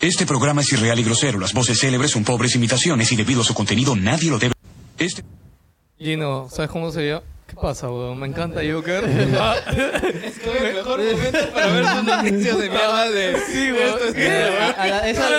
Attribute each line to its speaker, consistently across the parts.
Speaker 1: Este programa es irreal y grosero. Las voces célebres son pobres imitaciones y debido a su contenido nadie lo debe. Este.
Speaker 2: Gino, ¿sabes cómo sería? ¿Qué pasa, weón? Me encanta Joker.
Speaker 3: Es que el mejor momento para ver sus noticias de mierda de. Sí, güey. Esto es mierda.
Speaker 4: A la- esa-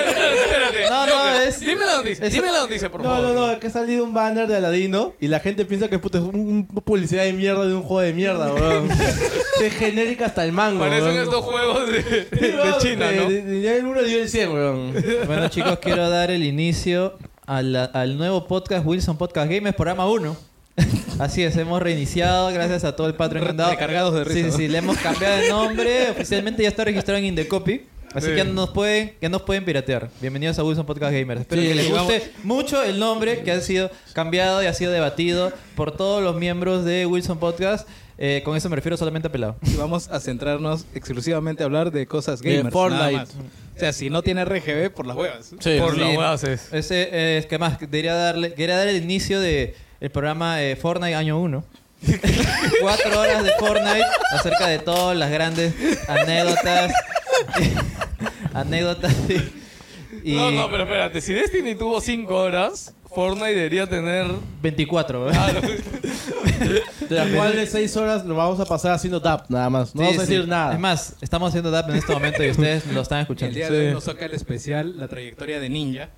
Speaker 4: No, no, es.
Speaker 2: Dime la noticia,
Speaker 4: Eso-
Speaker 2: dime la noticia, por
Speaker 4: No,
Speaker 2: favor.
Speaker 4: no, no, es que ha salido un banner de Aladino y la gente piensa que puta, es un- un- una publicidad de mierda de un juego de mierda, weón. es genérica hasta el mango,
Speaker 2: Parecen
Speaker 4: weón.
Speaker 2: estos juegos de,
Speaker 4: Sí,
Speaker 2: de
Speaker 4: weón,
Speaker 2: China, ¿no?
Speaker 4: de- de- Ya el uno dio el 100, weón.
Speaker 5: Bueno, chicos, quiero dar el inicio a la- al nuevo podcast Wilson Podcast Gamers, programa 1. Así es, hemos reiniciado gracias a todo el Patreon que han dado.
Speaker 2: Recargados de risa,
Speaker 5: Sí, sí, sí,
Speaker 2: ¿no?
Speaker 5: le hemos cambiado de nombre. Oficialmente ya está registrado en Indecopy. Así
Speaker 2: Sí.
Speaker 5: que ya nos pueden, ya nos pueden piratear. Bienvenidos a Wilson Podcast Gamers. Espero
Speaker 4: Sí,
Speaker 5: que les
Speaker 4: sigamos.
Speaker 5: guste mucho el nombre que ha sido cambiado y ha sido debatido por todos los miembros de Wilson Podcast. Eh, con eso me refiero solamente a pelado.
Speaker 3: Y vamos a centrarnos exclusivamente a hablar de cosas
Speaker 4: De
Speaker 3: gamers.
Speaker 4: Fortnite.
Speaker 3: nada más. O sea, si no tiene RGB, por las huevas.
Speaker 4: Sí,
Speaker 2: por
Speaker 4: sí.
Speaker 2: las huevas es.
Speaker 5: Ese eh, es que más quería darle quería dar el inicio de el programa eh, Fortnite año 1. Cuatro horas de Fortnite acerca de todas las grandes anécdotas. anécdotas y, y
Speaker 2: No, no, pero espérate, si Destiny tuvo 5 horas, Fortnite debería tener.
Speaker 5: 24. ¿verdad?
Speaker 2: Ah, no.
Speaker 4: De las cuales 6 horas lo vamos a pasar haciendo tap, nada más. No
Speaker 5: Sí,
Speaker 4: vamos a
Speaker 5: sí.
Speaker 4: decir nada.
Speaker 5: Es más, estamos haciendo DAP en este momento y ustedes lo están
Speaker 3: El
Speaker 5: escuchando.
Speaker 3: día de hoy nos saca el especial La trayectoria de Ninja.
Speaker 5: Eh,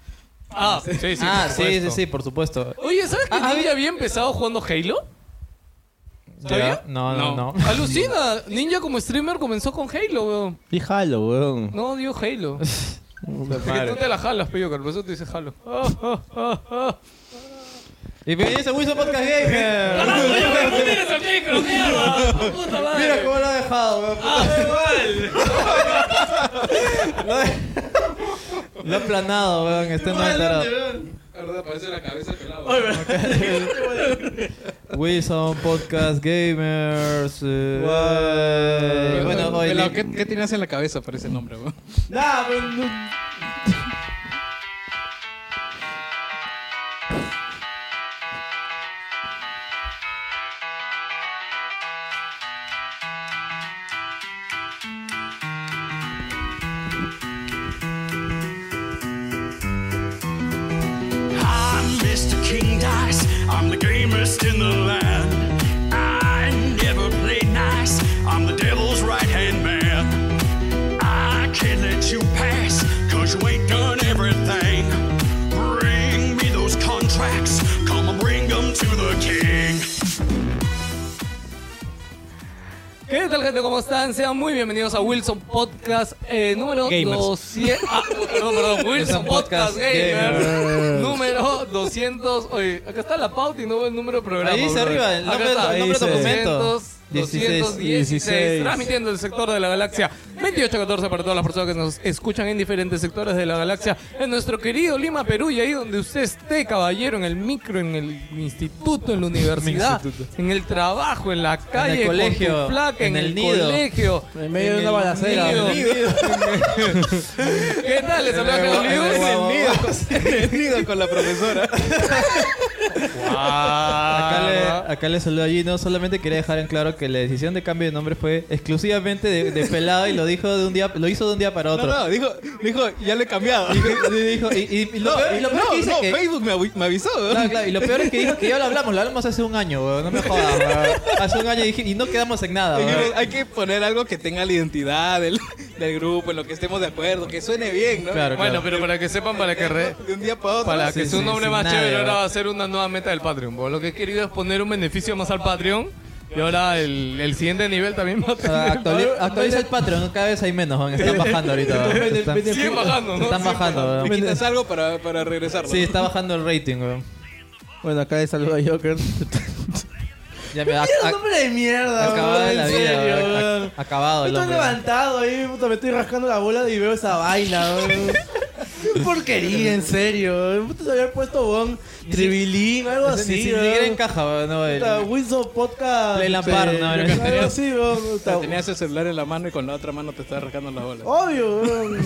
Speaker 2: Ah, sí, sí.
Speaker 5: ah,
Speaker 2: por
Speaker 5: sí, sí,
Speaker 2: supuesto.
Speaker 5: sí, por supuesto.
Speaker 2: Oye, ¿sabes que
Speaker 5: Ah,
Speaker 2: Ninja había empezado jugando Halo?
Speaker 5: Ya, No, no, no.
Speaker 2: Alucina, Ninja como streamer comenzó con Halo, weón.
Speaker 4: Y jalo, weón.
Speaker 2: No, dio Halo.
Speaker 4: Puta
Speaker 2: Que tú
Speaker 4: madre.
Speaker 2: te la jalas, Pello, por eso te dice Halo.
Speaker 5: Oh,
Speaker 2: Ah, ah, ah, ah.
Speaker 5: Y bienvenidos a Wilson Podcast Gamer. Mira cómo lo ha dejado, weón.
Speaker 3: Ah,
Speaker 5: Lo, he... lo he aplanado, weón. Este no enterado.
Speaker 3: Ahora aparece la cabeza pelada.
Speaker 5: Wilson Podcast Gamers. eh. Y Bueno, hoy.
Speaker 3: Pelado, Eh, ¿qué, ¿Qué tenías en la cabeza para ese nombre, weón?
Speaker 4: Nah, weón, no.
Speaker 6: I'm Mr. King Dice. I'm the gamest in the land. I never play nice. I'm the devil's right hand man. I can't let you pass, cause you ain't done everything. Bring me those contracts. Come and bring them to the king.
Speaker 2: ¿Qué tal, gente? ¿Cómo están? Sean muy bienvenidos a Wilson Podcast eh, número
Speaker 3: Gamers.
Speaker 2: 200. Ah, perdón, perdón, Wilson
Speaker 5: Wilson Podcast
Speaker 2: Podcast Gamers.
Speaker 4: Gamers.
Speaker 2: Número 200. Oye, acá está la pauta y no veo el número del programa.
Speaker 5: Ahí dice
Speaker 2: brother.
Speaker 5: arriba, el
Speaker 2: Acá
Speaker 5: nombre-
Speaker 2: está,
Speaker 5: el
Speaker 2: ahí
Speaker 5: nombre del
Speaker 2: dice.
Speaker 5: documento.
Speaker 2: 200, 216.
Speaker 4: 16.
Speaker 2: Transmitiendo el sector de la galaxia 2814 para todas las personas que nos escuchan en diferentes sectores de la galaxia. En nuestro querido Lima, Perú, y ahí donde usted esté, caballero, en el micro, en el instituto, en la universidad, en el trabajo, en la calle, con
Speaker 5: colegio,
Speaker 2: tu placa, en,
Speaker 5: en
Speaker 2: el
Speaker 5: el nido.
Speaker 2: colegio.
Speaker 4: En medio de una balacera.
Speaker 2: nido.
Speaker 4: weón.
Speaker 2: ¿Qué tal? Les saluda Carlos Lius.
Speaker 3: con la profesora. Ah,
Speaker 5: Acá le, acá le saludo a Gino. Solamente quería dejar en claro que la decisión de cambio de nombre fue exclusivamente de, de pelado y lo dijo de un día, lo hizo de un día para
Speaker 3: No,
Speaker 5: otro.
Speaker 3: no, dijo, dijo, ya lo he cambiado.
Speaker 5: Y dijo- y- y- y lo
Speaker 3: No,
Speaker 5: peor- y lo peor
Speaker 3: no,
Speaker 5: que dice
Speaker 3: no,
Speaker 5: que-
Speaker 3: Facebook me, avi- me avisó. weón.
Speaker 5: Claro, claro, Y lo peor es que dijo que ya lo hablamos, lo hablamos hace un año, weón. No me jodas, weón. Hace un año dije, y no quedamos en nada,
Speaker 3: Dijimos,
Speaker 5: weón.
Speaker 3: Hay que poner algo que tenga la identidad del, del grupo, en lo que estemos de acuerdo, que suene bien, ¿no?
Speaker 5: Claro,
Speaker 2: Bueno, pero para que sepan, para que re-
Speaker 3: De un día para otro.
Speaker 2: Para
Speaker 5: Pues Sí,
Speaker 2: que su
Speaker 5: sí,
Speaker 2: nombre
Speaker 5: sí,
Speaker 2: más
Speaker 5: nada,
Speaker 2: chévere ahora
Speaker 5: ¿verdad?
Speaker 2: va a ser una nueva meta del Patreon. porque Lo que he querido es poner un beneficio más al Patreon. Y ahora el, el siguiente nivel también va a
Speaker 5: O sea,
Speaker 2: tener.
Speaker 5: Ah, actuali- actualiza el Patreon, cada vez hay menos, weón. Están bajando ahorita, weón. Están,
Speaker 2: Siguen bajando, ¿no?
Speaker 5: están bajando,
Speaker 3: Me
Speaker 5: weón.
Speaker 3: quitas algo para, para regresarlo.
Speaker 5: Sí, está bajando el rating, weón.
Speaker 4: Bueno, acá le saludo a Joker.
Speaker 5: Ya me ac- ac-
Speaker 4: nombre de mierda,
Speaker 5: acabado
Speaker 4: weón,
Speaker 5: de
Speaker 4: en
Speaker 5: la vida,
Speaker 4: serio,
Speaker 5: weón.
Speaker 4: weón.
Speaker 5: Ac- Acabado el
Speaker 4: Estoy
Speaker 5: hombre. weón.
Speaker 4: levantado ahí, puta, me estoy rascando la bola y veo esa vaina, weón. Qué porquería, en serio. weón. Puta, se había puesto bon, tribilín, algo
Speaker 5: Ni si-
Speaker 4: así,
Speaker 5: ni siquiera
Speaker 4: weón.
Speaker 5: encaja, weón. No, el-
Speaker 4: Puta, Wilson Podcast.
Speaker 5: Play Lampard,
Speaker 4: eh,
Speaker 5: no, no.
Speaker 4: Algo así, weón.
Speaker 3: O sea,
Speaker 4: puta,
Speaker 3: tenías el celular en la Oh, mano y con la otra mano te estabas rascando las bolas.
Speaker 4: Obvio, weón.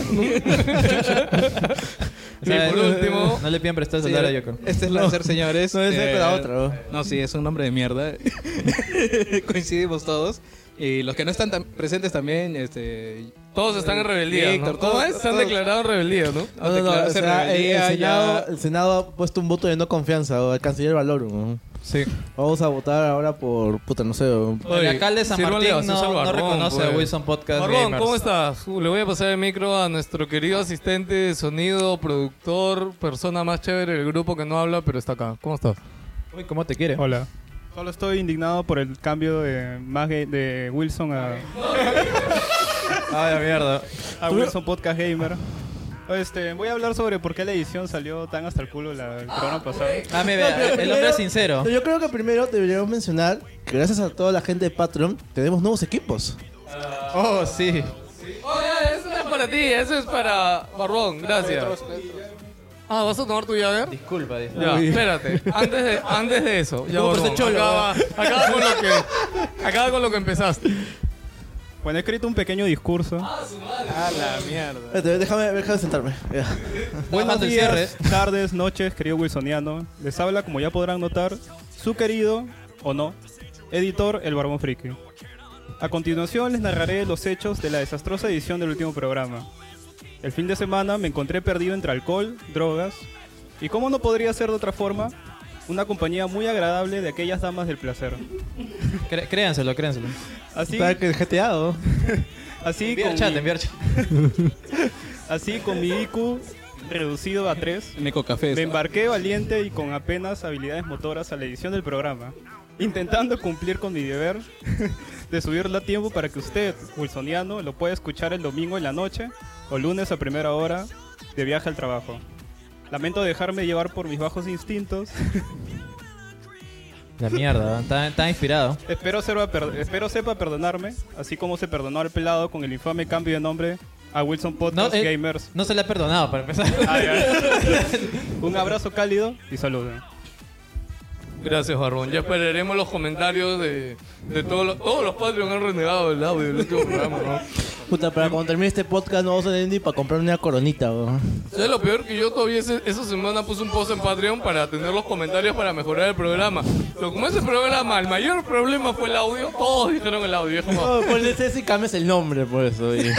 Speaker 5: O sea,
Speaker 2: por
Speaker 5: no-
Speaker 2: último-
Speaker 5: No le pidan prestar el celular a Yoko.
Speaker 3: Este es Lancer, señores.
Speaker 4: no, esa es
Speaker 3: Eh,
Speaker 4: la otra, ¿no?
Speaker 3: No, sí, es un nombre de mierda. Coincidimos todos. Y los que no están tan presentes también, este.
Speaker 2: Todos están en rebeldía.
Speaker 3: Víctor,
Speaker 2: ¿no?
Speaker 3: todos-
Speaker 2: ¿Cómo es? Se han
Speaker 3: todos-
Speaker 2: declarado en rebeldía, ¿no?
Speaker 4: No, no, no,
Speaker 3: declararse
Speaker 4: o sea, el, el
Speaker 3: rebeldía,
Speaker 4: Senado,
Speaker 3: ya-
Speaker 4: el Senado ha puesto un voto de no confianza o al canciller Valorum. ¿no?
Speaker 5: eh,
Speaker 2: Sí.
Speaker 4: Vamos a votar ahora por puta, no sé. o-
Speaker 5: El alcalde de San
Speaker 2: sírvanle a
Speaker 5: Martín no,
Speaker 2: César
Speaker 5: no
Speaker 2: Barbón,
Speaker 5: reconoce
Speaker 2: pues.
Speaker 5: a Wilson Podcast
Speaker 2: Barbón,
Speaker 5: Gamers.
Speaker 2: ¿cómo estás? Uh, le voy a pasar el micro a nuestro querido asistente de sonido, productor, persona más chévere del grupo que no habla, pero está acá. ¿Cómo estás?
Speaker 5: Uy, ¿cómo te quiere?
Speaker 7: Hola. Solo estoy indignado por el cambio de, más gay- de Wilson a,
Speaker 5: Ay, mierda.
Speaker 7: a Wilson Podcast Gamer. Este, voy a hablar sobre por qué la edición salió tan hasta el culo la el programa pasado.
Speaker 5: Ah,
Speaker 4: No,
Speaker 5: mira,
Speaker 4: pero
Speaker 5: el hombre
Speaker 4: primero-
Speaker 5: es sincero.
Speaker 4: Yo creo que primero deberíamos mencionar que gracias a toda la gente de Patreon tenemos nuevos equipos.
Speaker 5: Oh, sí.
Speaker 2: Oye, Oh, eso no es para ti, eso es para Barbón, gracias. Ah, ¿vas a tomar tu Jagger?
Speaker 5: Disculpa, dice.
Speaker 2: Ya, espérate. Antes de, antes de eso, ya
Speaker 5: ¿Cómo
Speaker 2: Barbón,
Speaker 5: parece cholo,
Speaker 2: acaba, acaba con lo que, acaba con lo que empezaste.
Speaker 7: Bueno, he escrito un pequeño discurso.
Speaker 4: Espérate, déjame, déjame sentarme. Ya.
Speaker 5: Buenos
Speaker 7: Buenos
Speaker 5: el cierre.
Speaker 7: días, tardes, noches, querido Wilsoniano. Les habla, como ya podrán notar, su querido, o no, editor El Barbón Friki. A continuación les narraré los hechos de la desastrosa edición del último programa. El fin de semana me encontré perdido entre alcohol, drogas y, como no podría ser de otra forma, una compañía muy agradable de aquellas damas del placer.
Speaker 5: Cré- Créanselo, créanselo.
Speaker 7: Así,
Speaker 4: Está que jeteado.
Speaker 7: así,
Speaker 5: Enviar
Speaker 7: con,
Speaker 5: chat,
Speaker 7: mi,
Speaker 5: enviar chat.
Speaker 7: así con mi IQ reducido a 3,
Speaker 3: Me cocafé.
Speaker 7: Me embarqué valiente y con apenas habilidades motoras a la edición del programa, intentando cumplir con mi deber de subirla a tiempo para que usted, wilsoniano, lo pueda escuchar el domingo en la noche o lunes a primera hora de viaje al trabajo. Lamento dejarme llevar por mis bajos instintos.
Speaker 5: La mierda, está, está inspirado.
Speaker 7: espero, sepa per- espero sepa perdonarme, así como se perdonó al pelado con el infame cambio de nombre a Wilson Podcast
Speaker 5: No, eh,
Speaker 7: Gamers.
Speaker 5: No se le ha perdonado para empezar.
Speaker 7: Ah, ya. Un abrazo cálido y saludos.
Speaker 2: Gracias, Barbón. Ya esperaremos los comentarios de, de todos los... Todos los Patreon han renegado el audio del último programa, ¿no?
Speaker 4: Puta, para cuando termine este podcast no vamos a tener ni para comprar una coronita, weón.
Speaker 2: ¿Sabes lo peor que yo todavía ese- esa semana puse un post en Patreon para tener los comentarios para mejorar el programa? Pero como ese programa, el mayor problema fue el audio, todos dijeron el audio. Es como,
Speaker 4: No, pues, ponle ese y cambias el nombre por eso, oye.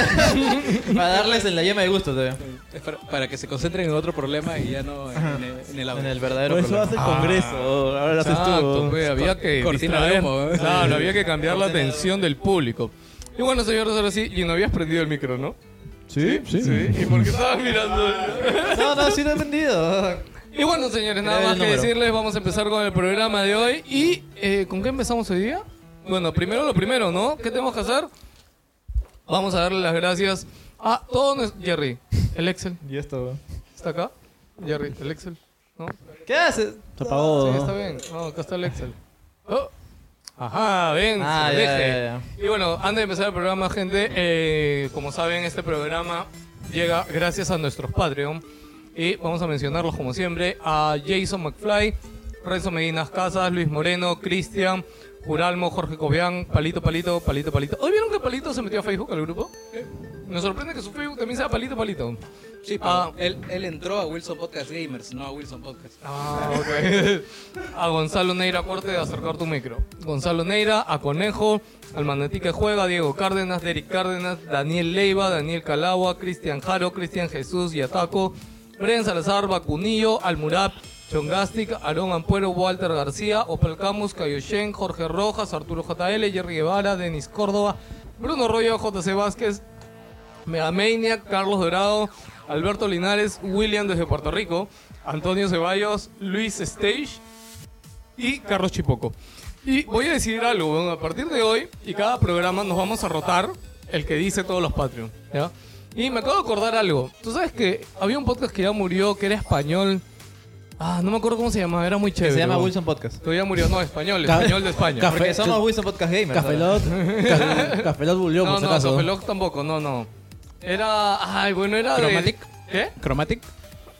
Speaker 5: Para darles en la llama de gusto todavía.
Speaker 3: Es para, para que se concentren en otro problema y ya no en, en- en el audio.
Speaker 5: En el
Speaker 4: Por
Speaker 5: verdadero
Speaker 4: eso
Speaker 5: problema.
Speaker 4: vas al congreso, weón. ahora lo haces tú.
Speaker 2: Exacto,
Speaker 4: weón.
Speaker 2: pe, había que
Speaker 3: cortina de
Speaker 2: distraer-
Speaker 3: humo, ¿eh?
Speaker 2: Claro, había que cambiar la atención del público. Y bueno, señores, ahora sí, y no habías prendido el micro, ¿no? Sí, sí. ¿Y por qué estabas mirando?
Speaker 5: No, no, sí lo he vendido.
Speaker 2: y bueno, señores, nada
Speaker 5: Era el
Speaker 2: más que
Speaker 5: número.
Speaker 2: decirles, vamos a empezar con el programa de hoy. ¿Y eh, con qué empezamos hoy día? Bueno, primero lo primero, ¿no? ¿Qué tenemos que hacer? Vamos a darle las gracias a todos nuestros... Jerry, el Excel.
Speaker 5: Y esto, weón.
Speaker 2: ¿Está acá? Jerry, el Excel. ¿No?
Speaker 5: ¿Qué haces?
Speaker 4: Se apagó.
Speaker 2: Sí,
Speaker 4: ¿no?
Speaker 2: está bien. No, acá está el Excel. Oh. Ajá, ven,
Speaker 5: Ah,
Speaker 2: se
Speaker 5: ya,
Speaker 2: deje.
Speaker 5: ya,
Speaker 2: Y bueno, antes de empezar el programa, gente, eh, como saben, este programa llega gracias a nuestros Patreon. Y vamos a mencionarlos como siempre a Jason McFly, Renzo Medinas Casas, Luis Moreno, Cristian, Juralmo, Jorge Cobian, Palito, Palito, Palito, Palito. ¿Hoy vieron que Palito se metió a Facebook al grupo? Nos sorprende que su Facebook también sea Palito, Palito.
Speaker 3: Sí, pero
Speaker 2: Ah.
Speaker 3: él, él entró a Wilson Podcast Gamers, no a Wilson Podcast.
Speaker 2: Ah, ok. A Gonzalo Neira Corte de acercar tu micro. Gonzalo Neira, a Conejo, al Manatí que juega, Diego Cárdenas, Derek Cárdenas, Daniel Leiva, Daniel Calagua, Cristian Jaro, Cristian Jesús y Ataco, Bren Salazar, Vacunillo, Almurap, Chongastic, Aarón Ampuero, Walter García, Opel Camus, Cayoshen, Jorge Rojas, Arturo JL, Jerry Guevara, Denis Córdoba, Bruno Royo, JC Vázquez, Megamaniac, Carlos Dorado, Alberto Linares, William desde Puerto Rico, Antonio Ceballos, Luis Stage y Carlos Chipoco. Y voy a decir algo, weón, a partir de hoy y cada programa nos vamos a rotar el que dice todos los Patreon, ¿ya? Y me acabo de acordar algo. Tú sabes que había un podcast que ya murió, que era español. Ah, no me acuerdo cómo se llamaba, era muy chévere.
Speaker 5: Se llama
Speaker 2: weón.
Speaker 5: Wilson Podcast.
Speaker 2: Todavía murió, no, español,
Speaker 4: Ca-
Speaker 2: español de España.
Speaker 4: Café-
Speaker 5: Porque somos Wilson Podcast Gamers. ahora.
Speaker 4: Cafelot. Ca- Cafelot bulió,
Speaker 2: no,
Speaker 4: por si
Speaker 2: no,
Speaker 4: acaso.
Speaker 2: Sofeloc tampoco, no, no. Era. Ay, bueno, era
Speaker 3: Chromatic.
Speaker 2: de. ¿Qué?
Speaker 3: ¿Chromatic?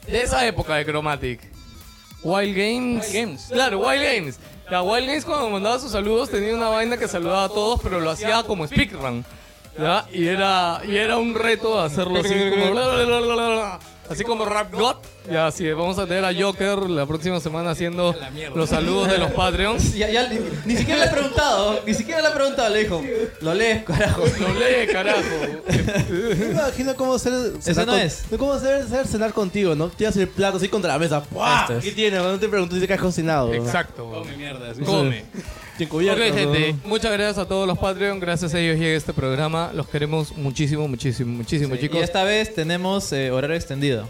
Speaker 2: De esa época de Chromatic. Wild Games.
Speaker 3: Wild Games.
Speaker 2: Claro, Wild Games. La Wild Games cuando mandaba sus saludos tenía una vaina que saludaba a todos, pero lo hacía como speedrun. ¿Ya? Y era, y era un reto hacerlo así. como bla, bla, bla, bla, bla, bla. Así como Rap God. Ya, así es. Vamos a tener a Joker la próxima semana haciendo los saludos de los Patreons.
Speaker 5: Ya- ya- ni, ni siquiera le he preguntado, ni siquiera le he preguntado, le dijo, lo lees, carajo.
Speaker 2: Lo lee, carajo.
Speaker 4: Me imagino cómo hacer. cenar
Speaker 5: no
Speaker 4: con-
Speaker 5: es.
Speaker 4: no, cómo hacer, hacer cenar contigo, ¿no? Tiras el plato así contra la mesa. ¡Puah!
Speaker 5: Esto es.
Speaker 4: ¿Qué tiene? No te pregunto si te has cocinado. ¿no?
Speaker 2: Exacto. Come mierda. Come.
Speaker 4: Sin cubierto,
Speaker 2: Ok,
Speaker 4: ¿no?
Speaker 2: gente, muchas gracias a todos los Patreon. Gracias a ellos llega este programa. Los queremos muchísimo, muchísimo, muchísimo,
Speaker 5: Y
Speaker 2: chicos.
Speaker 5: esta vez tenemos eh, horario extendido.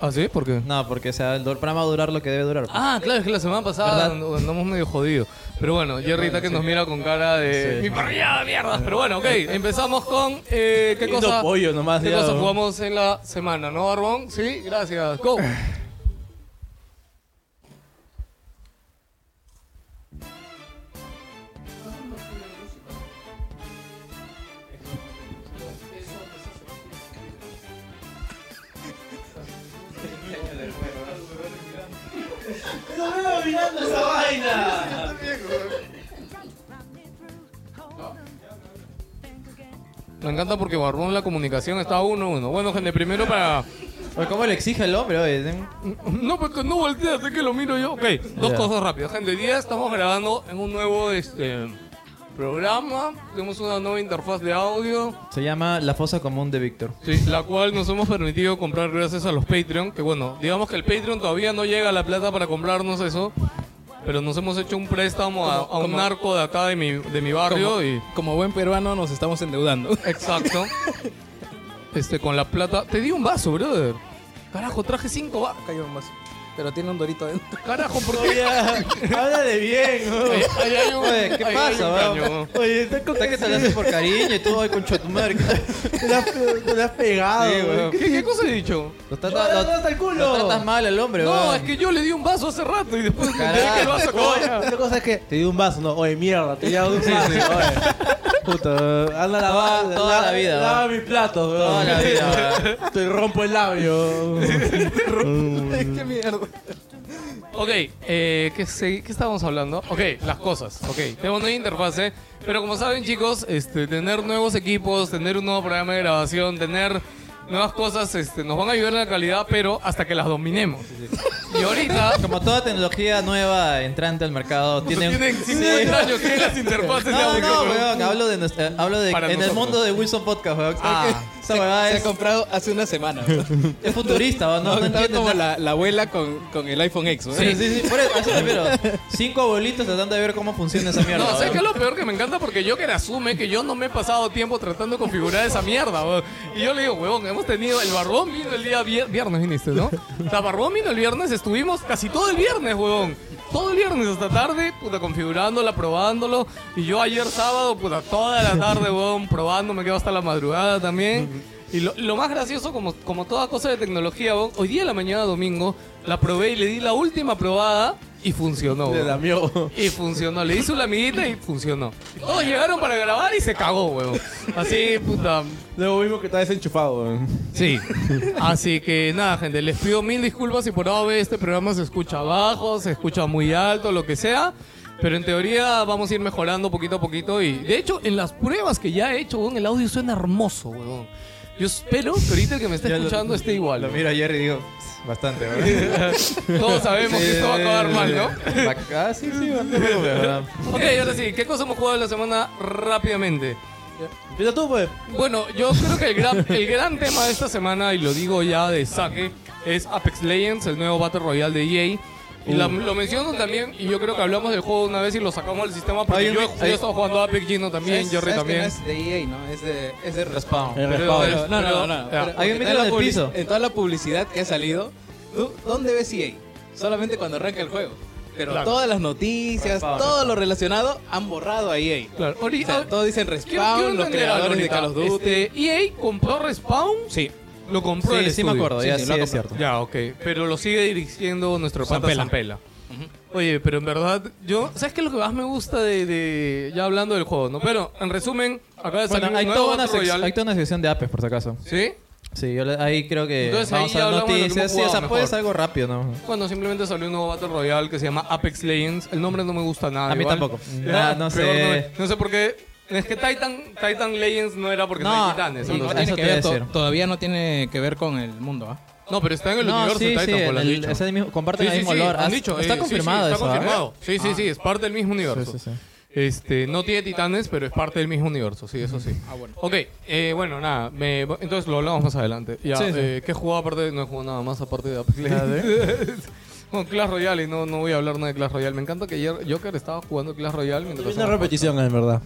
Speaker 2: ¿Ah, sí? ¿Por qué?
Speaker 5: No, porque o sea, el do- programa va a durar lo que debe durar. pues.
Speaker 2: Ah, claro, es que la semana pasada
Speaker 5: ¿Verdad?
Speaker 2: and- andamos medio jodidos. Pero bueno, Jerry está que nos mira con cara de... ¡Mi parrillada de mierda! Pero bueno, ok, empezamos con... eh, ¿Qué
Speaker 4: Lindo
Speaker 2: cosa,
Speaker 4: pollo nomás,
Speaker 2: ¿qué
Speaker 4: ya,
Speaker 2: cosa
Speaker 4: ¿no?
Speaker 2: jugamos en la semana? ¿No, Barbón? Sí, gracias. ¡Go!
Speaker 4: ¡No veo mirando esa vaina!
Speaker 2: Me encanta porque Barbón la comunicación está uno a uno. Bueno, gente, primero para...
Speaker 5: Oye, Pues, ¿Cómo le exige el hombre? oye? Ten-
Speaker 2: No, porque no voltea, así que lo miro yo. Ok, dos
Speaker 5: Ya.
Speaker 2: cosas rápidas. Gente, hoy día estamos grabando en un nuevo este, programa. Tenemos una nueva interfaz de audio.
Speaker 5: Se llama La Fosa Común de Víctor.
Speaker 2: Sí, la cual nos hemos permitido comprar gracias a los Patreon. Que bueno, digamos que el Patreon todavía no llega a la plata para comprarnos eso. Pero nos hemos hecho un préstamo a, a un narco de acá de mi, de mi barrio. y
Speaker 3: Como buen peruano nos estamos endeudando.
Speaker 2: Exacto. este, con la plata. Te di un vaso, brother. Carajo, traje cinco vasos.
Speaker 3: Cayó un vaso. Pero tiene un dorito adentro.
Speaker 2: Carajo, ¿por qué?
Speaker 4: Háblale bien, ¿no?
Speaker 2: Ahí- ahí hay un-
Speaker 5: Oye, ¿qué
Speaker 2: ahí hay
Speaker 5: pasa,
Speaker 2: un
Speaker 5: va?
Speaker 2: caño, ¿no?
Speaker 4: Oye, está con
Speaker 5: Está que te lo haces por cariño y tú, ay, con chotumar.
Speaker 4: Te la has, te la has pegado,
Speaker 5: Sí,
Speaker 4: güey.
Speaker 5: weón.
Speaker 2: ¿Qué, qué cosa he dicho?
Speaker 5: Lo
Speaker 4: No,
Speaker 5: tratas,
Speaker 4: no,
Speaker 5: lo-
Speaker 4: no, hasta el culo.
Speaker 5: lo tratas mal al hombre,
Speaker 2: No,
Speaker 5: weón.
Speaker 2: es que yo le di un vaso hace rato y después me enteré
Speaker 5: Carajo.
Speaker 2: que el vaso acababa
Speaker 4: Oye, La cosa es que te di un vaso, no, oye, mierda, te di un vaso, oye. Puta, anda a lavar,
Speaker 5: Toda- toda la vida,
Speaker 4: Lava
Speaker 5: weón.
Speaker 4: mis platos, weón.
Speaker 5: Toda la vida,
Speaker 4: Te rompo el labio.
Speaker 3: ¡Qué mierda!
Speaker 2: Ok, eh, ¿qué, se- qué estábamos hablando? Ok, las cosas. Ok, tenemos nueva interfase. Pero como saben, chicos, este, tener nuevos equipos, tener un nuevo programa de grabación, tener nuevas cosas, este, nos van a ayudar en la calidad, pero hasta que las dominemos. Y ahorita.
Speaker 5: Como toda tecnología nueva entrante al mercado, tiene...
Speaker 2: Tienen
Speaker 5: Sí.
Speaker 2: 50 años, tienen las interfaces de
Speaker 5: No,
Speaker 2: audio.
Speaker 5: no,
Speaker 2: ¿no?
Speaker 5: weón, hablo de, nuestra- hablo de en
Speaker 2: Para
Speaker 5: el
Speaker 2: nosotros.
Speaker 5: mundo de Wilson Podcast, weón.
Speaker 2: Ah.
Speaker 5: Esa weá
Speaker 3: Se ha
Speaker 5: es,
Speaker 3: comprado hace una semana.
Speaker 5: es futurista, weón, no, no
Speaker 3: Estaba
Speaker 5: entiendes
Speaker 3: como
Speaker 5: nada.
Speaker 3: la, la abuela con, con el iPhone X. ¿no?
Speaker 5: Sí, sí, sí, por eso, a eso me refiero. Cinco abuelitos tratando de ver cómo funciona esa mierda.
Speaker 2: No,
Speaker 5: ¿eh?
Speaker 2: ¿sabes
Speaker 5: weón.
Speaker 2: qué es lo peor que me encanta? Porque Joker asume que yo no me he pasado tiempo tratando de configurar esa mierda, weón. Y yo le digo, weón, hemos tenido. El barbón vino el día vier- viernes, viniste, ¿no? O sea, barbón vino el viernes, estuvimos casi todo el viernes, weón. Todo el viernes hasta tarde, puta, configurándola, probándolo. Y yo ayer sábado, puta, toda la tarde, weón, probando, me quedo hasta la madrugada también. Y lo, lo más gracioso, como, como toda cosa de tecnología, weón, hoy día en la mañana domingo, la probé y le di la última probada y funcionó.
Speaker 4: Te
Speaker 2: weón.
Speaker 4: lamió.
Speaker 2: Y funcionó, le hizo la amiguita y funcionó. Todos llegaron para grabar y se cagó, huevón. Así, puta.
Speaker 4: Luego vimos que está desenchufado, weón.
Speaker 2: Sí. Así que nada, gente, les pido mil disculpas si por ahora este programa se escucha bajo, se escucha muy alto, lo que sea. Pero en teoría vamos a ir mejorando poquito a poquito y de hecho en las pruebas que ya he hecho, huevón, el audio suena hermoso, huevón. Yo espero que ahorita el que me esté
Speaker 5: Yo lo-
Speaker 2: escuchando esté igual.
Speaker 5: Lo
Speaker 2: ¿no?
Speaker 5: miro ayer y digo, bastante, weón.
Speaker 2: Todos sabemos que esto va a acabar mal, ¿no?
Speaker 5: Acá Ah, sí, sí, weón.
Speaker 2: Ok, ahora sí, ¿qué cosa hemos jugado en la semana rápidamente?
Speaker 4: Empieza tú, pues.
Speaker 2: Bueno, yo creo que el gran, el gran tema de esta semana, y lo digo ya de saque, es Apex Legends, el nuevo Battle Royale de EA. Y la- lo menciono también, y yo creo que hablamos del juego una vez y lo sacamos del sistema, porque
Speaker 5: Hay un-
Speaker 2: yo, yo
Speaker 5: hay-
Speaker 2: estaba jugando Apex Gino también,
Speaker 3: ¿Sabes-
Speaker 2: Jerry
Speaker 3: sabes que
Speaker 2: también.
Speaker 3: no es de EA, ¿no? Es de, es de
Speaker 5: Respawn.
Speaker 3: Respawn.
Speaker 2: Pero-
Speaker 3: Pero- no, no, no.
Speaker 2: pero-
Speaker 3: pero-
Speaker 5: Hay un
Speaker 3: en
Speaker 5: mito
Speaker 3: toda
Speaker 5: del
Speaker 3: la publici-
Speaker 5: piso.
Speaker 3: En toda la publicidad que ha salido, ¿tú- ¿dónde ves EA? Solamente cuando arranca el juego. Pero
Speaker 2: Claro.
Speaker 3: todas las noticias,
Speaker 5: Respawn,
Speaker 3: todo lo relacionado, han borrado a EA.
Speaker 2: Claro, ah,
Speaker 3: O sea,
Speaker 2: ahorita,
Speaker 3: todos dicen
Speaker 2: quiero-
Speaker 3: Respawn,
Speaker 2: quiero
Speaker 3: los
Speaker 2: entender
Speaker 3: creadores
Speaker 2: algo
Speaker 3: de Call of
Speaker 2: ahorita.
Speaker 3: Duty.
Speaker 2: Este, EA compró Respawn,
Speaker 3: Sí.
Speaker 2: lo compró el
Speaker 5: Sí, sí me
Speaker 2: estudio.
Speaker 5: acuerdo,
Speaker 3: Sí,
Speaker 5: ya
Speaker 3: sí,
Speaker 5: sí,
Speaker 3: lo ha
Speaker 5: es cierto.
Speaker 2: Ya, ok. Pero lo sigue dirigiendo nuestro pata
Speaker 3: Zampella.
Speaker 2: Zampella. Oye, pero en verdad, yo... ¿Sabes qué es lo que más me gusta de... de- ya hablando del juego, ¿no? Pero, en resumen, acaba de salir
Speaker 5: Bueno, hay
Speaker 2: un nuevo
Speaker 5: toda, una
Speaker 2: Battle
Speaker 5: sec-
Speaker 2: Royale.
Speaker 5: hay toda una sección de Apex, por si acaso.
Speaker 2: ¿Sí?
Speaker 5: Sí, yo le- ahí creo que
Speaker 2: Entonces,
Speaker 5: vamos
Speaker 2: ahí ya
Speaker 5: a ver
Speaker 2: hablamos de lo que hemos
Speaker 5: noticias. Sí, o sea,
Speaker 2: jugado
Speaker 5: puede
Speaker 2: mejor.
Speaker 5: ser algo rápido, ¿no?
Speaker 2: Cuando simplemente salió un nuevo Battle Royale que se llama Apex Legends. El nombre no me gusta nada.
Speaker 5: A mí
Speaker 2: igual.
Speaker 5: tampoco.
Speaker 2: Ya,
Speaker 5: Ah, no
Speaker 2: peor
Speaker 5: sé.
Speaker 2: no es. No sé por qué... Es que Titan, Titan Legends no era porque no, hay titanes.
Speaker 5: y-
Speaker 2: entonces-
Speaker 5: eso te iba a decir.
Speaker 3: todavía no tiene que ver con el mundo, ¿ah?
Speaker 2: No, pero está en el
Speaker 5: No,
Speaker 2: universo
Speaker 5: sí, sí,
Speaker 2: Titan,
Speaker 5: en
Speaker 2: lo has
Speaker 5: el-
Speaker 2: dicho.
Speaker 5: es el mismo-
Speaker 2: Sí,
Speaker 5: comparten el
Speaker 2: sí,
Speaker 5: mismo
Speaker 2: sí,
Speaker 5: olor.
Speaker 2: han
Speaker 5: Ah,
Speaker 2: dicho,
Speaker 5: Está
Speaker 2: eh, sí, sí,
Speaker 5: confirmado
Speaker 2: está
Speaker 5: eso, ¿ah?
Speaker 2: confirmado. Sí, sí, sí, es parte del mismo universo.
Speaker 5: Sí, sí, sí.
Speaker 2: Este, no tiene titanes, pero es parte del mismo universo, sí, eso sí. Ah, bueno. Ok, eh, bueno, nada, me- entonces lo hablamos más adelante. Ya,
Speaker 5: Sí, sí.
Speaker 2: eh, ¿qué he jugado aparte? de- No he jugado nada más aparte de Apex
Speaker 5: ¿eh?
Speaker 2: Legends. Con Clash Royale, y no, no voy a hablar nada de Clash Royale. Me encanta que ayer Joker estaba jugando Clash Royale mientras...
Speaker 4: Una
Speaker 2: hacíamos-
Speaker 4: repetición, en verdad.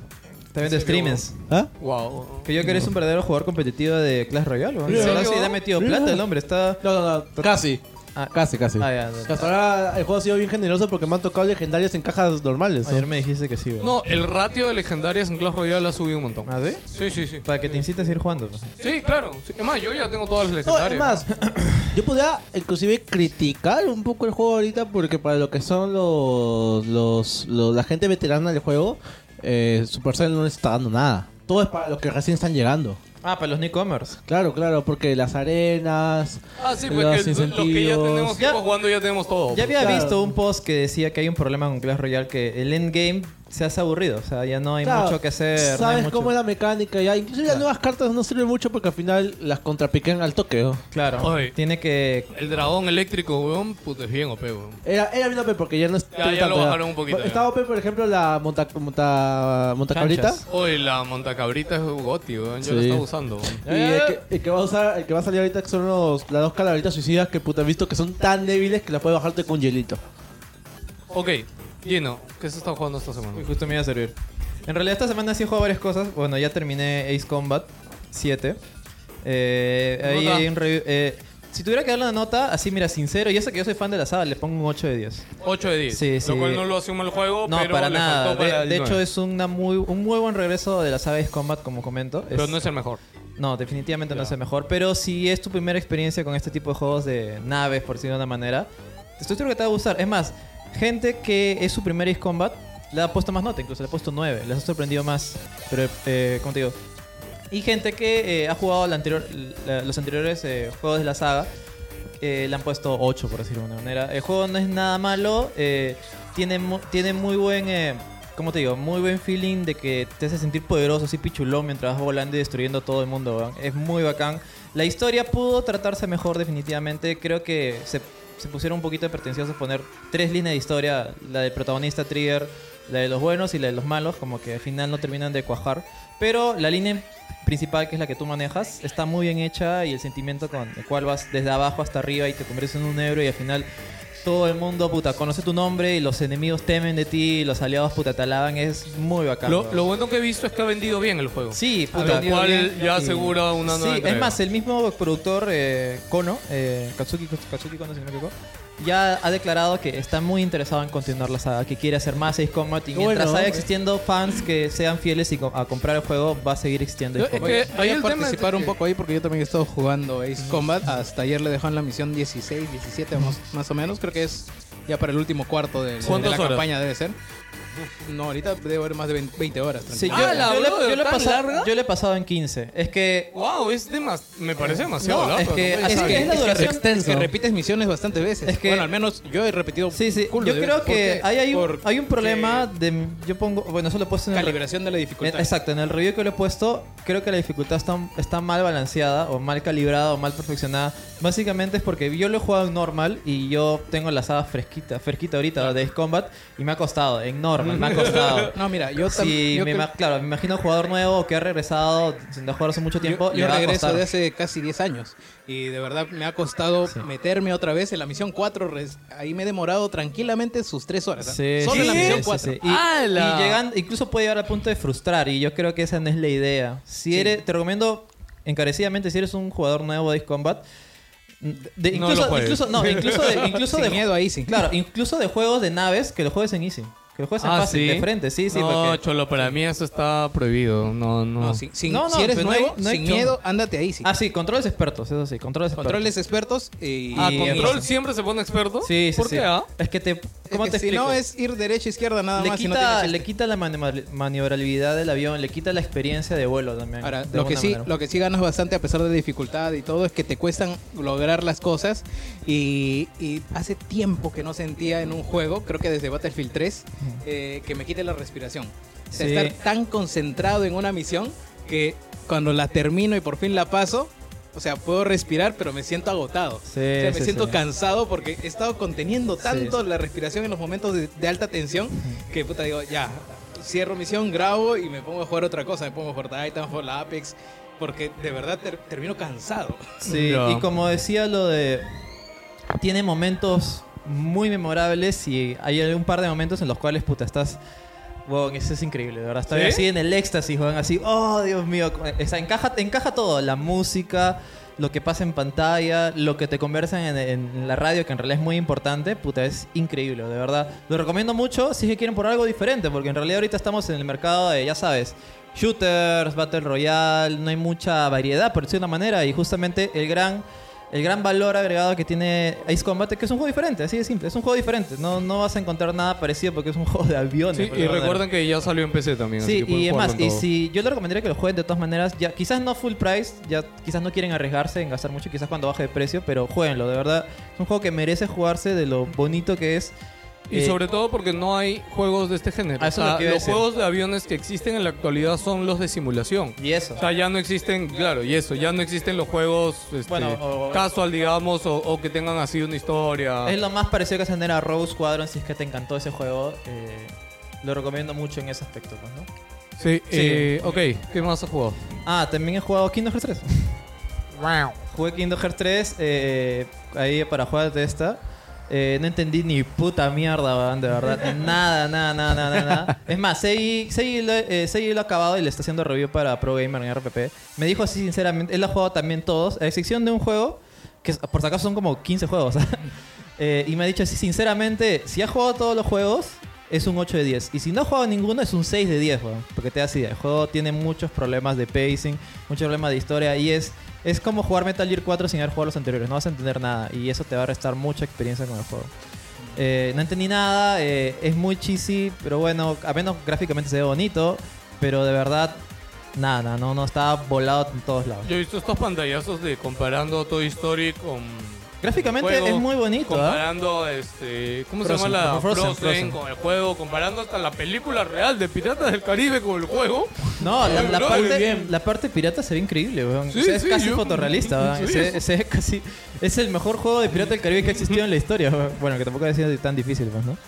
Speaker 5: Está viendo streamers.
Speaker 4: ¿Ah?
Speaker 2: Wow.
Speaker 5: Que yo que eres un verdadero jugador competitivo de Clash Royale. ¿no?
Speaker 4: ¿En
Speaker 5: Ahora
Speaker 2: serio?
Speaker 5: sí le ha metido plata el hombre. Está...
Speaker 4: No, no, no. Casi.
Speaker 5: Ah.
Speaker 4: Casi, casi.
Speaker 5: Ah, ya, ya.
Speaker 4: Hasta ahora el juego ha sido bien generoso porque me han tocado legendarios en cajas normales. ¿no?
Speaker 5: Ayer me dijiste que sí, güey.
Speaker 2: No, el ratio de legendarias en Clash Royale ha subido un montón.
Speaker 5: ¿Ah, sí?
Speaker 2: Sí, sí, sí.
Speaker 5: Para que te incites a ir jugando. pues.
Speaker 2: Sí, claro. Sí, Es más, yo ya tengo todas las
Speaker 4: No,
Speaker 2: legendarias.
Speaker 4: es más, yo podría inclusive criticar un poco el juego ahorita porque para lo que son los, los, los- la gente veterana del juego, eh, Supercell no les está dando nada. Todo es para los que recién están llegando.
Speaker 5: Ah, para los Nicomers.
Speaker 4: Claro, claro, porque las arenas,
Speaker 2: Ah, sí,
Speaker 4: los
Speaker 2: porque los que ya
Speaker 4: incentivos-
Speaker 2: tenemos
Speaker 5: Ya-
Speaker 2: tiempo jugando ya tenemos todo.
Speaker 5: Ya había
Speaker 4: Claro.
Speaker 5: visto un post que decía que hay un problema con Clash Royale, que el endgame se hace aburrido. O sea, ya no hay
Speaker 4: Claro,
Speaker 5: mucho que hacer. no hay
Speaker 4: Sabes
Speaker 5: mucho-
Speaker 4: cómo es la mecánica ya. Inclusive las nuevas cartas no sirven mucho porque al final las contrapiquean al toque. ¿no?
Speaker 5: Claro.
Speaker 2: Oye.
Speaker 5: Tiene que...
Speaker 2: pues. El dragón eléctrico, weón, puta, es bien OP, weón.
Speaker 4: Era, era bien OP porque ya no es
Speaker 2: Ya-
Speaker 4: tiene
Speaker 2: ya
Speaker 4: tanto,
Speaker 2: lo bajaron un poquito, ya.
Speaker 4: Estaba OP, por ejemplo, la monta, monta, montacabrita.
Speaker 5: Canchas.
Speaker 2: Oye, la montacabrita es goti, weón. Yo la
Speaker 4: Sí.
Speaker 2: estaba usando, weón.
Speaker 4: Y el que, el que va a usar, el que va a salir ahorita que son los, las dos calabritas suicidas que puta he visto que son tan débiles que las puedes bajarte con hielito.
Speaker 2: Ok, Gino, ¿qué se está jugando esta semana?
Speaker 5: Uy, justo me iba a servir. En realidad esta semana sí he jugado varias cosas. Bueno, ya terminé Ace Combat 7. Eh, ahí
Speaker 2: Nota.
Speaker 5: hay un review- eh, si tuviera que dar una nota, así mira, sincero, y eso que yo soy fan de la saga, le pongo un 8 de 10.
Speaker 2: 8 de 10.
Speaker 5: Sí, sí.
Speaker 2: Lo cual no lo hace un mal juego,
Speaker 5: No,
Speaker 2: Oh, pero
Speaker 5: para
Speaker 2: le
Speaker 5: nada.
Speaker 2: faltó para
Speaker 5: De,
Speaker 2: el
Speaker 5: de hecho,
Speaker 2: 9.
Speaker 5: es una muy, un muy buen regreso de la saga Ace Combat, como comento.
Speaker 2: Pero
Speaker 5: Es-
Speaker 2: no es el mejor.
Speaker 5: No, definitivamente no es el mejor. Pero si es tu primera experiencia con este tipo de juegos de naves, por decirlo de una manera, estoy seguro que te va a gustar. Es más, gente que es su primer Ace Combat le ha puesto más nota, incluso le ha puesto 9, les ha sorprendido más. Pero, eh, ¿cómo te digo? Y gente que eh, ha jugado la anterior, la- los anteriores eh, juegos de la saga eh, le han puesto 8, por decirlo de una manera. El juego no es nada malo, eh, tiene, mu- tiene muy buen, eh, ¿cómo te digo? Muy buen feeling de que te hace sentir poderoso, así pichulón, mientras vas volando y destruyendo todo el mundo. weón. Es muy bacán. La historia pudo tratarse mejor, definitivamente. Creo que se, se pusieron un poquito pretenciosos poner tres líneas de historia: la del protagonista Trigger, la de los buenos y la de los malos, como que al final no terminan de cuajar. Pero la línea principal, que es la que tú manejas, está muy bien hecha y el sentimiento con el cual vas desde abajo hasta arriba y te conviertes en un héroe y al final todo el mundo, puta, conoce tu nombre y los enemigos temen de ti y los aliados, puta, te alaban. Es muy bacán.
Speaker 2: Lo,
Speaker 5: weón.
Speaker 2: lo bueno que he visto es que ha vendido bien el juego.
Speaker 5: Sí,
Speaker 2: Lo
Speaker 5: puta.
Speaker 2: cual ya
Speaker 5: Y-
Speaker 2: asegura una nueva
Speaker 5: Sí,
Speaker 2: entrega.
Speaker 5: es más, eh, el mismo productor eh, Kono, eh, Katsuki, Katsuki Kono, si no me equivoco, ya ha declarado que está muy interesado en continuar la saga, que quiere hacer más Ace Combat y
Speaker 4: Qué
Speaker 5: mientras
Speaker 4: bueno,
Speaker 5: haya
Speaker 4: eh.
Speaker 5: existiendo fans que sean fieles y co- a comprar el juego, va a seguir existiendo
Speaker 2: Yo-
Speaker 5: Ace
Speaker 2: es
Speaker 5: Combat.
Speaker 2: que
Speaker 3: Voy
Speaker 2: ahí
Speaker 3: a
Speaker 2: el tema es
Speaker 3: participar
Speaker 2: de
Speaker 3: un
Speaker 2: que-
Speaker 3: poco ahí porque yo también he estado jugando Ace Combat. Hasta ayer le dejó en la misión 16, 17 más, más o menos. Creo que es ya para el último cuarto del- de,
Speaker 2: ¿Cuántas
Speaker 3: la
Speaker 2: horas?
Speaker 3: campaña debe ser. Uf, No, ahorita debe haber más de 20, 20 horas.
Speaker 5: Sí, yo,
Speaker 2: Ah, la
Speaker 5: yo le-
Speaker 2: brother,
Speaker 5: yo le he
Speaker 2: ¿tan
Speaker 5: pasado-
Speaker 2: larga?
Speaker 5: yo le he pasado en 15. Es que...
Speaker 2: Wow, es demas... me parece demasiado
Speaker 5: No,
Speaker 2: largo.
Speaker 5: es que-
Speaker 2: ¿no?
Speaker 5: así
Speaker 3: Es
Speaker 5: que-
Speaker 3: que,
Speaker 5: es la duración-
Speaker 3: es que repites misiones bastantes veces.
Speaker 5: Es que-
Speaker 3: bueno, al menos yo he repetido.
Speaker 5: Sí, sí,
Speaker 3: culo
Speaker 5: yo
Speaker 3: de
Speaker 5: creo
Speaker 3: veces. ¿Por
Speaker 5: que
Speaker 3: qué?
Speaker 5: hay, hay, un,
Speaker 3: Por
Speaker 5: hay un problema de... Yo pongo... Bueno, eso lo he puesto en el...
Speaker 3: calibración de la dificultad.
Speaker 5: Eh, Exacto, en el review que le he puesto, creo que la dificultad está, está mal balanceada, o mal calibrada, o mal perfeccionada. Básicamente es porque yo lo he jugado en normal y yo tengo la saga fresquita, fresquita ahorita de Ace Combat y me ha costado, en normal, me ha costado.
Speaker 3: No, mira, yo
Speaker 5: Sí,
Speaker 3: también.
Speaker 5: me ima- claro, me imagino un jugador nuevo que ha regresado sin jugar hace mucho tiempo.
Speaker 3: Yo,
Speaker 5: le
Speaker 3: yo
Speaker 5: va a
Speaker 3: regreso
Speaker 5: costar.
Speaker 3: de hace casi 10 años y de verdad me ha costado meterme otra vez en la misión 4. res- Ahí me he demorado tranquilamente sus 3 horas. ¿ah?
Speaker 5: Sí,
Speaker 3: Solo en la
Speaker 5: sí,
Speaker 3: misión
Speaker 5: sí,
Speaker 3: 4.
Speaker 5: sí, sí. Y,
Speaker 2: ¡Hala!
Speaker 5: y llegan- incluso puede llegar al punto de frustrar y yo creo que esa no es la idea. Si eres, te recomiendo encarecidamente si eres un jugador nuevo de Ace Combat, de-
Speaker 2: No
Speaker 5: incluso,
Speaker 2: lo juegues.
Speaker 5: incluso- no, incluso de, incluso
Speaker 3: Sin
Speaker 5: de
Speaker 3: miedo a Easy.
Speaker 5: Claro, incluso de juegos de naves que lo juegues en easy, que lo juegues en
Speaker 2: Ah,
Speaker 5: fácil,
Speaker 2: ¿sí?
Speaker 5: de frente, sí, sí,
Speaker 2: No,
Speaker 5: porque-
Speaker 2: Cholo, para mí eso está prohibido. No, no.
Speaker 3: No, sin- sin-
Speaker 5: No, no,
Speaker 3: si eres
Speaker 5: pero no hay-
Speaker 3: nuevo,
Speaker 5: no hay
Speaker 3: sin
Speaker 5: chongo.
Speaker 3: miedo, ándate a Easy.
Speaker 5: ah sí, controles expertos, eso sí, controles expertos.
Speaker 3: Controles expertos y.
Speaker 2: Ah,
Speaker 5: y-
Speaker 2: control siempre se pone experto.
Speaker 5: Sí, sí,
Speaker 2: ¿Por
Speaker 5: sí.
Speaker 2: qué? ah?
Speaker 5: Es que te, ¿cómo
Speaker 3: Es
Speaker 5: te
Speaker 3: que si
Speaker 5: explico?
Speaker 3: no es ir derecha izquierda nada
Speaker 5: le
Speaker 3: más. y no
Speaker 5: quita,
Speaker 3: tiene
Speaker 5: le
Speaker 3: chiste.
Speaker 5: quita la mani- maniobrabilidad del avión, le quita la experiencia de vuelo también. de
Speaker 3: Ahora, lo que,
Speaker 5: alguna
Speaker 3: sí,
Speaker 5: manera.
Speaker 3: lo que sí ganas bastante a pesar de la dificultad y todo es que te cuestan lograr las cosas y, y hace tiempo que no sentía en un juego, creo que desde Battlefield 3, eh, que me quite la respiración. O sea,
Speaker 5: Sí.
Speaker 3: estar tan concentrado en una misión que cuando la termino y por fin la paso, o sea, puedo respirar, pero me siento agotado.
Speaker 5: Sí,
Speaker 3: o sea, me
Speaker 5: sí,
Speaker 3: siento
Speaker 5: sí.
Speaker 3: cansado porque he estado conteniendo tanto
Speaker 5: Sí, sí.
Speaker 3: la respiración en los momentos de, de alta tensión que puta digo, ya, cierro misión, grabo y me pongo a jugar otra cosa, me pongo a jugar Titanfall, Apex, porque de verdad ter- termino cansado.
Speaker 5: Sí,
Speaker 2: Ya.
Speaker 5: y como decía lo de... Tiene momentos muy memorables y hay un par de momentos en los cuales, puta, estás... Wow, eso es increíble, de verdad. Está
Speaker 3: ¿Sí?
Speaker 5: así en el éxtasis, weón, así, oh, Dios mío. O sea, encaja, encaja todo, la música, lo que pasa en pantalla, lo que te conversan en, en la radio, que en realidad es muy importante, puta, es increíble, de verdad. Lo recomiendo mucho si es que quieren por algo diferente, porque en realidad ahorita estamos en el mercado de, ya sabes, shooters, Battle Royale, no hay mucha variedad, por decirlo de una manera, y justamente el gran... El gran valor agregado que tiene Ace Combat es que es un juego diferente, así de simple. Es un juego diferente. No, no vas a encontrar nada parecido porque es un juego de aviones.
Speaker 2: Sí,
Speaker 5: por
Speaker 2: y
Speaker 5: decirlo de una manera.
Speaker 2: recuerden que ya salió en PC también. así
Speaker 5: Sí,
Speaker 2: que pueden
Speaker 5: y es
Speaker 2: jugarlo
Speaker 5: más,
Speaker 2: en
Speaker 5: y
Speaker 2: todo.
Speaker 5: si yo le recomendaría que lo jueguen de todas maneras, ya quizás no full price, ya quizás no quieren arriesgarse en gastar mucho, quizás cuando baje de precio, pero jueguenlo, de verdad. Es un juego que merece jugarse de lo bonito que es.
Speaker 2: Y
Speaker 5: Eh,
Speaker 2: sobre todo porque no hay juegos de este género.
Speaker 5: Ah, eso
Speaker 2: O sea,
Speaker 5: es lo que iba a
Speaker 2: los
Speaker 5: decir.
Speaker 2: juegos de aviones que existen en la actualidad son los de simulación.
Speaker 5: Y eso.
Speaker 2: O sea, ya no existen, claro, y eso, ya no existen los juegos este,
Speaker 5: Bueno, o-
Speaker 2: casual, digamos, o, o que tengan así una historia.
Speaker 5: Es lo más parecido que se genera a Rogue Squadron, si es que te encantó ese juego. eh, lo recomiendo mucho en ese aspecto, pues, ¿no?
Speaker 2: Sí, eh, ok, ¿qué más has jugado?
Speaker 5: Ah, también he jugado Kingdom Hearts 3. Jugué Kingdom Hearts 3 eh, ahí para jugar de esta. Eh, no entendí ni puta mierda, weón, de verdad. Nada, nada, nada, nada, nada. Es más, Sei Sei lo, eh, Sei lo ha acabado y le está haciendo review para Pro Gamer en RPP. Me dijo así sinceramente, él ha jugado también todos, a excepción de un juego, que es- por si acaso son como 15 juegos. ¿ah? Eh, y me ha dicho así sinceramente, si ha jugado todos los juegos, es un 8 de 10. Y si no ha jugado ninguno, es un 6 de 10, weón. Porque te das idea. El juego tiene muchos problemas de pacing, muchos problemas de historia. Y es, es como jugar Metal Gear 4 sin haber jugado los anteriores. No vas a entender nada. Y eso te va a restar mucha experiencia con el juego. Eh, no entendí nada. eh, es muy cheesy. Pero bueno, a menos gráficamente se ve bonito. Pero de verdad, nada, nada, no, no está volado en todos lados.
Speaker 2: Yo he visto estos pantallazos de comparando Toy Story con.
Speaker 5: Gráficamente
Speaker 2: el juego,
Speaker 5: es muy bonito, ¿ah?
Speaker 2: Comparando, este. ¿Cómo
Speaker 5: Frozen,
Speaker 2: se llama la?
Speaker 5: con Frozen, Frozen.
Speaker 2: con el juego, comparando hasta la película real de Piratas del Caribe con el juego.
Speaker 5: No, la,
Speaker 2: Ay,
Speaker 5: la
Speaker 2: bro, muy
Speaker 5: parte,
Speaker 2: bien.
Speaker 5: la parte pirata se ve increíble, weón.
Speaker 2: Sí,
Speaker 5: O sea, es
Speaker 2: sí,
Speaker 5: casi
Speaker 2: yo-
Speaker 5: fotorrealista, weón.
Speaker 2: sí,
Speaker 5: Se-
Speaker 2: eso.
Speaker 5: se ve casi, es el mejor juego de Pirata del Caribe que ha existido en la historia. weón. Bueno, que tampoco ha sido tan difícil, pues, ¿no?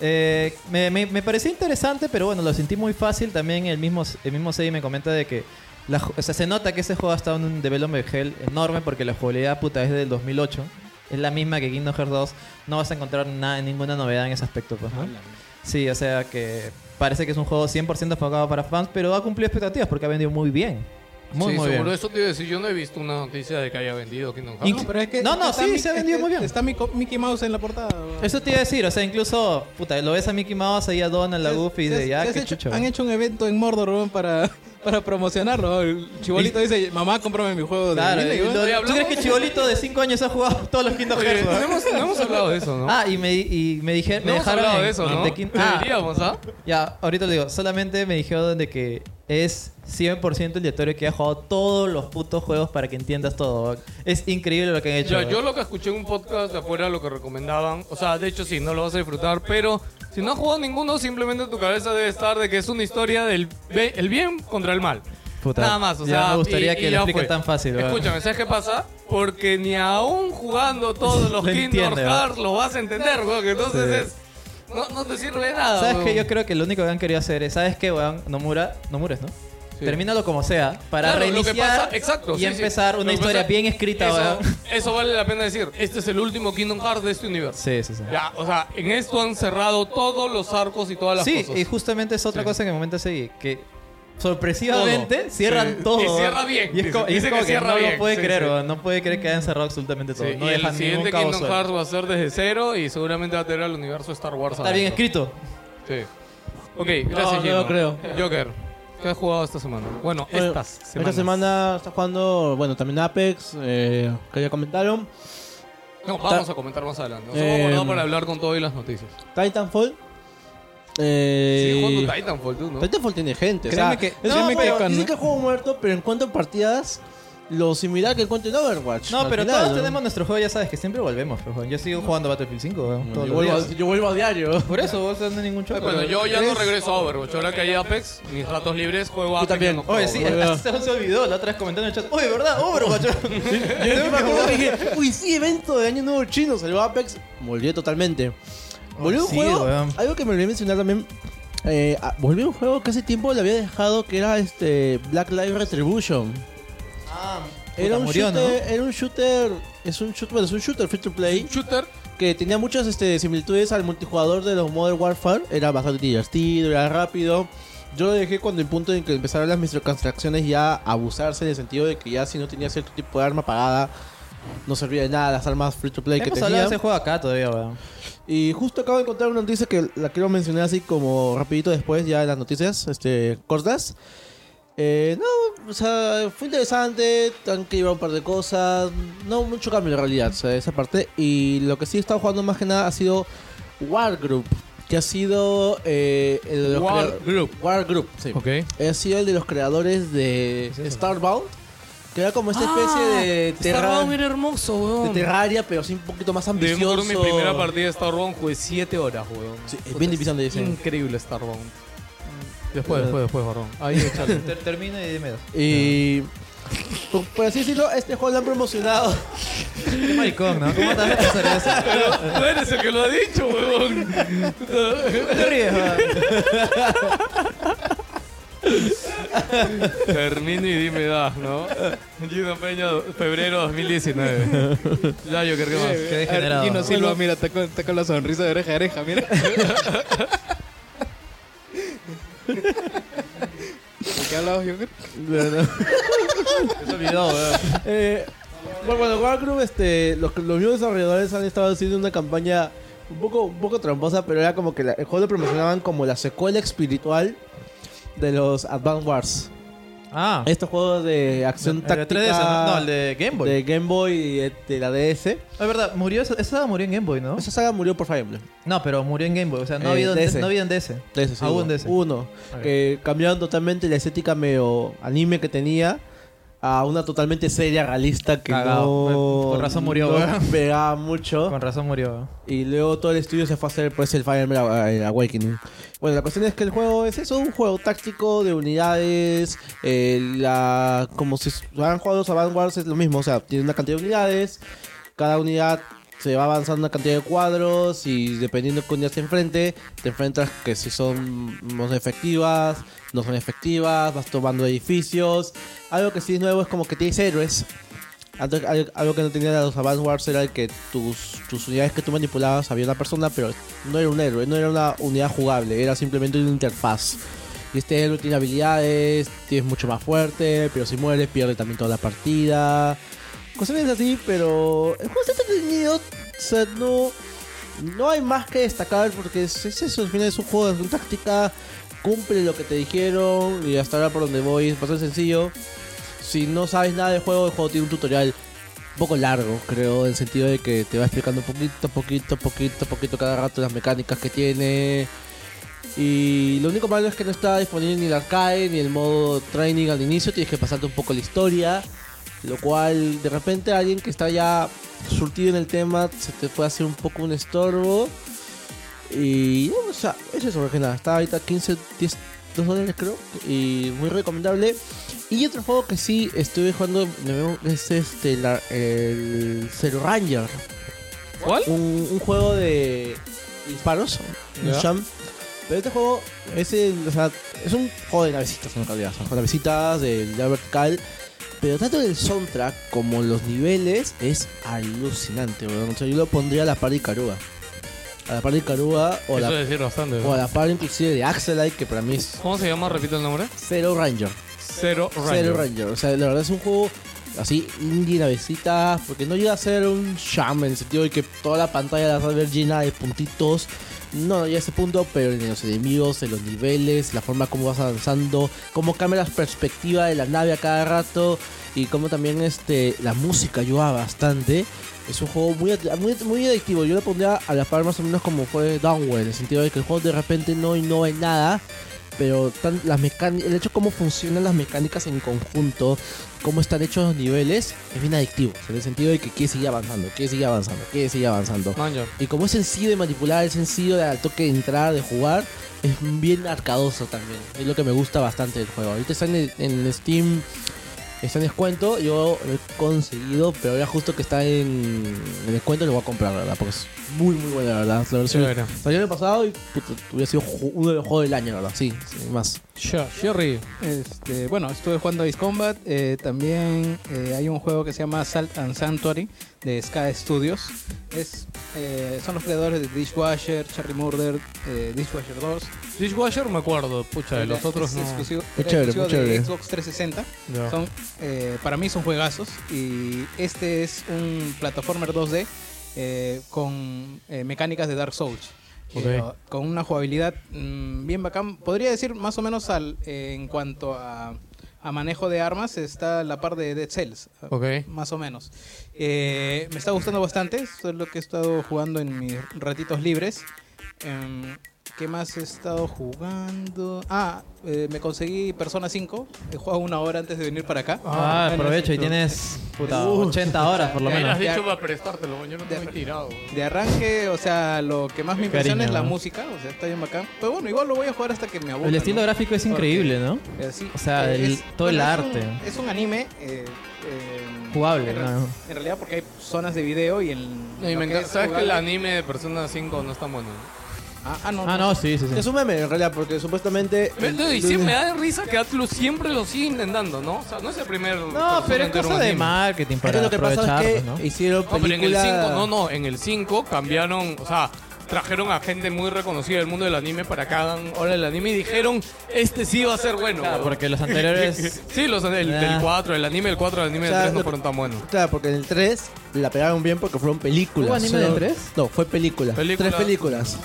Speaker 5: Eh, me, me, me pareció interesante, pero bueno, lo sentí muy fácil. También el mismo, el mismo Sei me comenta de que... la ju- o sea, se nota que ese juego ha estado en un development hell enorme porque la jugabilidad puta es del 2008. Es la misma que Kingdom Hearts 2. No vas a encontrar nada- ninguna novedad en ese aspecto, pues, ¿no? Sí, o sea que parece que es un juego 100% enfocado para fans, pero ha cumplido expectativas porque ha vendido muy bien. Muy,
Speaker 2: sí,
Speaker 5: muy
Speaker 2: seguro
Speaker 5: bien.
Speaker 2: eso te iba a decir. Yo no he visto una noticia de que haya vendido Kingdom Hearts.
Speaker 5: Inc-
Speaker 3: pero es que-
Speaker 5: No, no,
Speaker 3: está
Speaker 5: sí,
Speaker 3: Mi-
Speaker 5: se ha vendido
Speaker 3: es-
Speaker 5: muy bien.
Speaker 3: Está Mico- Mickey Mouse en la portada. weón.
Speaker 5: Eso te iba a decir, o sea, incluso, puta, lo ves a Mickey Mouse ahí a Donald, a
Speaker 3: Se-
Speaker 5: Goofy,
Speaker 3: se-
Speaker 5: de ya,
Speaker 3: se has
Speaker 5: qué
Speaker 3: hecho-
Speaker 5: chucho.
Speaker 3: Han hecho un evento en Mordor, weón, para, para promocionarlo. El chibolito dice, mamá, cómprame mi juego de
Speaker 5: Claro,
Speaker 3: Disney",
Speaker 5: y
Speaker 3: weón.
Speaker 5: lo-
Speaker 2: Oye,
Speaker 5: ¿tú
Speaker 2: hablamos-
Speaker 5: crees que Chibolito de 5 años ha jugado todos los Kingdom
Speaker 2: Oye,
Speaker 5: Hearts?
Speaker 2: no
Speaker 5: weón?
Speaker 2: hemos, no hemos hablado de eso, ¿no?
Speaker 5: Ah, y me, y me, dije,
Speaker 2: no
Speaker 5: me
Speaker 2: hemos
Speaker 5: dejaron
Speaker 2: hablado
Speaker 5: en-
Speaker 2: de eso,
Speaker 5: en
Speaker 2: ¿no?
Speaker 5: The King- Ah,
Speaker 2: Deberíamos, ¿ah?
Speaker 5: Ya, ahorita le digo, solamente me dijeron de que es 100% el directorio que ha jugado todos los putos juegos para que entiendas todo. weón. Es increíble lo que han hecho.
Speaker 2: Ya,
Speaker 5: weón.
Speaker 2: yo lo que escuché en un podcast de afuera, lo que recomendaban, o sea, de hecho sí, no lo vas a disfrutar, pero si no has jugado ninguno, simplemente en tu cabeza debe estar de que es una historia del be- el bien contra el mal.
Speaker 5: Puta,
Speaker 2: Nada más, o
Speaker 5: ya
Speaker 2: sea,
Speaker 5: me gustaría
Speaker 2: y-
Speaker 5: que
Speaker 2: y
Speaker 5: lo
Speaker 2: ya
Speaker 5: expliquen
Speaker 2: fue.
Speaker 5: tan fácil, weón.
Speaker 2: Escúchame, ¿sabes qué pasa? Porque ni aún jugando todos los
Speaker 5: Lo
Speaker 2: Kingdom
Speaker 5: entiende,
Speaker 2: Hearts lo vas a entender, weón, que entonces es... No, no te sirve de nada,
Speaker 5: ¿Sabes
Speaker 2: weón.
Speaker 5: qué? Yo creo que lo único que han querido hacer es, ¿sabes qué, weón? Nomura, Nomures, ¿no? Termínalo como sea, para
Speaker 2: Claro, lo que
Speaker 5: reiniciar
Speaker 2: pasa- exacto,
Speaker 5: y
Speaker 2: sí, sí.
Speaker 5: empezar
Speaker 2: Lo
Speaker 5: una
Speaker 2: que
Speaker 5: historia
Speaker 2: pasa-
Speaker 5: bien escrita,
Speaker 2: eso,
Speaker 5: weón.
Speaker 2: eso vale la pena decir. Este es el último Kingdom Hearts de este universo.
Speaker 5: Sí, sí, sí.
Speaker 2: Ya, o sea, en esto han cerrado todos los arcos y todas las
Speaker 5: Sí,
Speaker 2: cosas.
Speaker 5: y justamente es otra
Speaker 2: Sí.
Speaker 5: cosa que me momento seguí, que sorpresivamente
Speaker 2: Todo.
Speaker 5: cierran
Speaker 2: Sí.
Speaker 5: todo.
Speaker 2: Y
Speaker 5: weón.
Speaker 2: cierra bien,
Speaker 5: Y es
Speaker 2: dice-
Speaker 5: como, y es
Speaker 2: dice
Speaker 5: como
Speaker 2: que
Speaker 5: que,
Speaker 2: cierra
Speaker 5: no lo
Speaker 2: bien,
Speaker 5: puede
Speaker 2: sí,
Speaker 5: creer,
Speaker 2: sí.
Speaker 5: weón. No puede creer que hayan cerrado absolutamente todo.
Speaker 2: Sí,
Speaker 5: no
Speaker 2: y el
Speaker 5: dejan ningún
Speaker 2: siguiente
Speaker 5: cabo
Speaker 2: Kingdom
Speaker 5: suelto.
Speaker 2: Hearts va a ser desde cero y seguramente va a tener al universo Star Wars.
Speaker 5: Está bien
Speaker 2: adentro.
Speaker 5: escrito.
Speaker 2: Sí. Ok, gracias,
Speaker 4: no lo
Speaker 2: Gino.
Speaker 4: creo.
Speaker 2: Joker, ¿qué has jugado esta semana? Bueno,
Speaker 4: Bueno,
Speaker 2: estas semanas.
Speaker 4: Esta semana está jugando, bueno, también Apex, eh, que ya comentaron.
Speaker 2: No, vamos a comentar más adelante. Nos hemos
Speaker 4: Eh,
Speaker 2: acordado para hablar con todo y las noticias.
Speaker 4: Titanfall. Eh,
Speaker 2: Sigue jugando Titanfall, tú, ¿no?
Speaker 4: Titanfall tiene gente. o
Speaker 3: Créeme
Speaker 4: sea,
Speaker 3: que-
Speaker 4: es-
Speaker 3: créeme
Speaker 4: no,
Speaker 3: que
Speaker 4: pero
Speaker 3: cuando-
Speaker 4: dicen que es juego muerto, pero en cuanto a partidas, lo similar que encuentro en Overwatch.
Speaker 5: No,
Speaker 4: al
Speaker 5: pero
Speaker 4: final,
Speaker 5: todos
Speaker 4: ¿no?
Speaker 5: tenemos nuestro juego, ya sabes que siempre volvemos. pues, weón. Yo sigo jugando Battlefield 5. weón, todos
Speaker 4: Yo
Speaker 5: los
Speaker 4: vuelvo, a,
Speaker 5: días.
Speaker 4: yo vuelvo a diario.
Speaker 5: Por eso, vos no hay ningún choque.
Speaker 2: Bueno, yo ya no regreso a Overwatch. Ahora que hay Apex, mis ratos libres juego Apex.
Speaker 4: también.
Speaker 2: No,
Speaker 5: Oye, sí, hasta se olvidó la otra vez comentando en el chat. Oye, ¿verdad? Overwatch. Tengo
Speaker 4: Yo me
Speaker 5: que
Speaker 4: acuerdo
Speaker 5: jugar.
Speaker 4: que dije, uy, sí, evento de Año Nuevo Chino, salió Apex, volvió totalmente. Volvió un
Speaker 5: sí,
Speaker 4: juego,
Speaker 5: weón.
Speaker 4: algo que me olvidé mencionar también, eh, ah, volvió un juego que hace tiempo le había dejado, que era este Black Lives Retribution. Era
Speaker 5: Ah, Puta,
Speaker 4: un,
Speaker 5: murió, ¿no?
Speaker 4: shooter, era un shooter, es un shooter, bueno, es un shooter free to play
Speaker 2: Shooter.
Speaker 4: que tenía muchas este, similitudes al multijugador de los Modern Warfare. Era bastante divertido, era rápido. Yo lo dejé cuando el punto en que empezaron las microtransacciones ya a abusarse en el sentido de que ya si no tenía cierto tipo de arma pagada no servía de nada las armas free to play que
Speaker 5: Hemos hablado
Speaker 4: tenía.
Speaker 5: de ese juego acá todavía, weón.
Speaker 4: Y justo acabo de encontrar una noticia que la quiero mencionar así como rapidito después ya de las noticias este, cortas. Eh, no, o sea, fue interesante, han que llevar un par de cosas, no mucho cambio en realidad, o sea, esa parte. Y lo que sí he estado jugando más que nada ha sido War Group, que ha sido... eh, el de los
Speaker 2: War
Speaker 4: crea- War Group, sí.
Speaker 2: Ok.
Speaker 4: Ha sido el de los creadores de Starbound, que era como esta especie de, terra-
Speaker 2: Ah, Starbound era hermoso,
Speaker 4: de
Speaker 2: weón.
Speaker 4: Terraria, pero sí un poquito más
Speaker 2: Yo me
Speaker 4: ambicioso.
Speaker 2: acuerdo mi primera partida de Starbound jugué 7 horas, weón.
Speaker 4: Sí, es
Speaker 2: Puta,
Speaker 4: bien difícil de decir.
Speaker 2: Increíble Starbound. Después,
Speaker 4: Eh.
Speaker 2: después, después, Barrón. Ahí, échale.
Speaker 5: Ter- Termina y dime dos.
Speaker 4: Y. Por, por así decirlo, este juego lo han promocionado.
Speaker 5: Qué maricón, ¿no? ¿Cómo te vas a hacer eso?
Speaker 2: Pero tú eres el eh, que lo ha dicho, weón.
Speaker 5: te ríes, weón?
Speaker 2: Termino y dime da, ¿no? Gino Peña, febrero 2019. Ya, yo creo que más.
Speaker 5: Qué degenerado.
Speaker 3: Gino Silva, mira, está con, está con la sonrisa de oreja a oreja, mira. ¿De qué hablabas, Joker?
Speaker 5: Se olvidó, weón.
Speaker 4: Eh, bueno, bueno, Warcraft, este, los, los mismos desarrolladores han estado haciendo una campaña un poco, un poco tramposa, pero era como que la- el juego lo promocionaban como la secuela espiritual de los Advance Wars.
Speaker 5: Ah.
Speaker 4: Estos juegos de acción
Speaker 5: El de
Speaker 4: táctica.
Speaker 5: 3DS, ¿no? No, el de Game Boy.
Speaker 4: De Game Boy y eh, de la DS.
Speaker 5: Es verdad, murió, esa esa saga murió en Game Boy, ¿no?
Speaker 4: Esa saga murió por Fire Emblem.
Speaker 5: No, pero murió en Game Boy, o sea, no ha
Speaker 4: Eh,
Speaker 5: habido, en-
Speaker 4: DS.
Speaker 5: no ha habido en DS.
Speaker 4: DS, sí,
Speaker 5: Ah, hubo
Speaker 4: uno.
Speaker 5: en DS.
Speaker 4: Uno, Que cambiaron totalmente la estética medio anime que tenía a una totalmente seria, realista que
Speaker 5: Cagao.
Speaker 4: no.
Speaker 5: Con razón murió,
Speaker 4: no
Speaker 5: weón.
Speaker 4: pegaba mucho.
Speaker 5: Con razón murió.
Speaker 4: Y luego todo el estudio se fue a hacer pues el Fire Emblem eh, Awakening. Bueno, la cuestión es que el juego es eso, un juego táctico de unidades, eh, la, como si hubieran jugado los Advance Wars es lo mismo, o sea, tiene una cantidad de unidades, cada unidad se va avanzando una cantidad de cuadros y dependiendo de qué unidad se enfrente, te enfrentas que si son más efectivas, no son efectivas, vas tomando edificios. Algo que sí es nuevo es como que tienes héroes, antes, al- algo que no tenía los Advance Wars era el que tus, tus unidades que tú manipulabas había una persona, pero no era un héroe, no era una unidad jugable, era simplemente una interfaz. Y este héroe tiene habilidades, es mucho más fuerte, pero si muere pierde también toda la partida. Cuestiones así, pero el juego está entretenido, o sea, no, no hay más que destacar porque es, es eso, al final es un juego de acción táctica, cumple lo que te dijeron y hasta ahora por donde voy es bastante sencillo. Si no sabes nada del juego, el juego tiene un tutorial un poco largo, creo, en el sentido de que te va explicando poquito, poquito, poquito, poquito cada rato las mecánicas que tiene. Y lo único malo es que no está disponible ni el arcade ni el modo training al inicio, tienes que pasarte un poco la historia. Lo cual, de repente, alguien que está ya surtido en el tema se te puede hacer un poco un estorbo. Y, no, o sea, es eso, más que nada. Está ahorita 15, 10, 2 dólares, creo. Y muy recomendable. Y otro juego que sí estuve jugando de nuevo es este, la- el Zero Ranger.
Speaker 2: ¿Cuál?
Speaker 4: Un, un juego de disparos, un
Speaker 2: Ya.
Speaker 4: jump. Pero este juego es, el- o sea, es un juego de navecitas en realidad. Son navecitas de la vertical. Pero tanto el soundtrack como los niveles es alucinante, weón. O sea, yo lo pondría a la par de Icaruga. A la par de Icaruga o,
Speaker 2: Eso
Speaker 4: a
Speaker 2: es
Speaker 4: la,
Speaker 2: decir bastante.
Speaker 4: o
Speaker 2: ¿no?
Speaker 4: a la par inclusive de Axelite, que para mí es
Speaker 2: ¿Cómo se llama? Repito el nombre.
Speaker 4: Zero Ranger.
Speaker 2: Zero Ranger.
Speaker 4: Zero Ranger. O sea, la verdad es un juego así indie navecita, porque no llega a ser un sham en el sentido de que toda la pantalla la vas a ver llena de puntitos. No, no llega a ese punto, pero en los enemigos, en los niveles, la forma como vas avanzando, cómo cambia la perspectiva de la nave a cada rato y cómo también este la música ayuda bastante. Es un juego muy, at- muy, muy adictivo. Yo lo pondría a la par más o menos como fue Downwell, en el sentido de que el juego de repente no innova en nada, pero tan- las mecánicas, el hecho de cómo funcionan las mecánicas en conjunto, cómo están hechos los niveles, es bien adictivo. En el sentido de que quieres seguir avanzando, quieres seguir avanzando, quieres seguir avanzando.
Speaker 2: Manjo.
Speaker 4: Y como es sencillo de manipular, es sencillo de, al toque de entrar, de jugar, es bien arcadoso también. Es lo que me gusta bastante del juego. Ahorita está en, el- en Steam, está en descuento, yo lo he conseguido, pero ahora justo que está en, en descuento lo voy a comprar, la verdad, porque es muy, muy bueno, la verdad. La versión
Speaker 2: bueno.
Speaker 4: salió el año pasado y puta, hubiera sido ju- uno de los juegos del año, la verdad. Sí, sí, más.
Speaker 2: Yo, Jerry.
Speaker 3: Este, bueno, estuve jugando Ace Combat. eh, también eh, hay un juego que se llama Salt and Sanctuary de Ska Studios. Es, eh, son los creadores de Dishwasher, Cherry Murder, eh, Dishwasher 2.
Speaker 2: Dishwasher me acuerdo, pucha, de los otros
Speaker 3: es
Speaker 2: no.
Speaker 3: exclusivo,
Speaker 4: Muy
Speaker 3: era
Speaker 4: chévere,
Speaker 3: exclusivo
Speaker 4: muy chévere.
Speaker 3: de Xbox 360.
Speaker 2: Ya.
Speaker 3: Son, eh, para mí son juegazos. Y este es un plataformer 2D eh, con eh, mecánicas de Dark Souls.
Speaker 2: Ok.
Speaker 3: Eh, con una jugabilidad mm, bien bacán. Podría decir más o menos al, eh, en cuanto a, a manejo de armas, está a la par de Dead Cells.
Speaker 2: Ok.
Speaker 3: Más o menos. Eh, me está gustando bastante. Eso es lo que he estado jugando en mis ratitos libres. Em, ¿Qué más he estado jugando? Ah, eh, me conseguí Persona 5. He jugado una hora antes de venir para acá.
Speaker 5: Ah,
Speaker 3: Bueno,
Speaker 5: aprovecho, y
Speaker 3: sí.
Speaker 5: tienes puta,
Speaker 3: Uh.
Speaker 5: 80 horas por lo
Speaker 2: Me
Speaker 5: menos.
Speaker 2: has
Speaker 3: de-
Speaker 2: dicho para prestártelo, man, yo no te
Speaker 3: de-
Speaker 2: he tirado.
Speaker 3: De arranque, o sea, lo que más me impresiona
Speaker 5: Cariño,
Speaker 3: es la
Speaker 5: ¿no?
Speaker 3: música. O sea, está bien bacán. Pero bueno, igual lo voy a jugar hasta que me aburra.
Speaker 5: El estilo
Speaker 3: ¿no?
Speaker 5: gráfico es increíble, ¿no?
Speaker 3: Eh, sí.
Speaker 5: o sea,
Speaker 3: Eh,
Speaker 5: el- todo el
Speaker 3: es un-
Speaker 5: arte.
Speaker 3: es un anime. eh, eh,
Speaker 5: Jugable,
Speaker 3: en, re-
Speaker 5: ¿no?
Speaker 3: en realidad, porque hay zonas de video y el.
Speaker 2: Y
Speaker 3: lo
Speaker 2: me
Speaker 3: que
Speaker 2: encanta,
Speaker 3: es
Speaker 2: ¿sabes que el
Speaker 3: jugable-
Speaker 2: anime de Persona 5 no es tan bueno?
Speaker 3: Ah, ah, no.
Speaker 5: Ah, no, sí, sí, sí.
Speaker 4: Es un meme, en realidad, porque supuestamente...
Speaker 2: Y sí me da risa que Atlus siempre lo sigue intentando, ¿no? O sea, no es el primer...
Speaker 5: No, pero es cosa de marketing
Speaker 4: Es
Speaker 5: para
Speaker 4: que lo que pasa
Speaker 5: aprovechar,
Speaker 4: es que
Speaker 5: ¿no?
Speaker 4: hicieron
Speaker 2: No, pero en el
Speaker 4: película-
Speaker 2: 5, no, no, en el 5 cambiaron, o sea, trajeron a gente muy reconocida del mundo del anime para que hagan hora del anime y dijeron, este sí va a ser bueno.
Speaker 5: Claro,
Speaker 2: huevón".
Speaker 5: porque los anteriores
Speaker 2: Sí, los del,
Speaker 5: Ah.
Speaker 2: del 4, el anime del 4, el anime
Speaker 4: O
Speaker 2: del
Speaker 4: sea,
Speaker 2: 3 no
Speaker 4: lo-
Speaker 2: fueron tan buenos.
Speaker 4: Claro, porque en el 3 la pegaron bien porque fueron películas.
Speaker 5: ¿Hubo anime
Speaker 4: Solo-
Speaker 5: del 3?
Speaker 4: No, fue película.
Speaker 2: Película.
Speaker 4: Tres películas.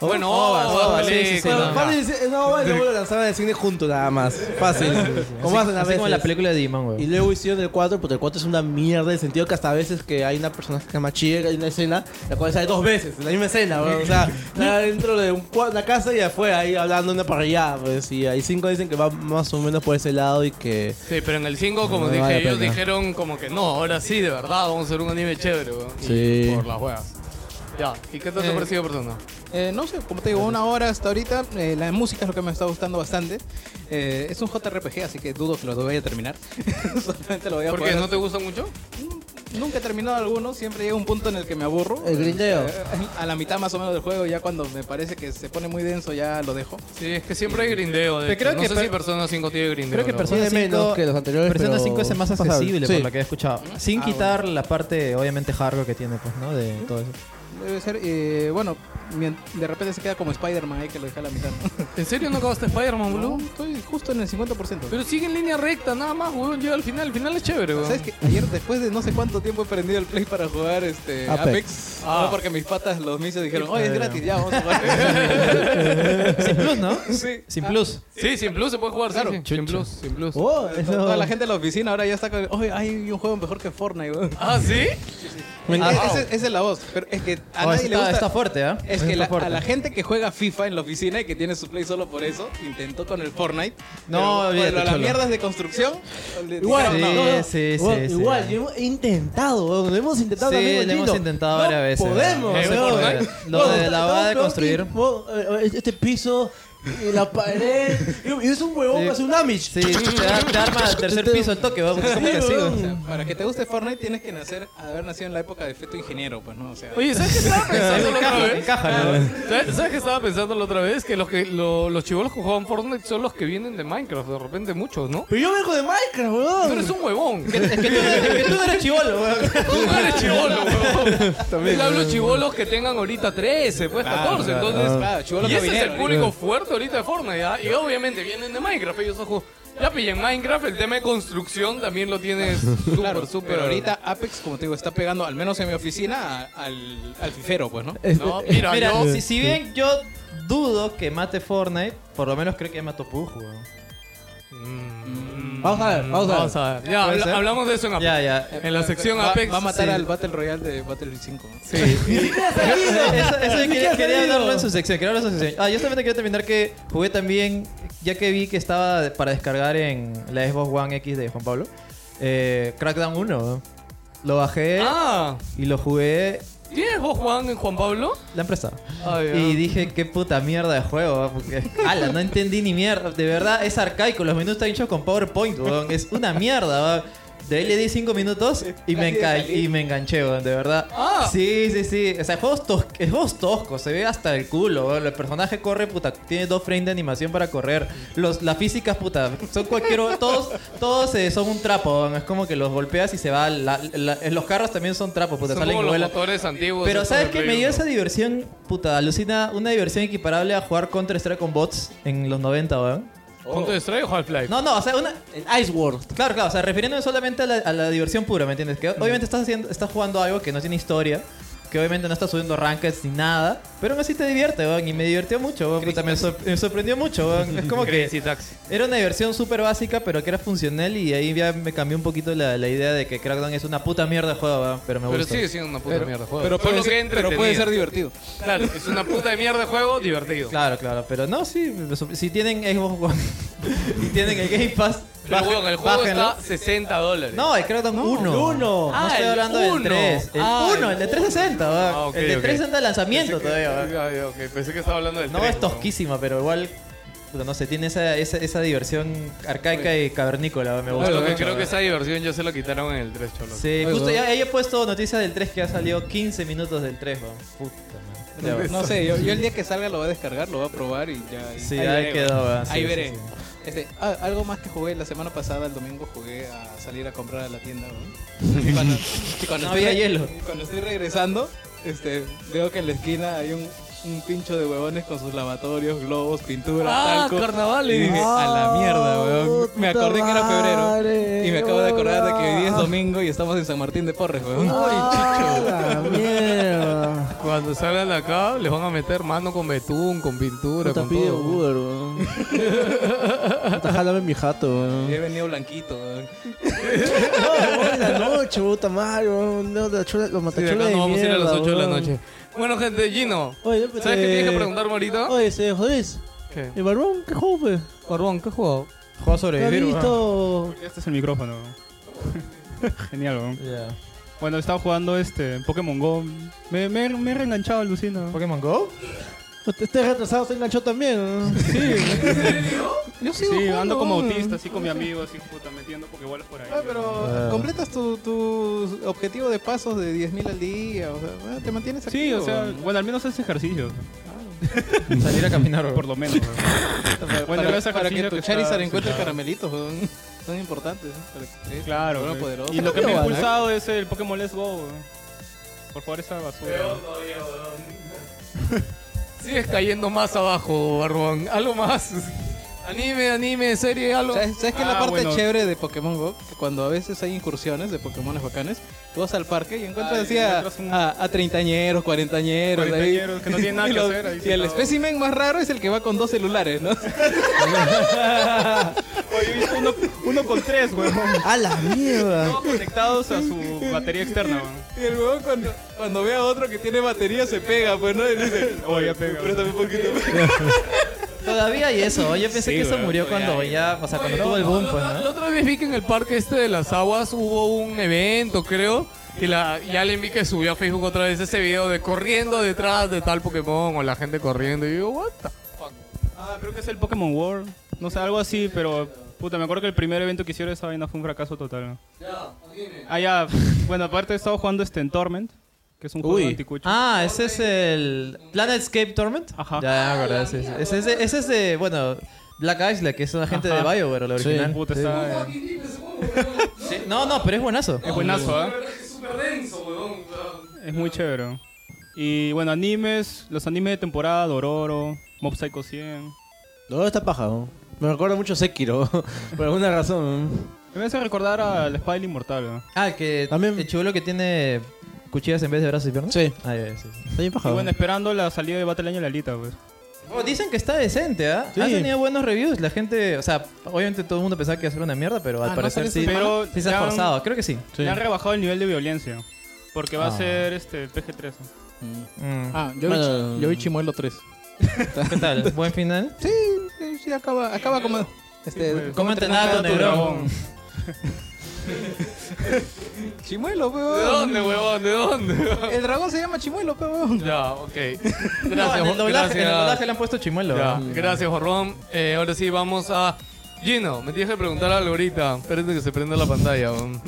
Speaker 2: Bueno, oh,
Speaker 5: ovas,
Speaker 2: ovas,
Speaker 5: ovas, Oh, sí, sí,
Speaker 2: películas.
Speaker 5: sí, no.
Speaker 2: Bueno,
Speaker 4: Fácil, es una obra y luego la lanzaron al cine junto nada más. Fácil. Como hacen a
Speaker 5: así como
Speaker 4: veces.
Speaker 5: la película de Digimon,
Speaker 4: Y
Speaker 5: güey.
Speaker 4: luego hicieron el 4, porque el 4 es una mierda en el sentido que hasta a veces que hay una persona que llama Chie, que hay una escena, la cual sale dos veces, en la misma escena, weón. O sea, está dentro de un cua- una casa y afuera ahí hablando una parrillada, pues. Y ahí 5 dicen que va más o menos por ese lado y que.
Speaker 2: Sí, pero en el 5, como
Speaker 4: No
Speaker 2: dije,
Speaker 4: vale la
Speaker 2: ellos
Speaker 4: pena.
Speaker 2: dijeron como que no, ahora sí, de verdad, vamos a hacer un anime chévere, weón. Y
Speaker 4: Sí.
Speaker 2: Por las juegas. Ya, ¿y qué te ha
Speaker 3: Eh,
Speaker 2: parecido, persona?
Speaker 3: Eh, no sé, como te digo, una hora hasta ahorita. eh, la música es lo que me está gustando bastante. Eh, es un JRPG, así que dudo que lo vaya a terminar. Solamente lo voy a
Speaker 2: ¿Por qué?
Speaker 3: jugar.
Speaker 2: ¿No te gusta mucho?
Speaker 3: Nunca he terminado alguno, siempre llega un punto en el que me aburro.
Speaker 4: El grindeo.
Speaker 3: Eh, a la mitad más o menos del juego, ya cuando me parece que se pone muy denso, ya lo dejo.
Speaker 2: Sí, es que siempre hay grindeo. De
Speaker 5: Pero creo
Speaker 2: hecho. no
Speaker 5: que
Speaker 2: sé
Speaker 5: per-
Speaker 2: si Persona 5 tiene grindeo.
Speaker 5: Creo que
Speaker 2: ¿no?
Speaker 5: Persona
Speaker 4: Tiene
Speaker 5: 5,
Speaker 4: menos que los anteriores,
Speaker 5: Persona
Speaker 4: pero
Speaker 5: 5 es el más
Speaker 4: pasable.
Speaker 5: accesible,
Speaker 4: Sí.
Speaker 5: por lo que he escuchado. Sin
Speaker 3: Ah,
Speaker 5: quitar la parte, obviamente, hardcore que tiene, pues, ¿no? De todo eso.
Speaker 3: Debe ser, eh, bueno, mien- de repente se queda como Spider-Man ahí que lo deja a la mitad. ¿no?
Speaker 2: ¿En serio no acabaste Spider-Man,
Speaker 3: No,
Speaker 2: boludo?
Speaker 3: estoy justo en el 50%.
Speaker 2: Pero sigue en línea recta, nada más, weón. Llega al final, el final es chévere, weón.
Speaker 3: ¿Sabes que ayer después de no sé cuánto tiempo he prendido el play para jugar este
Speaker 4: Apex.
Speaker 3: Apex?
Speaker 2: Ah.
Speaker 3: No, porque mis patas los misios dijeron, oye, es gratis, ya vamos a jugar.
Speaker 5: Sin plus, ¿no?
Speaker 3: Sí.
Speaker 5: Sin plus.
Speaker 2: Sí, sin plus se puede jugar, claro. Sin plus, sin plus.
Speaker 4: Oh,
Speaker 3: To- Toda la gente de la oficina ahora ya está con, oye, hay un juego mejor que Fortnite, weón.
Speaker 2: ¿Ah, sí?
Speaker 3: Ah, ese- Esa es la voz, pero es que a
Speaker 5: Oh,
Speaker 3: nadie
Speaker 5: ese
Speaker 3: le
Speaker 5: está,
Speaker 3: gusta.
Speaker 5: está fuerte, ¿ah?
Speaker 3: Es
Speaker 5: Ese
Speaker 3: que
Speaker 5: está
Speaker 3: la-
Speaker 5: fuerte.
Speaker 3: a la gente que juega FIFA en la oficina y que tiene su play solo por eso, intentó con el Fortnite.
Speaker 5: No,
Speaker 3: pero,
Speaker 5: olvídate,
Speaker 3: pero las
Speaker 5: cholo.
Speaker 3: mierdas de construcción. le
Speaker 4: Igual,
Speaker 3: dijeron,
Speaker 5: no,
Speaker 4: no,
Speaker 5: no. sí, sí,
Speaker 4: Igual,
Speaker 5: sí.
Speaker 4: igual, yo he intentado, weón, lo hemos intentado
Speaker 5: Sí,
Speaker 4: también
Speaker 5: lo
Speaker 4: con Gino.
Speaker 5: hemos intentado
Speaker 4: No
Speaker 5: varias veces,
Speaker 4: Podemos,
Speaker 2: weón. Eh,
Speaker 4: weón.
Speaker 2: Fortnite.
Speaker 4: Weón,
Speaker 5: Lo de
Speaker 4: está-
Speaker 5: la va de
Speaker 4: está-
Speaker 5: construir.
Speaker 4: weón, eh, Este piso, y la pared. Y y es un huevón
Speaker 5: Sí.
Speaker 4: para hacer un Amish.
Speaker 5: Sí, te, da- te arma al tercer piso el toque, ¿va? Porque ¿Cómo que así,
Speaker 4: weón.
Speaker 5: güey?
Speaker 3: Para que te guste Fortnite tienes que nacer, haber nacido en la época de feto ingeniero, pues no, o sea.
Speaker 2: Oye, ¿sabes qué estaba pensando la otra
Speaker 5: Encaja,
Speaker 2: vez?
Speaker 5: encaja, ¿no?
Speaker 2: ¿Sabes, sabes qué estaba pensando la otra vez? Que los, que, lo- los chivolos que juegan Fortnite son los que vienen de Minecraft, de repente muchos, ¿no?
Speaker 4: Pero yo vengo de Minecraft,
Speaker 2: Tú
Speaker 4: weón.
Speaker 2: eres un huevón.
Speaker 5: Es que tú, es que tú eres chivolo, weón.
Speaker 2: Tú no eres chivolo, huevón. Yo hablo chivolos que tengan ahorita 13, pues 14, entonces...
Speaker 3: Claro, chivolo
Speaker 2: Y ese es el
Speaker 3: cabinero,
Speaker 2: público fuerte ahorita de Fortnite, ¿ya? Y obviamente vienen de Minecraft, ellos son ju- Ya pillé en Minecraft, el tema de construcción también lo tienes súper,
Speaker 3: Claro,
Speaker 2: súper.
Speaker 3: pero ahorita Apex, como te digo, está pegando, al menos en mi oficina, a- al, al fifero, pues, ¿no?
Speaker 2: No, mira,
Speaker 5: Mira,
Speaker 2: yo...
Speaker 5: si, si bien yo dudo que mate Fortnite, por lo menos creo que mató Pug, weón.
Speaker 2: Mm,
Speaker 4: Vamos a ver, vamos a ver.
Speaker 2: Vamos a ver. Ya,
Speaker 5: ¿Puede
Speaker 2: habla-
Speaker 5: ser?
Speaker 2: hablamos Eh, de eso en Apex.
Speaker 5: Ya, ya.
Speaker 2: En la sección
Speaker 3: va,
Speaker 2: Apex.
Speaker 3: Va a matar
Speaker 2: sí.
Speaker 3: al Battle Royale de Battlefield 5.
Speaker 2: Sí. eh,
Speaker 5: Eso, eso yo quería, quería
Speaker 4: salido.
Speaker 5: hablarlo en su sección. quería hablarlo en su sección. Ah, yo solamente quería terminar que jugué también, ya que vi que estaba para descargar en la Xbox One X de Juan Pablo, eh, Crackdown 1. Lo bajé
Speaker 2: Ah,
Speaker 5: y lo jugué.
Speaker 2: ¿tienes vos Juan en Juan Pablo?
Speaker 5: La empresa.
Speaker 2: Ah, ya.
Speaker 5: Y dije, qué puta mierda de juego. ah, porque- ala, no entendí ni mierda. De verdad, es arcaico. Los menús están hechos con PowerPoint, weón. Es una mierda, va. De ahí le di 5 minutos y me, enca- y me enganché, weón, de verdad.
Speaker 2: Ah.
Speaker 5: Sí, sí, sí. O sea, juegos, tos- es juegos toscos, se ve hasta el culo, weón. El personaje corre, puta, tiene dos frames de animación para correr. Los, las físicas, puta, son cualquier... Todos, todos eh, son un trapo, weón. Es como que los golpeas y se va... la- la- los carros también son trapos, puta.
Speaker 2: Son
Speaker 5: salen
Speaker 2: como
Speaker 5: y
Speaker 2: los
Speaker 5: vuelan.
Speaker 2: motores antiguos.
Speaker 5: Pero
Speaker 2: esos
Speaker 5: ¿sabes
Speaker 2: de
Speaker 5: qué? Me
Speaker 2: Play
Speaker 5: dio
Speaker 2: uno.
Speaker 5: esa diversión, puta, alucina, una diversión equiparable a jugar Counter-Strike con bots en los 90, weón.
Speaker 2: ¿Counter Strike o Half-Life?
Speaker 5: No, no, o sea, una...
Speaker 4: El Ice World.
Speaker 5: Claro, claro, o sea, refiriéndome solamente a la, a la diversión pura, ¿me entiendes? Que obviamente estás, haciendo, estás jugando algo que no tiene historia, que obviamente no estás subiendo rankings ni nada, pero aún así te divierte, weón, y me divirtió mucho, weón, puta, me, sor- me sorprendió mucho, weón. Es como que...
Speaker 2: Crazy Taxi.
Speaker 5: Era una diversión súper básica, pero que era funcional y ahí ya me cambió un poquito la, la idea de que Crackdown es una puta mierda de juego, weón, pero me
Speaker 2: Pero
Speaker 5: gusta.
Speaker 2: sigue siendo una puta mierda de juego.
Speaker 3: Pero
Speaker 2: Solo que
Speaker 3: puede, ser, pero puede
Speaker 2: entretenido.
Speaker 3: ser divertido.
Speaker 2: Claro, es una puta de mierda de juego divertido.
Speaker 5: Claro, claro, pero no, sí, si tienen Xbox One y tienen el Game Pass,
Speaker 2: Pero
Speaker 5: bajen-
Speaker 2: weón, el juego
Speaker 5: bájenlo.
Speaker 2: está 60 dólares.
Speaker 5: No, el Crackdown 1.
Speaker 4: el uno.
Speaker 5: No
Speaker 2: Ah,
Speaker 5: estoy
Speaker 2: el
Speaker 5: hablando del
Speaker 2: uno.
Speaker 5: 3. El
Speaker 2: Ah,
Speaker 5: 1, el de 360, va.
Speaker 2: Ah, ok,
Speaker 5: El de
Speaker 2: ok.
Speaker 5: 360 de lanzamiento todavía, va.
Speaker 2: Ay, ok, pensé que estaba hablando del
Speaker 5: No
Speaker 2: tres,
Speaker 5: es tosquísima, pero igual, puta, no sé, tiene esa, esa, esa diversión arcaica y cavernícola, va, me
Speaker 2: weón.
Speaker 5: gusta.
Speaker 2: Solo que
Speaker 5: mucho,
Speaker 2: creo que
Speaker 5: va.
Speaker 2: esa diversión ya se la quitaron en el 3, cholo.
Speaker 5: Sí,
Speaker 3: Ay,
Speaker 5: justo
Speaker 3: weón.
Speaker 5: ya, ahí he puesto noticias del 3 que ha salido 15 minutos del 3, weón. Puta madre. Ya, va.
Speaker 3: No sé, yo, yo el día que salga lo voy a descargar, lo voy a probar y ya. ahí-
Speaker 5: Sí,
Speaker 3: ahí
Speaker 5: ahí
Speaker 3: veré,
Speaker 5: quedó,
Speaker 3: güey.
Speaker 5: va, sí,
Speaker 3: Ahí
Speaker 5: sí,
Speaker 3: veré.
Speaker 5: sí.
Speaker 3: Este, ah, algo más que jugué la semana pasada, el domingo jugué a salir a comprar a la tienda. güey. Y cuando, y cuando
Speaker 5: No
Speaker 3: estoy-
Speaker 5: había hielo.
Speaker 3: y Cuando estoy regresando, este, veo que en la esquina hay un, un pincho de huevones con sus lavatorios, globos, pintura,
Speaker 2: Ah,
Speaker 3: talco.
Speaker 2: carnavales.
Speaker 3: Y dije, a la mierda, weón. Me acordé que era febrero. Y me acabo de acordar de que hoy día es domingo y estamos en San Martín de Porres, weón.
Speaker 5: Ah,
Speaker 4: La mierda.
Speaker 2: Cuando salgan de acá, les van a meter mano con betún, con pintura,
Speaker 4: Puta,
Speaker 2: con
Speaker 4: pide
Speaker 2: todo.
Speaker 4: Uber, weón. Puta, jálame mi jato,
Speaker 3: Y he
Speaker 4: weón.
Speaker 3: venido blanquito, weón.
Speaker 4: No, weón, en la noche, puta madre, weón. No, la chula,
Speaker 2: Sí,
Speaker 4: los
Speaker 2: de
Speaker 4: matacholes
Speaker 2: acá
Speaker 4: de
Speaker 2: nos vamos a ir a las
Speaker 4: mierda,
Speaker 2: 8 de la
Speaker 4: weón.
Speaker 2: noche. Bueno, gente, Gino.
Speaker 4: Oye, pues, eh,
Speaker 2: ¿Sabes qué tienes que preguntarme ahorita?
Speaker 4: Oye, se jodés.
Speaker 2: ¿Qué?
Speaker 4: ¿El barbón? ¿Qué juego, fe?
Speaker 2: Barbón, ¿qué juego?
Speaker 5: Juego a
Speaker 4: ¿Qué has
Speaker 5: sobrevivir, weón.
Speaker 4: visto?
Speaker 7: Este es el micrófono. Genial, weón.
Speaker 5: Ya.
Speaker 7: Bueno, estaba jugando este Pokémon Go. Me, me, me he reenganchado, Lucina.
Speaker 5: ¿Pokémon Go?
Speaker 4: Este retrasado se enganchó también, weón.
Speaker 2: Yo sigo
Speaker 7: Sí,
Speaker 2: jugando,
Speaker 7: ando como
Speaker 2: weón.
Speaker 7: autista, Ah. así con mi amigo, así puta, metiendo Pokébolas por ahí.
Speaker 3: Ah, Pero completas tu, tu objetivo de pasos de 10.000 al día, o sea, bueno, te mantienes activo.
Speaker 7: Sí, o sea,
Speaker 3: weón.
Speaker 7: bueno, al menos haces ejercicio,
Speaker 5: Salir a caminar, weón.
Speaker 7: por lo menos. weón.
Speaker 3: para,
Speaker 7: bueno,
Speaker 3: para-
Speaker 7: ese
Speaker 3: para que
Speaker 7: ejercicio
Speaker 3: tu
Speaker 7: que
Speaker 3: Charizard
Speaker 7: está-
Speaker 3: encuentre caramelitos, weón. Son importantes, ¿no? Para que te-
Speaker 7: Claro,
Speaker 3: Bueno,
Speaker 7: güey.
Speaker 3: poderoso.
Speaker 7: Y lo que me
Speaker 4: Qué
Speaker 7: ha
Speaker 4: bueno,
Speaker 7: impulsado es el Pokémon Let's Go. güey. Por favor, esa basura.
Speaker 2: Sigues cayendo más abajo, Barbón. Algo más. Anime, anime, serie, algo.
Speaker 3: ¿Sabes, sabes qué es la
Speaker 7: Ah,
Speaker 3: parte
Speaker 7: bueno.
Speaker 3: chévere de Pokémon GO? Que cuando a veces hay incursiones de Pokémones bacanes, tú vas al parque y encuentras
Speaker 7: Ah, y
Speaker 3: así a,
Speaker 7: encuentras un-
Speaker 3: a, a treintañeros, cuarentañeros. ahí.
Speaker 7: Cuarentañeros que no tienen nada
Speaker 3: Y
Speaker 7: que hacer ahí
Speaker 3: Y el
Speaker 7: sentados.
Speaker 3: espécimen más raro es el que va con dos celulares, ¿no?
Speaker 7: Oye, he visto uno, uno con tres, güey.
Speaker 4: A la mierda.
Speaker 7: Todos conectados a su batería externa, güey.
Speaker 3: Y el huevón cuando, cuando ve a otro que tiene batería se pega, pues, ¿no? Y dice,
Speaker 2: "Oh,
Speaker 7: Oye, pega. güey.
Speaker 3: préstame un poquito.
Speaker 5: Todavía hay eso. Yo pensé
Speaker 7: Sí,
Speaker 5: que eso
Speaker 7: weón,
Speaker 5: murió cuando ya, o sea, cuando tuvo el boom, pues,
Speaker 2: La
Speaker 5: ¿no?
Speaker 2: otra vez vi que en el parque este de las aguas hubo un evento, creo. Y la, ya le vi que subió a Facebook otra vez ese video de corriendo detrás de tal Pokémon o la gente corriendo. Y digo, what the fuck.
Speaker 7: Ah, creo que es el Pokémon World. No sé, algo así, pero. Puta, me acuerdo que el primer evento que hicieron esa vaina fue un fracaso total. Ya, Ah, ya. Bueno, aparte he estado jugando este en Torment, que es un juego
Speaker 4: Uy.
Speaker 7: anticucho.
Speaker 5: Ah, ese es el Planetscape Torment.
Speaker 7: Ajá.
Speaker 5: Ya, ya me acordé, sí, sí. Ese es de, ese es de, bueno, Black Isle, que es una gente
Speaker 7: Ajá.
Speaker 5: de BioWare, la
Speaker 4: Sí.
Speaker 5: original.
Speaker 7: Puta, está. eh,
Speaker 5: Sí. No, no, pero es buenazo.
Speaker 7: Es buenazo, ¿ah? Es muy chévere. Y bueno, animes, los animes de temporada, Dororo, Mob Psycho 100.
Speaker 4: No, está paja, weón. Me recuerda mucho a Sekiro. Por alguna razón, weón.
Speaker 7: Me hace recordar al Spider Inmortal. ¿no?
Speaker 5: Ah, el que
Speaker 4: También-
Speaker 5: el chivolo que tiene cuchillas en vez de brazos y piernas.
Speaker 4: Sí.
Speaker 5: Ah, ya, sí, sí.
Speaker 4: Está bien
Speaker 7: Y
Speaker 4: paja,
Speaker 7: bueno,
Speaker 4: weón.
Speaker 7: esperando la salida de Battle Angel Alita, pues.
Speaker 5: Oh, dicen que está decente, ¿ah?
Speaker 4: Sí.
Speaker 5: Ha tenido buenos reviews. La gente, o sea, obviamente todo el mundo pensaba que iba a ser una mierda, pero al
Speaker 3: Ah, ¿no
Speaker 5: parecer
Speaker 3: sale
Speaker 5: sí,
Speaker 7: esta semana?
Speaker 5: sí se ha
Speaker 7: Pero ya-
Speaker 5: esforzado. Creo que sí.
Speaker 4: Sí.
Speaker 7: Le han rebajado el nivel de violencia. Porque va
Speaker 5: Ah.
Speaker 7: a ser este PG-13.
Speaker 5: Mm.
Speaker 3: Ah, yo,
Speaker 4: Bueno,
Speaker 3: vi, yo vi Chimuelo 3.
Speaker 5: ¿Qué tal? ¿Buen final?
Speaker 3: Sí, sí, sí, acaba, acaba como... Este,
Speaker 7: pues,
Speaker 5: ¿Cómo entrenar a tu
Speaker 7: dragón.
Speaker 3: Chimuelo,
Speaker 2: ¿De
Speaker 3: peón.
Speaker 2: dónde, huevón? ¿De dónde?
Speaker 3: El dragón se llama Chimuelo, peón.
Speaker 2: ya, ok.
Speaker 5: No,
Speaker 2: Gracias,
Speaker 5: en el doblaje, en el doblaje
Speaker 2: gracias.
Speaker 5: le han puesto chimuelo.
Speaker 2: Ya,
Speaker 5: Mm.
Speaker 2: gracias, Jorrón. Eh, ahora sí, vamos a... Gino, me tienes que preguntar algo ahorita. Espérate que se prenda la pantalla. huevón.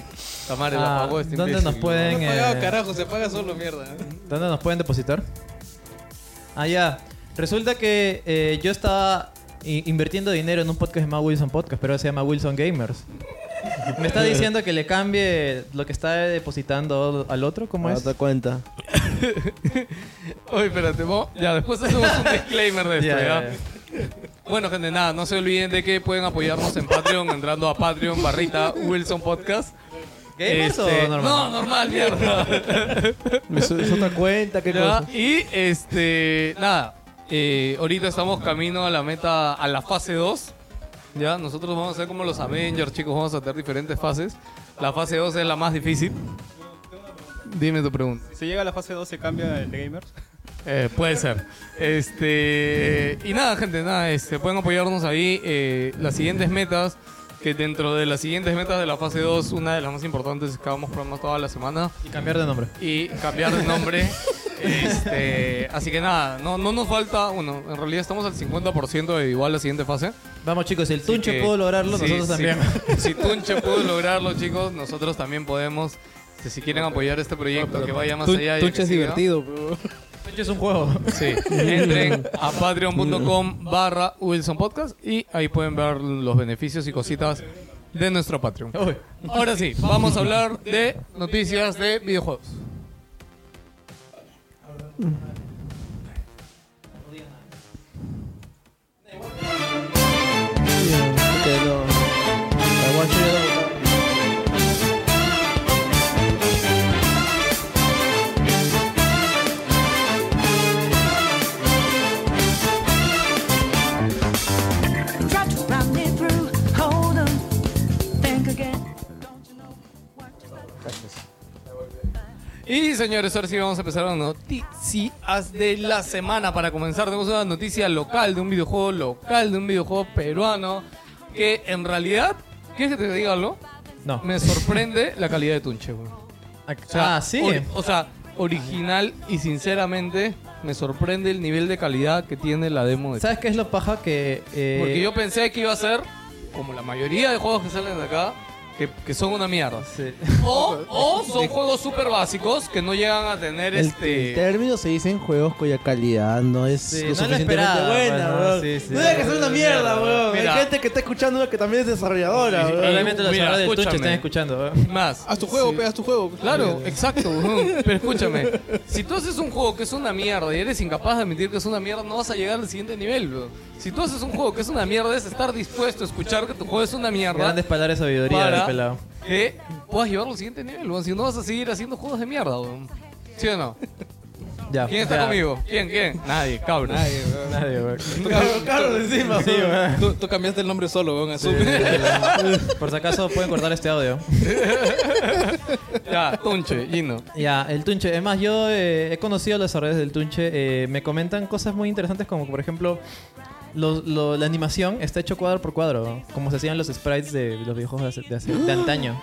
Speaker 2: Tamara, la
Speaker 5: Ah,
Speaker 2: apagó este
Speaker 5: ¿Dónde
Speaker 2: imbécil,
Speaker 5: nos pueden
Speaker 3: No
Speaker 5: eh,
Speaker 3: pagaba carajo, se paga solo mierda.
Speaker 5: ¿Dónde nos pueden depositar? Ah, ya. Resulta que eh, yo estaba i- invirtiendo dinero en un podcast llamado Wilson Podcast, pero ahora se llama Wilson Gamers. Me está diciendo que le cambie lo que está depositando al otro, ¿cómo
Speaker 4: Ah,
Speaker 5: es?
Speaker 4: te cuenta.
Speaker 2: Oye, espérate, vos- ya después hacemos un disclaimer de esto,
Speaker 5: eh? Ya,
Speaker 2: ¿ya?
Speaker 5: ya, ya.
Speaker 2: Bueno, gente, nada, no se olviden de que pueden apoyarnos en Patreon entrando a Patreon barrita Wilson Podcast.
Speaker 5: ¿Gamers
Speaker 2: Este,
Speaker 5: o normal?
Speaker 2: No, normal, mierda.
Speaker 4: Es, es otra cuenta, qué
Speaker 2: Ya,
Speaker 4: cosa.
Speaker 2: Y este, nada, eh, ahorita estamos camino a la meta, a la fase 2. Ya, nosotros vamos a ser como los Avengers, chicos, vamos a tener diferentes fases. La fase 2 es la más difícil. Dime tu pregunta.
Speaker 7: Si se llega a la fase 2 se cambia el de gamers.
Speaker 2: Eh, puede ser. Este y nada, gente, nada, este, pueden apoyarnos ahí. eh, las siguientes metas, que dentro de las siguientes metas de la fase 2, una de las más importantes es que vamos programando toda la semana
Speaker 5: Y cambiar de nombre.
Speaker 2: y cambiar de nombre. Este, así que nada, no, no nos falta, bueno, en realidad estamos al 50% de igual la siguiente fase.
Speaker 5: Vamos chicos, si el Tunche
Speaker 2: que-
Speaker 5: pudo lograrlo,
Speaker 2: sí,
Speaker 5: nosotros
Speaker 2: sí.
Speaker 5: también.
Speaker 2: Si Tunche pudo lograrlo, chicos, nosotros también podemos. Este, Si quieren apoyar este proyecto que vaya más allá. y que
Speaker 3: Tunche es
Speaker 2: siga,
Speaker 3: divertido, peón.
Speaker 5: Tunche es un juego.
Speaker 2: Sí, entren a patreon.com barra Wilson Podcast y ahí pueden ver los beneficios y cositas de nuestro Patreon.
Speaker 5: Uy.
Speaker 2: Ahora sí, vamos a hablar de noticias de videojuegos.
Speaker 4: Que no- la guacha ya la botaron.
Speaker 8: Try to run me through, hold on, think again. Don't you know what to say?
Speaker 2: Y señores, ahora sí vamos a empezar las noticias de la semana. Para comenzar, tenemos una noticia local de un videojuego local, de un videojuego peruano, que en realidad, ¿quieres que te diga algo?
Speaker 5: No.
Speaker 2: Me sorprende la calidad de Tunche, güey.
Speaker 5: Ah, sí.
Speaker 2: ori- o sea, original y sinceramente me sorprende el nivel de calidad que tiene la demo de
Speaker 5: ¿Sabes qué es lo paja que... eh,
Speaker 2: Porque yo pensé que iba a ser, como la mayoría de juegos que salen de acá, que, que son una mierda.
Speaker 5: Sí.
Speaker 2: O, o son juegos súper básicos que no llegan a tener
Speaker 4: El, el
Speaker 2: este.
Speaker 4: término se dice en juegos cuya calidad no es
Speaker 5: Sí,
Speaker 4: lo
Speaker 5: no es la
Speaker 4: suficientemente
Speaker 5: esperada,
Speaker 4: buena,
Speaker 5: pues, ¿no?
Speaker 4: weón.
Speaker 5: Sí, sí.
Speaker 4: no deja que sea una mierda, weón.
Speaker 2: Mira.
Speaker 4: Hay gente que está escuchando que también es desarrolladora, weón.
Speaker 5: Probablemente los
Speaker 2: Mira,
Speaker 5: señores del Tunche
Speaker 2: escúchame.
Speaker 5: están escuchando. ¿eh?
Speaker 2: Más.
Speaker 3: Haz tu juego, pe, haz tu juego.
Speaker 2: Claro, exacto. ujú. Pero escúchame, si tú haces un juego que es una mierda y eres incapaz de admitir que es una mierda, no vas a llegar al siguiente nivel, bro. Si tú haces un juego que es una mierda, es estar dispuesto a escuchar que tu juego es una mierda
Speaker 5: Grandes palabras de sabiduría del
Speaker 2: para
Speaker 5: pelado.
Speaker 2: que puedas llevarlo al siguiente nivel, bro. Si no, vas a seguir haciendo juegos de mierda, bro. ¿Sí o no?
Speaker 5: Ya.
Speaker 2: ¿Quién está
Speaker 5: ya.
Speaker 2: conmigo? ¿Quién? ¿Quién? Nadie, cabrón.
Speaker 5: Nadie, güey.
Speaker 3: encima, tú, tú cambiaste el nombre solo, weón, asume.
Speaker 5: Por si acaso pueden cortar este audio.
Speaker 2: Ya, Tunche, Gino.
Speaker 5: Ya, el Tunche. Es más, yo eh, he conocido a los desarrolladores del Tunche. eh, me comentan cosas muy interesantes como, por ejemplo, los- lo- la animación está hecho cuadro por cuadro, como se hacían los sprites de los videojuegos de, hace- de hace- de antaño.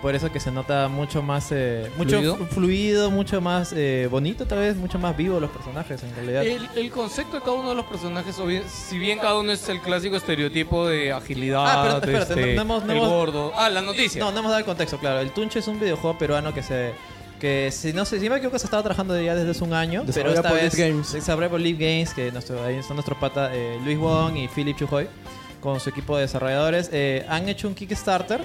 Speaker 5: Por eso que se nota mucho más... eh, mucho
Speaker 2: ¿Fluido?
Speaker 5: flu- fluido, mucho más eh, bonito tal vez, mucho más vivo los personajes en realidad.
Speaker 2: El, el concepto de cada uno de los personajes, o bien- si bien cada uno es el clásico estereotipo de agilidad,
Speaker 5: Ah, pero espérate,
Speaker 2: este,
Speaker 5: no- no hemos- no
Speaker 2: el
Speaker 5: hemos-
Speaker 2: gordo. Ah, la noticia.
Speaker 5: No, no hemos dado el contexto, claro. El Tunche es un videojuego peruano que se. Que si no sé, si me equivoco, se estaba trabajando ya desde hace un año. Pero
Speaker 4: Desarrollado
Speaker 5: esta
Speaker 4: por
Speaker 5: vez.
Speaker 4: Lead Games.
Speaker 5: Desarrollado por Lead Games, que nuestro- ahí son nuestros patas eh, Luis Wong y Philip Chujoy, con su equipo de desarrolladores. eh, han hecho un Kickstarter,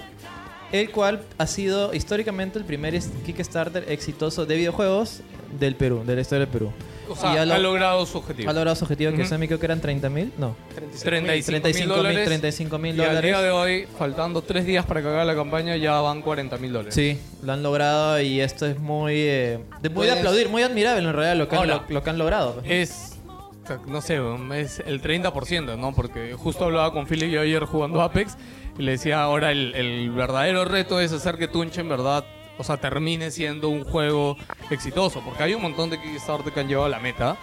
Speaker 5: el cual ha sido históricamente el primer is- Kickstarter exitoso de videojuegos del Perú, de la historia del Perú.
Speaker 2: o sea,
Speaker 5: Y ha
Speaker 2: ha,
Speaker 5: lo-
Speaker 2: logrado su objetivo.
Speaker 5: Ha logrado su objetivo, que
Speaker 2: Ujú.
Speaker 5: se me creo que eran 30 mil. No,
Speaker 2: 35 mil
Speaker 5: 35 mil
Speaker 2: dólares.
Speaker 5: 35 mil
Speaker 2: y al
Speaker 5: dólares.
Speaker 2: día de hoy, faltando tres días para que acabe la campaña, ya van 40 mil dólares.
Speaker 5: Sí, lo han logrado y esto es muy, eh, de- muy de
Speaker 3: Pues-
Speaker 5: aplaudir, muy admirable en realidad lo que, han,
Speaker 2: Ahora.
Speaker 5: lo, lo que han logrado.
Speaker 2: Es sea, no sé, es el 30%, ¿no? Porque justo hablaba con Philip yo ayer jugando Apex y le decía, ahora el, el verdadero reto es hacer que Tunche en verdad, o sea, termine siendo un juego exitoso, porque hay un montón de Kickstarter que han llevado a la meta.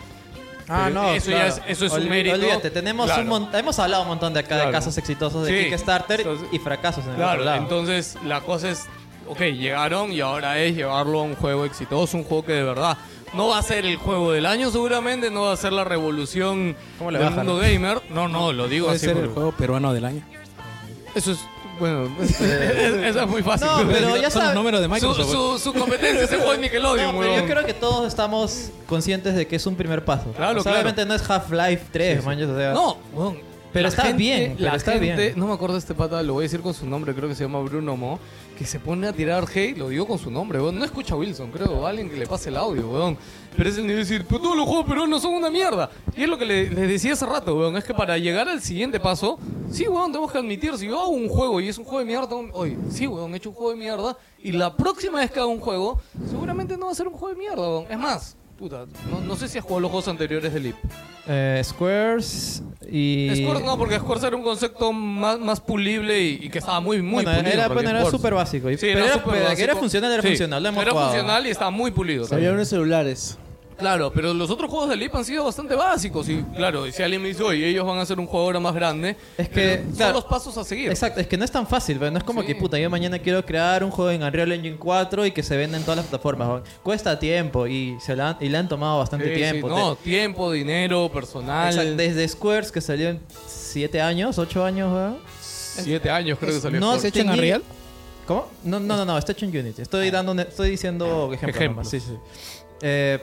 Speaker 5: Ah,
Speaker 2: Pero
Speaker 5: no.
Speaker 2: eso ya es- eso es un
Speaker 5: Olvi-
Speaker 2: mérito.
Speaker 5: Olvídate, tenemos
Speaker 2: Claro.
Speaker 5: un mon- hemos hablado un montón de acá
Speaker 2: Claro.
Speaker 5: de casos exitosos de
Speaker 2: Sí.
Speaker 5: Kickstarter
Speaker 2: Entonces-
Speaker 5: y fracasos en el otro
Speaker 2: Claro,
Speaker 5: lado.
Speaker 2: entonces la cosa es, ok, llegaron y ahora es llevarlo a un juego exitoso, un juego que de verdad no va a ser el juego del año seguramente, no va a ser la revolución
Speaker 5: ¿Cómo le
Speaker 2: del
Speaker 5: bajan?
Speaker 2: mundo gamer. No, no, lo digo
Speaker 3: Puede
Speaker 2: así.
Speaker 3: ser el
Speaker 2: porque-
Speaker 3: juego peruano del año.
Speaker 2: Eso es, bueno, eso es muy fácil.
Speaker 5: No, pero ya
Speaker 3: Son los
Speaker 5: sabes.
Speaker 3: números de
Speaker 2: su,
Speaker 3: Microsoft.
Speaker 2: su, su competencia se fue en Nickelodeon,
Speaker 5: No, pero yo
Speaker 2: weón.
Speaker 5: creo que todos estamos conscientes de que es un primer paso.
Speaker 2: Claro,
Speaker 5: O sea,
Speaker 2: claro.
Speaker 5: Obviamente no es Half-Life 3, maños, o sea,
Speaker 2: No, weón.
Speaker 5: Pero
Speaker 2: la
Speaker 5: está
Speaker 2: gente-
Speaker 5: bien, pero
Speaker 2: la
Speaker 5: está
Speaker 2: gente,
Speaker 5: bien.
Speaker 2: no me acuerdo de este pata, lo voy a decir con su nombre, creo que se llama Bruno Mo, que se pone a tirar hate, lo digo con su nombre, weón. No escucha a Wilson, creo, alguien que le pase el audio, weón. Pero es el nivel de decir, pero todos los juegos peruanos son una mierda. Y es lo que le- les decía hace rato, weón, es que para llegar al siguiente paso, sí, weón, tenemos que admitir, si yo hago un juego y es un juego de mierda, tengo- oye, sí, weón, he hecho un juego de mierda, y la próxima vez que haga un juego, seguramente no va a ser un juego de mierda, weón. Es más, puta, no, no sé si has jugado los juegos anteriores del IP.
Speaker 5: Eh, Squares y.
Speaker 2: Squirt no, porque Squirt era un concepto más, más pulible y, y que estaba muy, muy
Speaker 5: Bueno,
Speaker 2: pulido.
Speaker 5: era,
Speaker 2: porque
Speaker 5: bueno, era
Speaker 2: Squirt-
Speaker 5: súper básico. Y-
Speaker 2: Sí,
Speaker 5: pero era,
Speaker 2: súper
Speaker 5: pero que era
Speaker 2: básico.
Speaker 5: funcional, era
Speaker 2: Sí,
Speaker 5: funcional. Lo hemos
Speaker 2: Era
Speaker 5: jugado.
Speaker 2: funcional y estaba muy pulido.
Speaker 4: Había
Speaker 2: también.
Speaker 4: unos celulares.
Speaker 2: Claro, pero los otros juegos del IP han sido bastante básicos. Y claro, y si alguien me dice, oye, ellos van a ser un juego ahora más grande,
Speaker 5: Es que.
Speaker 2: son
Speaker 5: claro,
Speaker 2: los pasos a seguir.
Speaker 5: Exacto, es que no es tan fácil, pero no es como
Speaker 2: Sí.
Speaker 5: que puta, yo mañana quiero crear un juego en Unreal Engine 4 y que se venda en todas las plataformas. weón. Cuesta tiempo y se la han, y le han tomado
Speaker 2: Sí,
Speaker 5: bastante
Speaker 2: sí,
Speaker 5: tiempo.
Speaker 2: no,
Speaker 5: Te-
Speaker 2: tiempo, dinero, personal.
Speaker 5: Exacto, desde Squares que salió en 7 años, 8 años, weón.
Speaker 2: Siete años creo que salió.
Speaker 5: no
Speaker 2: Squirt.
Speaker 5: se- Tenía- ¿Cómo? No, no, no, no, está hecho en Unity. Estoy dando un- estoy diciendo ejemplos.
Speaker 2: Ah. Ejemplos.
Speaker 5: nomás, Sí, sí. Eh,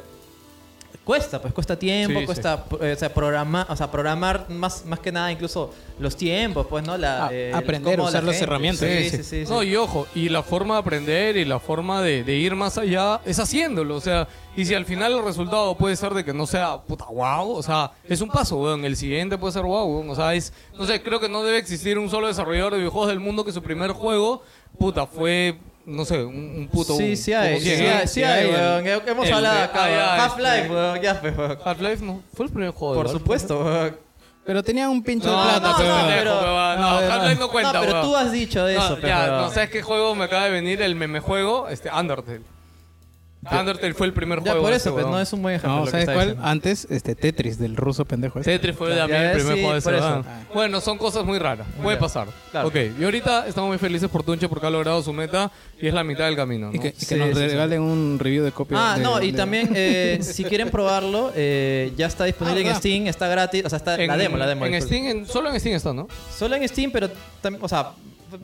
Speaker 5: cuesta, pues cuesta tiempo,
Speaker 2: Sí,
Speaker 5: cuesta eh, o sea, programar, o sea, programar más, más que nada incluso los tiempos, pues, ¿no? La,
Speaker 3: A-
Speaker 5: eh,
Speaker 3: Ah, aprender,
Speaker 5: cómo la
Speaker 3: usar las
Speaker 5: gente-
Speaker 3: herramientas.
Speaker 5: Sí,
Speaker 3: Sí,
Speaker 5: sí,
Speaker 3: sí.
Speaker 5: sí. sí.
Speaker 2: No, y ojo, y la forma de aprender y la forma de, de ir más allá es haciéndolo, o sea, y si al final el resultado puede ser de que no sea puta wow, o sea, es un paso, weón, el siguiente puede ser wow, weón, o sea, es, no sé, creo que no debe existir un solo desarrollador de videojuegos del mundo que su primer juego, puta, fue, no sé, un, un puto...
Speaker 5: Sí,
Speaker 2: boom,
Speaker 5: sí hay,
Speaker 2: como
Speaker 5: sí,
Speaker 2: cien, ¿eh?
Speaker 5: hay, sí hay, weón. Que Hemos
Speaker 2: El
Speaker 5: hablado
Speaker 2: de-
Speaker 5: acá,
Speaker 2: ah,
Speaker 5: weón.
Speaker 2: ya,
Speaker 5: Half-Life,
Speaker 2: este.
Speaker 5: weón, ya, pues, weón.
Speaker 2: Half-Life no, fue el primer juego.
Speaker 5: Por
Speaker 2: ¿verdad?
Speaker 5: supuesto, weón.
Speaker 3: Pero tenía un pincho
Speaker 5: No,
Speaker 3: de plata,
Speaker 5: no,
Speaker 3: pero-
Speaker 5: no,
Speaker 2: pendejo,
Speaker 5: pero-
Speaker 2: weón,
Speaker 5: no,
Speaker 2: no,
Speaker 5: pero-
Speaker 2: Half-Life no cuenta,
Speaker 5: No, pero
Speaker 2: weón.
Speaker 5: tú has dicho eso,
Speaker 2: No,
Speaker 5: pero...
Speaker 2: ya, no, ¿sabes qué juego me acaba de venir el meme juego? Este, Undertale. Undertale fue el primer
Speaker 5: Ya,
Speaker 2: juego.
Speaker 5: por
Speaker 2: de
Speaker 5: eso,
Speaker 2: ese
Speaker 5: pues,
Speaker 2: huevón.
Speaker 5: no es un buen ejemplo. lo
Speaker 3: No,
Speaker 5: que
Speaker 3: ¿sabes
Speaker 5: está
Speaker 3: cuál?
Speaker 5: diciendo.
Speaker 3: Antes, este Tetris del ruso pendejo este.
Speaker 2: Tetris fue
Speaker 5: Claro,
Speaker 2: también
Speaker 5: ya,
Speaker 2: el primer
Speaker 5: sí,
Speaker 2: juego de ese
Speaker 5: por eso. Ah.
Speaker 2: huevón. Bueno, son cosas muy raras. Puede
Speaker 5: bien.
Speaker 2: pasar.
Speaker 5: Claro.
Speaker 2: Ok, y ahorita estamos muy felices por Tunche porque ha logrado su meta y es la mitad del camino. ¿no?
Speaker 3: Y que, y que
Speaker 5: Sí,
Speaker 3: nos
Speaker 5: sí, sí.
Speaker 3: regalen un review de copia.
Speaker 5: Ah,
Speaker 3: de-
Speaker 5: no, y
Speaker 3: de-
Speaker 5: también eh, si quieren probarlo, eh, ya está disponible
Speaker 3: Ah,
Speaker 5: en
Speaker 3: ¿verdad?
Speaker 5: Steam, está gratis, o sea, está la demo, la demo.
Speaker 2: En
Speaker 5: disculpe.
Speaker 2: Steam, en- solo en Steam está, ¿no?
Speaker 5: Solo en Steam, pero también, o sea,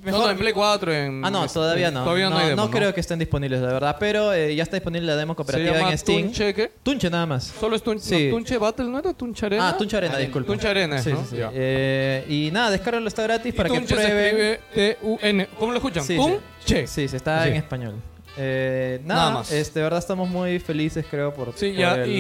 Speaker 2: No, no, en Play 4. En, este,
Speaker 5: Ah, no, todavía no.
Speaker 2: Todavía no, hay demo.
Speaker 5: creo que estén disponibles, la verdad, pero eh, ya está disponible la demo
Speaker 2: se
Speaker 5: cooperativa
Speaker 2: llama
Speaker 5: en Steam.
Speaker 2: Tunche, ¿qué?
Speaker 5: Tunche nada más.
Speaker 2: Solo es Tunche.
Speaker 5: Sí.
Speaker 2: no, Tunche Battle, ¿no era Tunche Arena?
Speaker 5: Ah, Tunche Arena, disculpa.
Speaker 2: Tunche Arena,
Speaker 5: Sí,
Speaker 2: ¿no?
Speaker 5: sí, sí.
Speaker 2: Ya.
Speaker 5: Eh, y nada, descárgalo, está gratis para que
Speaker 2: Tunche se
Speaker 5: prueben.
Speaker 2: escribe T-U-N. ¿Cómo lo escuchan?
Speaker 5: Sí,
Speaker 2: Tunche.
Speaker 5: Sí, se está
Speaker 2: Sí.
Speaker 5: en español. Eh, nada,
Speaker 2: Nada más.
Speaker 5: Este, de verdad estamos muy felices, creo, por,
Speaker 2: Sí,
Speaker 5: por
Speaker 2: ya.
Speaker 5: el-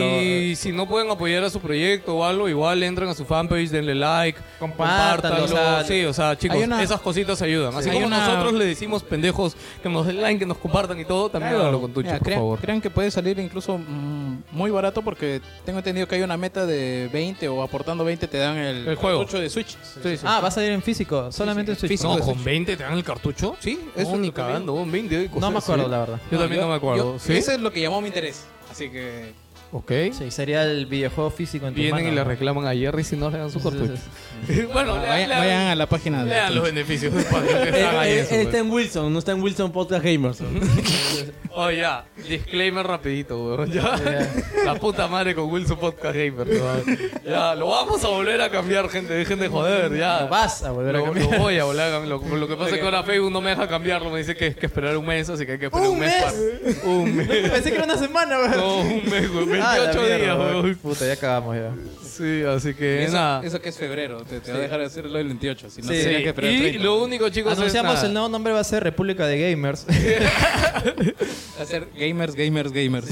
Speaker 2: Y si no pueden apoyar a su proyecto o algo, igual entran a su fanpage, denle like,
Speaker 5: Compártanlo,
Speaker 2: compártanlo.
Speaker 5: o sea,
Speaker 2: sí, o sea, chicos,
Speaker 3: hay una-
Speaker 2: esas cositas ayudan. Así
Speaker 3: hay
Speaker 2: como
Speaker 3: una-
Speaker 2: nosotros le decimos pendejos que nos den like, que nos compartan y todo, también
Speaker 3: Claro.
Speaker 2: háganlo con Tunche,
Speaker 3: Mira,
Speaker 2: por
Speaker 3: crean,
Speaker 2: favor.
Speaker 3: crean que puede salir incluso mm, muy barato porque tengo entendido que hay una meta de 20 o aportando 20 te dan el,
Speaker 2: El juego.
Speaker 3: cartucho de Switch.
Speaker 2: Sí, sí.
Speaker 5: Ah, va a salir en físico, solamente en Switch.
Speaker 3: físico.
Speaker 2: no,
Speaker 3: de
Speaker 2: con
Speaker 3: Switch.
Speaker 2: 20 te dan el cartucho. Sí,
Speaker 3: eso
Speaker 2: no, ni
Speaker 3: lo que vi.
Speaker 2: cagando, un 20 hoy,
Speaker 5: No, no me
Speaker 2: cosas
Speaker 5: acuerdo,
Speaker 2: así.
Speaker 5: la verdad.
Speaker 2: Yo también no me acuerdo.
Speaker 3: yo-
Speaker 2: ¿Sí?
Speaker 3: Eso es lo que llamó mi interés. Así que
Speaker 2: Ok.
Speaker 5: Sí, sería el videojuego físico en tu
Speaker 2: Vienen
Speaker 5: mano.
Speaker 2: y le reclaman a Jerry si no le dan su
Speaker 5: Sí, sí,
Speaker 2: cartucho. bueno, le-
Speaker 3: vayan,
Speaker 2: le-
Speaker 3: vayan a la página de
Speaker 2: lean los beneficios. del podcast que
Speaker 4: Él,
Speaker 2: están ahí
Speaker 5: Eh,
Speaker 4: él-
Speaker 2: en su web.
Speaker 4: él Eh,
Speaker 5: este
Speaker 4: está en Wilson, no está en Wilson Podcast Gamers.
Speaker 2: Oh, ya. Disclaimer rapidito, weón. Ya. La puta madre con Wilson Podcast Gamer, weón. Ya, lo vamos a volver a cambiar, gente. Dejen de joder, ya.
Speaker 5: Lo vas a volver a
Speaker 2: Lo-
Speaker 5: cambiar.
Speaker 2: Lo voy a volver a cambiar. Lo, lo que pasa es que ahora Facebook no me deja cambiarlo. Me dice que hay que esperar un mes, así que hay que esperar un,
Speaker 5: ¿Un
Speaker 2: mes.
Speaker 5: mes?
Speaker 2: para- Un mes.
Speaker 5: Pensé que era una semana, weón.
Speaker 2: No, un mes, weón.
Speaker 5: Ah, la
Speaker 2: 28
Speaker 5: mierda,
Speaker 2: días,
Speaker 5: weón.
Speaker 2: weón.
Speaker 5: Puta, ya cagamos ya.
Speaker 2: Sí, así que
Speaker 3: eso,
Speaker 2: nada.
Speaker 3: eso que es febrero, te, te va a dejar de hacerlo el 28. Si no,
Speaker 2: Sí.
Speaker 3: tendrías que esperar el
Speaker 2: Y
Speaker 3: 30.
Speaker 2: lo único, chicos, es
Speaker 5: Anunciamos
Speaker 2: nada.
Speaker 5: el nuevo nombre va a ser República de Gamers.
Speaker 3: Hacer gamers, gamers, gamers.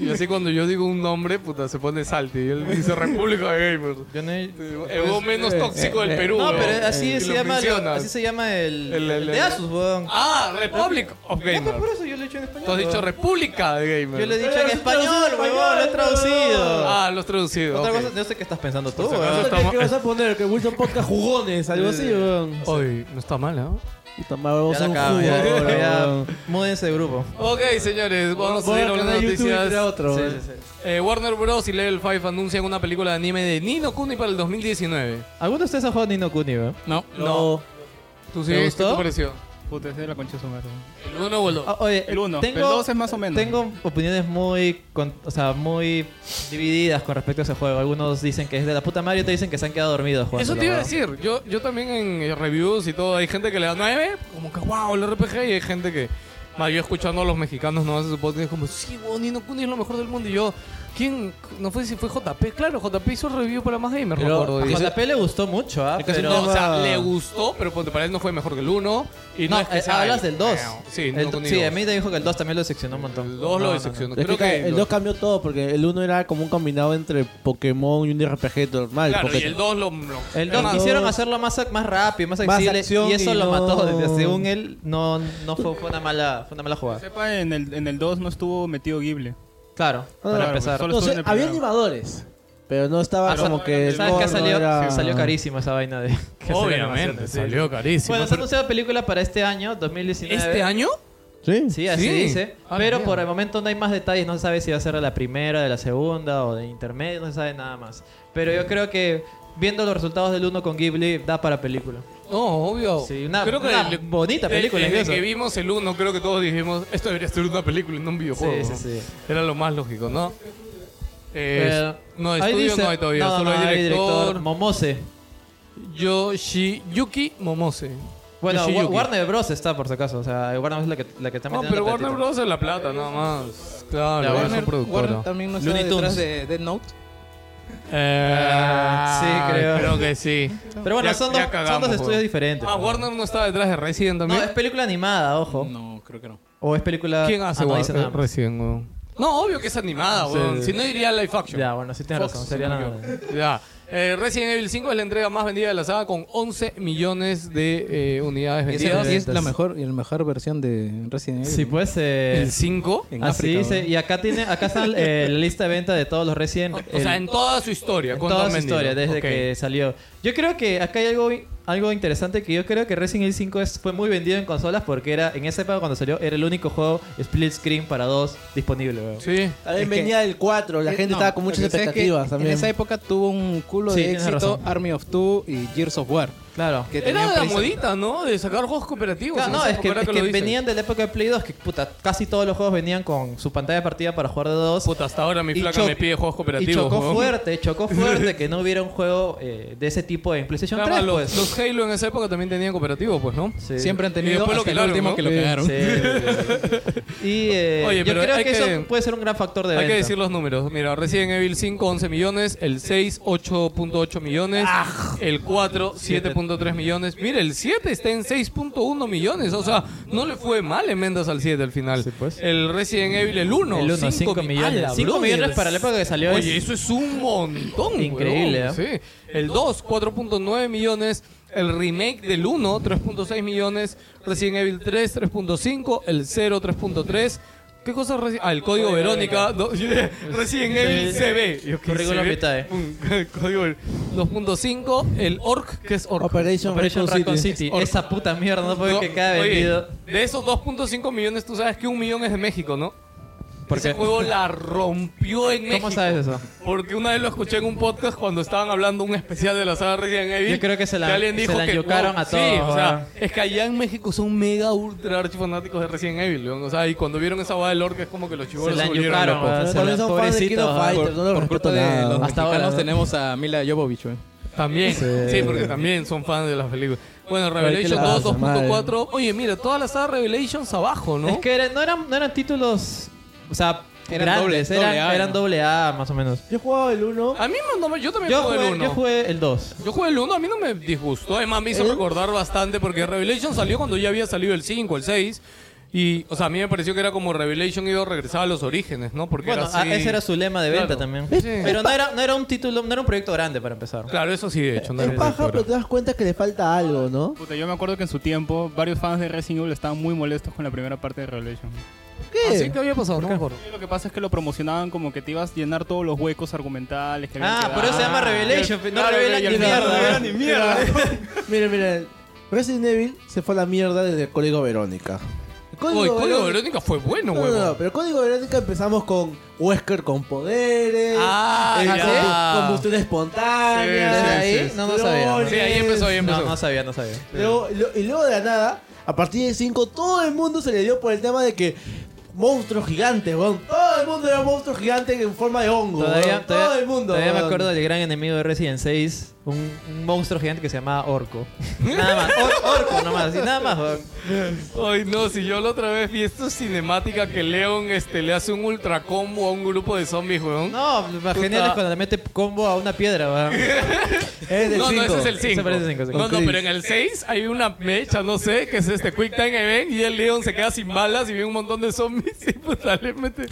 Speaker 2: Y así cuando yo digo un nombre, puta, se pone salty. Y él dice República de Gamers.
Speaker 5: Yo no he- Pues,
Speaker 2: El huevo menos tóxico del Perú.
Speaker 5: Eh, No,
Speaker 2: huevón.
Speaker 5: pero así,
Speaker 2: Y
Speaker 5: se
Speaker 2: lo
Speaker 5: llama, lo-
Speaker 2: mencionas.
Speaker 5: así se llama
Speaker 2: El-
Speaker 5: el,
Speaker 2: el-
Speaker 5: el de
Speaker 2: el-
Speaker 5: Asus, weón.
Speaker 2: Ah, Republic of
Speaker 5: Ya, pues,
Speaker 2: Gamers.
Speaker 5: por eso yo lo he hecho en español.
Speaker 2: Tú has dicho
Speaker 5: weón.
Speaker 2: República de Gamers.
Speaker 5: Yo lo he dicho
Speaker 4: Pero
Speaker 5: en
Speaker 4: lo has
Speaker 5: español,
Speaker 4: traducido en
Speaker 5: weón, lo he
Speaker 4: español,
Speaker 5: traducido.
Speaker 2: Ah, los traducidos.
Speaker 5: Otra
Speaker 2: ok.
Speaker 5: cosa, no sé qué estás pensando tú,
Speaker 2: Por si
Speaker 5: weón.
Speaker 2: acaso estamos-
Speaker 4: ¿Qué vas a poner? Que Wilson Podcast jugones, algo así, weón.
Speaker 2: Hoy no está mal, ¿no?
Speaker 4: Puta madre, vamos
Speaker 5: Ya
Speaker 4: a
Speaker 5: la
Speaker 4: un
Speaker 5: acabo, ya,
Speaker 4: jugo ahora,
Speaker 5: ya.
Speaker 4: weón.
Speaker 5: Múdense de grupo.
Speaker 2: Ok, señores, vamos a
Speaker 4: Voy
Speaker 2: seguir
Speaker 4: al
Speaker 2: hablando
Speaker 4: canal
Speaker 2: de
Speaker 4: de YouTube y
Speaker 2: noticias.
Speaker 4: crea otro, weón.
Speaker 2: Eh, Warner Bros. y Level 5 anuncian una película de anime de Nino Kuni para el 2019.
Speaker 5: ¿Alguno de ustedes ha jugado Nino Kuni, weón?
Speaker 2: No,
Speaker 4: No.
Speaker 2: ¿Tú sí?
Speaker 5: ¿Te
Speaker 2: ¿Qué
Speaker 5: gustó?
Speaker 2: te pareció?
Speaker 7: Puta, ese es la concha de su madre.
Speaker 2: ¿El uno o el dos?
Speaker 5: Ah, oye,
Speaker 7: El uno,
Speaker 5: tengo,
Speaker 7: el dos es más o menos.
Speaker 5: Tengo opiniones muy, con- o sea, muy divididas con respecto a ese juego. Algunos dicen que es de la puta madre y otros dicen que se han quedado dormidos jugando.
Speaker 2: Eso te iba a decir. Yo, yo también en eh, reviews y todo, hay gente que le da 9, como que wow, el RPG, y hay gente que. Ma, yo escuchando a los mexicanos no hace su podcast, como, sí, weón, Nino Kuni es lo mejor del mundo. Y yo, ¿quién? No fue si fue JP. Claro, JP hizo review para más gamers,
Speaker 4: Pero-
Speaker 2: me acuerdo. Y-
Speaker 5: A JP le gustó mucho, ¿ah?
Speaker 4: Es que es
Speaker 5: Pero...
Speaker 4: un
Speaker 2: No, o sea,
Speaker 4: Ah.
Speaker 2: le gustó, pero ponte, para él no fue mejor que el 1. Y no,
Speaker 5: No,
Speaker 2: es que
Speaker 5: eh,
Speaker 2: sea
Speaker 5: hablas
Speaker 2: él.
Speaker 5: del 2.
Speaker 2: Sí,
Speaker 5: El do-
Speaker 2: Kuni
Speaker 5: sí,
Speaker 2: dos.
Speaker 5: a mí te dijo que el 2 también lo decepcionó un montón.
Speaker 2: El 2
Speaker 5: No,
Speaker 2: lo
Speaker 5: no,
Speaker 2: decepcionó.
Speaker 4: Es
Speaker 2: Creo
Speaker 4: que
Speaker 2: que
Speaker 4: el 2 cambió todo porque el 1 era como un combinado entre Pokémon y un RPG normal.
Speaker 2: Claro,
Speaker 4: porque-
Speaker 2: y el 2 lo. lo-
Speaker 5: no. El
Speaker 2: es
Speaker 5: 2
Speaker 2: más,
Speaker 5: quisieron hacerlo más, más rápido, más
Speaker 4: Más
Speaker 5: accesible.
Speaker 4: acción
Speaker 5: y eso
Speaker 4: y
Speaker 5: lo
Speaker 4: no-
Speaker 5: mató. Desde- Según él, no, no fue, fue una mala, fue una mala jugada.
Speaker 7: Sepa, en el, en el 2 no estuvo metido Ghibli.
Speaker 5: Claro, para
Speaker 4: Ah, claro,
Speaker 5: empezar.
Speaker 7: solo
Speaker 4: No, sé,
Speaker 7: estuve en el
Speaker 4: había
Speaker 7: primero.
Speaker 4: animadores, pero no estaba
Speaker 5: Ah,
Speaker 4: como
Speaker 5: sa-
Speaker 4: que. el
Speaker 5: ¿Sabes qué
Speaker 4: core no
Speaker 5: salió?
Speaker 4: era-
Speaker 5: Salió carísima esa vaina de. que salió
Speaker 2: Obviamente,
Speaker 5: demasiado.
Speaker 2: salió carísimo.
Speaker 5: Bueno, se ha anunciado película para este año, 2019.
Speaker 2: ¿Este año?
Speaker 4: Sí.
Speaker 5: Sí, así
Speaker 2: Sí.
Speaker 5: dice.
Speaker 2: Ah,
Speaker 5: pero
Speaker 2: mierda.
Speaker 5: por el momento no hay más detalles. No se sabe si va a ser de la primera, de la segunda o de intermedio. No se sabe nada más. Pero yo creo que viendo los resultados del uno con Ghibli, da para película.
Speaker 2: No, obvio.
Speaker 5: Sí, una- una bonita
Speaker 2: de-
Speaker 5: película,
Speaker 2: Desde,
Speaker 5: es eso.
Speaker 2: que vimos el 1, creo que todos dijimos, esto debería ser una película y no un videojuego.
Speaker 5: Sí, sí, sí.
Speaker 2: Era lo más lógico, ¿no? Eh,
Speaker 5: Pero-
Speaker 2: no, de
Speaker 5: Ahí
Speaker 2: estudio
Speaker 5: dice-
Speaker 2: no hay todavía,
Speaker 5: no,
Speaker 2: solo
Speaker 5: no,
Speaker 2: hay director,
Speaker 5: Momose.
Speaker 2: Yoshi, Yuki Momose.
Speaker 5: Bueno, Wa-
Speaker 2: Yoshiyuki.
Speaker 5: Warner Bros. está, por si acaso. O sea, Warner Bros. es la que, la que está
Speaker 2: No,
Speaker 5: metiendo
Speaker 2: pero
Speaker 5: la
Speaker 2: Warner
Speaker 5: platita.
Speaker 2: Bros. es la plata, nada más. Claro,
Speaker 5: Ya,
Speaker 2: ellos
Speaker 5: Warner-
Speaker 2: son productora.
Speaker 3: Warner también no está
Speaker 5: Looney
Speaker 3: detrás
Speaker 5: Tunes.
Speaker 3: de Dead Note.
Speaker 2: Eh,
Speaker 5: Ah, sí, creo.
Speaker 2: Creo que sí.
Speaker 5: Pero bueno,
Speaker 2: Ya-
Speaker 5: son,
Speaker 2: ya
Speaker 5: dos, son
Speaker 2: cagamos,
Speaker 5: dos
Speaker 2: weón.
Speaker 5: estudios diferentes.
Speaker 2: Ah, Warner no está detrás de Resident
Speaker 5: No,
Speaker 2: también.
Speaker 5: es película animada, ojo.
Speaker 3: No, creo que no.
Speaker 5: O es película.
Speaker 2: ¿Quién hace
Speaker 5: ah, no,
Speaker 2: War-
Speaker 5: dice nada más.
Speaker 2: Resident, weón? No, obvio que es animada, weón. Si no, diría live action.
Speaker 5: Ya, bueno, sí tienes
Speaker 2: Fox,
Speaker 5: razón. Sería
Speaker 2: si no
Speaker 5: nada.
Speaker 2: me equivoco. Ya. Eh, Resident Evil 5 es la entrega más vendida de la saga con 11 millones de eh, unidades
Speaker 3: Y es,
Speaker 2: vendidas.
Speaker 3: y es la mejor y la mejor versión de Resident Evil.
Speaker 5: Sí, pues. Eh,
Speaker 2: ¿El 5?
Speaker 3: En
Speaker 5: Así
Speaker 3: África,
Speaker 5: dice,
Speaker 3: ¿no?
Speaker 5: y acá tiene, acá está eh, la lista de venta de todos los Resident
Speaker 2: O, o
Speaker 5: el-
Speaker 2: sea, en toda su historia.
Speaker 5: en
Speaker 2: ¿cuánto
Speaker 5: toda
Speaker 2: han
Speaker 5: su
Speaker 2: vendido?
Speaker 5: historia, desde
Speaker 2: Ok.
Speaker 5: que salió. Yo creo que acá hay algo, algo interesante que yo creo que Resident Evil 5 es- fue muy vendido en consolas porque era, en esa época cuando salió, era el único juego split screen para dos disponible, weón.
Speaker 2: Sí.
Speaker 4: También
Speaker 3: Es que-
Speaker 4: venía el 4, la
Speaker 3: Eh,
Speaker 4: gente
Speaker 3: no,
Speaker 4: estaba con muchas
Speaker 3: lo que pasa es que
Speaker 4: expectativas también.
Speaker 3: En esa época tuvo un culo
Speaker 5: Sí,
Speaker 3: de
Speaker 5: tienes
Speaker 3: éxito
Speaker 5: razón.
Speaker 3: Army of Two y Gears of War.
Speaker 5: Claro.
Speaker 3: que
Speaker 2: Era
Speaker 3: tenían
Speaker 2: de la
Speaker 3: prisa.
Speaker 2: modita, ¿no? De sacar juegos cooperativos.
Speaker 5: Claro,
Speaker 2: en
Speaker 5: no,
Speaker 2: esa
Speaker 5: es que,
Speaker 2: época, ahora
Speaker 5: es
Speaker 2: que
Speaker 5: que
Speaker 2: lo dices.
Speaker 5: venían de la época de Play 2, que puta, casi todos los juegos venían con su pantalla de partida para jugar de dos.
Speaker 2: Puta, hasta ahora mi
Speaker 5: Y
Speaker 2: flaca
Speaker 5: choc-
Speaker 2: me pide juegos
Speaker 5: y
Speaker 2: cooperativos.
Speaker 5: chocó
Speaker 2: weón.
Speaker 5: fuerte, chocó fuerte que no hubiera un juego eh, de ese tipo en PlayStation
Speaker 2: Claro,
Speaker 5: 3,
Speaker 2: los,
Speaker 5: pues.
Speaker 2: los Halo en esa época también tenían cooperativos, pues, ¿no?
Speaker 5: Sí.
Speaker 3: Siempre han
Speaker 2: Y
Speaker 3: tenido
Speaker 2: después lo
Speaker 3: hasta el
Speaker 2: quitaron,
Speaker 3: último
Speaker 2: ¿no?
Speaker 3: que lo
Speaker 5: Sí,
Speaker 3: cagaron.
Speaker 5: sí, sí, sí. y eh,
Speaker 2: Oye,
Speaker 5: yo
Speaker 2: pero
Speaker 5: creo
Speaker 2: hay
Speaker 5: que,
Speaker 2: que-
Speaker 5: eso puede ser un gran factor de
Speaker 2: Hay
Speaker 5: venta.
Speaker 2: que decir los números. Mira, Resident Evil 5, 11 millones. El 6, 8.8 millones.
Speaker 5: Ah.
Speaker 2: El 4, 7.3 millones. Mira, el 7 está en 6.1 millones. O sea, no le fue mal en ventas al 7 al final.
Speaker 5: Sí, pues.
Speaker 2: El Resident Evil, el 1,
Speaker 5: El uno, cinco
Speaker 2: mi-
Speaker 5: millones.
Speaker 2: ¡Hala,
Speaker 5: Cinco millones
Speaker 2: brother!
Speaker 5: para la época que salió
Speaker 2: Oye,
Speaker 5: es-
Speaker 2: eso es un montón.
Speaker 5: Increíble,
Speaker 2: weón.
Speaker 5: ¿eh?
Speaker 2: Sí. El 2, 4.9 millones. El remake del 1, 3.6 millones. Resident Evil 3, 3.5. El 0, 3.3. ¿Qué cosa? reci- Ah, el código Verónica. do- Resident Evil
Speaker 5: Sí.
Speaker 2: CB. Yo, ¿qué
Speaker 5: Currículum
Speaker 2: CB?
Speaker 5: vitae.
Speaker 2: Pum, el código Ver- 2.5. El ORC, que es ORC.
Speaker 4: Operation,
Speaker 5: Operation
Speaker 4: Raccoon
Speaker 5: Raccoon
Speaker 4: City.
Speaker 5: City.
Speaker 2: Or-
Speaker 5: Esa puta mierda no puede
Speaker 2: No,
Speaker 5: que cada
Speaker 2: oye,
Speaker 5: vendido.
Speaker 2: De esos 2.5 millones, tú sabes que un millón es de México, ¿no?
Speaker 5: ¿Por
Speaker 2: Ese
Speaker 5: qué?
Speaker 2: juego la rompió en México.
Speaker 5: ¿Cómo sabes eso?
Speaker 2: Porque una vez lo escuché en un podcast cuando estaban hablando un especial de la saga Resident Evil.
Speaker 5: Yo creo que se la-
Speaker 2: alguien
Speaker 5: se
Speaker 2: dijo
Speaker 5: la
Speaker 2: que,
Speaker 5: yucaron a
Speaker 2: sí,
Speaker 5: todos,
Speaker 2: o sea,
Speaker 5: weón.
Speaker 2: es que allá en México son mega ultra archifanáticos de Resident Evil, weón. O sea, y cuando vieron esa boda del orca es como que los
Speaker 5: Se
Speaker 2: chivolos
Speaker 5: la
Speaker 2: volvieron
Speaker 5: yucaron,
Speaker 2: locos.
Speaker 5: weón.
Speaker 4: Pero
Speaker 5: Se
Speaker 4: también
Speaker 5: la-
Speaker 4: son fans de King
Speaker 5: pobrecitos,
Speaker 4: of
Speaker 5: ah,
Speaker 4: Fighters, no los
Speaker 3: Por
Speaker 4: respeto
Speaker 3: culpa de los
Speaker 4: nada.
Speaker 5: Hasta ahora,
Speaker 3: mexicanos
Speaker 5: ¿no?
Speaker 3: tenemos a Mila Jovovich. güey.
Speaker 2: También, sí. porque también son fans de las películas. Bueno, Revelation
Speaker 4: Ay, qué
Speaker 2: 2,
Speaker 4: lazo,
Speaker 2: 2.4. Oye, mira, toda la saga Revelations abajo, ¿no?
Speaker 5: Es que era- no, eran, no eran títulos. O sea,
Speaker 3: Eran
Speaker 5: grandes.
Speaker 3: doble-
Speaker 5: eran,
Speaker 3: doble A,
Speaker 5: eran
Speaker 3: ¿no?
Speaker 5: doble A, más o menos.
Speaker 4: Yo jugaba el 1.
Speaker 2: A mí me- no, me- Ah, yo también
Speaker 5: Yo
Speaker 2: jugué el
Speaker 5: jugué,
Speaker 2: 1.
Speaker 5: yo jugué el 2.
Speaker 2: Yo jugué el 1, a mí no me
Speaker 5: ¿Eh?
Speaker 2: disgustó. Además, me hizo recordar bastante porque Revelation salió cuando ya había salido el 5, el 6. Y, o sea, a mí me pareció que era como Revelation y yo regresaba a los orígenes, ¿no? Porque
Speaker 5: Bueno,
Speaker 2: era
Speaker 5: ah,
Speaker 2: así-
Speaker 5: ese era su lema de venta
Speaker 2: Claro.
Speaker 5: también.
Speaker 2: Sí.
Speaker 5: Pero no era, no era un título, no era un proyecto grande para empezar.
Speaker 2: Claro, eso sí, de hecho. No
Speaker 4: Es
Speaker 2: era
Speaker 4: paja,
Speaker 2: directora.
Speaker 4: pero te das cuenta que le falta algo, ¿no?
Speaker 7: Puta, yo me acuerdo que en su tiempo varios fans de Resident Evil estaban muy molestos con la primera parte de Revelation.
Speaker 2: Ah, sí, ¿qué había pasado? No me acuerdo.
Speaker 7: Y Lo que pasa es que lo promocionaban como que te ibas a llenar todos los huecos argumentales que habían
Speaker 5: Ah,
Speaker 7: quedado.
Speaker 5: por eso se llama Revelation,
Speaker 7: Ah,
Speaker 5: pe- no
Speaker 7: claro,
Speaker 5: revela
Speaker 7: y al
Speaker 5: ni
Speaker 7: final
Speaker 5: mierda,
Speaker 7: no revela
Speaker 5: ¿verdad?
Speaker 7: ni mierda.
Speaker 4: Mira, mira. Resident Evil se fue a la mierda desde el Código Verónica. El
Speaker 2: Uy, Código
Speaker 4: Veró-
Speaker 2: Verónica fue bueno,
Speaker 4: No, no,
Speaker 2: huevo.
Speaker 4: no, pero Código Verónica empezamos con Wesker con poderes.
Speaker 2: Ah,
Speaker 4: eh,
Speaker 2: ya.
Speaker 4: combu- combustión espontánea.
Speaker 5: ¿Era
Speaker 4: ahí,
Speaker 5: ahí? No, no sabía. ¿no?
Speaker 4: drones.
Speaker 2: Sí, ahí empezó, ahí empezó.
Speaker 5: No, no sabía, no sabía.
Speaker 4: Luego- lo- y luego de la nada, a partir de 5, todo el mundo se le dio por el tema de que monstruos gigantes, weón. Todo el mundo era un monstruo gigante en forma de hongo. weón.
Speaker 5: Todavía,
Speaker 4: todo
Speaker 5: todavía-
Speaker 4: el mundo.
Speaker 5: todavía me
Speaker 4: weón.
Speaker 5: acuerdo del gran enemigo de Resident 6, un, un monstruo gigante que se llamaba Orco. Nada más, Or- Orco nomás, y nada más. weón.
Speaker 2: Ay, no, si yo la otra vez vi esta cinemática que Leon este, le hace un ultra combo a un grupo de zombies, weón.
Speaker 5: No, más genial es cuando le mete combo a una piedra. weón.
Speaker 4: Es del
Speaker 2: no, no,
Speaker 4: cinco.
Speaker 2: ese es el 5.
Speaker 5: Ese parece cinco, sí.
Speaker 2: No, no,
Speaker 4: Con
Speaker 2: pero en el 6 hay una mecha, no sé, que es este Quick Time Event y el Leon se queda sin balas y ve un montón de zombies y pues le mete.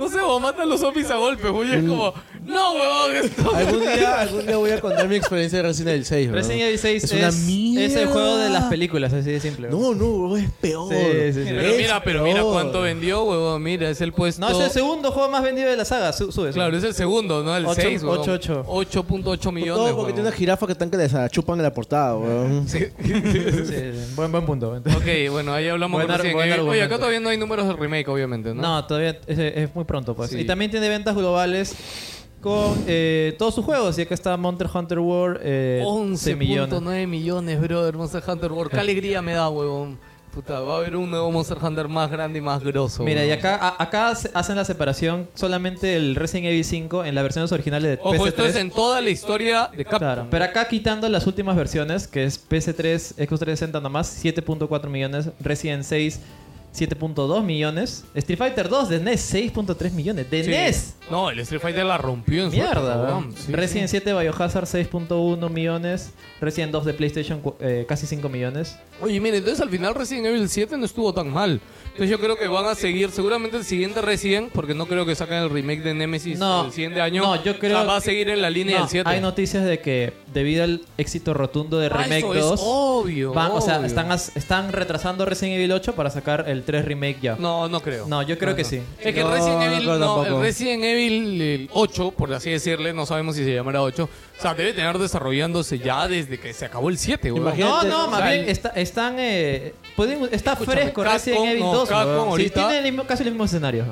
Speaker 2: No sé, o mata a los zombies a golpes, güey. y Es como, no, huevón, esto.
Speaker 4: Algún día, algún día voy a contar mi experiencia de Resident Evil 6. weón.
Speaker 5: Resident Evil 6
Speaker 4: Es
Speaker 5: es,
Speaker 4: una
Speaker 5: es el
Speaker 4: mierda.
Speaker 5: juego de las películas, así de simple. weón.
Speaker 4: No, no, weón, es peor.
Speaker 5: Sí, sí, sí.
Speaker 2: Pero
Speaker 4: Es
Speaker 2: mira, pero mira
Speaker 4: peor.
Speaker 2: cuánto vendió, huevón. Mira, es el puesto.
Speaker 5: No, es el segundo juego más vendido de la saga. Su- sube, sube.
Speaker 2: Claro, es el segundo, ¿no? El
Speaker 5: Ocho-
Speaker 2: 6, huevón.
Speaker 5: ocho, ocho.
Speaker 2: 8.8 millones.
Speaker 4: Todo porque
Speaker 2: huevón.
Speaker 4: tiene una jirafa que están que les chupan en la portada, weón.
Speaker 2: Sí.
Speaker 5: Sí, sí, buen, buen punto.
Speaker 2: ok, bueno, ahí hablamos
Speaker 5: Buen
Speaker 2: con
Speaker 5: ar-
Speaker 2: Resident
Speaker 5: buen
Speaker 2: Evil. Oye, acá
Speaker 5: argumento.
Speaker 2: todavía no hay números de remake, obviamente, ¿no?
Speaker 5: No, todavía es, es muy pronto, pues.
Speaker 2: Sí.
Speaker 5: Y también tiene ventas globales con eh, todos sus juegos. Y acá está Monster Hunter World, eh, 11 millones.
Speaker 2: 11.9 millones, brother. Monster Hunter World. Qué alegría me da, huevón. Puta, va a haber un nuevo Monster Hunter más grande y más grosso.
Speaker 5: Mira, y
Speaker 2: huevón.
Speaker 5: acá, a- acá se- hacen la separación solamente el Resident Evil 5 en las versiones originales de
Speaker 2: Ojo,
Speaker 5: PS3.
Speaker 2: esto es en toda la historia de Capcom.
Speaker 5: Claro, pero acá quitando las últimas versiones, que es PS3, Xbox 360 nomás, 7.4 millones, Resident 6, 7.2 millones, Street Fighter 2 de E NES, 6.3 millones, de E
Speaker 2: Sí.
Speaker 5: NES.
Speaker 2: No, el Street Fighter la rompió en su época,
Speaker 5: Mierda,
Speaker 2: huevón.
Speaker 5: weón.
Speaker 2: Sí,
Speaker 5: Resident
Speaker 2: sí.
Speaker 5: 7 Biohazard 6.1 millones, Resident 2 de PlayStation cu- eh, casi 5 millones.
Speaker 2: Oye, mire, entonces al final Resident Evil 7 no estuvo tan mal. Entonces yo creo que van a seguir, seguramente el siguiente Resident, porque no creo que saquen el remake de Nemesis
Speaker 5: No,
Speaker 2: el siguiente año.
Speaker 5: no, yo
Speaker 2: O sea,
Speaker 5: creo-
Speaker 2: va a seguir en la línea
Speaker 5: No,
Speaker 2: del 7.
Speaker 5: Hay noticias de que debido al éxito rotundo de
Speaker 2: Ah,
Speaker 5: Remake
Speaker 2: eso
Speaker 5: 2,
Speaker 2: Es obvio.
Speaker 5: van- o sea,
Speaker 2: obvio.
Speaker 5: están, as- están retrasando Resident Evil 8 para sacar el 3 Remake ya.
Speaker 2: No, no creo.
Speaker 5: No, yo creo que sí.
Speaker 2: Es que
Speaker 4: No,
Speaker 2: Resident
Speaker 4: no
Speaker 2: Evil,
Speaker 4: creo
Speaker 2: no,
Speaker 4: tampoco.
Speaker 2: el Resident Evil el 8, por así decirle, no sabemos si se llamará 8. O sea, debe tener desarrollándose ya desde que se acabó el 7, güey.
Speaker 4: Imagínate.
Speaker 5: No,
Speaker 4: Gente,
Speaker 5: no, más
Speaker 2: o sea,
Speaker 5: bien está, están. Eh, pueden, está
Speaker 2: Escúchame,
Speaker 5: fresco
Speaker 2: Capcom,
Speaker 5: Resident Evil
Speaker 2: no,
Speaker 5: 2.
Speaker 2: Capcom
Speaker 5: weón. Sí,
Speaker 2: ahorita-
Speaker 5: tiene el mismo, casi el mismo escenario.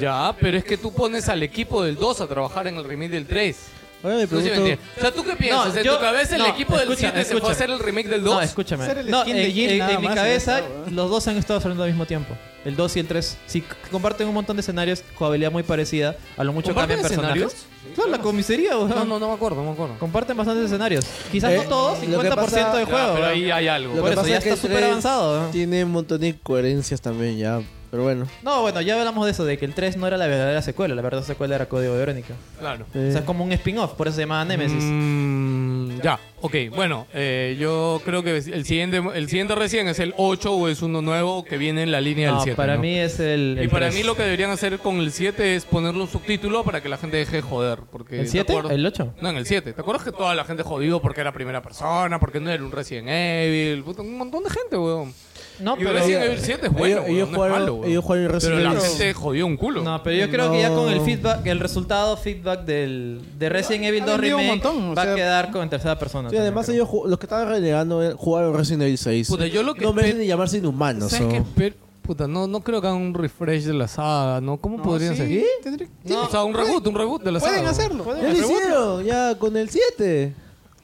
Speaker 2: Ya, pero es que tú pones al equipo del 2 a trabajar en el remake del tres.
Speaker 4: Ahora me
Speaker 2: No sé si me
Speaker 4: pregunto,
Speaker 2: entiendes. o sea, ¿tú qué piensas?
Speaker 5: No,
Speaker 2: en
Speaker 5: yo-
Speaker 2: tu cabeza
Speaker 5: no,
Speaker 2: el equipo del
Speaker 5: escucha,
Speaker 2: 7 se fue a
Speaker 5: escucha.
Speaker 2: hacer el remake del 2.
Speaker 5: No, escúchame.
Speaker 4: Ser el
Speaker 5: No,
Speaker 4: skin
Speaker 5: en,
Speaker 4: de Jill
Speaker 5: en-
Speaker 4: nada
Speaker 5: en mi
Speaker 4: más y ya
Speaker 5: cabeza,
Speaker 2: ¿eh?
Speaker 4: está, weón.
Speaker 5: los dos han estado saliendo al mismo tiempo. El 2 y el 3. Sí, c- comparten un montón de escenarios, jugabilidad muy parecida. A lo mucho
Speaker 2: ¿Comparten
Speaker 5: cambian personajes.
Speaker 2: escenarios?
Speaker 5: Claro, la comisaría, weón.
Speaker 2: no, no, no me acuerdo, no me acuerdo.
Speaker 5: Comparten bastantes escenarios. Quizás
Speaker 4: Eh,
Speaker 5: no todos,
Speaker 4: lo que
Speaker 5: 50%
Speaker 4: pasa-
Speaker 5: de
Speaker 2: Ya,
Speaker 5: juego.
Speaker 2: pero
Speaker 5: weón.
Speaker 2: ahí hay algo. pues,
Speaker 4: Lo
Speaker 5: Por
Speaker 4: que
Speaker 5: eso
Speaker 4: pasa
Speaker 5: ya
Speaker 4: es que
Speaker 5: está
Speaker 4: el
Speaker 5: súper
Speaker 4: tres
Speaker 5: avanzado, ¿no?
Speaker 4: Tiene un montón de incoherencias también ya. Pero bueno.
Speaker 5: No, bueno, ya hablamos de eso, de que el 3 no era la verdadera secuela. La verdadera secuela era Código Verónica.
Speaker 2: Claro.
Speaker 4: eh,
Speaker 5: O sea, es como un spin-off, por eso se llamaba Nemesis.
Speaker 2: Mm, ya, ok. Bueno, eh, yo creo que el siguiente, el siguiente recién es el 8 o es uno nuevo que viene en la línea
Speaker 5: No,
Speaker 2: del 7.
Speaker 5: para
Speaker 2: ¿no?
Speaker 5: mí es el.
Speaker 2: Y
Speaker 5: el
Speaker 2: para
Speaker 5: tres.
Speaker 2: mí lo que deberían hacer con el 7 es ponerle un subtítulo para que la gente deje de joder. Porque,
Speaker 5: ¿El
Speaker 2: ¿te
Speaker 5: 7?
Speaker 2: acuerdas?
Speaker 5: ¿El 8?
Speaker 2: No, en el 7. ¿Te acuerdas que toda la gente jodió porque era primera persona, porque no era un Resident Evil? Puta, un montón de gente, weón.
Speaker 5: No,
Speaker 2: y
Speaker 5: pero.
Speaker 2: Resident Evil 7 es bueno,
Speaker 4: ellos-
Speaker 2: weón,
Speaker 4: ellos
Speaker 2: no
Speaker 4: jugaron-
Speaker 2: es malo, weón.
Speaker 4: ellos jugaron Resident
Speaker 2: Pero la
Speaker 4: Evil.
Speaker 2: gente jodió un culo.
Speaker 5: No, pero yo creo que ya con el
Speaker 4: No.
Speaker 5: feedback, el resultado feedback del de Resident Evil
Speaker 4: ha
Speaker 5: 2
Speaker 4: vendido un
Speaker 5: Remake
Speaker 4: montón, o
Speaker 5: va
Speaker 4: sea-
Speaker 5: a quedar con tercera persona.
Speaker 4: Sí, además
Speaker 5: también,
Speaker 4: ellos ju- los que estaban relegando eh, jugaron Resident Evil 6.
Speaker 2: Puta, yo lo que
Speaker 4: no merecen
Speaker 2: espe-
Speaker 4: ni llamarse inhumanos.
Speaker 2: ¿Sabes
Speaker 4: o-
Speaker 2: qué? Pero, puta, no, no creo que hagan un refresh de la saga, ¿no? ¿Cómo podrían
Speaker 9: sí,
Speaker 2: seguir?
Speaker 9: tendría-
Speaker 2: o sea, un reboot, un reboot de la
Speaker 9: Pueden
Speaker 2: saga.
Speaker 9: hacerlo.
Speaker 4: Ya lo hicieron, ya con el 7.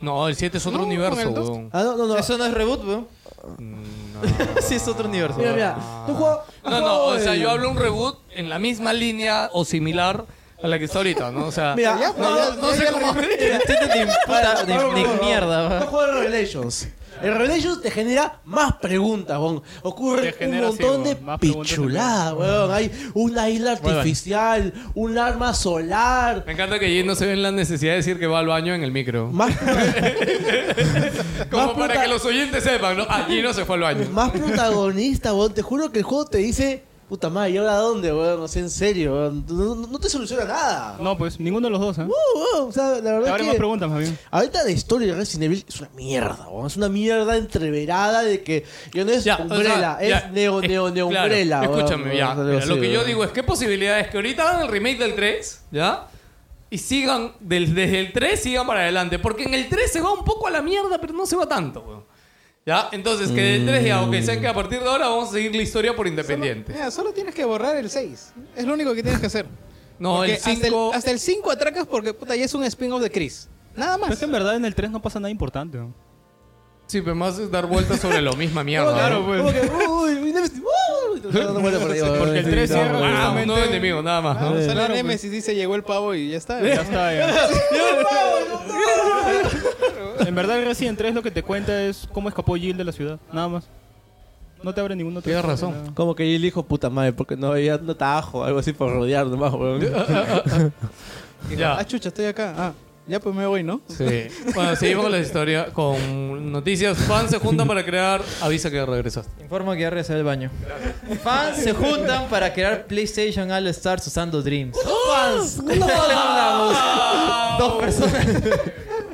Speaker 2: No, el 7 es otro
Speaker 9: No, con
Speaker 2: universo,
Speaker 9: el dos.
Speaker 2: weón.
Speaker 4: Ah, no, no, no.
Speaker 5: creo. Eso no es reboot, weón. sí, es otro universo.
Speaker 4: Mira, mira. Tú juego,
Speaker 2: No, no, o sea, yo hablo un reboot en la misma línea o similar a la que está ahorita, ¿no? O sea,
Speaker 4: Mira,
Speaker 9: Ya,
Speaker 2: no,
Speaker 9: ya,
Speaker 2: no
Speaker 9: ya,
Speaker 2: sé
Speaker 9: ya
Speaker 2: cómo.
Speaker 5: Ni puta- ni- ni mierda,
Speaker 4: Tú
Speaker 5: weón.
Speaker 4: juego Revelations. El Revelations te genera más preguntas, weón. Ocurre
Speaker 7: Te
Speaker 4: un
Speaker 7: genera, sí,
Speaker 4: montón
Speaker 7: weón,
Speaker 4: de
Speaker 7: más preguntas
Speaker 4: pichuladas, weón. Hay una isla artificial, un arma solar.
Speaker 2: Me encanta que allí no se ven la necesidad de decir que va al baño en el micro.
Speaker 4: Más,
Speaker 2: Como
Speaker 4: más
Speaker 2: para
Speaker 4: puta-
Speaker 2: que los oyentes sepan, ¿no? Allí no se fue al baño.
Speaker 4: más protagonista, weón. Te juro que el juego te dice, puta madre, ¿y ahora dónde, weón? No sé, en serio, weón. No, no- no te soluciona nada.
Speaker 7: No, pues ninguno de los dos, ¿eh?
Speaker 4: Uh, weón, O sea, la verdad
Speaker 7: Ahora
Speaker 4: que...
Speaker 7: más preguntas, más bien.
Speaker 4: Ahorita la historia de Resident Evil es una mierda, weón. es una mierda entreverada de que ya no es
Speaker 2: Ya, o sea,
Speaker 4: Umbrella,
Speaker 2: ya,
Speaker 4: es Neo
Speaker 2: eh,
Speaker 4: Neo Neo
Speaker 2: claro,
Speaker 4: Umbrella. weón.
Speaker 2: Escúchame, ya.
Speaker 4: Algo
Speaker 2: mira,
Speaker 4: así,
Speaker 2: lo que yo
Speaker 4: weón.
Speaker 2: digo es qué posibilidades que ahorita hagan el remake del 3, ¿ya? Y sigan, del- desde el 3 sigan para adelante. Porque en el 3 se va un poco a la mierda, pero no se va tanto, weón. ¿Ya? Entonces, que del 3 ya, ok, saben que a partir de ahora vamos a seguir la historia por independiente.
Speaker 3: Mira, solo tienes que borrar el 6. Es lo único que tienes que hacer.
Speaker 2: No,
Speaker 3: Porque
Speaker 2: el 5...
Speaker 3: Hasta el 5 atracas porque puta, ya es un spin-off de Chris. Nada
Speaker 7: Pero es
Speaker 3: más.
Speaker 7: que en verdad en el 3 no pasa nada importante. ¿no?
Speaker 2: Sí, pero más es dar vueltas sobre lo misma mierda.
Speaker 7: Claro,
Speaker 2: ¿no?
Speaker 7: pues.
Speaker 4: Como que, uy, uy, Nemesis, uy, te estás dando vuelta por ahí, weón.
Speaker 7: Porque el
Speaker 4: Sí,
Speaker 7: tres
Speaker 4: no,
Speaker 7: cierra-
Speaker 4: weón.
Speaker 2: Ah, un nuevo enemigo, nada más, ¿no?
Speaker 3: Claro, sale
Speaker 7: claro,
Speaker 3: Nemesis y dice llegó el pavo y ya está.
Speaker 7: Ya está, ya. En verdad, el Resident 3 lo que te cuenta es cómo escapó Jill de la ciudad, nada más. No te abre ningún otro.
Speaker 2: Tienes razón.
Speaker 7: nada.
Speaker 4: Como que él dijo, puta madre, porque no había no tajo, algo así por rodear nomás, weón.
Speaker 2: Ya.
Speaker 3: Ah, chucha, estoy acá. Ah, ya pues me voy, ¿no?
Speaker 2: Sí. Bueno, seguimos con la historia, con noticias. Fans se juntan para crear. Avisa que regresaste.
Speaker 5: Informo que ya regresé del baño. Fans se juntan para crear PlayStation All Stars usando Dreams.
Speaker 4: ¡Oh! Fans,
Speaker 5: Dos personas.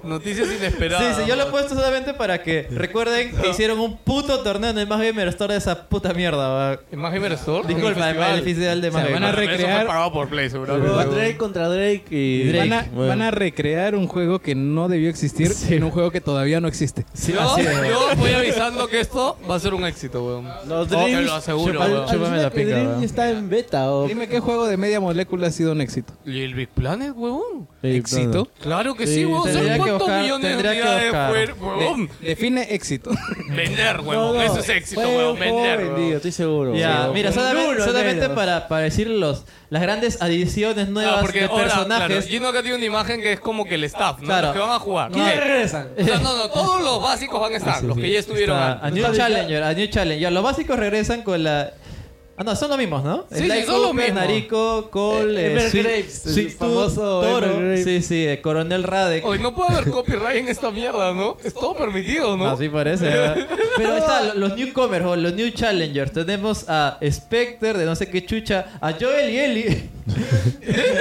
Speaker 2: Noticias
Speaker 5: Sí,
Speaker 2: inesperadas.
Speaker 5: sí, yo lo he puesto solamente para que recuerden que hicieron un puto torneo en el Más Gamer Store de esa puta mierda. va.
Speaker 2: ¿En Más Gamer Store?
Speaker 5: Disculpa, el
Speaker 2: festival.
Speaker 5: festival de Más
Speaker 3: van a
Speaker 5: Gamer.
Speaker 3: re- recrear-
Speaker 2: Eso fue pagado por Play, seguro.
Speaker 4: Weón, Drake contra Drake y
Speaker 5: Drake.
Speaker 4: Drake.
Speaker 3: Van a,
Speaker 4: weón.
Speaker 3: van a recrear un juego que no debió existir en un juego que todavía no existe.
Speaker 5: Sí,
Speaker 2: Yo,
Speaker 5: así es, weón.
Speaker 2: yo voy avisando que esto va a ser un éxito, weón.
Speaker 4: Los
Speaker 2: Te
Speaker 4: Dreams-
Speaker 2: lo aseguro,
Speaker 4: Al-
Speaker 2: weón.
Speaker 4: alucina
Speaker 5: la
Speaker 4: que
Speaker 5: pica,
Speaker 4: Dream
Speaker 5: weón.
Speaker 4: está en beta, o
Speaker 3: Dime qué juego de media molécula ha sido un éxito.
Speaker 2: ¿Y el Big Planet, weón?
Speaker 4: Sí,
Speaker 3: ¿Éxito?
Speaker 2: Claro que
Speaker 4: Sí,
Speaker 2: sí, weón.
Speaker 5: tendría
Speaker 2: ¿Sabes
Speaker 5: que
Speaker 2: cuántos
Speaker 5: buscar-
Speaker 2: millones de
Speaker 5: tendría que
Speaker 2: unidades
Speaker 5: buscar.
Speaker 2: fueron,
Speaker 4: Oh.
Speaker 2: weón?
Speaker 3: Define éxito.
Speaker 2: Vender, weón.
Speaker 4: No, no,
Speaker 2: Eso es éxito,
Speaker 4: fue un
Speaker 2: weón.
Speaker 4: juego
Speaker 2: Vender, weón.
Speaker 4: vendido, estoy seguro.
Speaker 5: Ya,
Speaker 4: weón.
Speaker 5: mira, solamente,
Speaker 4: Seguro,
Speaker 5: solamente
Speaker 4: negro.
Speaker 5: para, para decir los, las grandes adiciones
Speaker 2: Ah,
Speaker 5: nuevas
Speaker 2: porque
Speaker 5: de
Speaker 2: ahora, claro,
Speaker 5: personajes.
Speaker 2: Gino acá tiene una imagen que es como que el staff, ¿no?
Speaker 5: Claro.
Speaker 2: Los que van a jugar.
Speaker 5: ¿Quiénes
Speaker 2: Ok.
Speaker 4: regresan?
Speaker 2: O sea, no, no, todos los básicos van a estar, los que ya estuvieron
Speaker 5: Ah, Está
Speaker 2: antes.
Speaker 5: a New
Speaker 4: Está-
Speaker 5: Challenger, a New Challenger. Los básicos regresan con la... Ah, no, son los mismos, ¿no?
Speaker 2: Sí, sí,
Speaker 5: Sly
Speaker 2: son los
Speaker 5: Cooper,
Speaker 2: mismos.
Speaker 5: Narico, Cole,
Speaker 4: Eh, Ever
Speaker 5: Sweet-
Speaker 4: Graves, el
Speaker 5: Sweet Tooth,
Speaker 4: famoso
Speaker 5: Toro.
Speaker 4: Ever Graves.
Speaker 5: Sí, sí, eh, Coronel Radek.
Speaker 2: Oye, no puede haber copyright en esta mierda, ¿no? Es todo permitido, ¿no?
Speaker 5: Así parece. ¿verdad? Pero ahí está, lo- los newcomers o los new challengers. Tenemos a Specter de no sé qué chucha, a Joel y Eli.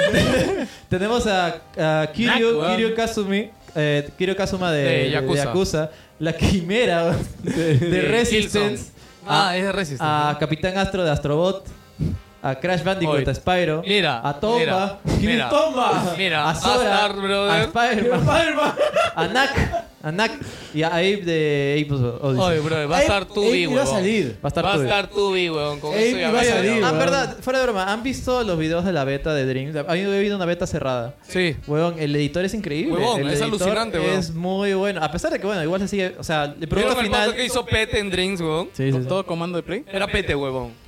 Speaker 5: Tenemos a, a Kiryu,
Speaker 2: Naku, ah.
Speaker 5: Kiryu Kazumi. eh, Kiryu Kazuma de,
Speaker 2: De
Speaker 5: de Yakuza.
Speaker 2: Yakuza.
Speaker 5: La Quimera de, de
Speaker 2: De
Speaker 5: Resistance.
Speaker 2: Killzone.
Speaker 5: A,
Speaker 2: Ah, es de Resistance.
Speaker 5: a Capitán Astro de Astrobot. A Crash Bandicoot,
Speaker 2: Oye,
Speaker 5: a Spyro.
Speaker 2: Mira,
Speaker 5: a Tomba.
Speaker 2: mira,
Speaker 5: Kiryu
Speaker 2: mira,
Speaker 5: Tomba.
Speaker 2: mira,
Speaker 5: a Sora.
Speaker 2: Bastard Brother.
Speaker 5: A Spider-Man. A Nak, a Nak y a Abe de pues, Ape Odyssey.
Speaker 2: Oye, bro, va a
Speaker 4: Ey,
Speaker 2: estar tu
Speaker 4: ey,
Speaker 2: B,
Speaker 4: iba a
Speaker 2: weón.
Speaker 4: salir.
Speaker 5: Va a estar
Speaker 2: Va a
Speaker 5: todo bien.
Speaker 2: estar tu B, weón. Con
Speaker 4: Ey,
Speaker 2: eso ya
Speaker 4: iba a
Speaker 2: me-
Speaker 4: salir,
Speaker 5: Ah,
Speaker 4: weón.
Speaker 5: en verdad, fuera de broma, ¿han visto los videos de la beta de Dreams? Ha habido ha habido una beta cerrada.
Speaker 2: Sí.
Speaker 5: Huevón, el editor es increíble.
Speaker 2: Huevón,
Speaker 5: el
Speaker 2: es
Speaker 5: editor
Speaker 2: alucinante, huevón.
Speaker 5: Es muy bueno. A pesar de que, bueno, igual se sigue. O sea, el producto
Speaker 2: ¿Vieron el paso
Speaker 5: final.
Speaker 2: que hizo Pete en Dreams, weón?
Speaker 5: Sí, sí, sí.
Speaker 3: Todo comando de play.
Speaker 2: Era Pete, weón.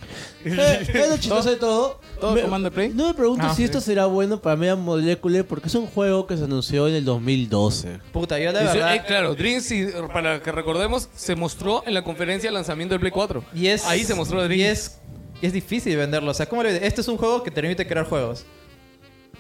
Speaker 4: Eh, es lo chistoso de todo.
Speaker 3: Todo
Speaker 4: Me-
Speaker 3: comando de play.
Speaker 4: No me pregunto si esto será bueno para Media Molecule porque es un juego que se anunció en el 2012.
Speaker 5: Puta, yo la
Speaker 2: Dice,
Speaker 5: verdad.
Speaker 2: eh, claro, Dreams, y- para que recordemos, se mostró en la conferencia de lanzamiento del Play 4.
Speaker 5: Y es,
Speaker 2: Ahí se mostró Dreams.
Speaker 5: Y es, y es difícil venderlo. O sea, ¿cómo le- Este es un juego que te permite crear juegos.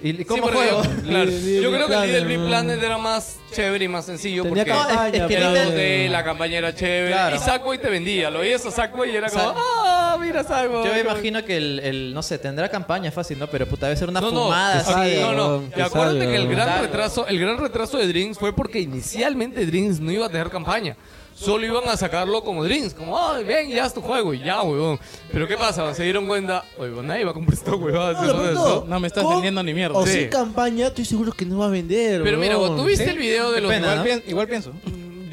Speaker 5: ¿Y
Speaker 2: Sí,
Speaker 5: cómo
Speaker 2: por
Speaker 5: juego?
Speaker 2: ejemplo, claro.
Speaker 4: Y- y-
Speaker 2: Yo creo que el
Speaker 4: Planet,
Speaker 2: del Big
Speaker 4: ¿no?
Speaker 2: Planet era más chévere y más sencillo
Speaker 4: Tenía
Speaker 2: porque
Speaker 4: campaña,
Speaker 5: No, es- es que
Speaker 4: pero-
Speaker 5: literal-
Speaker 2: de la campaña era chévere
Speaker 5: Claro.
Speaker 2: y Sackboy te vendía. Lo oías a Sackboy y era como,
Speaker 5: Sa-
Speaker 2: ah, mira Sackboy.
Speaker 5: Yo me imagino que el, el- No sé, tendrá campaña fácil, ¿no? Pero puta, debe ser una
Speaker 2: no, no,
Speaker 5: fumada
Speaker 2: ok,
Speaker 5: así.
Speaker 2: no, no.
Speaker 4: Que
Speaker 2: Y acuérdate
Speaker 4: salga,
Speaker 2: que el
Speaker 4: weón.
Speaker 2: gran
Speaker 5: Claro.
Speaker 2: retraso, el gran retraso de Dreams fue porque inicialmente Dreams no iba a tener campaña. Solo iban a sacarlo como Dreams, como, ah, ven, ya es tu juego y ya, huevón. Pero ¿qué pasa? Se dieron cuenta, oye, weón, nadie va a comprar esta huevada.
Speaker 5: Ah,
Speaker 4: No,
Speaker 2: si
Speaker 4: de
Speaker 2: no es
Speaker 4: pronto,
Speaker 2: eso".
Speaker 3: No me estás
Speaker 4: con
Speaker 3: vendiendo ni mierda.
Speaker 4: O
Speaker 2: Sí.
Speaker 4: sin campaña, estoy seguro que no va a vender.
Speaker 2: Pero mira,
Speaker 4: weón.
Speaker 2: weón, ¿tú viste el video de los...
Speaker 5: pena,
Speaker 3: Igual,
Speaker 5: ¿no?
Speaker 3: pien- igual pienso.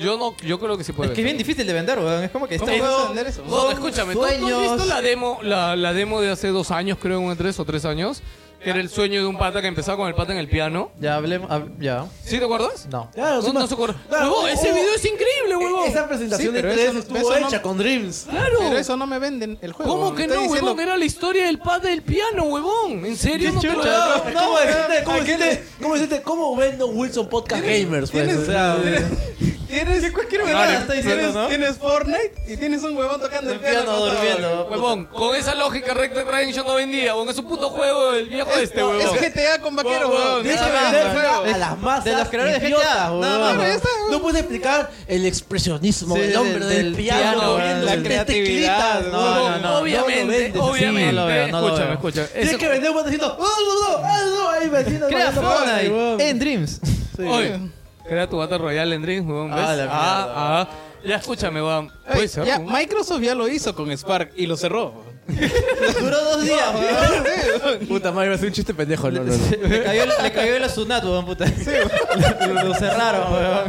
Speaker 2: Yo no, yo creo que sí puede
Speaker 5: Es que es bien difícil de vender, weón. Es como que
Speaker 3: ¿Cómo
Speaker 5: este
Speaker 3: vas a
Speaker 5: juego-
Speaker 3: vender eso?
Speaker 2: No, escúchame, ¿tú, tú has
Speaker 5: sueños.
Speaker 2: visto la demo, la, la demo de hace dos años, creo, en E tres o tres años? Que era el sueño de un pata que empezaba con el pata en el piano.
Speaker 5: Ya hablemos. hab- Ya.
Speaker 2: ¿Sí te acuerdas?
Speaker 5: No.
Speaker 4: Claro,
Speaker 2: No,
Speaker 4: sí,
Speaker 2: no
Speaker 4: más-
Speaker 2: se acuerda.
Speaker 4: claro,
Speaker 2: Huevón,
Speaker 5: oh,
Speaker 4: o-
Speaker 2: ese
Speaker 4: o-
Speaker 2: video es
Speaker 5: e-,
Speaker 2: increíble, huevón.
Speaker 4: Esa presentación
Speaker 3: Sí,
Speaker 4: de
Speaker 3: pero
Speaker 4: 3
Speaker 3: eso no-
Speaker 4: estuvo
Speaker 3: eso no-
Speaker 4: hecha con Dreams.
Speaker 2: Claro.
Speaker 3: Pero eso no me venden el juego.
Speaker 2: ¿Cómo
Speaker 3: me
Speaker 2: que
Speaker 3: estoy
Speaker 2: no,
Speaker 3: diciendo-
Speaker 2: huevón? Era la historia del pata del piano, huevón. ¿En serio? No te lo-
Speaker 4: No, no, ¿cómo, decirte, ¿cómo, decirte, ¿Cómo decirte cómo vendo Wilson Podcast Gamers? Pues, o sea,
Speaker 3: Tienes cualquier
Speaker 5: huevada está diciendo,
Speaker 3: tienes,
Speaker 5: ¿no?
Speaker 3: tienes Fortnite y tienes un huevón tocando el piano.
Speaker 5: Piano,
Speaker 3: con todo,
Speaker 5: durmiendo.
Speaker 2: Huevón, con esa lógica Red Dead Redemption no vendía, huevón. Es un puto juego del viejo este,
Speaker 3: huevón.
Speaker 2: huevón.
Speaker 3: Es GTA con vaqueros,
Speaker 2: Huevón,
Speaker 3: huevón.
Speaker 4: Tienes que
Speaker 3: Nada más,
Speaker 4: vender
Speaker 3: huevón.
Speaker 4: a las masas.
Speaker 5: de los creadores de
Speaker 4: idiotas,
Speaker 5: GTA.
Speaker 4: huevón.
Speaker 5: No, no, no, ya
Speaker 3: está,
Speaker 4: No puedes explicar el expresionismo
Speaker 5: Sí,
Speaker 4: del
Speaker 5: del-
Speaker 4: hombre del,
Speaker 5: del
Speaker 4: piano,
Speaker 5: piano,
Speaker 4: viendo
Speaker 5: la
Speaker 4: sus
Speaker 5: creatividad,
Speaker 4: teclitas,
Speaker 5: no,
Speaker 4: huevón.
Speaker 5: no, no.
Speaker 2: obviamente,
Speaker 4: vendes así.
Speaker 2: obviamente.
Speaker 5: No lo veo, no lo
Speaker 2: escúchame,
Speaker 5: veo.
Speaker 2: escúchame.
Speaker 4: Tienes
Speaker 2: Eso-
Speaker 4: que vender un botecito. ¡Oh, no, no! ¡Ah, no! Ahí vecino.
Speaker 5: Crea
Speaker 4: bailando Fortnite, huevón.
Speaker 5: Fortnite en Dreams.
Speaker 2: Oye, era tu Battle Royale en Dream, huevón. ¿ves?
Speaker 5: Ah, la mierda.
Speaker 2: ah, ah. Ya escúchame, huevón.
Speaker 3: Ey,
Speaker 2: Puede ser,
Speaker 3: ya,
Speaker 2: huevón.
Speaker 3: Microsoft ya lo hizo con Spark y lo cerró.
Speaker 5: Duró dos días, weón.
Speaker 4: Puta madre, va a ser un chiste pendejo. No, no, no.
Speaker 5: Le cayó, el- le cayó el Asunat, weón, puta. Lo, lo cerraron, weón.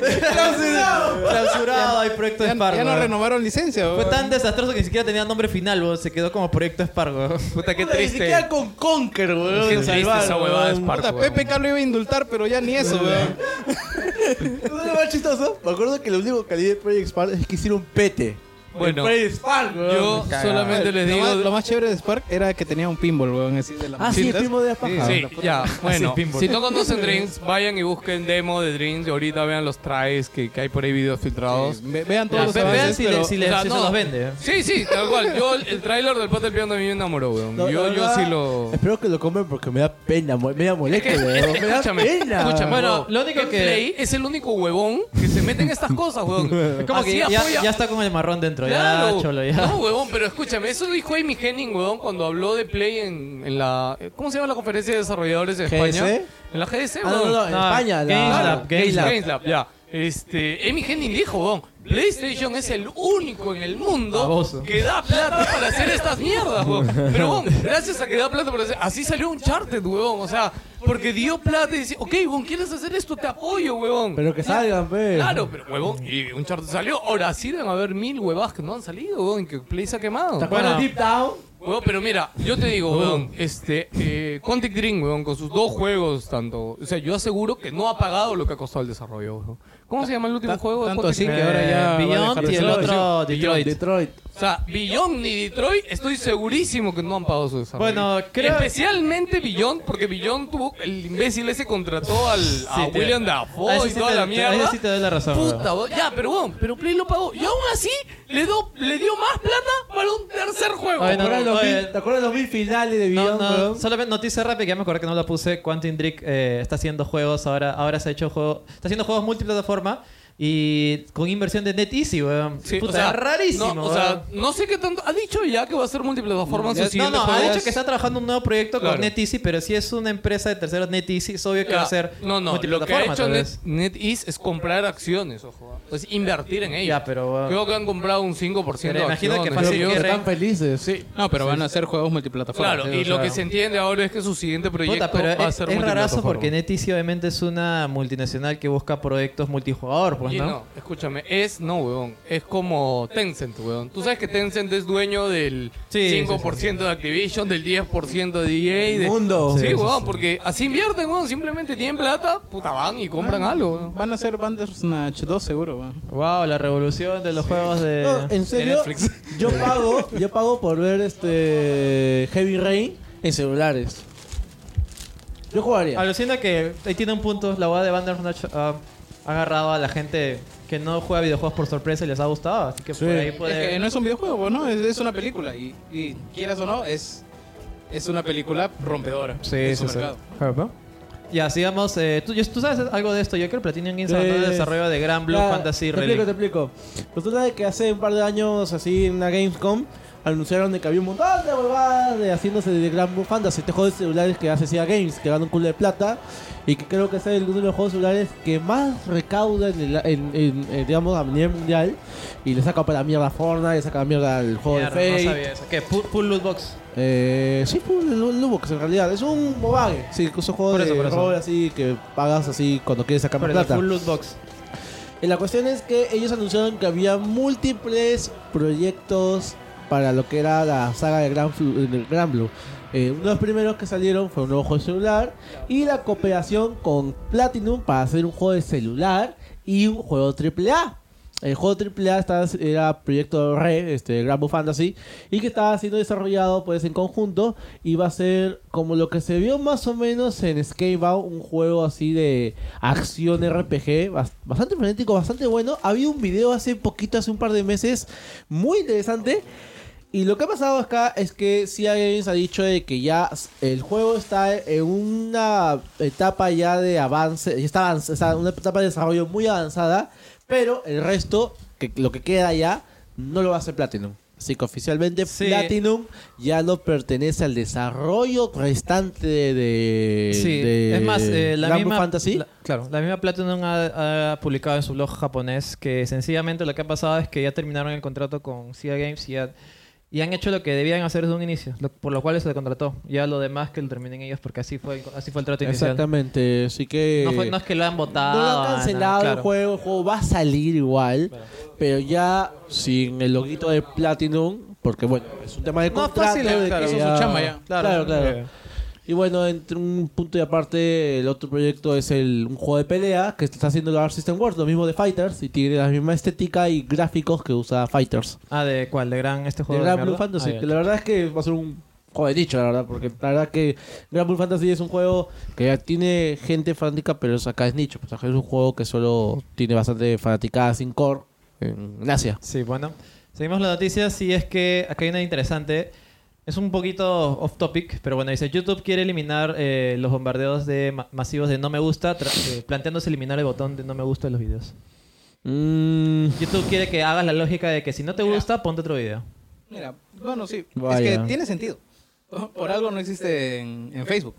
Speaker 5: Clausurado. Clausurado, hay proyecto
Speaker 3: Ya,
Speaker 5: Spark.
Speaker 3: ya no
Speaker 5: weón.
Speaker 3: renovaron licencia.
Speaker 5: Fue
Speaker 3: huevón.
Speaker 5: tan desastroso que ni siquiera tenía nombre final, weón. Se quedó como proyecto Spark, weón.
Speaker 2: Puta, qué
Speaker 4: Ni
Speaker 2: triste.
Speaker 4: siquiera con Conker, weón.
Speaker 2: Qué triste
Speaker 4: salvaron,
Speaker 2: esa huevada de
Speaker 4: huevón.
Speaker 2: Spark,
Speaker 3: Puta,
Speaker 2: huevón.
Speaker 3: PPK lo iba a indultar, pero ya ni eso, weón.
Speaker 4: ¿No es lo más chistoso? Me acuerdo que lo único que leí de Project Spark es que hicieron pete.
Speaker 2: Bueno,
Speaker 4: Project Spark, weón.
Speaker 2: Yo
Speaker 4: Me cagaba.
Speaker 2: solamente les
Speaker 3: Lo
Speaker 2: digo.
Speaker 3: más, lo más chévere de Spark era que tenía un pinball, weón, así de la
Speaker 4: Ah, sí, el
Speaker 3: manchita.
Speaker 4: primo de la paja.
Speaker 2: Sí, ya, bueno.
Speaker 4: pinball.
Speaker 2: Si no conocen Dreams, vayan y busquen demo de Dreams. Y ahorita vean los tries que, que hay por ahí videos filtrados.
Speaker 3: Ve- Vean
Speaker 5: Ya,
Speaker 3: todos los
Speaker 5: ve- vean
Speaker 3: avances,
Speaker 5: si, le,
Speaker 3: pero-
Speaker 5: si, le,
Speaker 2: o sea,
Speaker 5: si
Speaker 2: no.
Speaker 5: se los vende. ¿eh?
Speaker 2: Sí, sí, tal cual. Yo, el tráiler del Pato del Piano a mí me enamoró, weón.
Speaker 4: No,
Speaker 2: yo,
Speaker 4: la
Speaker 2: yo
Speaker 4: verdad,
Speaker 2: sí lo...
Speaker 4: Espero que lo compren porque me da pena, mo- me da molestia, weón. Me da
Speaker 2: Escúchame,
Speaker 4: pena.
Speaker 2: escúchame.
Speaker 5: Bueno,
Speaker 2: weón.
Speaker 5: lo único
Speaker 2: En
Speaker 5: que-
Speaker 2: Play es el único huevón que se mete en estas cosas, weón. Es como
Speaker 5: Ah, que
Speaker 2: si
Speaker 5: ya,
Speaker 2: apoya-
Speaker 5: ya está con el marrón dentro,
Speaker 2: Claro.
Speaker 5: ya, cholo, ya.
Speaker 2: No, huevón, pero escúchame, eso dijo Amy Henning, huevón, cuando habló de Play en, en la... ¿Cómo se llama la conferencia de desarrolladores en
Speaker 4: ¿GDC?
Speaker 2: España? En la GDC,
Speaker 4: Ah,
Speaker 2: huevón.
Speaker 4: no, no, no, en
Speaker 5: Ah,
Speaker 4: España.
Speaker 5: Games
Speaker 4: la...
Speaker 5: Lab, Games Lab.
Speaker 2: Games Lab, ya. Este, Amy Henning dijo, huevón, PlayStation es el único en el mundo
Speaker 5: Baboso.
Speaker 2: que da plata para hacer estas mierdas, huevón. Pero, huevón, gracias a que da plata para hacer... Así salió Uncharted, huevón, o sea, porque dio plata y dice, ok, huevón, ¿quieres hacer esto? Te apoyo, huevón.
Speaker 4: Pero que salgan, pues. pe.
Speaker 2: Claro, pero huevón, y un charter salió. Ahora sí deben haber mil huevas que no han salido, huevón, que Play se ha quemado.
Speaker 4: ¿Te acuerdas
Speaker 5: Bueno.
Speaker 4: de Deep Down?
Speaker 2: Huevón, pero mira, yo te digo, huevón, este, eh, Quantic Dream, huevón, con sus dos juegos, tanto. O sea, yo aseguro que no ha pagado lo que ha costado el desarrollo, huevón. ¿Cómo se llama el último juego? de
Speaker 3: tanto
Speaker 2: Quantic
Speaker 3: así
Speaker 2: Dream?
Speaker 3: que ahora
Speaker 5: Eh,
Speaker 3: ya va a
Speaker 5: Beyond
Speaker 3: dejar de
Speaker 5: y el
Speaker 3: ser
Speaker 5: otro Detroit.
Speaker 4: Detroit.
Speaker 2: O sea, Beyond ni Detroit, estoy segurísimo que no han pagado su desarrollo.
Speaker 5: Bueno, creo-
Speaker 2: Especialmente Beyond, porque Beyond tuvo. El imbécil ese contrató al, a
Speaker 5: Sí, te-
Speaker 2: William Dafoe
Speaker 5: ahí sí
Speaker 2: y
Speaker 5: te-
Speaker 2: toda la
Speaker 5: ahí
Speaker 2: mierda.
Speaker 5: sí te doy la razón.
Speaker 2: Puta, bo- ya, pero bueno, pero Play lo pagó. Y aún así, le, do- le dio más plata para un tercer juego.
Speaker 5: Ay,
Speaker 4: ¿Te
Speaker 5: no,
Speaker 4: acuerdas
Speaker 5: no,
Speaker 4: los
Speaker 5: oye.
Speaker 4: mil- te acuerdas los mil finales de
Speaker 5: No,
Speaker 4: Beyond,
Speaker 5: no,
Speaker 4: weón?
Speaker 5: solamente noticia rápida que ya me acordé que no la puse. Quantum Drake eh, está haciendo juegos ahora, ahora se ha hecho juego, está haciendo juegos multiplataforma y con inversión de NetEasy, weón.
Speaker 2: Sí,
Speaker 5: Puta,
Speaker 2: o sea,
Speaker 5: rarísimo.
Speaker 2: No, o sea, no sé qué tanto. Ha dicho ya que va a ser multiplataforma en su
Speaker 5: weón. no,
Speaker 2: siguiente
Speaker 5: no, ha
Speaker 2: juego.
Speaker 5: dicho que está trabajando un nuevo proyecto
Speaker 2: Claro.
Speaker 5: con NetEasy, pero si es una empresa de terceros NetEasy, es obvio que va a
Speaker 2: Ya,
Speaker 5: ser
Speaker 2: no, no, lo que ha
Speaker 5: multiplataforma,
Speaker 2: hecho
Speaker 5: tal
Speaker 2: Net,
Speaker 5: vez.
Speaker 2: NetEase es comprar acciones, ojo. ah. Es invertir en ellas.
Speaker 5: Ya, pero, ah,
Speaker 2: Creo que han comprado un 5% de
Speaker 5: pero imagina que
Speaker 2: acciones.
Speaker 5: fácil
Speaker 2: Creo
Speaker 5: que
Speaker 2: que-
Speaker 5: re-
Speaker 4: Están felices, sí.
Speaker 3: No, pero van a hacer juegos multiplataforma.
Speaker 2: Claro,
Speaker 3: sí,
Speaker 2: y
Speaker 3: o
Speaker 2: lo
Speaker 3: sea.
Speaker 2: que se entiende ahora es que su siguiente proyecto
Speaker 5: Puta, pero
Speaker 2: va a
Speaker 5: es,
Speaker 2: ser
Speaker 5: es rarazo
Speaker 2: multiplataforma.
Speaker 5: porque NetEasy obviamente es una multinacional que busca proyectos multijugador, pues,
Speaker 2: Y
Speaker 5: ¿no?
Speaker 2: no, escúchame, es, no, weón, es como Tencent, weón. Tú sabes que Tencent es dueño del
Speaker 5: Sí,
Speaker 2: 5% de Activision, del 10% de EA. De...
Speaker 4: Mundo.
Speaker 2: Sí,
Speaker 4: Sí,
Speaker 2: weón, porque así invierten, weón, simplemente tienen plata, puta, van y compran algo, weón.
Speaker 3: Van a ser Bandersnatch 2 seguro, weón.
Speaker 5: Wow, la revolución de los juegos Eh, de...
Speaker 4: No, en serio, yo pago, yo pago por ver este Heavy Rain en celulares. Yo jugaría.
Speaker 5: Alucina que ahí tiene un punto. La boda de Bandersnatch ah, ha agarrado a la gente que no juega videojuegos por sorpresa y les ha gustado. Así que
Speaker 4: Sí.
Speaker 5: por ahí
Speaker 3: Es que
Speaker 5: puede.
Speaker 3: no es un videojuego, ¿no? Es, es una película. Y, y quieras o no, es, es una película rompedora. en su mercado.
Speaker 5: Ya, sigamos. eh, tú, yo- tú sabes algo de esto. Yo creo que Platinum Games
Speaker 4: Sí.
Speaker 5: abandonó el desarrollo de Gran Blue
Speaker 4: Ya,
Speaker 5: Fantasy
Speaker 4: Te explico,
Speaker 5: Relic.
Speaker 4: te explico. Resulta que hace un par de años, así en la Gamescom, anunciaron de que había un montón de huevadas de haciéndose de Grand Blue Fantasy. Este juego de celulares que hace Sega Games, que gana un culo de plata. Y que creo que es el- uno de los juegos celulares que más recauda en, el- en- en- en, digamos, a nivel mundial. Y le saca para la mierda a Fortnite, le saca la mierda al juego
Speaker 5: Mierda,
Speaker 4: de
Speaker 5: no
Speaker 4: Fate.
Speaker 5: sabía eso. ¿Qué? Full, full loot box.
Speaker 4: Eh, sí, fue un Lu- Lubox en realidad. Es un mobile. Sí, es un juego
Speaker 5: Por eso,
Speaker 4: de
Speaker 5: por eso.
Speaker 4: rol así que pagas así cuando quieres sacar más
Speaker 5: Pero
Speaker 4: plata.
Speaker 5: full loot box.
Speaker 4: Y la cuestión es que ellos anunciaron que había múltiples proyectos para lo que era la saga de Gran, Flu- de Gran Blue. Eh, uno de los primeros que salieron fue un nuevo juego de celular y la cooperación con Platinum para hacer un juego de celular y un juego AAA. El juego AAA estaba- era proyecto Re, este, Grand Blue Fantasy, y que estaba siendo desarrollado pues en conjunto y va a ser como lo que se vio más o menos en Skatebound, un juego así de acción RPG, bas- bastante frenético, bastante bueno. Había un video hace poquito, hace un par de meses, muy interesante. Y lo que ha pasado acá es que si Games ha dicho de que ya el juego está en una etapa ya de avance, ya está avanz- está en una etapa de desarrollo muy avanzada, pero el resto, que lo que queda ya, no lo va a hacer Platinum. Así que oficialmente
Speaker 5: Sí.
Speaker 4: Platinum ya no pertenece al desarrollo restante de, de-
Speaker 5: Sí,
Speaker 4: de
Speaker 5: es más, eh, la
Speaker 4: Grand Blue
Speaker 5: misma
Speaker 4: Fantasy.
Speaker 5: la- claro, la misma Platinum ha, ha publicado en su blog japonés que sencillamente lo que ha pasado es que ya terminaron el contrato con Sega Games y, ya- y han hecho lo que debían hacer desde un inicio, lo- por lo cual se le contrató. Ya lo demás que lo terminen ellos porque así fue, así fue el trato inicial.
Speaker 4: Exactamente, así que
Speaker 5: No, fue- no es que lo han votado.
Speaker 4: No lo han cancelado
Speaker 5: nada,
Speaker 4: el
Speaker 5: claro.
Speaker 4: juego, el juego va a salir igual, pero ya sin el loguito de Platinum, porque bueno, es un tema de
Speaker 5: No,
Speaker 4: contrato.
Speaker 5: fácil,
Speaker 4: de
Speaker 5: claro,
Speaker 4: que
Speaker 5: hizo su
Speaker 2: chamba ya.
Speaker 4: Claro, claro.
Speaker 5: Claro.
Speaker 4: Y bueno, entre un punto y aparte, el otro proyecto es el, un juego de pelea que está haciendo la Arc System Wars, lo mismo de Fighters, y tiene la misma estética y gráficos que usa Fighters.
Speaker 5: Ah, ¿de cuál? ¿De Gran este
Speaker 4: De
Speaker 5: juego?
Speaker 4: Gran
Speaker 5: mierda?
Speaker 4: Blue Fantasy,
Speaker 5: Ah, ya.
Speaker 4: que la verdad es que va a ser un juego de nicho, la verdad, porque la verdad que Gran Blue Fantasy es un juego que ya tiene gente fanática, pero eso acá es nicho. pues, acá es un juego que solo tiene bastante fanaticada sin core en en Asia.
Speaker 5: Sí, bueno. Seguimos las noticias y es que acá hay una interesante. Es un poquito off topic, pero bueno, dice YouTube quiere eliminar eh, los bombardeos de ma- masivos de no me gusta, tra- eh, planteándose eliminar el botón de no me gusta de los videos.
Speaker 4: Mm,
Speaker 5: YouTube quiere que hagas la lógica de que si no te gusta, ponte otro video.
Speaker 3: Mira, bueno, sí. Es
Speaker 4: Vaya.
Speaker 3: que tiene sentido. Por, por algo no existe en, en Facebook.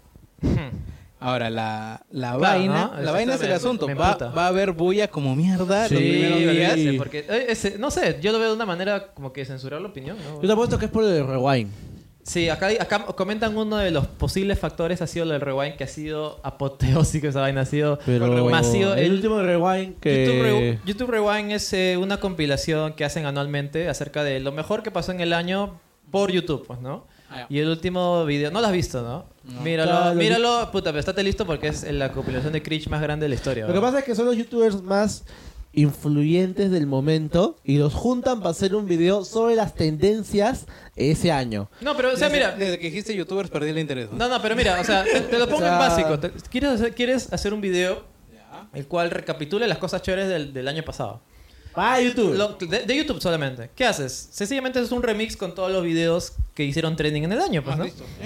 Speaker 3: Ahora, la, la vaina,
Speaker 5: ¿no?
Speaker 3: la
Speaker 5: Eso
Speaker 3: vaina es
Speaker 5: está
Speaker 3: el
Speaker 5: me-
Speaker 3: asunto.
Speaker 5: me
Speaker 3: Va,
Speaker 5: emputa.
Speaker 3: va a haber bulla como
Speaker 5: Ah,
Speaker 3: mierda los primeros días.
Speaker 5: ese, porque, eh, ese- no sé, yo lo veo de una manera como que censurar la opinión. ¿no?
Speaker 4: yo te apuesto que es por el rewind.
Speaker 5: Sí, acá, hay- acá comentan uno de los posibles factores ha sido el rewind, que ha sido apoteósico esa vaina, ha sido
Speaker 4: Pero
Speaker 5: masivo.
Speaker 4: el, último rewind
Speaker 5: YouTube,
Speaker 4: que.
Speaker 5: Rew- YouTube Rewind es eh, una compilación que hacen anualmente acerca de lo mejor que pasó en el año por YouTube, pues, ¿no? Y el último video, no lo has visto, ¿no? Míralo,
Speaker 4: Claro, lo-
Speaker 5: míralo, puta, pero estate listo porque es la compilación de cringe más grande de la historia.
Speaker 4: Lo que
Speaker 5: ¿verdad?
Speaker 4: pasa es que son los youtubers más influyentes del momento y los juntan para hacer un video sobre las tendencias ese año.
Speaker 5: No, pero, o sea,
Speaker 3: Desde-
Speaker 5: mira,
Speaker 3: Desde que dijiste youtubers perdí el interés. ¿no?
Speaker 5: No, no, pero mira, o sea, te, te lo pongo
Speaker 4: sea-
Speaker 5: en básico. Te- ¿Quieres hacer, quieres hacer un video el cual recapitule las cosas chéveres del, del año pasado?
Speaker 4: Ah, YouTube.
Speaker 5: Lo- de, de YouTube solamente. ¿Qué haces? Sencillamente es un remix con todos los videos que hicieron trending en el año, pues, ¿no?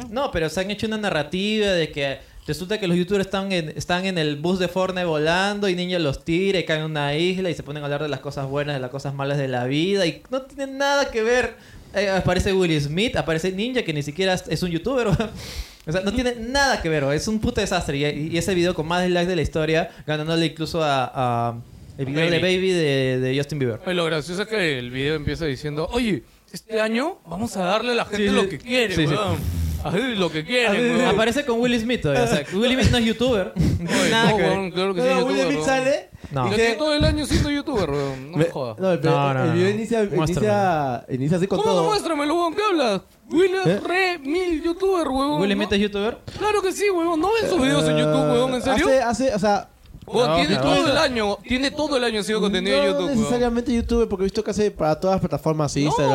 Speaker 5: No, pero se han hecho una narrativa de que resulta que los youtubers están en, están en el bus de Fortnite volando y niños los tira y caen en una isla y se ponen a hablar de las cosas buenas, de las cosas malas de la vida y no tienen nada que ver. Eh, aparece Will Smith, aparece Ninja que ni siquiera es- es un youtuber. O sea, no tiene nada que ver, es un puto desastre. Y, y ese video con más likes de la historia, ganándole incluso a, a el video de
Speaker 2: Baby.
Speaker 5: Baby de, de Justin Bieber.
Speaker 2: Oye, lo gracioso es que el video empieza diciendo, oye, este año vamos a darle a la gente
Speaker 5: Sí, sí.
Speaker 2: lo que quiere,
Speaker 5: Sí, sí.
Speaker 2: weón. Así, lo que quiere,
Speaker 5: Ah,
Speaker 2: weón.
Speaker 5: Aparece con Will Smith todavía. O sea, Will Smith no es youtuber.
Speaker 2: Oye,
Speaker 5: Nada
Speaker 2: no,
Speaker 5: que ver.
Speaker 2: weón, claro que sí,
Speaker 4: Pero
Speaker 2: youtuber,
Speaker 4: Will Smith
Speaker 2: weón.
Speaker 4: sale
Speaker 5: No.
Speaker 2: Y
Speaker 4: y
Speaker 2: que
Speaker 4: te-
Speaker 2: todo el año siendo youtuber, weón. No me jodas.
Speaker 4: No, pero
Speaker 5: No, no,
Speaker 4: el video
Speaker 5: no.
Speaker 4: inicia, inicia,
Speaker 5: Muéstramelo.
Speaker 4: inicia así con
Speaker 2: ¿Cómo no
Speaker 4: todo.
Speaker 2: muéstramelo, weón? ¿Qué hablas? Will es
Speaker 4: ¿Eh?
Speaker 2: re mil youtuber, weón.
Speaker 5: Will
Speaker 2: ¿no?
Speaker 5: Smith es youtuber.
Speaker 2: Claro que sí, weón. ¿No ven sus videos en YouTube, weón? ¿En serio?
Speaker 4: Eh, Hace, hace, o sea,
Speaker 2: Weón,
Speaker 5: No,
Speaker 2: tiene
Speaker 5: claro.
Speaker 2: todo el año. Tiene todo el año sido contenido
Speaker 4: no
Speaker 2: en YouTube, weón.
Speaker 4: necesariamente YouTube, porque he visto que hace para todas las plataformas, Instagram.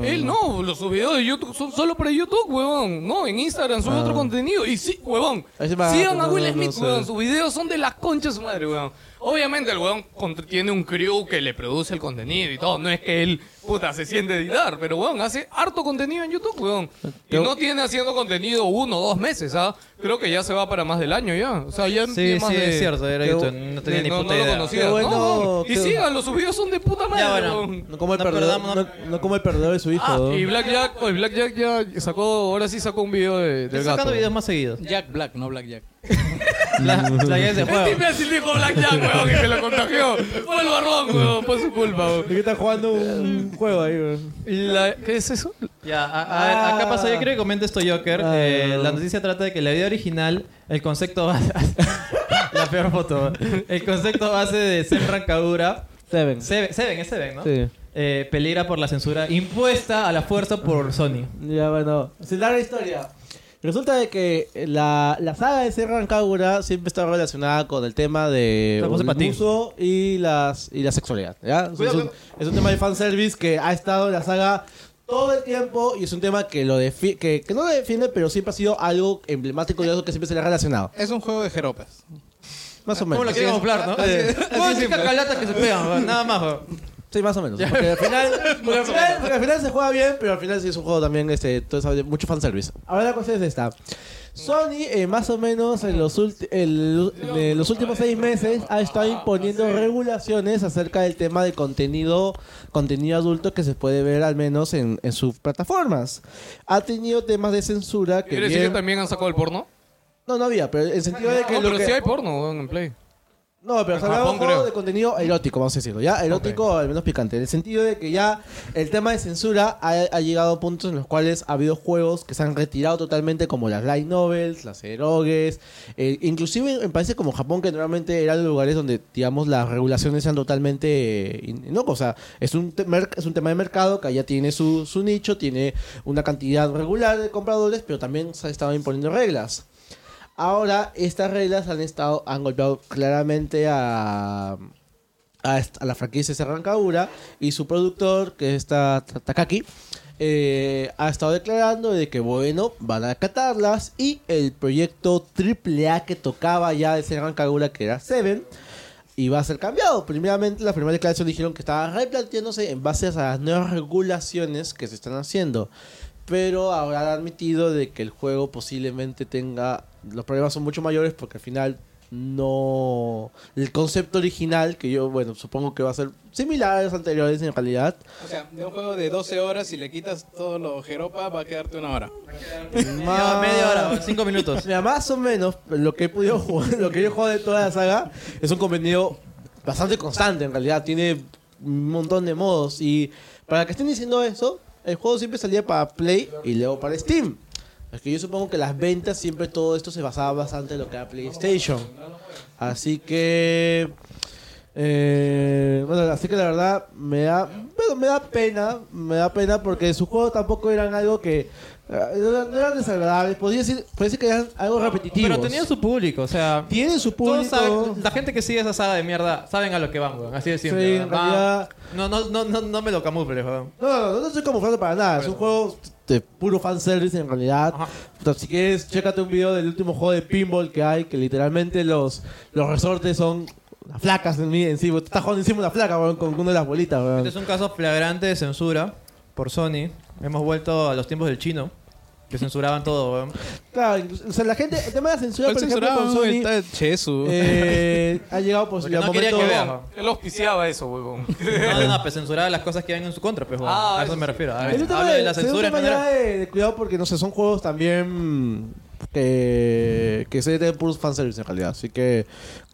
Speaker 2: No, él no, los sus videos de YouTube son solo para YouTube, huevón. No, en Instagram sube otro contenido. Y sí, huevón.
Speaker 4: Ah. Ahí se va,
Speaker 2: Sigan a
Speaker 4: no,
Speaker 2: Will
Speaker 4: no, no
Speaker 2: Smith,
Speaker 4: sé.
Speaker 2: huevón. Sus videos son de las conchas de su madre, huevón. Obviamente el huevón cont- tiene un crew que le produce el contenido y todo. No es que él, puta, se siente a editar, pero huevón, hace harto contenido en YouTube, huevón. Y no tiene haciendo contenido uno o dos meses, ¿ah? Creo que ya se va para más del año ya. O sea, ya
Speaker 5: Sí,
Speaker 2: tiene más
Speaker 5: sí,
Speaker 2: de-
Speaker 5: es cierto. Era
Speaker 4: Qué
Speaker 5: youtuber.
Speaker 4: bu-
Speaker 5: No tenía
Speaker 2: de-
Speaker 5: ni
Speaker 2: no,
Speaker 5: puta
Speaker 2: no lo
Speaker 5: idea.
Speaker 2: conocía.
Speaker 4: Qué bueno,
Speaker 2: No,
Speaker 4: qué
Speaker 2: Y
Speaker 4: bueno.
Speaker 2: síganlo, sus videos son de puta madre,
Speaker 5: bueno.
Speaker 2: huevón.
Speaker 4: No como el
Speaker 5: No
Speaker 4: perdedor,
Speaker 5: perdamos,
Speaker 4: no, no como el perdedor de su hijo.
Speaker 2: Ah,
Speaker 4: ¿no?
Speaker 2: y Blackjack, oye, Blackjack ya sacó, ahora sí sacó un video de,
Speaker 5: Estoy
Speaker 2: del
Speaker 5: sacando
Speaker 2: gato.
Speaker 5: videos más seguidos.
Speaker 3: Jack Black, no Black Jack.
Speaker 5: La, la guía de
Speaker 2: Este
Speaker 5: juego.
Speaker 2: imbécil dijo Blackjack, weón, que se lo contagió. Fue el barrón, weón, fue su culpa,
Speaker 4: Es
Speaker 2: weón.
Speaker 4: que está jugando un juego ahí, weón.
Speaker 2: La- ¿Qué es eso?
Speaker 5: Ya, a- a-
Speaker 4: Ah.
Speaker 5: acá pasó. Yo creo que comenta esto, Joker.
Speaker 4: Ah.
Speaker 5: Eh, la noticia trata de que la vida original, el concepto base. la peor foto. El concepto base de ser rancadura.
Speaker 4: Seven.
Speaker 5: Seven, Seven, es Seven, ¿no?
Speaker 4: Sí.
Speaker 5: Eh, peligra por la censura impuesta a la fuerza por Sony.
Speaker 4: Ya, bueno. Sin larga historia. Resulta de que la, la saga de Serran Kagura siempre está relacionada con el tema de
Speaker 5: La cosa
Speaker 4: el
Speaker 5: patín.
Speaker 4: uso y, las, y la sexualidad. ¿ya? Es,
Speaker 9: Cuidado,
Speaker 4: un,
Speaker 9: cuidado.
Speaker 4: es un tema de fanservice que ha estado en la saga todo el tiempo y es un tema que lo defi- que, que no lo defiende, pero siempre ha sido algo emblemático y algo que siempre se le ha relacionado.
Speaker 3: Es un juego de jeropas.
Speaker 4: Más o
Speaker 5: ¿Cómo
Speaker 4: menos.
Speaker 5: lo quieren camuflar,
Speaker 4: Ah,
Speaker 5: no? Bueno, chicas calatas que se pegan, weón, nada más, weón.
Speaker 4: Sí, más o menos. Porque al final, porque al final- porque al final se juega bien, pero al final sí es un juego también, este, todo eso, mucho fanservice. Ahora la cuestión es esta. Sony, eh, más o menos en los, ulti- el- de los últimos seis meses, ha estado imponiendo regulaciones acerca del tema del contenido, contenido adulto que se puede ver al menos en, en sus plataformas. Ha tenido temas de censura que...
Speaker 2: ¿Quiere decir que
Speaker 4: bien-
Speaker 2: también han sacado el porno?
Speaker 4: No, no había, pero en sentido de que...
Speaker 2: No,
Speaker 4: lo
Speaker 2: pero
Speaker 4: que-
Speaker 2: sí hay porno weón, en Play.
Speaker 4: no, pero
Speaker 2: En
Speaker 4: se hablaba un
Speaker 2: Japón,
Speaker 4: juego
Speaker 2: creo.
Speaker 4: de contenido erótico, vamos a decirlo, ¿ya? Erótico o al menos picante. En el sentido de que ya el tema de censura ha, ha llegado a puntos en los cuales ha habido juegos que se han retirado totalmente, como las light novels, las erogues, eh, inclusive en países como Japón, que normalmente eran lugares donde, digamos, las regulaciones sean totalmente... eh, in- no, o sea, es un, te- merc- es un tema de mercado que allá tiene su, su nicho, tiene una cantidad regular de compradores, pero también se han estado imponiendo reglas. Ahora, estas reglas han estado, han golpeado claramente a, a, est- a la franquicia Serran Kagura y su productor, que está Takaki, eh, ha estado declarando de que, bueno, van a acatarlas y el proyecto AAA que tocaba ya de Serran Kagura, que era Seven, iba a ser cambiado. Primeramente, la primera declaración dijeron que estaba replanteándose en base a las nuevas regulaciones que se están haciendo. Pero ahora han admitido de que el juego posiblemente tenga... Los problemas son mucho mayores porque al final no... El concepto original, que yo, bueno, supongo que va a ser similar a los anteriores en realidad.
Speaker 3: O sea, de un juego de 12 horas, si le quitas todo lo jeropa, va a quedarte una hora.
Speaker 5: Ya, Media hora, weón, cinco minutos.
Speaker 4: Mira, más o menos lo que he podido jugar, lo que yo he jugado de toda la saga es un contenido bastante constante en realidad. Tiene un montón de modos. Y para que estén diciendo eso, el juego siempre salía para Play y luego para Steam. Es que yo supongo que las ventas siempre todo esto se basaba bastante en lo que era PlayStation. Así que. eh, bueno, así que la verdad me da, bueno, me da pena, me da pena porque sus juegos tampoco eran algo que eh, no eran- no eran desagradables, podría decir, podría decir que eran algo repetitivo.
Speaker 5: Pero tenía su público, o sea.
Speaker 4: tiene su
Speaker 5: todos
Speaker 4: público.
Speaker 5: saben- la gente que sigue esa saga de mierda saben a lo que van, weón. Así de simple.
Speaker 4: Sí, en
Speaker 5: weón. Van-
Speaker 4: realidad-
Speaker 5: No, no, no, no, no me lo camufles, weón.
Speaker 4: No, no, no, no estoy camuflando para nada. Es un juego de puro fanservice en realidad.
Speaker 5: Ajá.
Speaker 4: Entonces, si quieres, chécate un video del último juego de pinball que hay, que literalmente los, los resortes son las flacas en mí encima. Tú estás jugando encima de una flaca, weón, con una de las bolitas, weón.
Speaker 5: Este es un caso flagrante de censura por Sony. Hemos vuelto a los tiempos del chino, que censuraban todo, weón.
Speaker 4: Claro, incluso- o sea, la gente, el tema de la censura, por ejemplo, con Sony,
Speaker 3: Chesu.
Speaker 4: eh, ha llegado pues,
Speaker 5: Porque
Speaker 4: a
Speaker 5: no quería que
Speaker 4: momentos-
Speaker 5: vea.
Speaker 2: Él auspiciaba eso, huevón.
Speaker 5: No, no, no, pues censuraba las cosas que iban en su contra, pues, weón.
Speaker 2: Ah,
Speaker 5: a eso
Speaker 2: eso
Speaker 5: me
Speaker 2: sí.
Speaker 5: refiero. A
Speaker 4: Es
Speaker 5: ver,
Speaker 4: un tema
Speaker 5: hablo de la
Speaker 4: es un
Speaker 5: censura en
Speaker 4: tema ya
Speaker 5: general.
Speaker 4: de, de cuidado porque no sé, son juegos también que, que se de puros fanservice en realidad. Así que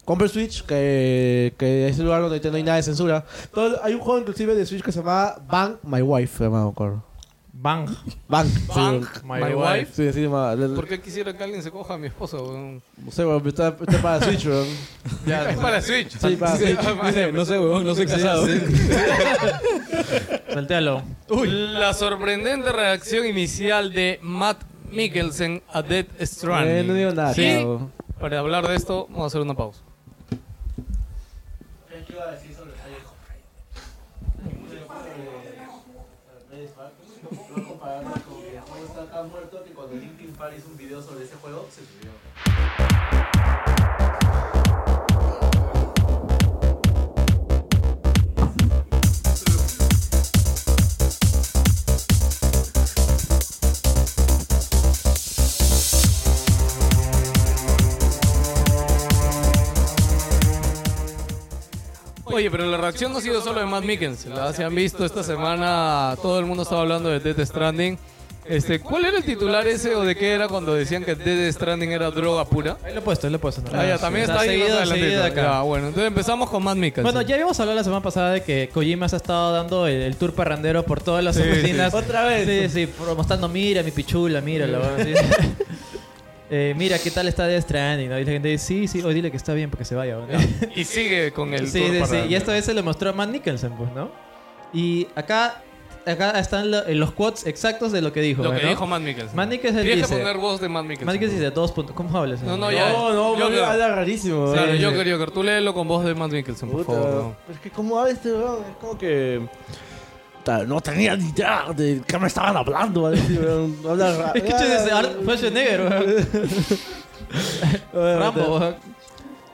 Speaker 4: compre Switch, que, que es el lugar donde no hay nada de censura. Todo- hay un juego inclusive de Switch que se llama Bang My Wife, me acuerdo.
Speaker 5: Bang.
Speaker 4: Bang.
Speaker 2: Bang,
Speaker 4: Sí,
Speaker 2: my,
Speaker 5: My
Speaker 2: wife.
Speaker 4: Sí, sí, ma- le- le-
Speaker 2: ¿Por qué quisiera que alguien se coja a mi esposa, huevón?
Speaker 4: no sé, weón, está, está para Switch, weón.
Speaker 5: Ya,
Speaker 2: Es para Switch.
Speaker 4: Sí, para Switch.
Speaker 3: no sé, huevón, no soy casado.
Speaker 5: saltéalo.
Speaker 2: La sorprendente reacción inicial de Matt Mikkelsen a Dead Stranding.
Speaker 4: Eh, no digo nada,
Speaker 2: Y,
Speaker 4: chavo.
Speaker 2: para hablar de esto, vamos a hacer una pausa. Oye, pero la reacción no ha sido solo de Matt Mikkelsen. La, si han visto esta semana, todo el mundo estaba hablando de Death Stranding. Este, ¿Cuál era el titular ese o de qué era cuando decían que Death Stranding era droga pura?
Speaker 5: Ahí lo he puesto, ahí lo he puesto. ¿no?
Speaker 2: Ah, ya, también está ahí. más
Speaker 5: seguido,
Speaker 2: adelantito.
Speaker 5: seguido acá.
Speaker 2: Ya, pues, bueno, entonces empezamos con Matt Mikkelsen.
Speaker 5: Bueno, ya habíamos hablado la semana pasada de que Kojima se ha estado dando el, el tour parrandero por todas las oficinas. Otra vez. Sí, sí, por- mostrando, mira mi pichula, míralo. sí. Eh, mira, ¿qué tal está de Stranding? ¿no? Y la gente dice, sí, sí, hoy dile que está bien porque se vaya. ¿no?
Speaker 2: Y sigue con el
Speaker 5: sí,
Speaker 2: tour
Speaker 5: sí,
Speaker 2: para
Speaker 5: sí.
Speaker 2: adelante.
Speaker 5: Y esta vez se lo mostró a Matt Nicholson, pues, ¿no? Y acá acá están lo- los quotes exactos de lo que dijo.
Speaker 2: Lo que
Speaker 5: ¿no?
Speaker 2: dijo Matt Mikkelsen.
Speaker 5: Matt Mikkelsen
Speaker 2: Tienes
Speaker 5: dice-
Speaker 2: que poner voz de Matt Mikkelsen.
Speaker 5: Más que dice dos puntos. ¿Cómo hablas?
Speaker 2: No, no,
Speaker 5: señor?
Speaker 2: ya.
Speaker 4: No, no,
Speaker 2: Yo
Speaker 4: me
Speaker 2: creo-
Speaker 4: habla rarísimo.
Speaker 2: Claro,
Speaker 4: eh.
Speaker 2: Joker, Joker. Tú léelo con voz de Matt Mikkelsen, por
Speaker 4: Puta,
Speaker 2: favor. ¿no?
Speaker 4: pero Es que cómo habla este weón, es como que... Puta, No tenía ni idea de qué me estaban hablando. ¿vale? Sí, weón, Habla ra- Ah,
Speaker 5: Es que este es Art Schwarzenegger, weón.
Speaker 4: Weón,
Speaker 5: Rambo, weón.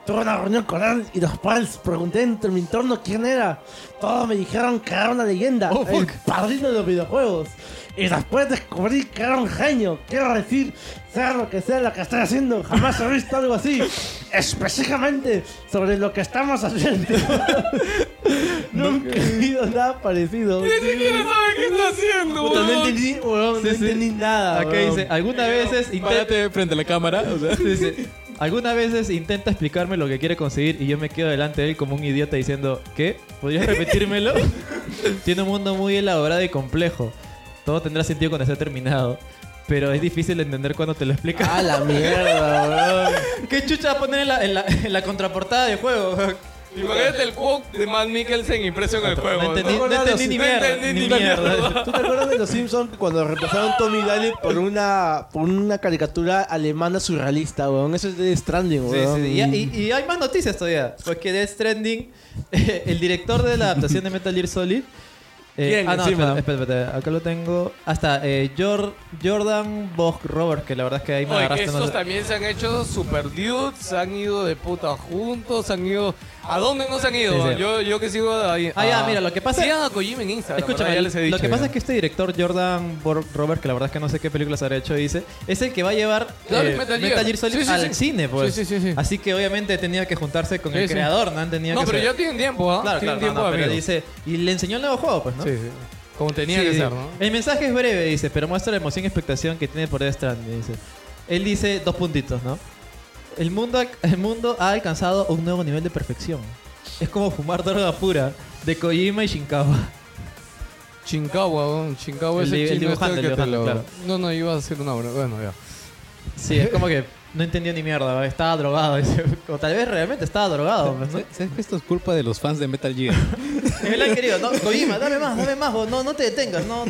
Speaker 4: Tuve una reunión con él y después pregunté entre mi entorno quién era. Todos me dijeron que era una leyenda,
Speaker 5: Oh,
Speaker 4: el
Speaker 5: fuck.
Speaker 4: padrino de los videojuegos. Y después descubrí que era un genio. Quiero decir, sea lo que sea lo que estoy haciendo, jamás he visto algo así. Específicamente sobre lo que estamos haciendo. Nunca he vivido nada parecido.
Speaker 2: Ni siquiera sabe qué está haciendo,
Speaker 4: Puta, no
Speaker 2: weón.
Speaker 4: entendí, weón, no
Speaker 5: Sí, sí.
Speaker 4: entendí nada.
Speaker 5: Acá
Speaker 4: weón.
Speaker 5: dice, algunas veces intenta...
Speaker 2: frente a la cámara.
Speaker 5: dice, Algunas veces intenta explicarme lo que quiere conseguir y yo me quedo delante de él como un idiota diciendo, ¿qué? ¿Podrías repetírmelo? Tiene un mundo muy elaborado y complejo. Todo tendrá sentido cuando esté terminado. Pero es difícil de entender cuando te lo explica.
Speaker 4: A la mierda, weón.
Speaker 5: ¿Qué chucha va a poner en la, en la- en la contraportada del juego?
Speaker 2: Imagínate el quote de Matt Mikkelsen impreso en el juego.
Speaker 5: No entendí,
Speaker 2: ¿no?
Speaker 5: no entendí ni
Speaker 2: No
Speaker 5: mierda.
Speaker 2: entendí
Speaker 5: Ni mierda.
Speaker 4: ¿Tú te acuerdas de los Simpsons que cuando reemplazaron Tommy Daly por una, por una caricatura alemana surrealista, weón? Eso es de Stranding,
Speaker 5: Sí,
Speaker 4: weón.
Speaker 5: sí, y, y- y hay más noticias todavía. Porque Death Stranding, eh, el director de la adaptación de Metal Gear Solid. eh,
Speaker 4: ¿Quién?
Speaker 5: ah, no,
Speaker 4: Encima.
Speaker 5: espera, espera, espera, acá lo tengo. Hasta eh, Jor- Jordan Bosch Robert, que la verdad es que ahí me
Speaker 2: Oye, que
Speaker 5: agarraste. no
Speaker 2: estos
Speaker 5: sé.
Speaker 2: también se han hecho super dudes, se han ido de puta juntos, se han ido... ¿A dónde no se han ido?
Speaker 5: Sí, sí.
Speaker 2: Yo, yo que sigo ahí.
Speaker 5: Ah, ya, mira, lo que pasa-
Speaker 2: Sigan a Kojima en Instagram.
Speaker 5: Escúchame,
Speaker 2: ¿verdad? ya les he dicho.
Speaker 5: lo que pasa
Speaker 2: ya.
Speaker 5: es que este director, Jordan Borg Robert, que la verdad es que no sé qué películas habrá hecho, dice, es el que va a llevar
Speaker 2: Claro,
Speaker 5: eh,
Speaker 2: Metal Gear.
Speaker 5: Metal, Gear. Solid
Speaker 2: Sí, sí,
Speaker 5: al
Speaker 2: sí.
Speaker 5: cine, pues.
Speaker 2: Sí, sí, sí, sí.
Speaker 5: Así que obviamente tenía que juntarse con
Speaker 2: Sí,
Speaker 5: el
Speaker 2: sí.
Speaker 5: creador, ¿no? Han tenido
Speaker 2: No,
Speaker 5: que
Speaker 2: pero
Speaker 5: ser-
Speaker 2: ya tienen tiempo, ¿ah?
Speaker 5: Claro,
Speaker 2: tienen
Speaker 5: claro,
Speaker 2: tiempo,
Speaker 5: no, no, pero
Speaker 2: amigo.
Speaker 5: dice, y le enseñó el nuevo juego, pues, ¿no?
Speaker 2: Sí, sí. Como tenía
Speaker 5: Sí,
Speaker 2: que
Speaker 5: sí.
Speaker 2: ser, ¿no?
Speaker 5: El mensaje es breve, dice, pero muestra la emoción y expectación que tiene por Death Stranding, dice. Él dice dos puntitos, ¿no? El mundo, ha- el mundo ha alcanzado un nuevo nivel de perfección. Es como fumar droga pura de Kojima y Shinkawa.
Speaker 2: Chinkawa, weón. Chinkawa
Speaker 5: El
Speaker 2: es el,
Speaker 5: di- el
Speaker 2: chino
Speaker 5: dibujante,
Speaker 2: este
Speaker 5: el
Speaker 2: que te
Speaker 5: dibujante,
Speaker 2: lo- No, no, iba a ser una obra. Bueno, ya.
Speaker 5: Sí, es como que no entendió ni mierda, ¿verdad? estaba drogado. dice. O tal vez realmente estaba drogado. pues, ¿no?
Speaker 3: ¿Sabes que esto es culpa de los fans de Metal Gear?
Speaker 5: Él ha querido, no, Kojima, dame más, dame más, vos, no, no te detengas, no,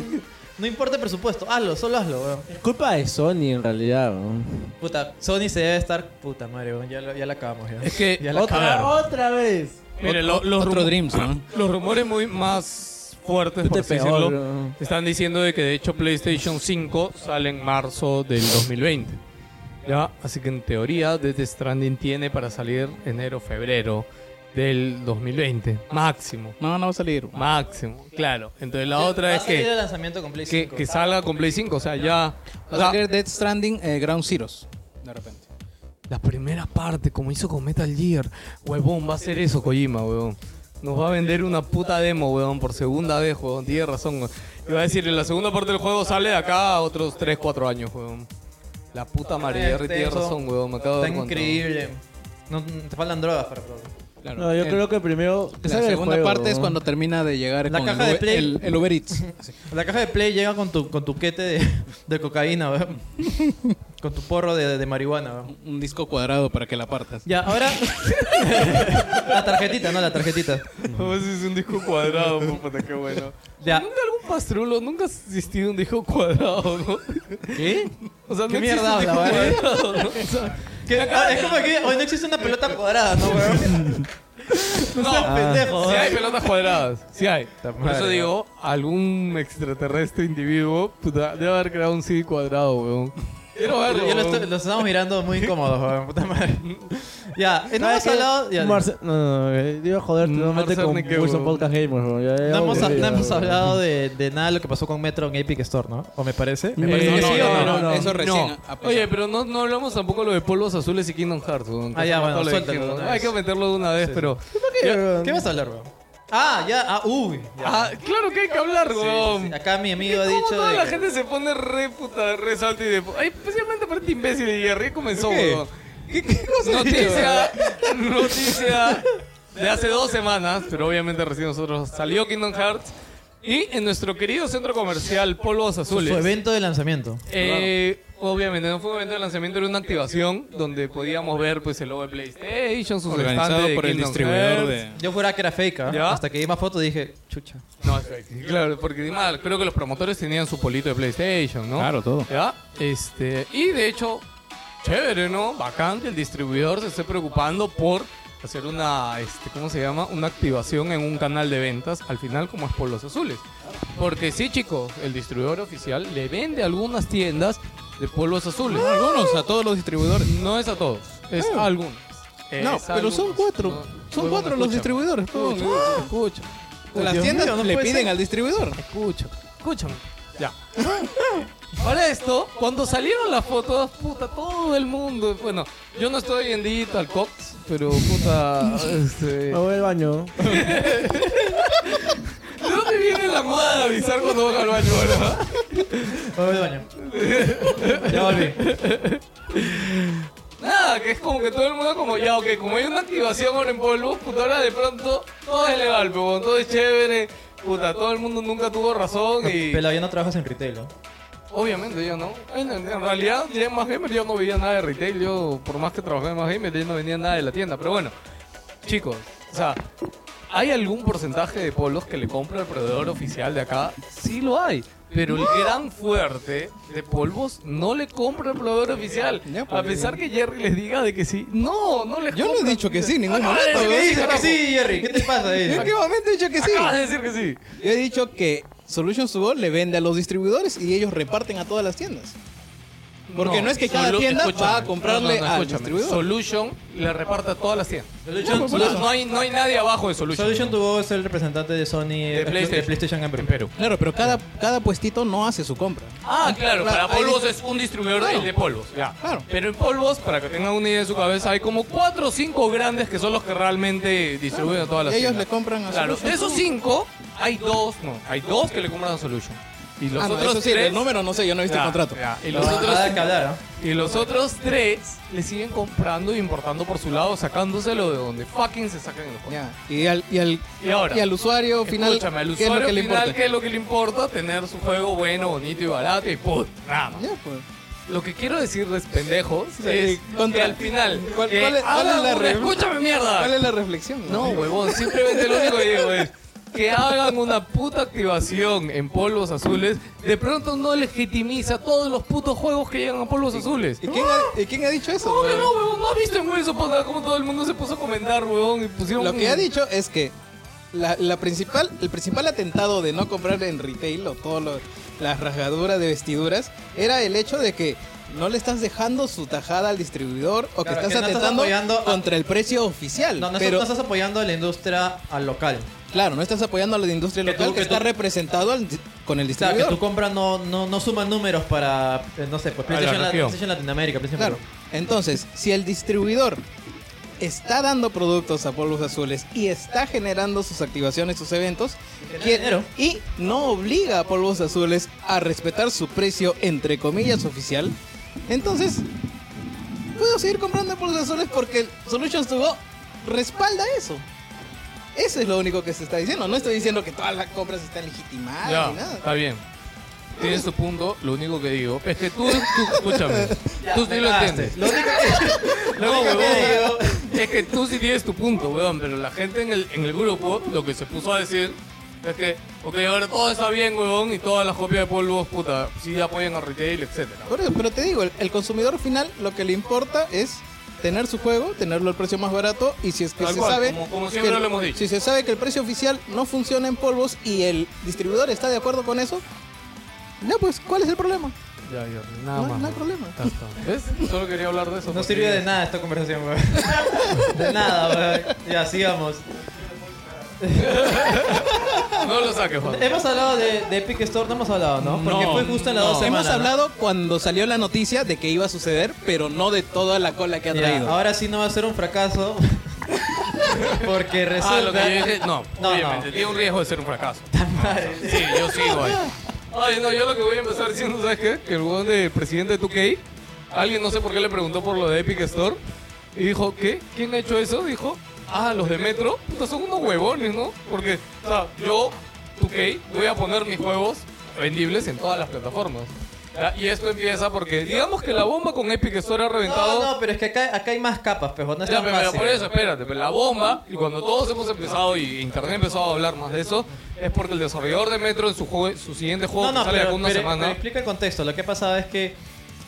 Speaker 5: no importa el presupuesto, hazlo, solo hazlo, weón.
Speaker 4: Es culpa de Sony, en realidad, weón.
Speaker 5: Puta, Sony se debe estar, puta madre, weón, ya, lo- ya la acabamos, ya.
Speaker 2: Es que
Speaker 5: ya la
Speaker 4: Otra,
Speaker 5: cagaron.
Speaker 4: otra vez.
Speaker 2: Mire, lo- los,
Speaker 3: Otro
Speaker 2: rumo-
Speaker 3: Dreams, ¿no?
Speaker 2: los rumores muy más fuertes, por
Speaker 4: Este
Speaker 2: así
Speaker 4: peor,
Speaker 2: decirlo,
Speaker 4: weón.
Speaker 2: están diciendo de que de hecho PlayStation 5 sale en marzo del 2020. ¿Ya? Así que en teoría Death Stranding tiene para salir enero, febrero del 2020. Máximo.
Speaker 3: No, no va a salir.
Speaker 2: Máximo. Claro. Entonces la
Speaker 5: Va
Speaker 2: otra
Speaker 5: a
Speaker 2: es
Speaker 5: salir el
Speaker 2: que,
Speaker 5: lanzamiento con Play
Speaker 2: que,
Speaker 5: 5.
Speaker 2: que salga con Play 5. O sea, ya... o
Speaker 3: Va a
Speaker 2: sea,
Speaker 3: salir Dead Stranding eh, Ground Zeroes. De repente.
Speaker 2: La primera parte, como hizo con Metal Gear. Huevón, va a ser eso Kojima, huevón. Nos va a vender una puta demo, huevón, por segunda vez, huevón. Tienes razón, huevón. Y va a decir, en la segunda parte del juego sale de acá a otros 3, 4 años, huevón. La puta madre, Jerry tiene razón, huevón. Me acabo de
Speaker 5: Este, Está
Speaker 2: dar cuenta,
Speaker 5: increíble. No, no, te faltan drogas para probar.
Speaker 3: Claro.
Speaker 4: No, yo
Speaker 3: Eh,
Speaker 4: creo que primero... que
Speaker 3: La
Speaker 4: salga el
Speaker 3: segunda
Speaker 4: juego,
Speaker 3: parte es
Speaker 4: weón.
Speaker 3: cuando termina de llegar
Speaker 5: La
Speaker 3: con
Speaker 5: caja
Speaker 3: el,
Speaker 5: de
Speaker 3: Uber-
Speaker 5: Play.
Speaker 3: el- el Uber Eats.
Speaker 5: La caja de Play llega con tu, con tu quete de, de cocaína, weón. con tu porro de, de marihuana, weón.
Speaker 3: Un disco cuadrado para que la partas.
Speaker 5: Ya, ahora. la tarjetita, no, la tarjetita.
Speaker 2: huevón. Como si es un disco cuadrado, huevón, puta, qué bueno.
Speaker 5: Ya.
Speaker 2: Nunca algún pastrulo, nunca ha existido un disco cuadrado, ¿no?
Speaker 5: ¿Qué?
Speaker 2: O sea,
Speaker 5: ¿Qué
Speaker 2: no
Speaker 5: mierda
Speaker 2: existe un disco
Speaker 5: habla, weón?
Speaker 2: cuadrado, ¿no? O sea,
Speaker 5: Ah, es como que hoy no existe una pelota cuadrada, ¿no, weón? No seas
Speaker 2: Ah,
Speaker 5: pendejo,
Speaker 2: Sí hay
Speaker 5: weón.
Speaker 2: pelotas cuadradas, sí hay. Por
Speaker 5: madre,
Speaker 2: eso digo, algún extraterrestre individuo puta, debe haber creado un CD cuadrado, weón. Quiero verlo.
Speaker 5: Ya lo,
Speaker 2: weón.
Speaker 5: estoy- lo estamos mirando muy incómodos, weón. Puta madre. Ya, eh, no hemos
Speaker 4: ¿Sabes qué?
Speaker 5: hablado. ya.
Speaker 4: Marce- No, no, no, eh, iba a joder, te
Speaker 2: Mm,
Speaker 4: iba a meter
Speaker 2: Marcel
Speaker 4: con
Speaker 2: ni qué,
Speaker 4: Wilson
Speaker 2: weón.
Speaker 4: Podcast Gamer, weón. Ya, ya,
Speaker 5: No hemos,
Speaker 4: ya,
Speaker 5: no
Speaker 4: ya,
Speaker 5: hemos
Speaker 4: weón.
Speaker 5: hablado de, de nada de lo que pasó con Metro en Epic Store, ¿no? ¿O me parece? Me
Speaker 2: Eh,
Speaker 5: parece que
Speaker 2: no,
Speaker 5: sí
Speaker 2: no,
Speaker 5: o
Speaker 2: no,
Speaker 3: no, eso recién
Speaker 2: No.
Speaker 3: apenas.
Speaker 2: Oye, pero no, no hablamos tampoco lo de polvos azules y Kingdom Hearts. weón, que
Speaker 5: Ah, ya,
Speaker 2: hace
Speaker 5: bueno,
Speaker 2: rato lo
Speaker 5: suéltalo
Speaker 2: dijimos.
Speaker 5: de una
Speaker 2: Hay
Speaker 5: vez.
Speaker 2: que meterlo de una vez, pero.
Speaker 5: ¿Qué, qué vas a hablar, weón? Ah, ya, ah, uy. ya.
Speaker 2: Ah, claro que hay que hablar, weón.
Speaker 5: Acá mi amigo ha
Speaker 2: ¿Cómo
Speaker 5: dicho.
Speaker 2: toda
Speaker 5: de
Speaker 2: la
Speaker 5: que-
Speaker 2: gente se pone re puta, re salta y de... Ay, especialmente para este imbécil de Jerry comenzó,
Speaker 5: ¿Qué?
Speaker 2: weón. ¿Qué, qué cosa noticia, noticia de hace dos semanas, pero obviamente recién nosotros salió Kingdom Hearts. Y en nuestro querido centro comercial Polvos Azules.
Speaker 5: Su evento de lanzamiento.
Speaker 2: Eh, obviamente no fue un evento de lanzamiento, era una activación donde podíamos ver pues el logo de PlayStation, sus
Speaker 3: Organizado
Speaker 2: estantes de
Speaker 3: por el
Speaker 2: Kingdom
Speaker 3: distribuidor
Speaker 2: Hearts.
Speaker 3: de.
Speaker 5: Yo juraba que era fake, ¿ah?
Speaker 2: ¿Ya?
Speaker 5: Hasta que vi más fotos dije, Chucha.
Speaker 2: No, es fake. claro, porque además, creo que los promotores tenían su polito de PlayStation, ¿no?
Speaker 7: Claro, todo.
Speaker 2: ¿Ya? Este, y de hecho, chévere, ¿no? Bacán que el distribuidor se esté preocupando por hacer una, este, ¿cómo se llama? Una activación en un canal de ventas, al final como es por los azules. Porque sí, chicos, el distribuidor oficial le vende a algunas tiendas de polvos azules.
Speaker 3: Algunos, a todos los distribuidores.
Speaker 2: No es a todos, es a algunos.
Speaker 4: Eh. No,
Speaker 2: Es a
Speaker 4: pero son
Speaker 2: algunos.
Speaker 4: cuatro.
Speaker 2: No,
Speaker 4: Son
Speaker 2: huevón,
Speaker 4: cuatro los
Speaker 2: escúchame.
Speaker 4: distribuidores. pues. huevón.
Speaker 2: Escucha, escucha.
Speaker 3: Las
Speaker 5: Dios
Speaker 3: tiendas
Speaker 5: mío, no
Speaker 3: le
Speaker 5: puede
Speaker 3: piden
Speaker 5: ser.
Speaker 3: al distribuidor.
Speaker 2: Escucha, escúchame. Ya. Para esto, cuando salieron las fotos, puta, todo el mundo. Bueno, yo no estoy en Digital Cops, pero puta. Este,
Speaker 4: Me voy al baño.
Speaker 2: ¿De dónde viene la moda de avisar cuando van al baño, verdad?
Speaker 5: Voy al baño. Ya volví.
Speaker 2: Nada, que es como que todo el mundo, como ya, ok, como hay una activación ahora en polvo, puta, ahora de pronto todo es legal, pero todo es chévere. Puta, todo el mundo nunca tuvo razón y.
Speaker 5: Pelado, ya no trabajas en retail, ¿no?
Speaker 2: Obviamente yo no. En, en- en realidad, ya en Más Gamer yo no veía nada de retail. Yo, por más que trabajaba en Más Gamer, yo no venía nada de la tienda. Pero bueno, chicos, o sea, ¿hay algún porcentaje de polos que le compra el proveedor oficial de acá? Sí lo hay. Pero el gran fuerte de polvos no le compra el proveedor oficial.
Speaker 3: Ya, pues,
Speaker 2: A pesar que Jerry les diga de que sí. No, no les
Speaker 3: Yo no he
Speaker 2: compra.
Speaker 3: dicho que sí en ningún
Speaker 2: Acabas
Speaker 3: momento.
Speaker 2: de
Speaker 3: huevón.
Speaker 2: decir que sí.
Speaker 5: Jerry. ¿Qué te pasa?
Speaker 3: Yo en qué momento he dicho que sí.
Speaker 2: Acabas de decir que sí.
Speaker 3: Yo he dicho que Solution Subo le vende a los distribuidores y ellos reparten a todas las tiendas. Porque no, es que cada
Speaker 2: Solu-
Speaker 3: tienda va a
Speaker 2: escúchame.
Speaker 3: comprarle
Speaker 2: No, no, no,
Speaker 3: al
Speaker 2: escúchame.
Speaker 3: distribuidor.
Speaker 2: Solution le reparte a todas las tiendas.
Speaker 5: Solution,
Speaker 2: No, no hay, no hay nadie abajo de Solution.
Speaker 5: Solution tuvo es el representante de Sony de
Speaker 2: PlayStation.
Speaker 5: PlayStation en Perú.
Speaker 3: Claro, pero cada, cada puestito no hace su compra.
Speaker 2: Ah, claro,
Speaker 3: Claro,
Speaker 2: para
Speaker 3: hay
Speaker 2: polvos
Speaker 3: de-
Speaker 2: es un distribuidor
Speaker 3: Claro.
Speaker 2: de- de polvos. ya.
Speaker 3: Claro.
Speaker 2: Pero en polvos, para que tengan una idea en su cabeza, hay como cuatro o cinco grandes que son los que realmente distribuyen a todas las
Speaker 3: Y ellos
Speaker 2: tiendas.
Speaker 3: le compran a
Speaker 2: Claro,
Speaker 3: Solution
Speaker 2: de esos
Speaker 3: Subo.
Speaker 2: cinco, hay dos, no, hay dos que le compran a Solution. Y los
Speaker 3: Ah, no,
Speaker 2: otros
Speaker 3: eso sí,
Speaker 2: tres,
Speaker 3: el número no sé, yo no he visto
Speaker 2: ya,
Speaker 3: el contrato.
Speaker 2: ya, Y los
Speaker 5: Nada
Speaker 2: otros
Speaker 5: que hablar, ¿ah? ¿no?
Speaker 2: Y los otros tres le siguen comprando y importando por su lado, sacándoselo de donde fucking se sacan los juegos.
Speaker 3: Ya, Y, al, y, al,
Speaker 2: Y ahora,
Speaker 3: y al usuario final,
Speaker 2: escúchame, al
Speaker 3: ¿qué es lo
Speaker 2: usuario
Speaker 3: que le importa?
Speaker 2: final, ¿qué es lo que le importa? Tener su juego bueno, bonito y barato y put, nada más.
Speaker 3: Ya, pues.
Speaker 2: Lo que quiero decirles, pendejos, es que
Speaker 3: contra-
Speaker 2: al final,
Speaker 3: ¿Cuál-
Speaker 2: que
Speaker 3: cuál es- cuál
Speaker 2: hagan
Speaker 3: es la
Speaker 2: una-
Speaker 3: re-
Speaker 2: escúchame mierda.
Speaker 3: ¿Cuál es la reflexión?
Speaker 2: No, huevón, simplemente lo único que digo es que hagan una puta activación en polvos azules, de pronto no legitimiza todos los putos juegos que llegan a polvos azules.
Speaker 3: ¿Y quién ha, y quién ha dicho eso?
Speaker 2: ¿Cómo que
Speaker 3: huevón?
Speaker 2: no, huevón? ¿No has visto en Wilson Podcast cómo todo el mundo se puso a comentar, huevón? Y pusieron
Speaker 3: Lo
Speaker 2: un-
Speaker 3: que ha dicho es que la, la principal, el principal atentado de no comprar en retail o todas las rasgaduras de vestiduras era el hecho de que no le estás dejando su tajada al distribuidor o que
Speaker 5: Claro,
Speaker 3: estás
Speaker 5: que no estás
Speaker 3: atentando
Speaker 5: apoyando a-
Speaker 3: contra el precio oficial.
Speaker 5: No, no,
Speaker 3: pero
Speaker 5: estás apoyando a la industria al local.
Speaker 3: claro, no estás apoyando a la industria
Speaker 5: Que tú-
Speaker 3: local que,
Speaker 5: que
Speaker 3: está
Speaker 5: tú-
Speaker 3: representado al di- con el
Speaker 5: O sea, que
Speaker 3: distribuidor.
Speaker 5: tu compra no, no, no suma números para, eh, no sé, pues
Speaker 2: la
Speaker 5: PlayStation,
Speaker 2: región.
Speaker 5: PlayStation Latinoamérica, PlayStation
Speaker 3: Claro. Entonces, si el distribuidor está dando productos a polvos azules y está generando sus activaciones, sus eventos, quie-
Speaker 5: dinero.
Speaker 3: y no obliga a polvos azules a respetar su precio, entre comillas, oficial, entonces puedo seguir comprando polvos azules porque el Solutions to Go respalda eso. Eso es lo único que se está diciendo. No estoy diciendo que todas las compras están legitimadas
Speaker 2: Ya,
Speaker 3: ni nada.
Speaker 2: está bien. Tienes tu punto, lo único que digo es que tú, tú escúchame, tú sí lo entiendes.
Speaker 5: Lo único que...
Speaker 2: No,
Speaker 5: lo único
Speaker 2: huevón,
Speaker 5: que
Speaker 2: es que tú sí tienes tu punto, weón, pero la gente en el, en el grupo lo que se puso a decir es que, ok, ahora todo está bien, weón, y todas las copias de polvos, puta, sí apoyan a retail, etcétera.
Speaker 3: Por eso, pero te digo, el, el consumidor final lo que le importa es tener su juego, tenerlo al precio más barato y si es que
Speaker 2: Tal
Speaker 3: se
Speaker 2: cual,
Speaker 3: sabe
Speaker 2: como- como
Speaker 3: que
Speaker 2: siempre
Speaker 3: el-
Speaker 2: lo hemos dicho.
Speaker 3: si se sabe que el precio oficial no funciona en polvos y el distribuidor está de acuerdo con eso, no pues ¿cuál es el problema?
Speaker 2: Ya, ya,
Speaker 3: No, no hay problema.
Speaker 2: ¿Ves? Solo quería hablar de eso.
Speaker 5: No
Speaker 2: porque-
Speaker 5: sirvió de nada esta conversación, weón. De nada, weón. Ya, sigamos.
Speaker 2: No lo saques, Juan.
Speaker 5: Hemos hablado de, de Epic Store, no hemos hablado, ¿no? Porque
Speaker 2: No,
Speaker 5: fue justo en las
Speaker 2: no.
Speaker 5: dos semanas.
Speaker 3: Hemos
Speaker 5: ¿no?
Speaker 3: hablado cuando salió la noticia de que iba a suceder, pero no de toda la cola que ha
Speaker 5: Mira,
Speaker 3: traído.
Speaker 5: ahora sí no va a ser un fracaso. Porque resulta.
Speaker 2: Ah, lo que yo dije, no,
Speaker 5: No,
Speaker 2: obviamente,
Speaker 5: no.
Speaker 2: tiene un riesgo de ser un fracaso. Sí, yo sigo ahí. Ay, no, yo lo que voy a empezar diciendo, ¿sabes qué? Que el huevón del presidente de 2K, alguien no sé por qué le preguntó por lo de Epic Store, y dijo, ¿qué? ¿Quién ha hecho eso? Dijo, ah, los de Metro, puta, son unos huevones, ¿no? Porque, o sea, yo, 2K, voy a poner mis juegos vendibles en todas las plataformas. Ya, Y esto empieza porque digamos que la bomba con Epic Store ha reventado.
Speaker 5: No, no, pero es que acá, acá hay más capas, pero no es
Speaker 2: Ya,
Speaker 5: tan
Speaker 2: pero
Speaker 5: fácil.
Speaker 2: por eso, espérate, pero la bomba, y cuando todos hemos empezado y Internet empezó a hablar más de eso, es porque el desarrollador de Metro en su, juego, su siguiente juego
Speaker 5: No, no,
Speaker 2: que sale
Speaker 5: pero,
Speaker 2: alguna
Speaker 5: pero-
Speaker 2: semana.
Speaker 5: pero explica el contexto. Lo que ha pasado es que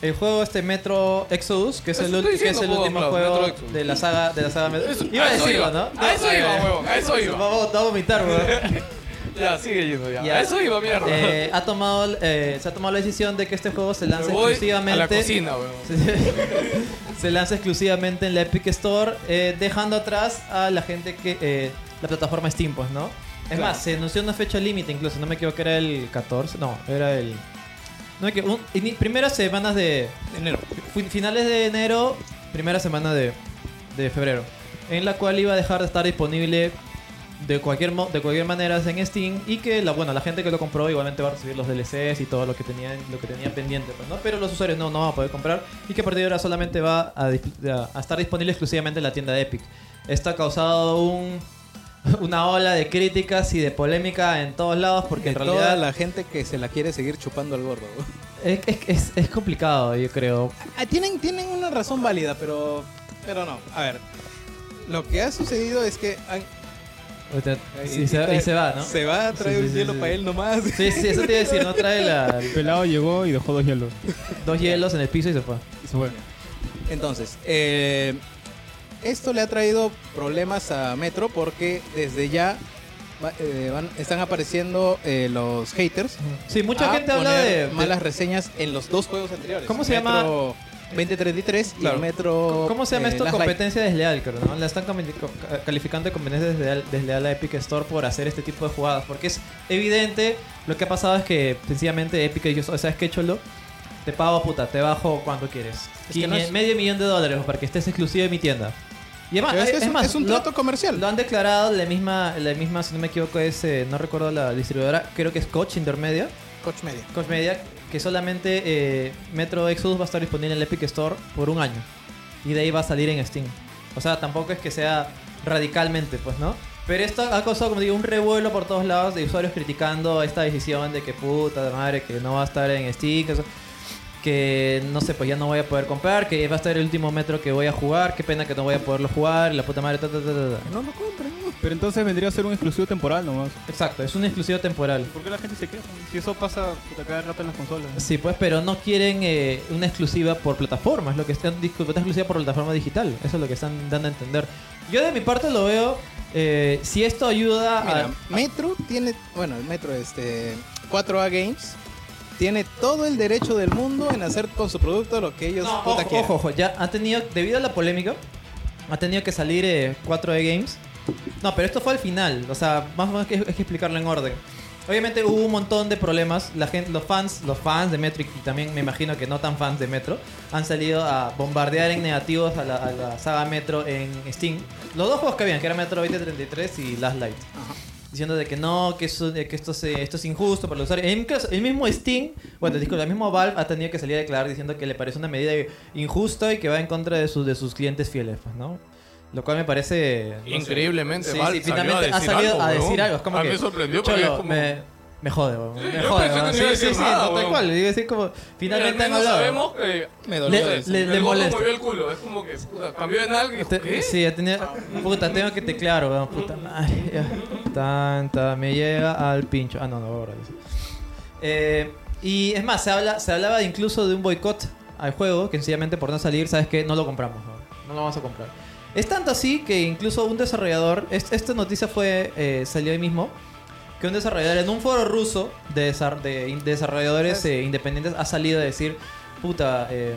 Speaker 5: el juego este Metro Exodus, que es
Speaker 2: Eso
Speaker 5: el,
Speaker 2: estoy
Speaker 5: ulti- que es
Speaker 2: diciendo,
Speaker 5: el
Speaker 2: huevón,
Speaker 5: último
Speaker 2: claro,
Speaker 5: juego
Speaker 2: Metro Exodus.
Speaker 5: de la saga de la saga Metro.
Speaker 2: Eso-
Speaker 5: iba
Speaker 2: a
Speaker 5: a
Speaker 2: eso
Speaker 5: decirlo,
Speaker 2: iba.
Speaker 5: ¿no?
Speaker 2: A eso
Speaker 5: Eh,
Speaker 2: iba, huevón, a eso iba.
Speaker 5: Va va- va a vomitar, huevón.
Speaker 2: ya, sigue yendo ya.
Speaker 5: Ya.
Speaker 2: Eso iba mierda.
Speaker 5: Eh, ha tomado, eh, se ha tomado la decisión de que este juego se lance
Speaker 2: Me voy
Speaker 5: exclusivamente.
Speaker 2: a la cocina, huevón.
Speaker 5: Se- se lanza exclusivamente en la Epic Store, eh, dejando atrás a la gente que. eh, la plataforma Steam, pues, ¿no? Es más, se anunció una fecha límite incluso, no me equivoco, era el 14, no, era el. No me equivoco, un- ini- primeras semanas de. Enero. Finales de enero, primera semana de, de febrero. En la cual iba a dejar de estar disponible de cualquier, mo- de cualquier manera en Steam y que la, bueno, la gente que lo compró igualmente va a recibir los DLCs y todo lo que tenía, lo que tenía pendiente, pues, ¿no? pero los usuarios no, no van a poder comprar y que a partir de ahora solamente va a, dis- a- a estar disponible exclusivamente en la tienda de Epic. Esto ha causado un, una ola de críticas y de polémica en todos lados porque
Speaker 3: Que
Speaker 5: en
Speaker 3: toda
Speaker 5: realidad
Speaker 3: la gente que se la quiere seguir chupando al gordo.
Speaker 5: es, es, es- es complicado, yo creo.
Speaker 3: Ah, Tienen, tienen una razón válida, pero, pero no. A ver, lo que ha sucedido es que... han-
Speaker 5: Y se, y se va, ¿no?
Speaker 3: Se va, trae
Speaker 5: Sí, sí,
Speaker 3: un
Speaker 5: sí,
Speaker 3: hielo
Speaker 5: sí.
Speaker 3: para él nomás.
Speaker 5: Sí, sí, eso te iba a decir, no trae la-
Speaker 7: El pelado llegó y dejó dos hielos.
Speaker 5: dos hielos en el piso y se fue.
Speaker 7: Y se fue.
Speaker 3: Entonces, eh, esto le ha traído problemas a Metro porque desde ya va- eh, van- están apareciendo eh, los haters.
Speaker 5: Sí, mucha
Speaker 3: a
Speaker 5: gente habla
Speaker 3: Ah, poner
Speaker 5: de, de-
Speaker 3: malas reseñas en los dos juegos anteriores.
Speaker 5: ¿Cómo se llama?
Speaker 3: Metro 2033
Speaker 5: Claro.
Speaker 3: y Metro.
Speaker 5: ¿Cómo se llama
Speaker 3: eh,
Speaker 5: esto?
Speaker 3: Last Light.
Speaker 5: competencia desleal, creo, ¿no? La están comi- co- ca- calificando de competencia desleal, desleal a Epic Store por hacer este tipo de jugadas. Porque es evidente, lo que ha pasado es que sencillamente Epic, ellos, o sea, es que cholo, te pago puta, te bajo cuánto quieres.
Speaker 3: Es que no es-
Speaker 5: Quinien- Medio millón de dólares para que estés exclusivo de mi tienda. Y además,
Speaker 3: Pero es, que
Speaker 5: es,
Speaker 3: es un-
Speaker 5: más,
Speaker 3: es un
Speaker 5: lo-
Speaker 3: trato comercial.
Speaker 5: lo han declarado la misma, la misma, si no me equivoco, es, eh, no recuerdo la distribuidora, creo que es Coach Intermedia.
Speaker 3: Coach Media.
Speaker 5: Coach Media, que solamente eh, Metro Exodus va a estar disponible en el Epic Store por un año. Y de ahí va a salir en Steam. O sea, tampoco es que sea radicalmente, pues, ¿no? Pero esto ha causado, como digo, un revuelo por todos lados de usuarios criticando esta decisión de que puta madre, que no va a estar en Steam, que, eso- que, no sé, pues ya no voy a poder comprar, que va a estar el último metro que voy a jugar, qué pena que no voy a poderlo jugar, la puta madre, ta, ta, ta, ta, ta.
Speaker 7: No lo compren. Pero entonces vendría a ser un exclusivo temporal nomás.
Speaker 5: Exacto, es un exclusivo temporal.
Speaker 7: ¿Por qué la gente se queja? Si eso pasa puta, cada rato en las consolas.
Speaker 5: Sí, pues, pero no quieren eh, una exclusiva por plataforma, es lo que están disculpa, una exclusiva por plataforma digital, eso es lo que están dando a entender. Yo de mi parte lo veo, eh, si esto ayuda
Speaker 2: Ah,
Speaker 3: Mira,
Speaker 5: a...
Speaker 3: Ah, Metro tiene, bueno, el Metro este 4A Games tiene todo el derecho del mundo en hacer con su producto lo que ellos
Speaker 5: No,
Speaker 3: puta
Speaker 5: ojo,
Speaker 3: quieran.
Speaker 5: ojo, ojo, ya ha tenido, debido a la polémica, ha tenido que salir eh, 4E Games. No, pero esto fue al final, o sea, más o menos que, hay que explicarlo en orden. Obviamente hubo un montón de problemas, la gente, los fans, los fans de Metro y también me imagino que no tan fans de Metro, han salido a bombardear en negativos a la, a la saga Metro en Steam. Los dos juegos que habían, que era Metro 2033 y Last Light diciendo de que no, que, eso- de que esto, se- esto es injusto para los usuarios. En caso- el mismo Steam, bueno, disculpa, el mismo Valve ha tenido que salir a declarar diciendo que le parece una medida injusta y que va en contra de, sus de sus clientes fieles, pues, ¿no? Lo cual me parece... no sé.
Speaker 2: Increíblemente,
Speaker 5: Sí,
Speaker 2: Valve
Speaker 5: sí, finalmente
Speaker 2: salió a
Speaker 5: ha
Speaker 2: decir
Speaker 5: salido
Speaker 2: algo,
Speaker 5: a
Speaker 2: huevón.
Speaker 5: decir algo. Es como
Speaker 2: a
Speaker 5: que,
Speaker 2: mí me sorprendió porque
Speaker 5: cholo,
Speaker 2: es como...
Speaker 5: me, me jode, huevón, me
Speaker 2: yo
Speaker 5: jode.
Speaker 2: pensé que
Speaker 5: huevón.
Speaker 2: no
Speaker 5: Sí,
Speaker 2: iba a
Speaker 5: sí,
Speaker 2: decir
Speaker 5: sí,
Speaker 2: nada,
Speaker 5: no, tal
Speaker 2: huevón.
Speaker 5: cual. Digo, así como, finalmente
Speaker 2: Mira, al
Speaker 5: han
Speaker 2: menos
Speaker 5: hablado.
Speaker 2: sabemos que...
Speaker 3: Me
Speaker 5: Le-
Speaker 3: dolió eso.
Speaker 5: le-
Speaker 2: el
Speaker 5: le
Speaker 2: gordo
Speaker 5: molesta.
Speaker 2: movió el culo, es como que puta, cambió de nalga y dijo,
Speaker 5: Te-
Speaker 2: ¿qué?
Speaker 5: Sí, ya tenía. Puta, tengo que teclear, weón. Puta madre. ya. Tanta, me llega al pincho. Ah, no, no, ahora. Eh, y es más, se, habla, se hablaba incluso de un boicot al juego, que sencillamente por no salir, ¿sabes qué? No lo compramos, weón. No lo vamos a comprar. Es tanto así que incluso un desarrollador. es- esta noticia fue eh, salió hoy mismo. Que un desarrollador en un foro ruso de, desar- de in- desarrolladores eh, independientes ha salido a decir: Puta, eh,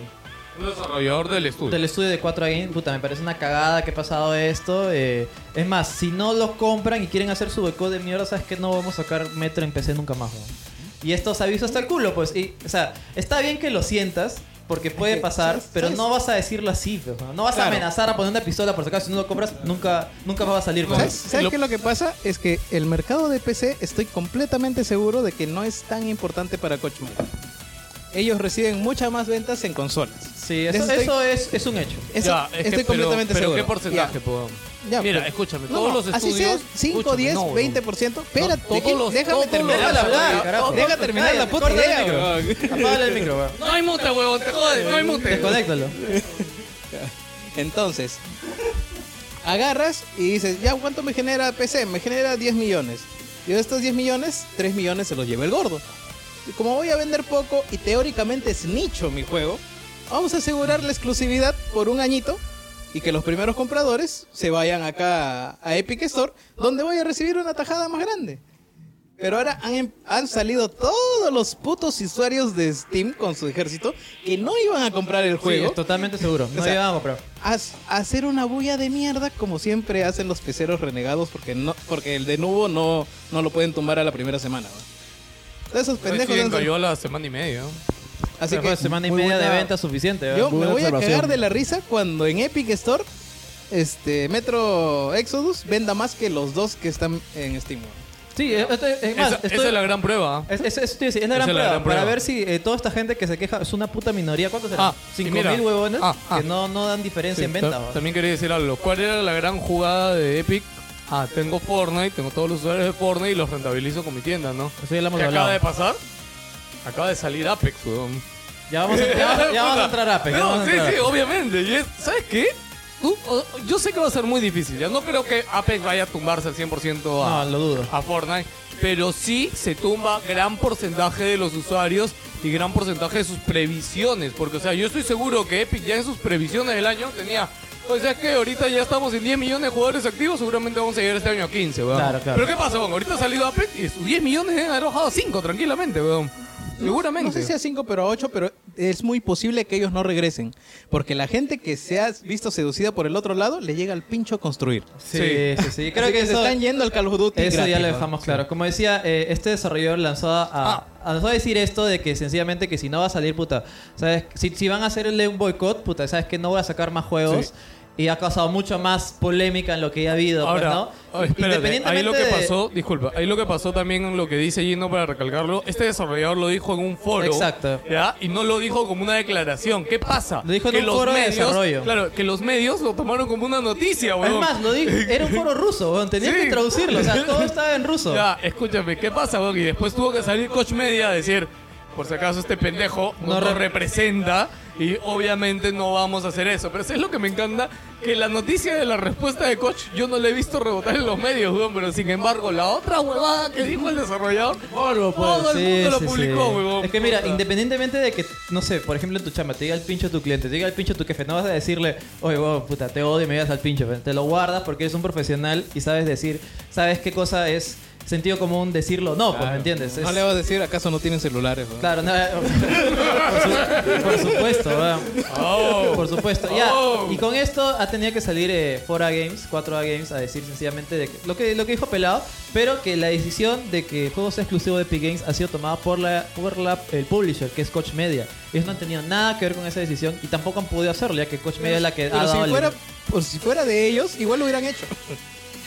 Speaker 2: Un desarrollador del estudio.
Speaker 5: del estudio de 4 Games, puta, me parece una cagada que ha pasado esto. eh, es más, si no lo compran y quieren hacer su boicot de mierda, sabes que no vamos a sacar Metro en PC nunca más, weón. Y esto se aviso hasta el culo, pues. Y, o sea, está bien que lo sientas, porque puede
Speaker 3: que,
Speaker 5: pasar,
Speaker 3: ¿sabes?
Speaker 5: pero
Speaker 3: ¿sabes?
Speaker 5: no vas a decirlo así, pues, weón. No vas a
Speaker 3: Claro.
Speaker 5: amenazar a poner una pistola por si acaso, si no lo compras, nunca, nunca va a salir, pues. weón.
Speaker 3: ¿Sabes, sabes qué es lo que pasa? Es que el mercado de PC estoy completamente seguro de que no es tan importante para Coachman. Ellos reciben muchas más ventas en consolas.
Speaker 5: Sí, eso,
Speaker 3: Les estoy-
Speaker 5: eso es, es un hecho.
Speaker 3: Eso
Speaker 2: Ya, es que-
Speaker 3: estoy
Speaker 2: pero-
Speaker 3: completamente
Speaker 2: pero
Speaker 3: seguro.
Speaker 2: ¿qué porcentaje,
Speaker 3: Ya.
Speaker 2: po?
Speaker 4: Ya,
Speaker 2: Mira,
Speaker 4: pero-
Speaker 2: escúchame,
Speaker 4: No,
Speaker 2: todos
Speaker 4: no,
Speaker 2: los
Speaker 3: Así
Speaker 2: estudios...
Speaker 3: sea 5,
Speaker 2: escúchame,
Speaker 3: 10,
Speaker 2: no,
Speaker 3: 20%. Espérate,
Speaker 2: todos
Speaker 3: que-
Speaker 2: los-
Speaker 3: déjame
Speaker 2: todos los-
Speaker 3: terminar.
Speaker 5: Déjala hablar,
Speaker 3: Deja
Speaker 5: carajo.
Speaker 3: terminar la
Speaker 5: Cállate,
Speaker 3: puta
Speaker 5: córtale
Speaker 3: idea,
Speaker 5: el micro.
Speaker 3: weón.
Speaker 5: Apágale el micro, weón.
Speaker 2: No hay mute, huevón, te jodes, no hay mute.
Speaker 5: Desconéctalo.
Speaker 3: Entonces, agarras y dices, ya, ¿cuánto me genera PC? Me genera 10 millones. Y de estos 10 millones, 3 millones se los lleva el gordo. Y como voy a vender poco y teóricamente es nicho mi juego, vamos a asegurar la exclusividad por un añito y que los primeros compradores se vayan acá a Epic Store, donde voy a recibir una tajada más grande. Pero ahora han, em- han salido todos los putos usuarios de Steam con su ejército que no iban a comprar el
Speaker 5: Sí,
Speaker 3: juego
Speaker 5: es totalmente seguro. No
Speaker 3: O sea,
Speaker 5: llevamos, pero.
Speaker 3: haz- hacer una bulla de mierda como siempre hacen los peceros renegados porque no porque el de nubo no, no lo pueden tumbar a la primera semana. ¿no? Esos pendejos.
Speaker 2: Recién
Speaker 3: han sal-
Speaker 2: cayó la semana y media.
Speaker 3: Así
Speaker 5: Pero fue
Speaker 3: que
Speaker 5: semana y
Speaker 4: muy
Speaker 5: media de
Speaker 4: buena-
Speaker 5: venta suficiente, ¿verdad?
Speaker 3: yo me
Speaker 4: buena
Speaker 3: voy a
Speaker 4: observación.
Speaker 3: cagar de la risa cuando en Epic Store este Metro Exodus venda más que los dos que están en Steam. ¿no?
Speaker 5: Sí, es, es- es más,
Speaker 2: esa,
Speaker 5: estoy-
Speaker 2: esa es la gran prueba.
Speaker 5: es- es- es- te iba a decir, es la
Speaker 2: Esa
Speaker 5: gran
Speaker 2: es la
Speaker 5: prueba,
Speaker 2: gran
Speaker 5: para
Speaker 2: prueba.
Speaker 5: ver si eh, toda esta gente que se queja es una puta minoría. ¿Cuántos serán?
Speaker 2: Ah, y
Speaker 5: 5.000
Speaker 2: mira.
Speaker 5: huevones
Speaker 2: Ah, ah.
Speaker 5: que no, no dan diferencia
Speaker 2: Sí,
Speaker 5: en
Speaker 2: ta-
Speaker 5: venta. ¿va?
Speaker 2: También quería decir algo. ¿Cuál era la gran jugada de Epic? Ah, tengo Fortnite, tengo todos los usuarios de Fortnite y los rentabilizo con mi tienda, ¿no?
Speaker 5: Eso ya lo hemos
Speaker 2: ¿Qué acaba de
Speaker 5: hablado.
Speaker 2: pasar? Acaba de salir Apex, weón.
Speaker 5: Ya vamos a, ya vamos- ya vamos a entrar a Apex. ya
Speaker 2: No,
Speaker 5: vamos a
Speaker 2: sí,
Speaker 5: entrar a
Speaker 2: sí,
Speaker 5: Apex.
Speaker 2: obviamente. Y es- ¿Sabes qué? Tú- o- yo sé que va a ser muy difícil. Ya no creo que Apex vaya a tumbarse al 100% a,
Speaker 5: No, lo dudo.
Speaker 2: a Fortnite. Pero sí se tumba gran porcentaje de los usuarios y gran porcentaje de sus previsiones. Porque, o sea, yo estoy seguro que Epic ya en sus previsiones del año tenía. O sea, es que ahorita ya estamos en 10 millones de jugadores activos. Seguramente vamos a llegar este año a 15, weón.
Speaker 5: Claro, claro.
Speaker 2: Pero ¿qué pasa, weón? Ahorita ha salido Apex y sus 10 millones deben haber bajado a 5 tranquilamente, weón. Seguramente.
Speaker 3: No sé si a 5 pero a 8, pero es muy posible que ellos no regresen, porque la gente que se ha visto seducida por el otro lado le llega al pincho construir.
Speaker 5: Sí, sí, sí. Creo
Speaker 3: Así
Speaker 5: que
Speaker 3: se
Speaker 5: eso-
Speaker 3: están yendo al Call of Duty
Speaker 5: Eso ya
Speaker 3: gratis,
Speaker 5: lo
Speaker 3: ¿no?
Speaker 5: dejamos claro. Como decía, eh, este desarrollador lanzó a, a- lanzó a decir esto de que sencillamente que si no va a salir, puta, ¿sabes? Si, si van a hacerle un boicot, puta, ¿sabes que No voy a sacar más juegos. Y ha causado mucha más polémica en lo que ya ha habido, pues,
Speaker 2: Ahora,
Speaker 5: ¿no?
Speaker 2: ah, espérate, ahí lo que
Speaker 5: de-
Speaker 2: pasó, disculpa, ahí lo que pasó también, lo que dice Gino para recalcarlo, este desarrollador lo dijo en un foro.
Speaker 5: Exacto.
Speaker 2: ¿ya? Y no lo dijo como una declaración. ¿Qué pasa?
Speaker 5: Lo dijo en un foro de desarrollo.
Speaker 2: Claro, que los medios lo tomaron como una noticia,
Speaker 5: Es
Speaker 2: weón.
Speaker 5: más, lo digo, era un foro ruso, weón, tenían
Speaker 2: Sí.
Speaker 5: que traducirlo, o sea, todo estaba en ruso.
Speaker 2: Ya, escúchame, ¿qué pasa, weón? Y después tuvo que salir Coach Media a decir, por si acaso este pendejo no,
Speaker 5: No
Speaker 2: nos
Speaker 5: re-
Speaker 2: representa y obviamente no vamos a hacer eso. Pero eso es lo que me encanta, que la noticia de la respuesta de Coach yo no la he visto rebotar en los medios, weón, pero sin embargo, la otra huevada que dijo el desarrollador, todo el
Speaker 5: pues, Sí,
Speaker 2: mundo lo
Speaker 5: sí,
Speaker 2: publicó,
Speaker 5: sí.
Speaker 2: weón.
Speaker 5: Es que mira,
Speaker 2: Puta.
Speaker 5: independientemente de que, no sé, por ejemplo en tu chamba, te diga el pincho tu cliente, te diga el pincho tu jefe, no vas a decirle, oye, weón, puta, te odio y me digas al pincho, pero te lo guardas porque eres un profesional y sabes decir, sabes qué cosa es sentido común decirlo, no, pues, ¿me entiendes? Es-
Speaker 3: No le vas a decir, ¿acaso no tienen celulares? weón?
Speaker 5: Claro, no, eh, por, su- por supuesto, weón.
Speaker 2: Oh.
Speaker 5: Por supuesto, ya.
Speaker 2: Oh.
Speaker 5: Y con esto ha tenido que salir eh, 4A Games, 4A Games, a decir sencillamente de que- lo, que, lo que dijo Pelado, pero que la decisión de que el juego sea exclusivo de Epic Games ha sido tomada por, la, por la, el publisher, que es Coach Media. Ellos no han tenido nada que ver con esa decisión y tampoco han podido hacerlo, ya que Coach Media es la que ha
Speaker 3: Pero
Speaker 5: dado
Speaker 3: si
Speaker 5: el-
Speaker 3: fuera, por si fuera de ellos, igual lo hubieran hecho.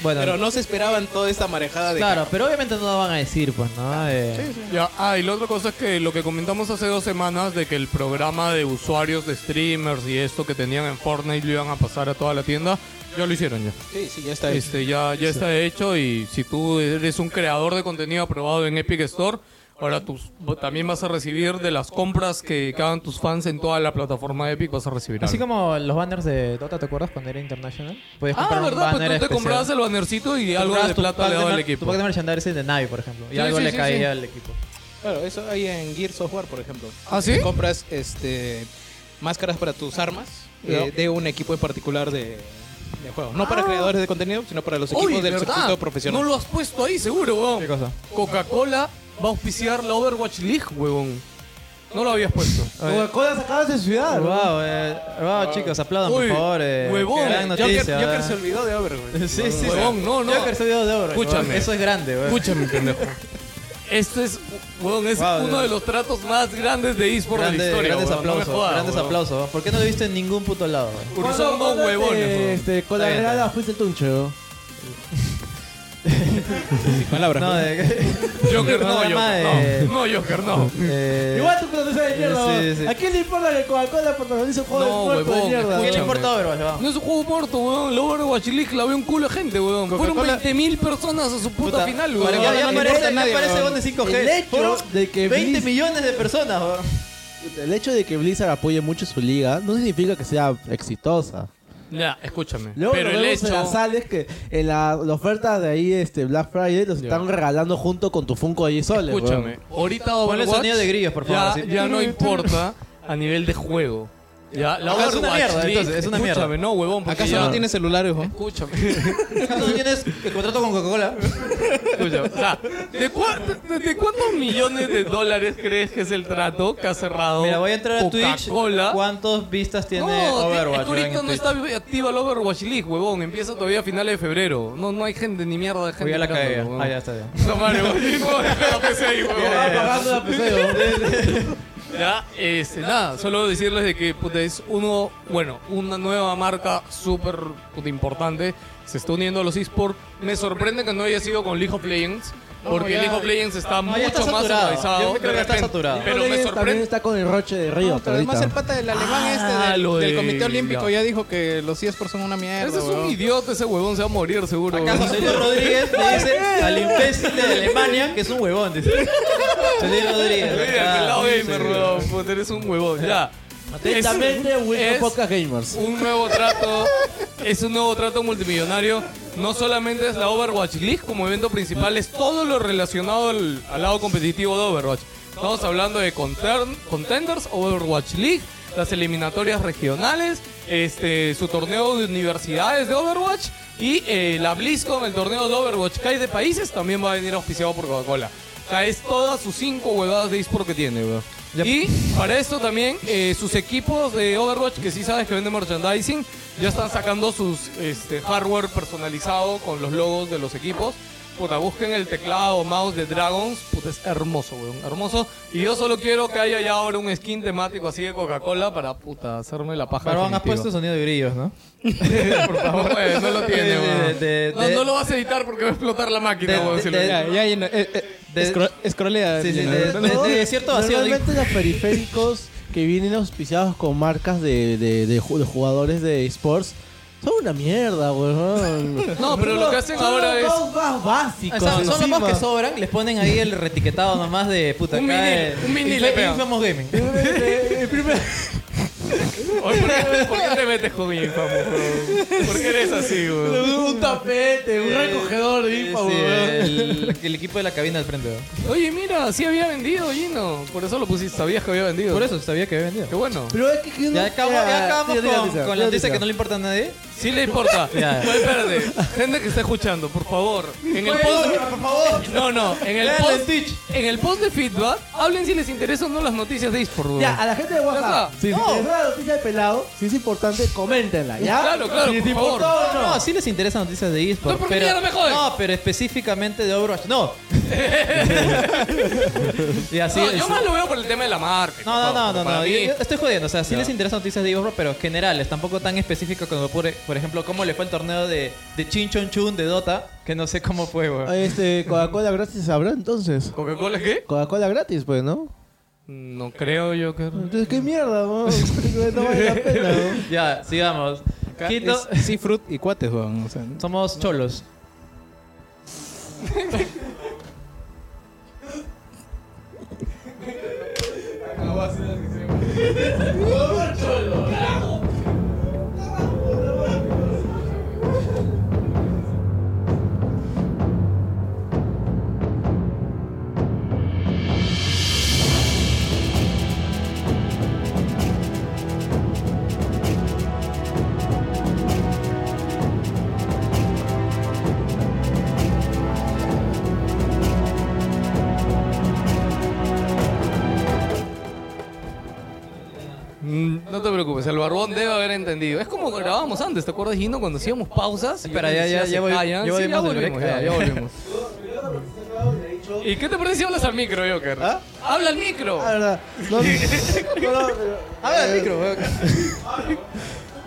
Speaker 5: Bueno,
Speaker 3: Pero no se esperaban toda esta marejada de.
Speaker 5: claro, pero obviamente no lo van a decir, pues, ¿no? Eh,
Speaker 2: Ya, ah, y la otra cosa es que lo que comentamos hace dos semanas de que el programa de usuarios, de streamers y esto que tenían en Fortnite lo iban a pasar a toda la tienda, ya lo hicieron ya.
Speaker 3: Sí, sí, ya está.
Speaker 2: Este, ya, ya está hecho y si tú eres un creador de contenido aprobado en Epic Store, ahora tú también vas a recibir de las compras que, que hagan tus fans en toda la plataforma de Epic, vas a recibir
Speaker 5: Así
Speaker 2: algo.
Speaker 5: como los banners de Dota, ¿te acuerdas cuando era International? Podías
Speaker 2: Ah,
Speaker 5: comprar un
Speaker 2: ¿verdad? Pues
Speaker 5: banner
Speaker 2: tú te
Speaker 5: especial.
Speaker 2: comprabas el bannercito y algo
Speaker 5: Comprabas
Speaker 2: de
Speaker 5: tu
Speaker 2: plata
Speaker 5: pack
Speaker 2: le daba
Speaker 5: mer-
Speaker 2: al
Speaker 5: Tu
Speaker 2: equipo.
Speaker 5: pack de merchandising de Navi, por ejemplo. Y
Speaker 2: Sí,
Speaker 5: algo
Speaker 2: sí,
Speaker 5: le
Speaker 2: sí,
Speaker 5: caía
Speaker 2: sí.
Speaker 5: al equipo.
Speaker 3: Claro, eso hay en Gear Software, por ejemplo.
Speaker 2: ¿Ah, sí?
Speaker 3: Te Compras este, máscaras para tus armas eh, de un equipo en particular de, de juego. No para creadores de contenido, sino para los equipos
Speaker 2: Oye,
Speaker 3: del
Speaker 2: ¿verdad?
Speaker 3: circuito profesional.
Speaker 2: No lo has puesto ahí, seguro, weón.
Speaker 5: ¿Qué cosa?
Speaker 2: Coca-Cola va a auspiciar la Overwatch League, huevón. No lo habías puesto.
Speaker 4: Coca-Cola sacadas de ciudad.
Speaker 5: Wow, eh, wow, chicos, aplaudan,
Speaker 2: Uy,
Speaker 5: por favor. Eh,
Speaker 2: huevón.
Speaker 5: qué gran
Speaker 2: Joker-
Speaker 5: noticia.
Speaker 2: Joker
Speaker 5: ¿verdad?
Speaker 2: se
Speaker 3: olvidó de Overwatch.
Speaker 5: Sí, sí, sí.
Speaker 2: Huevón, no, no.
Speaker 5: Joker se dio de oro.
Speaker 2: Escúchame.
Speaker 5: huevón. Eso es grande, weón.
Speaker 2: Escúchame, pendejo. Este es, huevón, es
Speaker 5: Wow,
Speaker 2: uno
Speaker 5: Dios.
Speaker 2: de los tratos más grandes de eSport de la
Speaker 5: Grande-
Speaker 2: historia. huevón.
Speaker 5: grandes
Speaker 2: No me
Speaker 5: aplausos.
Speaker 2: jodas,
Speaker 5: grandes
Speaker 2: huevón.
Speaker 5: aplausos. weón. ¿Por qué no lo viste en ningún puto lado? weón?
Speaker 2: Porque son dos huevones, huevón.
Speaker 4: Este, con
Speaker 5: Está
Speaker 4: la
Speaker 5: bien, está
Speaker 4: granada fuiste el tuncho.
Speaker 3: Sin palabras.
Speaker 5: No,
Speaker 4: eh,
Speaker 5: eh,
Speaker 3: ¿no?
Speaker 5: de...
Speaker 2: Joker
Speaker 5: No,
Speaker 2: no,
Speaker 5: nada más
Speaker 2: Joker
Speaker 5: de-
Speaker 2: no. No, Joker no.
Speaker 5: eh,
Speaker 4: Igual tú cuando sabes mierda.
Speaker 5: Sí,
Speaker 4: weón.
Speaker 5: sí.
Speaker 4: ¿A quién le importa que Coca-Cola protagonice un juego
Speaker 2: No,
Speaker 4: de cuerpo de
Speaker 2: huevón,
Speaker 4: mierda?
Speaker 5: ¿Qué le
Speaker 4: weón?
Speaker 5: importa Overwatch? Vamos.
Speaker 2: No es un juego muerto, weón. La Overwatch League la vio un culo de gente, weón. Fueron
Speaker 7: Coca-Cola-
Speaker 2: 20.000 personas a su puta,
Speaker 5: Puta,
Speaker 2: final,
Speaker 5: Ya,
Speaker 2: weón.
Speaker 5: ya,
Speaker 3: no le importa a
Speaker 5: parece,
Speaker 3: nadie,
Speaker 5: ya parece
Speaker 3: weón.
Speaker 5: gol de 5G.
Speaker 4: El hecho
Speaker 5: Fueron
Speaker 4: de que
Speaker 5: 20
Speaker 4: Blizz-
Speaker 5: millones de personas, weón.
Speaker 4: El hecho de que Blizzard apoye mucho su liga no significa que sea exitosa.
Speaker 2: Ya, escúchame.
Speaker 4: Luego
Speaker 2: Pero
Speaker 4: lo
Speaker 2: el
Speaker 4: vemos en las
Speaker 2: hecho...
Speaker 4: sales que en la, la oferta de ahí este Black Friday los están regalando junto con tu Funko de 10 soles.
Speaker 2: Escúchame,
Speaker 4: weón.
Speaker 2: ahorita
Speaker 5: Ponle
Speaker 2: Overwatch...
Speaker 5: sonido de grillos, por favor,
Speaker 2: Ya,
Speaker 5: así.
Speaker 2: ya no importa a nivel de juego. Ya, la Overwatch
Speaker 5: Acá es una mierda,
Speaker 2: League-
Speaker 5: entonces, es una mierda.
Speaker 2: Escúchame, no, huevón. porque
Speaker 3: ¿Acaso
Speaker 2: ya-
Speaker 3: no tiene celular, hijo?
Speaker 2: Escúchame.
Speaker 5: ¿Tú tienes el contrato con Coca-Cola?
Speaker 2: Escucha, o sea, ¿de, cuá- de- de cuántos millones de dólares crees que es el trato que ha cerrado
Speaker 5: Mira, voy a entrar a Twitch.
Speaker 2: Coca-Cola?
Speaker 5: ¿Cuántos vistas tiene
Speaker 2: no,
Speaker 5: Overwatch?
Speaker 2: es que ahorita
Speaker 5: weón, en
Speaker 2: no
Speaker 5: Twitch?
Speaker 2: está activa el Overwatch League, huevón. Empieza todavía a finales de febrero. No, no hay gente, ni mierda de gente.
Speaker 5: Uy, ya la cagué.
Speaker 2: mirándolo, huevón.
Speaker 5: Ah, ya está bien.
Speaker 2: No, madre, huevón. No, deja la PC ahí, huevón.
Speaker 5: Ya, ya, ya.
Speaker 2: Ya, este, nada, solo decirles de que puta, es uno, bueno, una nueva marca súper puta, importante. Se está uniendo a los eSports. Me sorprende que no haya sido con League of Legends. Porque
Speaker 5: ya-
Speaker 2: League of Legends está
Speaker 5: No,
Speaker 2: mucho
Speaker 5: ya está
Speaker 2: más
Speaker 5: saturado.
Speaker 2: organizado.
Speaker 5: Yo creo
Speaker 2: de
Speaker 5: que está
Speaker 2: repente.
Speaker 5: saturado.
Speaker 2: Pero me
Speaker 4: League también
Speaker 2: sorprende.
Speaker 4: está con el roche de Río.
Speaker 3: No, pero además
Speaker 4: ahorita.
Speaker 3: el pata del alemán
Speaker 2: Ah,
Speaker 3: este del,
Speaker 2: lo
Speaker 3: del
Speaker 2: de-
Speaker 3: Comité Olímpico
Speaker 2: ya.
Speaker 3: ya dijo que los eSports son una mierda.
Speaker 2: Ese es un
Speaker 3: weón.
Speaker 2: idiota, ese huevón se va a morir seguro.
Speaker 5: Acá
Speaker 2: huevón.
Speaker 5: José Rodríguez le dice al imbécil de Alemania que es un huevón. Dice. José Rodríguez.
Speaker 2: Mira,
Speaker 5: Ah,
Speaker 2: que lado
Speaker 5: sí,
Speaker 2: gamer,
Speaker 5: sí.
Speaker 2: huevón, puta, eres un huevón. Ya.
Speaker 4: Atentamente,
Speaker 2: Es-
Speaker 4: Windows
Speaker 2: es-
Speaker 4: Podcast Gamers.
Speaker 2: un nuevo trato, es un nuevo trato multimillonario. No solamente es la Overwatch League como evento principal, es todo lo relacionado al, al lado competitivo de Overwatch. Estamos hablando de contern- Contenders, Overwatch League, las eliminatorias regionales, este, su torneo de universidades de Overwatch y eh, la BlizzCon, el torneo de Overwatch que hay de países, también va a venir auspiciado por Coca-Cola. O sea, es todas sus cinco huevadas de eSport que tiene, weón. Y para esto también, eh, sus equipos de Overwatch, que sí sabes que venden merchandising, ya están sacando sus este, hardware personalizado con los logos de los equipos. Puta, busquen el teclado o mouse de Dragons. Puta, es hermoso, weón. Hermoso. Y yo solo quiero que haya ya ahora un skin temático así de Coca-Cola para, puta, hacerme la paja.
Speaker 5: Barbón, has
Speaker 2: definitiva.
Speaker 5: puesto sonido de grillos, ¿no?
Speaker 2: Por favor, eh, no lo tiene,
Speaker 5: De-
Speaker 2: weón.
Speaker 5: de-
Speaker 2: no,
Speaker 5: de-
Speaker 2: no lo vas a editar porque va a explotar la máquina,
Speaker 5: de-
Speaker 2: weón, si lo
Speaker 5: de-
Speaker 3: Ya,
Speaker 2: editas.
Speaker 3: ya, llena- eh, eh,
Speaker 5: De-
Speaker 3: escro- escrolea,
Speaker 5: Sí, sí,
Speaker 3: llena.
Speaker 5: de-
Speaker 3: No,
Speaker 5: de-
Speaker 3: no,
Speaker 5: de- cierto vacío de-
Speaker 4: Normalmente los periféricos que vienen auspiciados con marcas de, de, de ju- de jugadores de esports son una mierda, weón.
Speaker 2: No, pero lo que hacen
Speaker 4: Son
Speaker 2: ahora
Speaker 4: los
Speaker 2: es-
Speaker 4: dos más
Speaker 5: Ah,
Speaker 4: básicos.
Speaker 5: son- Son los más
Speaker 4: encima.
Speaker 5: que sobran, les ponen ahí el retiquetado nomás de puta
Speaker 2: Un
Speaker 5: acá
Speaker 2: mini-
Speaker 5: el-
Speaker 2: un mini
Speaker 5: Inf-
Speaker 2: le pegan.
Speaker 5: Infamous Gaming.
Speaker 2: Oye, ¿por, qué, por qué te metes con Infamous, weón? ¿Por qué eres así, weón?
Speaker 4: Un tapete, un recogedor de
Speaker 5: Sí,
Speaker 4: IPA, weón.
Speaker 5: el, el equipo de la cabina al frente. weón.
Speaker 2: Oye, mira, sí había vendido, Gino. Por eso lo pusiste, sabías que había vendido.
Speaker 5: Por eso sabía que había vendido.
Speaker 2: Qué bueno.
Speaker 4: Pero es que- que.
Speaker 5: Ya acabamos, ya acabamos
Speaker 4: Tira, tira,
Speaker 5: con,
Speaker 4: tira,
Speaker 5: con la
Speaker 4: tira,
Speaker 5: noticia
Speaker 4: tira.
Speaker 5: que no le importa a nadie.
Speaker 2: Sí le importa.
Speaker 5: Ya.
Speaker 2: Pues espérate. Gente que está escuchando, por favor. En el post.
Speaker 5: por favor.
Speaker 2: No, no. En el
Speaker 5: Véanlo en
Speaker 2: post.
Speaker 5: Twitch.
Speaker 2: En el post de feedback, hablen si les interesan o no las noticias de eSport, weón.
Speaker 4: Ya, a la gente de
Speaker 2: Ya
Speaker 4: WhatsApp,
Speaker 2: está.
Speaker 4: si les interesa la noticia de pelado, si es importante, coméntenla, ¿ya?
Speaker 2: Claro, claro,
Speaker 4: Si
Speaker 2: por
Speaker 4: les
Speaker 2: favor.
Speaker 4: importó o
Speaker 5: No,
Speaker 4: no.
Speaker 5: sí les interesan noticias de eSport.
Speaker 2: No, porque
Speaker 5: pero,
Speaker 2: ya no me joden.
Speaker 5: No, pero específicamente de Overwatch. No. y así
Speaker 2: No,
Speaker 5: es.
Speaker 2: yo más lo veo por el tema de la marca.
Speaker 5: No, no, no, no,
Speaker 2: Para
Speaker 5: no.
Speaker 2: mí-
Speaker 5: yo- yo estoy jodiendo. O sea, sí les interesan noticias de Overwatch, pero generales, tampoco tan específicas como, por, por ejemplo, cómo le fue el torneo de, de Chin Chon Chun de Dota, que no sé cómo fue, weón.
Speaker 4: Este, Coca-Cola gratis habrá entonces.
Speaker 2: ¿Coca-Cola qué?
Speaker 4: Coca-Cola gratis, pues, ¿no?
Speaker 2: No creo yo que.
Speaker 4: Entonces, qué mierda, weón? No vale la pena, weón.
Speaker 5: Ya, sigamos.
Speaker 3: acá
Speaker 5: Quito,
Speaker 3: es Seafruit y cuates, weón. o sea,
Speaker 5: somos cholos.
Speaker 2: Mm, No te preocupes, el barbón debe haber entendido. Es como grabábamos antes, ¿te acuerdas, Gino? Cuando hacíamos pausas. y
Speaker 5: Espera,
Speaker 2: yo
Speaker 5: ya,
Speaker 2: decía,
Speaker 5: ya,
Speaker 2: se
Speaker 5: ya voy-
Speaker 2: callan.
Speaker 5: ya
Speaker 2: Sí, ya
Speaker 5: volvimos del
Speaker 2: volvimos,
Speaker 5: break.
Speaker 2: ya, ya volvimos. ¿Y qué te parece si hablas al micro, Joker?
Speaker 4: ¿Ah?
Speaker 2: ¡Habla al micro!
Speaker 4: La verdad, no, no, no, pero-
Speaker 5: Habla el micro, weón.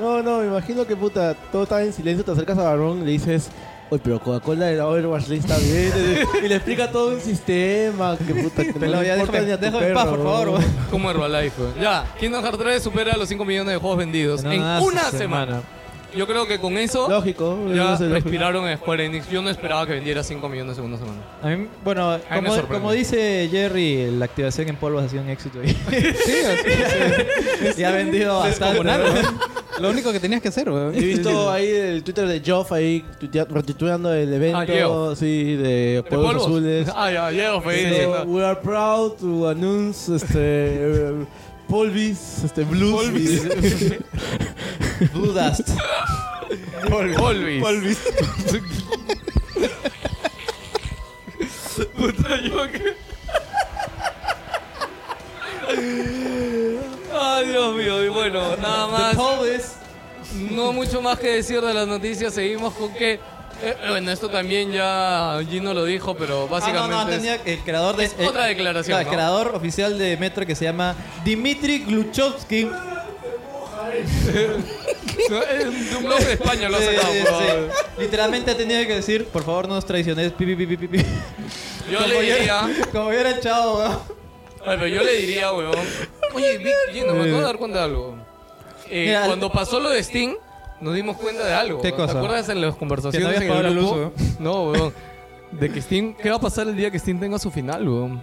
Speaker 4: no, no, me imagino que puta, todo está en silencio, te acercas a Barón y le dices, Uy, pero Coca-Cola era Overwatch League está bien. Y le explica todo un sistema. Que puta, que
Speaker 5: Pelado, ya
Speaker 4: importa
Speaker 5: déjame,
Speaker 4: ni a tu
Speaker 5: déjame en
Speaker 4: perro,
Speaker 5: paz, por favor.
Speaker 4: weón.
Speaker 5: weón.
Speaker 2: Como Herbalife. weón. Ya, Kingdom Hearts 3 supera los 5 millones de juegos vendidos en una semana. Yo creo que con eso
Speaker 4: Lógico.
Speaker 2: ya
Speaker 4: es lógico.
Speaker 2: respiraron en Square Enix. Yo no esperaba que vendiera 5 millones en una semana. Ah,
Speaker 5: A mí, bueno,
Speaker 2: me
Speaker 5: como,
Speaker 2: sorprende.
Speaker 5: como dice Jerry, la activación en polvos ha sido un éxito. Y, y ha vendido bastante. weón.
Speaker 3: Lo único que tenías que hacer, weón.
Speaker 4: He visto ahí el Twitter de Joff ahí tuitea- retuiteando el
Speaker 2: Ah,
Speaker 4: evento
Speaker 2: Geoff.
Speaker 4: sí, de
Speaker 2: ¿De
Speaker 4: Pueblos
Speaker 2: polvos?
Speaker 4: Azules.
Speaker 2: Ah, ya, llego feliz.
Speaker 4: Diciendo,
Speaker 2: diciendo,
Speaker 4: We are proud to announce este, eh, Polvis, este Blues.
Speaker 5: Blue Dust.
Speaker 2: Polvis.
Speaker 4: Polvis.
Speaker 2: Puta, yo que... Ay, Dios mío. Y bueno, nada más.
Speaker 5: Polvis.
Speaker 2: No mucho más que decir de las noticias. Seguimos con que... eh, bueno, esto también ya Gino lo dijo, pero
Speaker 5: Ah, no,
Speaker 2: básicamente...
Speaker 5: no,
Speaker 2: es-
Speaker 5: tenía el creador de.
Speaker 2: es otra declaración,
Speaker 5: no, El
Speaker 2: ¿no?
Speaker 5: creador oficial de Metro que se llama Dimitri Gluchovsky.
Speaker 2: No, es de un blog de España lo ha sacado,
Speaker 5: Sí,
Speaker 2: por favor.
Speaker 5: sí. Literalmente ha tenido que decir, por favor, no nos traiciones. Pi, pi, pi, pi, pi, pi.
Speaker 2: Yo le diría...
Speaker 5: Como hubiera echado, weón.
Speaker 2: Ay, pero yo le diría, weón. Oye, vi, oye, no me acabo de dar cuenta de algo. Eh,
Speaker 5: Mira,
Speaker 2: cuando pasó lo de Steam, nos dimos cuenta de algo.
Speaker 5: ¿Qué
Speaker 2: weón. ¿Te
Speaker 5: cosa?
Speaker 2: acuerdas en las conversaciones
Speaker 5: habías
Speaker 2: en
Speaker 5: pagado
Speaker 2: el
Speaker 5: la luz,
Speaker 2: grupo? No, weón. De que Steam, ¿qué va a pasar el día que Steam tenga su final, weón?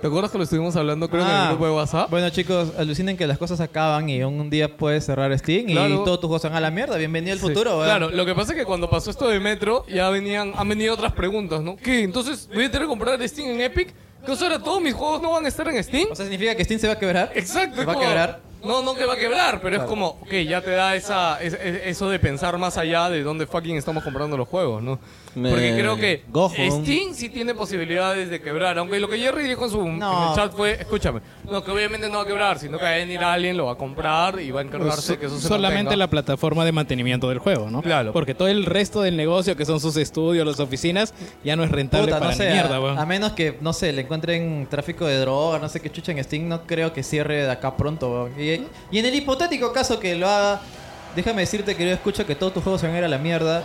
Speaker 2: ¿Te acuerdas que lo estuvimos hablando, creo, en
Speaker 5: Ah.
Speaker 2: el grupo de WhatsApp?
Speaker 5: Bueno, chicos, alucinen que las cosas acaban y un día puedes cerrar Steam
Speaker 2: Claro.
Speaker 5: y todos tus juegos se van a la mierda. Bienvenido al futuro, weón.
Speaker 2: Claro, lo que pasa es que cuando pasó esto de Metro, ya venían, han venido otras preguntas, ¿no? ¿Qué? Entonces, ¿voy a tener que comprar Steam en Epic? ¿Qué o sea, ahora todos mis juegos no van a estar en Steam?
Speaker 5: O sea, significa que Steam se va a quebrar.
Speaker 2: Exacto.
Speaker 5: ¿Se
Speaker 2: es
Speaker 5: va a
Speaker 2: como-
Speaker 5: quebrar?
Speaker 2: No, no que va a quebrar, pero es como, ok, ya te da esa, es- es- eso de pensar más allá de dónde fucking estamos comprando los juegos, ¿no? Porque
Speaker 4: Eh,
Speaker 2: creo que
Speaker 4: gojo.
Speaker 2: Steam sí tiene posibilidades de quebrar, aunque lo que Jerry dijo en su
Speaker 5: No.
Speaker 2: en el chat fue, escúchame, no, que obviamente no va a quebrar, sino que va a venir alguien, lo va a comprar y va a encargarse que eso se
Speaker 3: Solamente
Speaker 2: mantenga.
Speaker 3: la plataforma de mantenimiento del juego, ¿no?
Speaker 2: Claro.
Speaker 3: Porque todo el resto del negocio, que son sus estudios, las oficinas, ya no es rentable
Speaker 5: Puta,
Speaker 3: para
Speaker 5: no Ah,
Speaker 3: ni
Speaker 5: sé.
Speaker 3: mierda,
Speaker 5: a,
Speaker 3: weón.
Speaker 5: a menos que, no sé, le encuentren tráfico de droga, no sé qué chucha en Steam, no creo que cierre de acá pronto, weón. Y, y en el hipotético caso que lo haga, déjame decirte que yo escucho que todos tus juegos se van a ir a la mierda.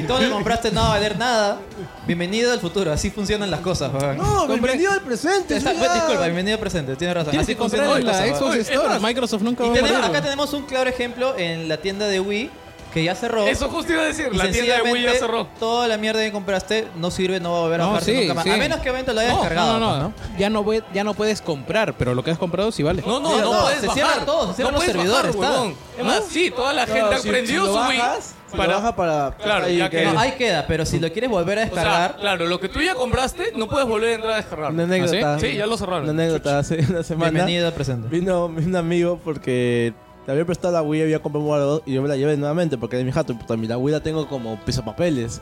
Speaker 5: y todo lo que compraste no va a valer nada. Bienvenido al futuro, así funcionan las cosas, weón.
Speaker 4: No,
Speaker 5: Compren-
Speaker 4: bienvenido al presente.
Speaker 5: Está- pues,
Speaker 4: ya.
Speaker 5: disculpa, bienvenido al presente, tienes razón.
Speaker 3: Tienes
Speaker 5: así
Speaker 3: que comprar
Speaker 5: funcionan
Speaker 3: en la
Speaker 5: las cosas,
Speaker 3: Xbox
Speaker 5: weón.
Speaker 2: Es
Speaker 3: Store.
Speaker 2: más,
Speaker 3: Microsoft nunca
Speaker 5: Y
Speaker 3: va a
Speaker 5: tenemos-
Speaker 3: morir,
Speaker 5: acá
Speaker 3: weón.
Speaker 5: tenemos un claro ejemplo en la tienda de Wii que ya cerró.
Speaker 2: Eso justo iba a decir,
Speaker 5: Y
Speaker 2: la tienda de Wii ya
Speaker 5: sencillamente,
Speaker 2: cerró.
Speaker 5: Toda la mierda que compraste no sirve, no va a volver a
Speaker 3: No,
Speaker 5: bajarse
Speaker 3: sí,
Speaker 5: nunca más.
Speaker 3: sí.
Speaker 5: A menos que Vento lo haya
Speaker 3: No,
Speaker 5: descargado.
Speaker 3: no,
Speaker 5: pues,
Speaker 3: no, Ya no, voy- ya no puedes comprar, pero lo que has comprado sí vale.
Speaker 2: No, no,
Speaker 5: Mira,
Speaker 2: no,
Speaker 5: no,
Speaker 2: puedes
Speaker 5: se
Speaker 2: bajar.
Speaker 5: cierran todos, se cierran
Speaker 2: no
Speaker 5: los
Speaker 2: puedes
Speaker 5: servidores,
Speaker 2: bajar,
Speaker 5: está.
Speaker 2: huevón. Es más, sí, toda la gente
Speaker 4: No,
Speaker 2: ha
Speaker 4: si-
Speaker 2: prendido
Speaker 4: si lo
Speaker 2: su
Speaker 4: bajas, si
Speaker 2: Wii
Speaker 4: lo baja para-
Speaker 2: Claro,
Speaker 4: ahí
Speaker 2: ya que...
Speaker 4: queda.
Speaker 5: No, ahí queda, pero si lo quieres volver a
Speaker 2: O sea,
Speaker 5: descargar,
Speaker 2: claro, lo que tú ya compraste no puedes volver a entrar a descargar.
Speaker 4: Una anécdota.
Speaker 2: ¿Ah, sí? Sí, ya lo cerraron.
Speaker 4: Una anécdota hace una semana.
Speaker 5: bienvenido al presente.
Speaker 4: Vino un amigo porque le había prestado la Wii, había comprado algo y yo me la llevé nuevamente porque era mi jato. Puta, mi- la Wii la tengo como piso papeles.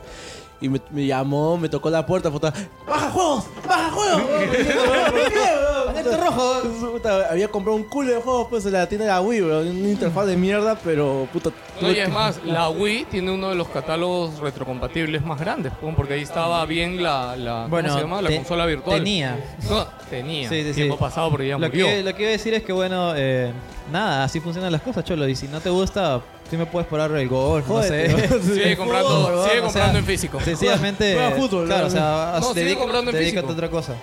Speaker 4: Y me, me llamó, me tocó la puerta, puta, ¡baja juegos! ¡baja juegos! ¿Por qué, bro?
Speaker 5: Alerta rojo.
Speaker 4: Puta, había comprado un culo de juegos pues en la tienda de la Wii, bro. Un interfaz de mierda, pero puta.
Speaker 2: No,
Speaker 4: tuve
Speaker 2: y es
Speaker 4: que-
Speaker 2: más, la Wii tiene uno de los catálogos retrocompatibles más grandes, huevón, porque ahí estaba bien la, la ¿cómo
Speaker 5: Bueno,
Speaker 2: se llama? La
Speaker 5: te-
Speaker 2: consola virtual.
Speaker 5: tenía.
Speaker 2: No, tenía.
Speaker 5: Sí, sí, sí.
Speaker 2: Tiempo pasado porque ya
Speaker 5: Lo
Speaker 2: murió.
Speaker 5: que, lo que iba a decir es que, bueno, eh, nada, así funcionan las cosas, cholo. Y si no te gusta, sí me puedes parar el golf, no
Speaker 4: Jódete,
Speaker 5: sé.
Speaker 4: bro.
Speaker 2: Sigue comprando,
Speaker 5: Fútbol,
Speaker 2: sigue
Speaker 5: o
Speaker 2: comprando
Speaker 5: sea,
Speaker 2: en físico.
Speaker 5: Sencillamente.
Speaker 4: Juega- juega fútbol,
Speaker 5: claro,
Speaker 4: bro.
Speaker 5: o sea,
Speaker 2: No, sigue
Speaker 5: dedica-
Speaker 2: comprando en
Speaker 5: dedícate
Speaker 2: físico.
Speaker 5: a otra cosa.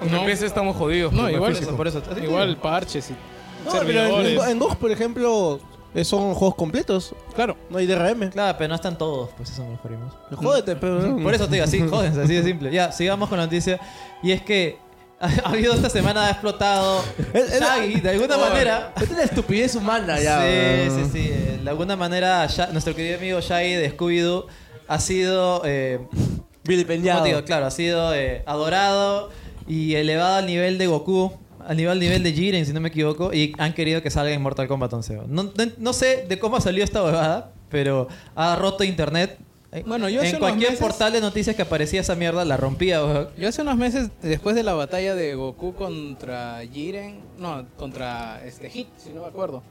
Speaker 2: Aunque en PC estamos jodidos.
Speaker 3: No,
Speaker 2: porque
Speaker 3: igual
Speaker 2: físico.
Speaker 3: eso.
Speaker 5: Por eso.
Speaker 3: Igual parches y
Speaker 4: No, pero en,
Speaker 3: servidores.
Speaker 4: en, en GOG, por ejemplo, eh, son juegos completos.
Speaker 3: Claro.
Speaker 4: No hay DRM.
Speaker 5: Claro, pero no están todos, pues eso nos referimos.
Speaker 4: Jódete, pero.
Speaker 5: Por eso te digo, así, jódense, así de simple. Ya, sigamos con la noticia. Y es que ha habido esta semana, ha explotado
Speaker 4: Es- es-
Speaker 5: Shaggy, de alguna manera.
Speaker 4: Esta es la estupidez humana, ya.
Speaker 5: Sí,
Speaker 4: bro.
Speaker 5: sí, sí. eh, De alguna manera, Sha- nuestro querido amigo Shaggy de Scooby-Doo ha sido. Eh,
Speaker 4: Vilipendiado.
Speaker 5: ¿cómo te digo? claro, ha sido eh, adorado y elevado al nivel de Goku. Al nivel, al nivel de Jiren, si no me equivoco, y han querido que salga en Mortal Kombat 11. weón. No, no, no sé de cómo salió esta huevada, pero ha roto internet. Eh,
Speaker 3: Bueno, yo hace
Speaker 5: en
Speaker 3: unos
Speaker 5: cualquier
Speaker 3: meses-
Speaker 5: portal de noticias que aparecía esa mierda, la rompía. weón.
Speaker 3: Yo hace unos meses, después de la batalla de Goku contra Jiren, no, contra este Hit, si no me acuerdo,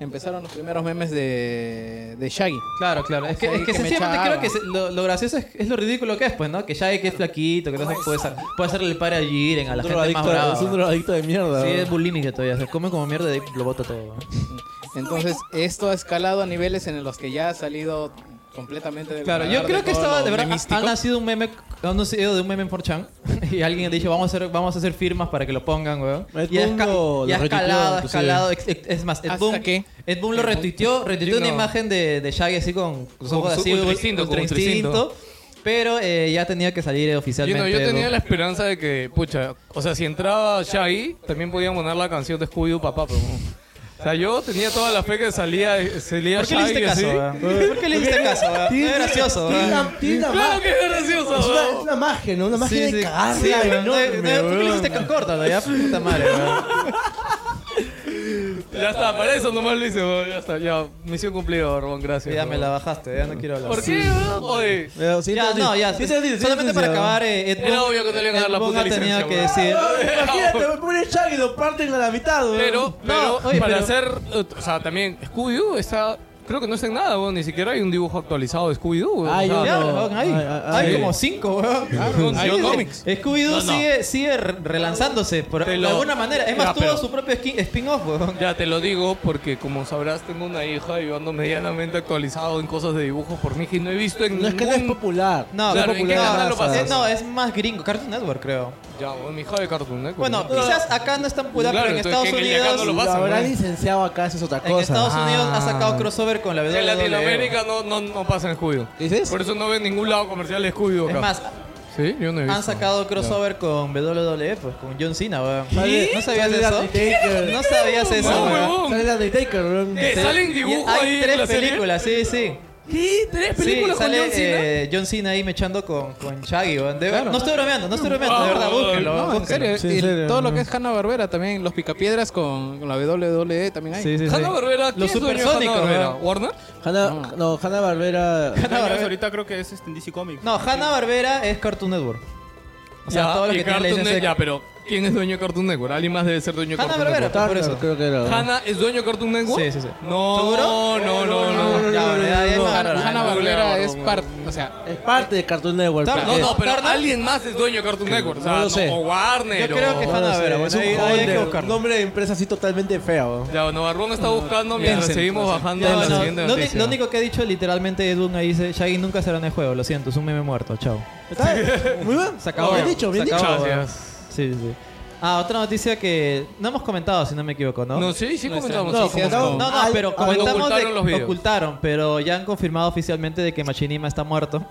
Speaker 3: empezaron los primeros memes de, de Shaggy.
Speaker 5: Claro, claro. Es que,
Speaker 3: Sí,
Speaker 5: es que,
Speaker 3: que me
Speaker 5: sencillamente
Speaker 3: echaba.
Speaker 5: creo que se- lo, lo gracioso es, es lo ridículo que es, pues, ¿no? Que Shaggy que es flaquito, que entonces puede, ser- puede hacerle el padre a Jiren, a la gente más
Speaker 4: Drogadicto-
Speaker 5: brava.
Speaker 4: es un drogadicto de mierda.
Speaker 5: Sí,
Speaker 4: bro.
Speaker 5: es bulímico todavía. Se come como mierda y lo bota todo. ¿no?
Speaker 3: Entonces, esto ha escalado a niveles en los que ya ha salido completamente del
Speaker 5: Claro, yo
Speaker 3: radar
Speaker 5: creo
Speaker 3: de
Speaker 5: que
Speaker 3: todo
Speaker 5: estaba
Speaker 3: lo
Speaker 5: de verdad
Speaker 3: memístico.
Speaker 5: ha nacido un meme, ha nacido de un meme en 4chan y alguien ha dicho, vamos a hacer vamos a hacer firmas para que lo pongan, weón.
Speaker 4: Ed
Speaker 5: Y ha
Speaker 4: Boon
Speaker 5: esca-
Speaker 4: lo-
Speaker 5: y ha
Speaker 4: lo retuiteó,
Speaker 5: escalado, ha
Speaker 4: inclusive.
Speaker 5: escalado, ex- ex- es más, Ed
Speaker 3: ¿Hasta
Speaker 5: Boom,
Speaker 3: qué?
Speaker 5: Ed Boon lo
Speaker 3: Ed Boon.
Speaker 5: retuiteó, retuiteó
Speaker 2: Yo
Speaker 5: una
Speaker 2: no.
Speaker 5: imagen de, de Shaggy así con los
Speaker 2: Con
Speaker 5: ojos
Speaker 2: su
Speaker 5: así,
Speaker 2: ultra
Speaker 5: ultra
Speaker 2: instinto, con ultra
Speaker 5: instinto,
Speaker 2: instinto.
Speaker 5: pero eh, ya tenía que salir
Speaker 2: Yo,
Speaker 5: oficialmente.
Speaker 2: no, yo tenía
Speaker 5: weón.
Speaker 2: la esperanza de que, pucha, o sea, si entraba Shaggy, también podían poner la canción de Scooby-Doo Papá, pero no. O sea, yo tenía toda la fe que salía, salía
Speaker 5: ¿Por qué le
Speaker 2: Shaggy
Speaker 5: hiciste
Speaker 2: así.
Speaker 5: caso? eh? weón? ¿Por qué le hiciste caso? weón? Es gracioso,
Speaker 4: Tiene
Speaker 5: weón.
Speaker 4: una- tiene una
Speaker 2: Claro
Speaker 4: magia.
Speaker 2: que es gracioso,
Speaker 4: Es una,
Speaker 2: weón.
Speaker 4: es una magia, ¿no? Una magia de cagarla
Speaker 5: Sí, weón. No,
Speaker 4: enorme,
Speaker 5: no, ¿Por qué le
Speaker 4: weón.
Speaker 5: hiciste corta? Ya, puta madre, weón.
Speaker 2: Ya está, para eso nomás lo hice, weón, ya está, ya, misión cumplida, Barbón, gracias.
Speaker 5: Ya me
Speaker 2: weón.
Speaker 5: la bajaste, ya no quiero hablar.
Speaker 2: ¿Por qué, weón? Oye,
Speaker 4: Pero sí
Speaker 5: Ya,
Speaker 4: te-
Speaker 5: no, ya.
Speaker 4: sí te- sí te-
Speaker 5: Solamente
Speaker 4: sí te-
Speaker 5: para
Speaker 4: sí te-
Speaker 5: acabar, eh, Ed
Speaker 2: Era
Speaker 5: Boon-
Speaker 2: obvio que no le iban a dar
Speaker 5: Ed
Speaker 2: la
Speaker 5: Boon
Speaker 2: puta
Speaker 5: ha tenido
Speaker 2: licencia,
Speaker 5: que
Speaker 2: weón.
Speaker 5: decir.
Speaker 4: Imagínate, me ponen Shaggy y lo parten a la mitad, weón.
Speaker 2: Pero,
Speaker 5: No,
Speaker 2: pero
Speaker 5: oye,
Speaker 2: para
Speaker 5: pero-
Speaker 2: hacer, eh, o sea, también Scooby-Doo está, creo que no está en nada, weón, ni siquiera hay un dibujo actualizado de Scooby-Doo. weón,
Speaker 4: Ay,
Speaker 2: o sea,
Speaker 4: yo
Speaker 5: Ya,
Speaker 4: no.
Speaker 5: weón, ahí.
Speaker 4: Ay, ay,
Speaker 5: Hay
Speaker 4: ay.
Speaker 5: como cinco, weón.
Speaker 2: hay
Speaker 5: Sí,
Speaker 2: cómics.
Speaker 5: Scooby-Doo
Speaker 2: No, no.
Speaker 5: sigue, sigue re- relanzándose por,
Speaker 2: Te
Speaker 5: de
Speaker 2: lo-
Speaker 5: alguna manera. Es más,
Speaker 2: Ya,
Speaker 5: tuvo
Speaker 2: pero-
Speaker 5: su propio skin- spin-off, weón.
Speaker 2: Ya te lo digo porque como sabrás tengo una hija y yo ando medianamente actualizado en cosas de dibujo por mí que no he visto en
Speaker 4: No es que no es
Speaker 2: ningún-
Speaker 4: popular.
Speaker 5: No,
Speaker 2: Claro,
Speaker 5: no,
Speaker 2: ¿en qué canal lo
Speaker 4: Ah,
Speaker 5: no,
Speaker 2: pasas?
Speaker 5: es, no, es más gringo. Cartoon Network, creo.
Speaker 2: Ya, bueno, mi hija de Cartoon Network.
Speaker 5: Bueno,
Speaker 2: ¿no?
Speaker 5: quizás acá no es tan popular,
Speaker 2: Claro,
Speaker 5: pero en
Speaker 2: entonces,
Speaker 5: Estados
Speaker 2: que- que acá no
Speaker 5: Unidos.
Speaker 2: lo
Speaker 4: Lo
Speaker 2: pasa,
Speaker 4: habrá
Speaker 2: weón.
Speaker 4: licenciado acá, eso es otra
Speaker 5: En
Speaker 4: cosa. Ah.
Speaker 5: Estados Unidos ha sacado crossover con la E, WWE.
Speaker 2: en Latinoamérica no, no, no pasa en Scooby.
Speaker 4: ¿Dices?
Speaker 2: Por eso no veo en ningún lado comercial de Scooby acá.
Speaker 5: Es más,
Speaker 2: sí, yo no he visto.
Speaker 5: han sacado crossover con WWE, pues con John Cena, weón.
Speaker 4: ¿Qué?
Speaker 5: ¿No sabías
Speaker 4: Sale
Speaker 5: eso?
Speaker 4: Undertaker.
Speaker 5: No sabías eso,
Speaker 2: No,
Speaker 5: weón.
Speaker 2: huevón.
Speaker 4: Sale el Undertaker, weón.
Speaker 2: Eh, salen
Speaker 5: Y
Speaker 2: dibujos ahí
Speaker 5: Hay
Speaker 2: en la
Speaker 5: tres
Speaker 2: serie.
Speaker 5: películas, sí, sí.
Speaker 2: ¿Qué? ¿Tres
Speaker 5: Sí,
Speaker 2: películas con
Speaker 5: sale
Speaker 2: John Cena?
Speaker 5: eh, John Cena ahí mechando con, con Shaggy, weón. De- No estoy bromeando, no estoy bromeando, de
Speaker 2: Wow,
Speaker 5: verdad,
Speaker 2: weón.
Speaker 5: búsquenlo.
Speaker 3: No, en
Speaker 5: búsquenlo.
Speaker 3: serio,
Speaker 4: Sí,
Speaker 3: y
Speaker 4: en serio,
Speaker 3: todo lo
Speaker 4: no.
Speaker 5: mm.
Speaker 3: que es Hanna Barbera también, los picapiedras con, con la
Speaker 2: E.
Speaker 3: WWE también hay.
Speaker 5: Sí, sí, sí.
Speaker 2: Hanna Barbera,
Speaker 5: Los
Speaker 2: supersónicos,
Speaker 5: supersónicos,
Speaker 2: Barbera?
Speaker 5: weón.
Speaker 2: ¿Warner?
Speaker 4: Hanna, no, Hanna Barbera.
Speaker 5: Hanna
Speaker 7: Años,
Speaker 5: Barbera-
Speaker 7: ahorita creo que es este, en DC Comics.
Speaker 5: No, Hanna Barbera es Cartoon Network. O sea,
Speaker 2: Ya,
Speaker 5: todo lo
Speaker 2: y
Speaker 5: que tiene
Speaker 2: Cartoon
Speaker 5: licencia
Speaker 2: Network- Ya, pero ¿quién es dueño de Cartoon Network? Alguien más debe ser dueño de
Speaker 5: Hanna
Speaker 2: Cartoon
Speaker 5: Barbera,
Speaker 2: Network.
Speaker 5: por
Speaker 4: Turner,
Speaker 5: eso.
Speaker 4: creo que era. weón.
Speaker 2: ¿Hanna es dueño de Cartoon Network?
Speaker 5: Sí, sí, sí.
Speaker 2: No,
Speaker 5: ¿Seguro?
Speaker 2: no, no, no.
Speaker 5: Ya, bueno, ya, ya, ya,
Speaker 3: Hanna-
Speaker 5: ya, ya.
Speaker 3: Hanna
Speaker 2: no, no,
Speaker 3: Barbera es
Speaker 2: no,
Speaker 3: parte, o sea,
Speaker 4: Es parte de Cartoon Network.
Speaker 5: Claro,
Speaker 4: porque-
Speaker 2: No, no, pero
Speaker 5: Turner-
Speaker 2: alguien más es dueño de Cartoon Network. O sea,
Speaker 4: No lo
Speaker 2: no,
Speaker 4: sé.
Speaker 2: o Warner.
Speaker 5: Yo creo que
Speaker 2: o-
Speaker 5: Hanna
Speaker 4: no sé,
Speaker 5: Barbera,
Speaker 4: es
Speaker 5: bueno,
Speaker 4: un
Speaker 5: ahí- ahí hay que
Speaker 4: holder, un
Speaker 5: buscarlo.
Speaker 4: nombre de empresa así totalmente feo. weón.
Speaker 2: Ya, bueno, Barbón está buscando mientras
Speaker 3: Tencent,
Speaker 2: seguimos
Speaker 3: Tencent.
Speaker 2: bajando
Speaker 5: No,
Speaker 2: a la
Speaker 5: no,
Speaker 2: siguiente
Speaker 5: lo,
Speaker 2: noticia.
Speaker 5: lo único que ha dicho literalmente Edwin ahí dice, Shaggy nunca será en el juego, lo siento, es un meme muerto, chao.
Speaker 4: Está bien, Muy bien.
Speaker 5: Se acabó.
Speaker 4: Bien dicho, bien
Speaker 5: se
Speaker 4: dicho.
Speaker 5: acabó,
Speaker 2: Gracias.
Speaker 5: Sí, sí, sí. Ah, otra noticia que no hemos comentado, si no me equivoco, ¿no?
Speaker 2: No, sí, sí comentamos.
Speaker 4: no,
Speaker 2: sí, sí,
Speaker 4: comentamos.
Speaker 5: No, no,
Speaker 4: Al-
Speaker 5: pero
Speaker 4: cuando
Speaker 5: comentamos
Speaker 2: ocultaron
Speaker 5: de
Speaker 2: los videos.
Speaker 5: ocultaron, pero ya han confirmado oficialmente de que Machinima está muerto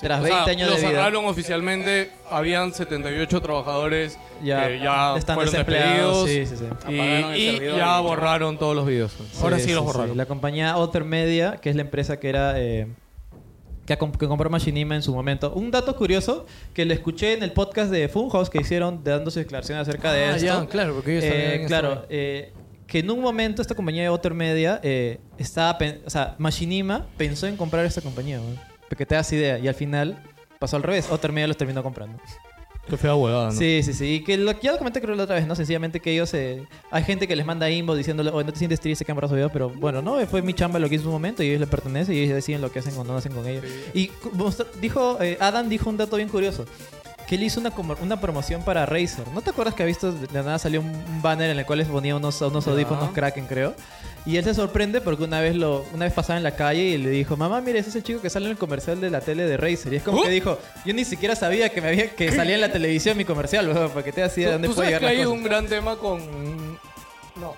Speaker 5: tras
Speaker 2: O
Speaker 5: 20
Speaker 2: sea,
Speaker 5: años
Speaker 2: lo
Speaker 5: de vida.
Speaker 2: cerraron oficialmente, habían 78 trabajadores
Speaker 5: Ya,
Speaker 2: que ya
Speaker 5: están
Speaker 2: fueron
Speaker 5: desempleados.
Speaker 2: despedidos
Speaker 5: Sí, sí, sí.
Speaker 2: y,
Speaker 3: Apagaron el
Speaker 2: y
Speaker 3: servidor
Speaker 2: ya
Speaker 3: y-
Speaker 2: borraron todos los videos. Ahora sí, los borraron.
Speaker 5: La compañía Other Media, que es la empresa que era eh, que, ha comp- que compró Machinima en su momento. Un dato curioso que lo escuché en el podcast de Funhouse que hicieron dando su declaración acerca de
Speaker 2: Ah,
Speaker 5: esto.
Speaker 2: ya, claro, porque ellos
Speaker 5: Eh,
Speaker 2: también estaban-
Speaker 5: claro, eh, que en un momento esta compañía de Other Media eh, estaba, pen- o sea, Machinima pensó en comprar esta compañía, weón. porque te das idea y al final pasó al revés. Other Media los terminó comprando.
Speaker 2: Qué fea huevada, ¿no?
Speaker 5: Sí, sí, sí. Y que lo, ya lo comenté creo la otra vez, ¿no? Sencillamente que ellos... eh, hay gente que les manda inbox diciéndole, oye, no te sientes triste que han brasado pero bueno, no, fue mi chamba lo que hice en un momento y ellos les pertenece y ellos deciden lo que hacen o no hacen con ellos. Y cu- mostra- dijo, eh, Adam dijo un dato bien curioso. Que él hizo una, como- una promoción para Razer. ¿No te acuerdas que ha visto de la nada salió un- un banner en el cual les ponía unos, unos audífonos Kraken, creo? Y él se sorprende porque una vez lo una vez pasaba en la calle y le dijo, mamá, mire, ese es el chico que sale en el comercial de la tele de Razer. Y es como
Speaker 2: ¿Oh?
Speaker 5: que dijo, yo ni siquiera sabía que me había que salía en la televisión mi comercial, weón, para que te hacía
Speaker 2: ¿Tú-
Speaker 5: dónde
Speaker 2: ¿Tú
Speaker 5: puede
Speaker 2: sabes
Speaker 5: llegar
Speaker 2: que
Speaker 5: la
Speaker 2: hay
Speaker 5: cosa.
Speaker 2: un gran tema con... No.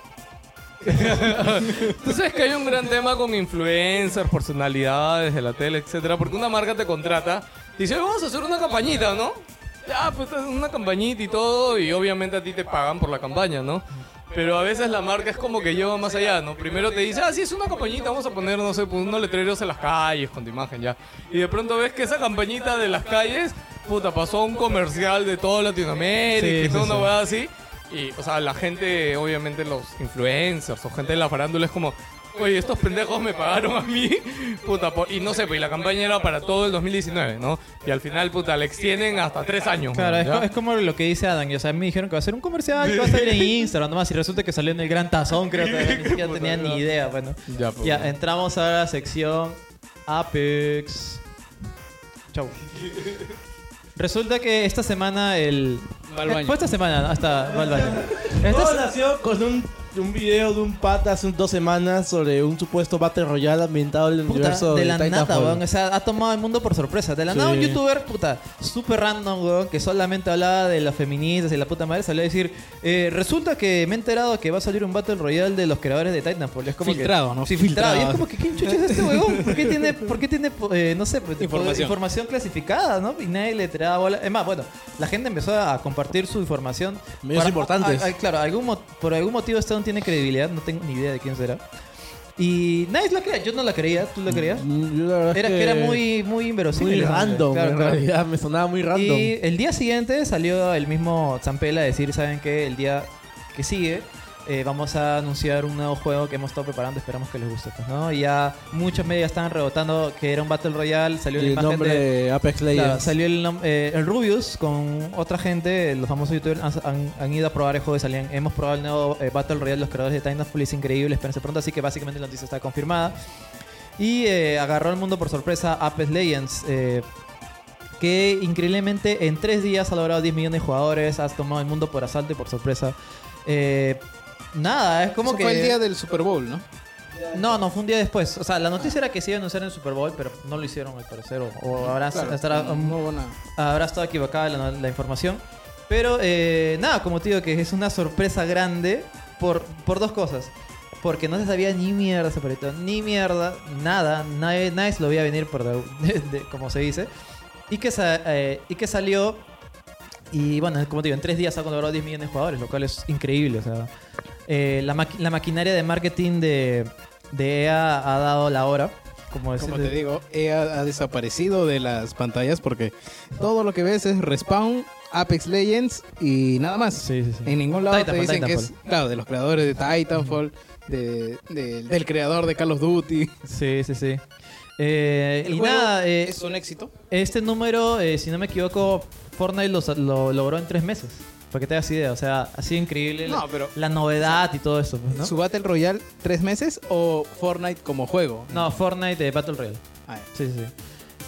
Speaker 2: Tú sabes que hay un gran tema con influencers, personalidades de la tele, etcétera, porque una marca te contrata, dice, vamos a hacer una campañita, ¿no? Ya, pues haces una campañita y todo, y obviamente a ti te pagan por la campaña, ¿no? Pero a veces la marca es como que lleva más allá, ¿no? Primero te dice, ah, sí, es una campañita, vamos a poner, no sé, pues, unos letreros en las calles con tu imagen, ya. Y de pronto ves que esa campañita de las calles, puta, pasó a un comercial de toda Latinoamérica
Speaker 5: Sí,
Speaker 2: y
Speaker 5: sí,
Speaker 2: toda una
Speaker 5: sí.
Speaker 2: huevada así. Ah, Y, o sea, la gente, obviamente los influencers o gente de la farándula es como, oye, estos pendejos me pagaron a mí, puta, por-". y no sé, pues y la campaña era para todo el 2019, ¿no? Y al final, puta, la extienden hasta tres años.
Speaker 5: Claro,
Speaker 2: man,
Speaker 5: es,
Speaker 2: ¿ya?
Speaker 5: co- es como lo que dice Adam. y, o sea, me dijeron que va a ser un comercial, que va a salir en Instagram nomás. Y resulta que salió en el Gran Tazón, creo que ni siquiera tenía ni idea. Bueno,
Speaker 2: Ya, pues,
Speaker 5: ya
Speaker 2: bueno.
Speaker 5: entramos a la sección Apex. Chau. Resulta que esta semana el.
Speaker 3: Va al baño.
Speaker 5: Fue esta semana, ¿no? hasta va al baño. Esta
Speaker 4: Todo
Speaker 5: se-
Speaker 4: nació con un un video de un pata hace dos semanas sobre un supuesto Battle Royale ambientado en el
Speaker 5: Puta,
Speaker 4: universo
Speaker 5: de la nada,
Speaker 4: Titanfall.
Speaker 5: weón. O sea, ha tomado el mundo por sorpresa. De la nada, un
Speaker 4: Sí.
Speaker 5: youtuber, puta, súper random, weón, que solamente hablaba de las feministas y la puta madre, salió a decir: eh, Resulta que me he enterado que va a salir un Battle Royale de los creadores de Titanfall. Es como que-
Speaker 3: Filtrado, ¿no?
Speaker 5: Sí, filtrado. Y es
Speaker 3: Filtrado.
Speaker 5: como que, ¿quién chucha es este weón? ¿Por qué tiene, por qué tiene eh, no sé, pues,
Speaker 3: Información.
Speaker 5: información clasificada, ¿no? Y nadie le tiraba bola. Es más, bueno, la gente empezó a compartir su información.
Speaker 4: Medios importantes.
Speaker 5: a- a- claro, algún mo- por algún motivo este no tiene credibilidad, no tengo ni idea de quién será. Y nadie la creía, yo no la creía, ¿tú la creías?
Speaker 4: Mm, yo la verdad
Speaker 5: Era
Speaker 4: es
Speaker 5: que era muy, muy inverosímil.
Speaker 4: muy
Speaker 5: ¿no?
Speaker 4: random,
Speaker 5: Claro,
Speaker 4: en
Speaker 5: claro.
Speaker 4: realidad. Me sonaba muy random.
Speaker 5: Y el día siguiente salió el mismo Zampela a decir, ¿saben qué? El día que sigue eh, vamos a anunciar un nuevo juego que hemos estado preparando, esperamos que les guste, pues, ¿no? Y ya muchos medios estaban rebotando que era un Battle Royale, salió
Speaker 4: Y
Speaker 5: la
Speaker 4: el
Speaker 5: imagen
Speaker 4: nombre
Speaker 5: de...
Speaker 4: de Apex
Speaker 5: Claro,
Speaker 4: Legends.
Speaker 5: salió el, nom- eh, el Rubius con otra gente, los famosos youtubers han, han- han ido a probar el juego y salían. Hemos probado el nuevo eh, Battle Royale, los creadores de Titanfall es increíble, espérense pronto, así que básicamente la noticia está confirmada. Y eh, agarró al mundo por sorpresa Apex Legends, eh, que increíblemente en tres días ha logrado 10 millones de jugadores, has tomado el mundo por asalto y por sorpresa. Eh, nada, es como
Speaker 3: Eso
Speaker 5: que...
Speaker 3: fue el día del Super Bowl, ¿no?
Speaker 5: No, no, fue un día después. O sea, la noticia era que se iba a anunciar en el Super Bowl, pero no lo hicieron al parecer, o, o habrá,
Speaker 3: Claro,
Speaker 5: estará
Speaker 3: no,
Speaker 5: um,
Speaker 3: no hubo nada.
Speaker 5: habrá estado equivocada la, la información. Pero eh, nada, como te digo, que es una sorpresa grande por, por dos cosas. Porque no se sabía ni mierda ese proyecto, ni mierda, nada, nadie, nadie se lo veía venir, por de- de- como se dice. Y que, sa- eh, y que salió, y bueno, como te digo, en tres días ha logrado 10 millones de jugadores, lo cual es increíble. O sea, eh, la, maqui- la maquinaria de marketing de, de EA ha dado la hora. Como,
Speaker 3: Como
Speaker 5: decir-
Speaker 3: te digo, EA ha desaparecido de las pantallas porque todo lo que ves es Respawn, Apex Legends y nada más.
Speaker 5: Sí, sí, sí.
Speaker 3: En ningún lado te
Speaker 5: Titanfall,
Speaker 3: dicen que es, claro, de los creadores de Titanfall, de, de- del creador de Call of Duty.
Speaker 5: Sí, sí, sí. Eh,
Speaker 3: El
Speaker 5: y
Speaker 3: juego
Speaker 5: nada, eh,
Speaker 3: es un éxito.
Speaker 5: este número, eh, si no me equivoco, Fortnite lo, sa- lo logró en tres meses. Para que te hagas idea, o sea, ha sido increíble la-
Speaker 3: No, pero-
Speaker 5: la novedad y todo eso, pues, ¿no?
Speaker 3: ¿Su Battle Royale tres meses o Fortnite como juego?
Speaker 5: No, Fortnite de Battle Royale.
Speaker 3: Ah,
Speaker 5: Sí, sí, sí.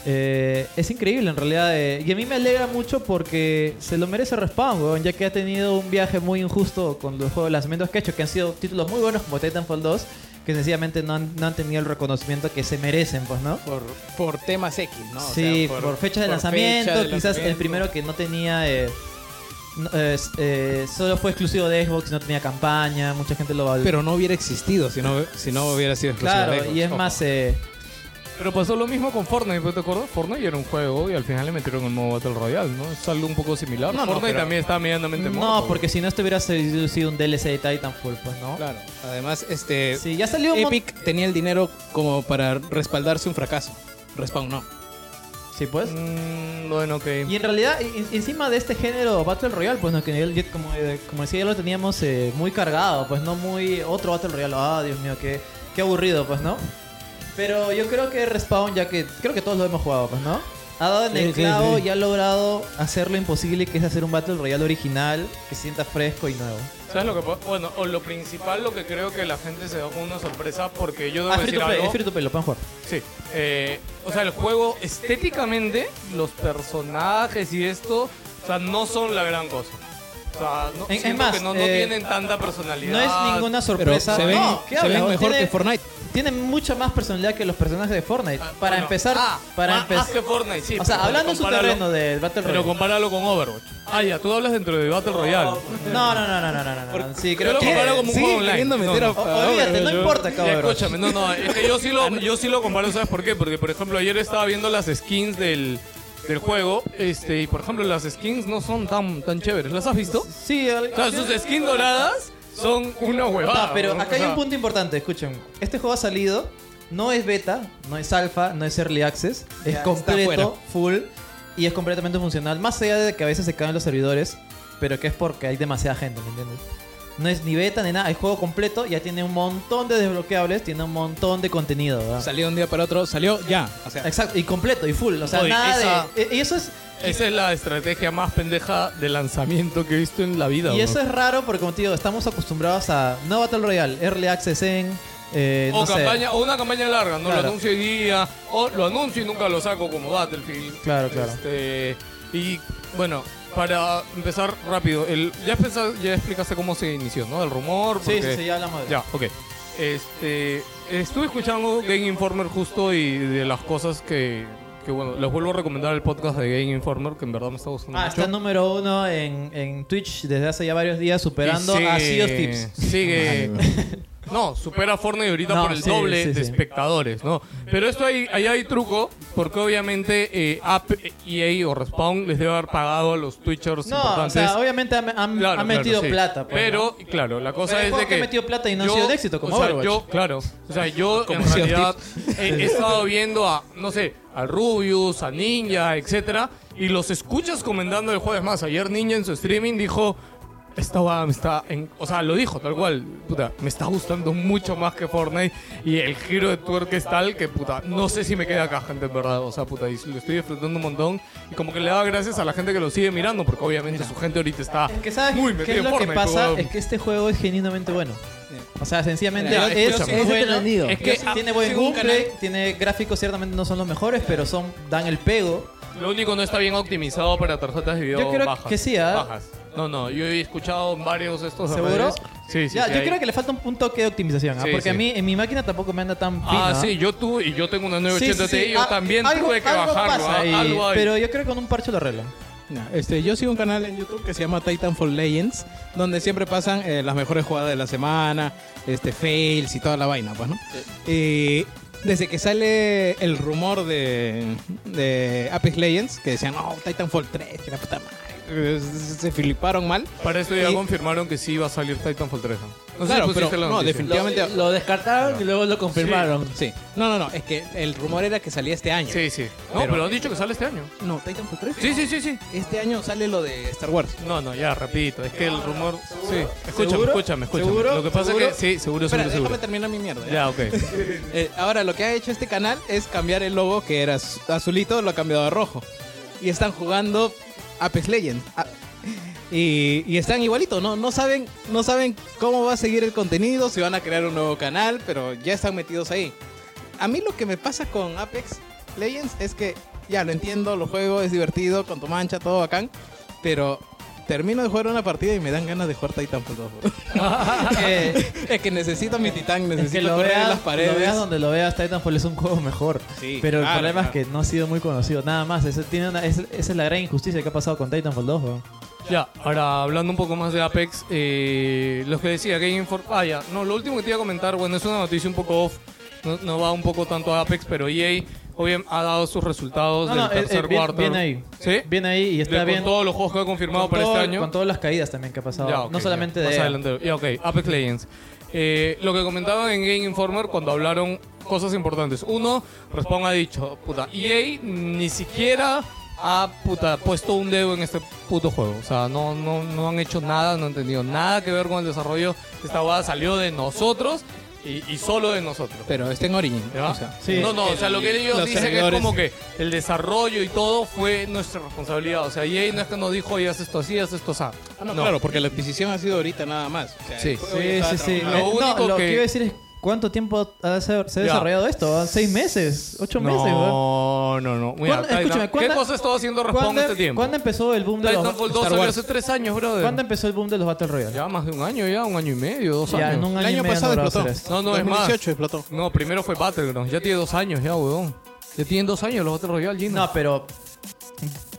Speaker 5: Eh, es increíble en realidad. eh, y a mí me alegra mucho porque se lo merece Respawn, weón, ya que ha tenido un viaje muy injusto con los juegos de lanzamientos que ha hecho, que han sido títulos muy buenos como Titanfall 2, que sencillamente no han, no han tenido el reconocimiento que se merecen, pues, ¿no?
Speaker 3: por, por temas X, ¿no? O
Speaker 5: sí,
Speaker 3: sea,
Speaker 5: por, fecha de
Speaker 3: por
Speaker 5: lanzamiento,
Speaker 3: fecha de
Speaker 5: quizás el
Speaker 3: lanzamiento.
Speaker 5: primero que no tenía... eh, no- eh, s- eh, solo fue exclusivo de Xbox, no tenía campaña, mucha gente lo va a...
Speaker 3: Pero no hubiera existido si no, si no hubiera sido exclusivo de
Speaker 5: claro,
Speaker 3: Xbox,
Speaker 5: y es
Speaker 3: ojo.
Speaker 5: más... eh,
Speaker 2: Pero pasó lo mismo con Fortnite, ¿no te acuerdas? Fortnite era un juego y al final le metieron el modo Battle Royale, ¿no? Es algo un poco similar.
Speaker 3: No, no,
Speaker 2: Fortnite
Speaker 3: pero-
Speaker 2: también está medianamente muerto,
Speaker 5: no, porque si no, esto hubiera sido sido un DLC de Titanfall, pues, ¿no?
Speaker 3: Claro, además, este.
Speaker 5: Sí, ya salió un mon-
Speaker 3: Epic tenía el dinero como para respaldarse un fracaso. Respawn no.
Speaker 5: Sí, pues.
Speaker 2: Mm, bueno, ok.
Speaker 5: Y en realidad, en- encima de este género Battle Royale, pues no, que el- como, eh, como decía, ya lo teníamos eh, muy cargado, pues no muy. Otro Battle Royale, ah, Dios mío, qué, qué aburrido, pues no. Pero yo creo que Respawn, ya que creo que todos lo hemos jugado, pues no. Ha dado en
Speaker 4: Sí,
Speaker 5: el
Speaker 4: sí,
Speaker 5: clavo
Speaker 4: sí.
Speaker 5: y ha logrado hacer lo imposible, que es hacer un Battle Royale original que se sienta fresco y nuevo.
Speaker 2: ¿Sabes lo que pa- Bueno, o lo principal, lo que creo que la gente se da con una sorpresa, porque yo debo
Speaker 5: Ah, free
Speaker 2: decir
Speaker 5: to play,
Speaker 2: algo.
Speaker 5: es free to play, lo pueden jugar.
Speaker 2: Sí. Eh, o sea, el juego estéticamente, los personajes y esto, o sea, no son la gran cosa. O sea, no,
Speaker 5: Es- es
Speaker 2: siento
Speaker 5: más,
Speaker 2: que no, no
Speaker 5: eh,
Speaker 2: tienen tanta personalidad.
Speaker 5: No es ninguna
Speaker 3: Pero
Speaker 5: sorpresa.
Speaker 3: se ven,
Speaker 5: No, ¿qué
Speaker 3: se ven
Speaker 5: hablas?
Speaker 3: mejor
Speaker 5: Tiene-
Speaker 3: que Fortnite.
Speaker 5: Tienen mucha más personalidad que los personajes de Fortnite.
Speaker 2: Ah,
Speaker 5: para
Speaker 2: bueno.
Speaker 5: empezar,
Speaker 2: Ah,
Speaker 5: para
Speaker 2: más- más
Speaker 5: empezar.
Speaker 2: que Fortnite, sí.
Speaker 5: O sea,
Speaker 2: pero
Speaker 5: hablando en su
Speaker 2: compáralo-
Speaker 5: terreno de Battle
Speaker 2: Pero
Speaker 5: Royale.
Speaker 2: compáralo con Overwatch. Ah, ya, tú hablas dentro de Battle Royale.
Speaker 5: No, no, no, no, no, no, no, no. Sí, creo
Speaker 2: Yo lo
Speaker 5: que.
Speaker 2: comparo como un
Speaker 5: Sí.
Speaker 2: juego online.
Speaker 3: queriendo meter
Speaker 2: No,
Speaker 3: a-
Speaker 5: O- Olvídate, no importa,
Speaker 2: Ya,
Speaker 5: cabrón.
Speaker 2: escúchame, no, no, es que yo sí, lo, yo sí lo comparo, ¿sabes por qué? Porque, por ejemplo, ayer estaba viendo las skins del, del juego, este, y por ejemplo, las skins no son tan, tan chéveres, ¿las has visto?
Speaker 5: Sí, al-
Speaker 2: O sea, sus skins doradas son una huevada.
Speaker 5: No, Ah, pero
Speaker 2: ¿no?
Speaker 5: acá hay
Speaker 2: O sea,
Speaker 5: un punto importante, escuchen. Este juego ha salido, no es beta, no es alfa, no es early access, es
Speaker 3: está fuera.
Speaker 5: completo, full y es completamente funcional. Más allá de que a veces se caen los servidores, pero que es porque hay demasiada gente, ¿me entiendes? No es ni beta ni nada, el juego completo ya tiene un montón de desbloqueables, tiene un montón de contenido, ¿verdad?
Speaker 3: Salió un día para otro, salió ya. O sea,
Speaker 5: Exacto, y completo, y full. O sea,
Speaker 2: Oye,
Speaker 5: nada
Speaker 2: esa-
Speaker 5: de. e- Y eso es.
Speaker 2: Esa es la estrategia más pendeja de lanzamiento que he visto en la vida.
Speaker 5: Y
Speaker 2: bro.
Speaker 5: eso es raro porque, como te digo, estamos acostumbrados a no Battle Royale, Early Access en. eh,
Speaker 2: o,
Speaker 5: no sé.
Speaker 2: campaña, o una campaña larga, no
Speaker 5: Claro.
Speaker 2: lo anuncio hoy día, o lo anuncio y nunca lo saco como Battlefield.
Speaker 5: Claro, claro.
Speaker 2: Este, y bueno, para empezar rápido, el, ya, pensa- ya explicaste cómo se inició, ¿no? El rumor.
Speaker 5: Sí,
Speaker 2: porque-
Speaker 5: sí, sí, ya hablamos de
Speaker 2: Ya, ok. Este, estuve escuchando Game Informer justo y de las cosas que, que, bueno, les vuelvo a recomendar el podcast de Game Informer, que en verdad me está gustando
Speaker 5: Ah,
Speaker 2: mucho.
Speaker 5: está número uno en, en Twitch desde hace ya varios días, superando
Speaker 2: Y
Speaker 5: a
Speaker 2: sigue-
Speaker 5: Sea of Tips.
Speaker 2: Sigue. No, supera a Fortnite ahorita
Speaker 5: No,
Speaker 2: por el
Speaker 5: sí,
Speaker 2: doble
Speaker 5: sí,
Speaker 2: de
Speaker 5: sí.
Speaker 2: espectadores, ¿no? Pero esto ahí, ahí hay truco, porque obviamente eh, App, EA o Respawn les debe haber pagado a los Twitchers
Speaker 5: No, o
Speaker 2: importantes.
Speaker 5: sea, obviamente han, han-
Speaker 2: Claro, claro,
Speaker 5: han metido
Speaker 2: sí.
Speaker 5: plata. pues,
Speaker 2: pero, claro, la cosa
Speaker 5: Pero hay
Speaker 2: es de
Speaker 5: juegos
Speaker 2: que.
Speaker 5: que han metido plata y no han sido de éxito, como
Speaker 2: o sea,
Speaker 5: Overwatch.
Speaker 2: Yo, claro. O sea, yo en
Speaker 5: Sea of
Speaker 2: realidad he, he estado viendo a, no sé, a Rubius, a Ninja, etcétera, y los escuchas comentando el juego. Es más, ayer Ninja en su streaming dijo. Esta va, me está. en-" o sea, lo dijo tal cual. Puta, me está gustando mucho más que Fortnite. Y el giro de tuerca es tal que, puta, no sé si me queda acá, gente, en verdad. O sea, puta, y lo estoy disfrutando un montón. Y como que le da gracias a la gente que lo sigue mirando, porque obviamente su gente ahorita está
Speaker 5: Es que sabes
Speaker 2: muy
Speaker 5: qué
Speaker 2: metida
Speaker 5: es
Speaker 2: en
Speaker 5: lo que
Speaker 2: Fortnite.
Speaker 5: pasa
Speaker 2: huevón.
Speaker 5: es que este juego es genuinamente bueno. O sea, sencillamente
Speaker 2: Mira,
Speaker 5: es,
Speaker 2: escúchame.
Speaker 5: bueno.
Speaker 4: Es entretenido.
Speaker 2: Es que, ah,
Speaker 5: tiene buen
Speaker 2: según
Speaker 5: gameplay, tiene gráficos ciertamente no son los mejores, pero son dan el pego.
Speaker 2: Lo único no está bien optimizado para tarjetas de video
Speaker 5: Yo creo
Speaker 2: bajas.
Speaker 5: que sí, ¿ah?
Speaker 2: Bajas. No, no, yo he escuchado en varios de estos
Speaker 5: ¿Seguro?
Speaker 2: redes. Sí, sí,
Speaker 5: Ya,
Speaker 2: sí,
Speaker 5: yo
Speaker 2: hay.
Speaker 5: creo que le falta un un toque de optimización, ¿ah?
Speaker 2: Sí,
Speaker 5: porque
Speaker 2: sí.
Speaker 5: a mí en mi máquina tampoco me anda tan
Speaker 2: Ah,
Speaker 5: fina.
Speaker 2: sí, yo tú y yo tengo una 980
Speaker 5: Sí, sí,
Speaker 2: Ti
Speaker 5: sí.
Speaker 2: yo
Speaker 5: Ah,
Speaker 2: también
Speaker 5: algo-
Speaker 2: tuve que
Speaker 5: algo
Speaker 2: bajarlo.
Speaker 5: pasa
Speaker 2: ah,
Speaker 5: ahí,
Speaker 2: algo hay.
Speaker 5: Pero yo creo que con un parche lo arreglan.
Speaker 3: Nah, este, yo sigo un canal en YouTube que se llama Titanfall Legends, donde siempre pasan eh, las mejores jugadas de la semana, este, fails y toda la vaina, pues, ¿no? Y desde que sale el rumor de, de Apex Legends, que decían, no, Titanfall 3, que la puta madre, se se fliparon mal.
Speaker 2: Para esto ya
Speaker 3: Y-
Speaker 2: confirmaron que sí iba a salir Titanfall 3. ¿no? No sé
Speaker 3: Claro,
Speaker 2: si pusiste
Speaker 3: pero-
Speaker 2: la
Speaker 3: no,
Speaker 2: noticia.
Speaker 3: definitivamente.
Speaker 4: Lo, lo descartaron y luego lo confirmaron.
Speaker 3: Sí. No, no, no, es que el rumor era que salía este año.
Speaker 2: Sí, sí. No, pero,
Speaker 3: Pero-
Speaker 2: han dicho que sale este año.
Speaker 3: No, Titanfall 3.
Speaker 2: Sí, sí, sí, sí.
Speaker 3: Este año sale lo de Star Wars.
Speaker 2: No, no, ya, repito. Es que el rumor... Sí. Escúchame,
Speaker 5: ¿Seguro?
Speaker 2: escúchame, escúchame.
Speaker 5: ¿Seguro?
Speaker 2: Lo que pasa
Speaker 5: ¿Seguro?
Speaker 2: es que... Sí, seguro,
Speaker 3: Espera,
Speaker 2: seguro,
Speaker 3: déjame
Speaker 2: seguro.
Speaker 3: terminar mi mierda.
Speaker 2: Ya, ok.
Speaker 3: Eh, ahora lo que ha hecho este canal es cambiar el logo que era az- azulito, lo ha cambiado a rojo. Y están jugando Apex Legends. Ah, y, y están igualito, ¿no? No saben, no saben cómo va a seguir el contenido, si van a crear un nuevo canal, pero ya están metidos ahí. A mí lo que me pasa con Apex Legends es que ya lo entiendo, lo juego, es divertido, con tu mancha, todo bacán, pero termino de jugar una partida y me dan ganas de jugar Titanfall 2.
Speaker 5: que,
Speaker 3: es que necesito mi titán, necesito
Speaker 5: que lo,
Speaker 3: correr en
Speaker 5: veas,
Speaker 3: las paredes.
Speaker 5: lo veas donde lo veas, Titanfall es un juego mejor.
Speaker 3: Sí,
Speaker 5: pero el
Speaker 3: claro,
Speaker 5: problema
Speaker 3: claro.
Speaker 5: es que no ha sido muy conocido, nada más. Eso tiene una- es- esa es la gran injusticia que ha pasado con Titanfall 2. weón.
Speaker 2: Ya, ahora hablando un poco más de Apex, eh, los que decía Game Informer. Ah, ya, no, lo último que te iba a comentar, bueno, es una noticia un poco off, no, no va un poco tanto a Apex, pero EA obviamente ha dado sus resultados
Speaker 5: No,
Speaker 2: del
Speaker 5: no, eh,
Speaker 2: tercer
Speaker 5: eh, bien-
Speaker 2: cuarto.
Speaker 5: bien ahí.
Speaker 2: ¿Sí?
Speaker 5: Bien ahí y
Speaker 2: De-
Speaker 5: está
Speaker 2: con
Speaker 5: bien.
Speaker 2: todos los juegos que ha confirmado para
Speaker 5: todo-
Speaker 2: este año.
Speaker 5: con todas las caídas también que ha pasado.
Speaker 2: Ya, ok,
Speaker 5: no solamente
Speaker 2: ya.
Speaker 5: de.
Speaker 2: Más adelante. Ya, ok, Apex Legends. Eh, lo que comentaban en Game Informer cuando hablaron cosas importantes. Uno, Respawn ha dicho, puta, EA ni siquiera ha puta, puesto un dedo en este puto juego. O sea, no, no, no han hecho nada, no han tenido nada que ver con el desarrollo. Esta jugada salió de nosotros y, y solo de nosotros.
Speaker 3: Pero está en Origin.
Speaker 2: ¿Ya?
Speaker 3: o sea.
Speaker 5: sí.
Speaker 2: no, no, o sea, lo que ellos
Speaker 3: los
Speaker 2: dicen
Speaker 3: servidores-
Speaker 2: es como que el desarrollo y todo fue nuestra responsabilidad. O sea, EA no es que nos dijo, oye, haz esto así, haz esto así.
Speaker 3: Ah, no, claro, porque la adquisición ha sido ahorita nada más. O sea,
Speaker 2: Sí.
Speaker 3: el juego ya
Speaker 5: Sí, sí,
Speaker 3: estaba
Speaker 5: sí.
Speaker 2: Lo
Speaker 5: Eh,
Speaker 3: trabajado.
Speaker 5: no,
Speaker 2: único
Speaker 5: lo
Speaker 2: que-
Speaker 5: que iba a decir es cuánto tiempo ha de ser- se ha
Speaker 2: Ya.
Speaker 5: desarrollado esto. ¿ah? ¿Seis meses? ¿Ocho meses? weón?
Speaker 2: No, no, no. Mira,
Speaker 5: ¿Cuándo-
Speaker 2: Titan-
Speaker 5: escúchame,
Speaker 2: ¿Qué
Speaker 5: ¿cuándo-
Speaker 2: cosa estaba haciendo Respawn
Speaker 5: ¿Cuándo,
Speaker 2: este tiempo?
Speaker 5: cuándo empezó el boom de los
Speaker 2: Titanfall 2
Speaker 5: Star
Speaker 2: salió
Speaker 5: Wars?
Speaker 2: hace tres años, brother.
Speaker 5: ¿Cuándo empezó el boom de los Battle Royale?
Speaker 2: Ya más de un año, ya un año y medio, dos
Speaker 5: Ya,
Speaker 2: años.
Speaker 5: en un
Speaker 3: El
Speaker 5: año y
Speaker 3: año
Speaker 5: medio no
Speaker 3: pasado
Speaker 5: lo va a
Speaker 3: explotó.
Speaker 5: hacer esto.
Speaker 2: No, no, es más.
Speaker 3: 2018 explotó.
Speaker 2: No, primero fue Battlegrounds. Ya tiene dos años ya, weón. Ya tienen dos años los Battle Royale, Gino.
Speaker 5: No, pero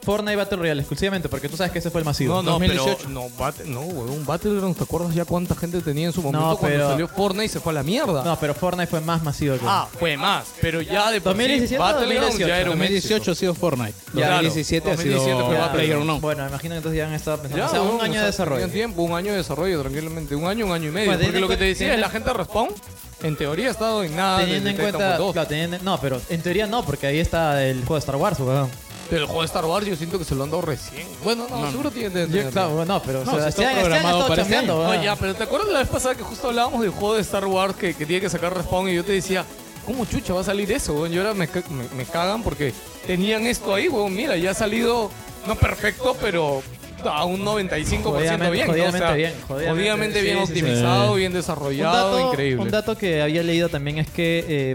Speaker 5: Fortnite Battle Royale exclusivamente, porque tú sabes que ese fue el masivo.
Speaker 2: no, no,
Speaker 3: 2018.
Speaker 2: pero no, Battle, no, weón, Battlegrounds, ¿te acuerdas ya cuánta gente tenía en su momento
Speaker 5: No,
Speaker 2: cuando
Speaker 5: pero-
Speaker 2: salió Fortnite y se fue a la mierda?
Speaker 5: No, pero Fortnite fue más masivo que
Speaker 2: Ah, fue más, pero ya de por sí,
Speaker 5: 2017 o
Speaker 2: Battlegrounds ya era un
Speaker 3: 2018 ha sido Fortnite.
Speaker 2: Ya,
Speaker 3: 2017 ha sido
Speaker 2: 2017 fue
Speaker 5: Ya,
Speaker 3: Player Unknown.
Speaker 5: Bueno, imagino que entonces ya han estado
Speaker 2: éxito.
Speaker 5: pensando.
Speaker 2: Ya,
Speaker 5: o sea, un
Speaker 2: weón,
Speaker 5: año de desarrollo.
Speaker 2: tenían tiempo, un año de desarrollo, tranquilamente. Un año, un año y medio.
Speaker 5: Pues,
Speaker 2: porque
Speaker 5: teniendo
Speaker 2: lo que te
Speaker 5: en
Speaker 2: decía
Speaker 5: cuenta-
Speaker 2: es la gente de Respawn, en teoría, ha estado en nada.
Speaker 5: Teniendo
Speaker 2: desde
Speaker 5: en cuenta.
Speaker 2: Titanfall 2.
Speaker 5: claro, teniendo- no, pero en teoría no, porque ahí está el juego de Star Wars, weón.
Speaker 2: Pero el juego de Star Wars yo siento que se lo han dado recién. Bueno, no, seguro tiene que
Speaker 5: Yo-
Speaker 2: tener-
Speaker 5: claro, no, pero.
Speaker 3: No,
Speaker 5: o
Speaker 3: si
Speaker 5: sea,
Speaker 3: está
Speaker 5: se han- se han
Speaker 3: programado
Speaker 5: estado
Speaker 3: para este
Speaker 5: chambeando,
Speaker 2: No,
Speaker 5: weón.
Speaker 2: ya, pero ¿te acuerdas la vez pasada que justo hablábamos del juego de Star Wars que, que tiene que sacar Respawn y yo te decía, ¿cómo chucha va a salir eso? weón? Y ahora me, ca- me- me cagan porque tenían esto ahí, weón. Mira, ya ha salido, no perfecto, pero a un 95%
Speaker 5: Jodidamente-
Speaker 2: bien. ¿no? O sea,
Speaker 5: jodidamente bien, jodidamente-
Speaker 2: jodidamente bien
Speaker 5: sí, sí, sí.
Speaker 2: optimizado,
Speaker 5: Sí.
Speaker 2: bien
Speaker 5: Un
Speaker 2: desarrollado,
Speaker 5: dato,
Speaker 2: increíble.
Speaker 5: un dato que había leído también es que, eh,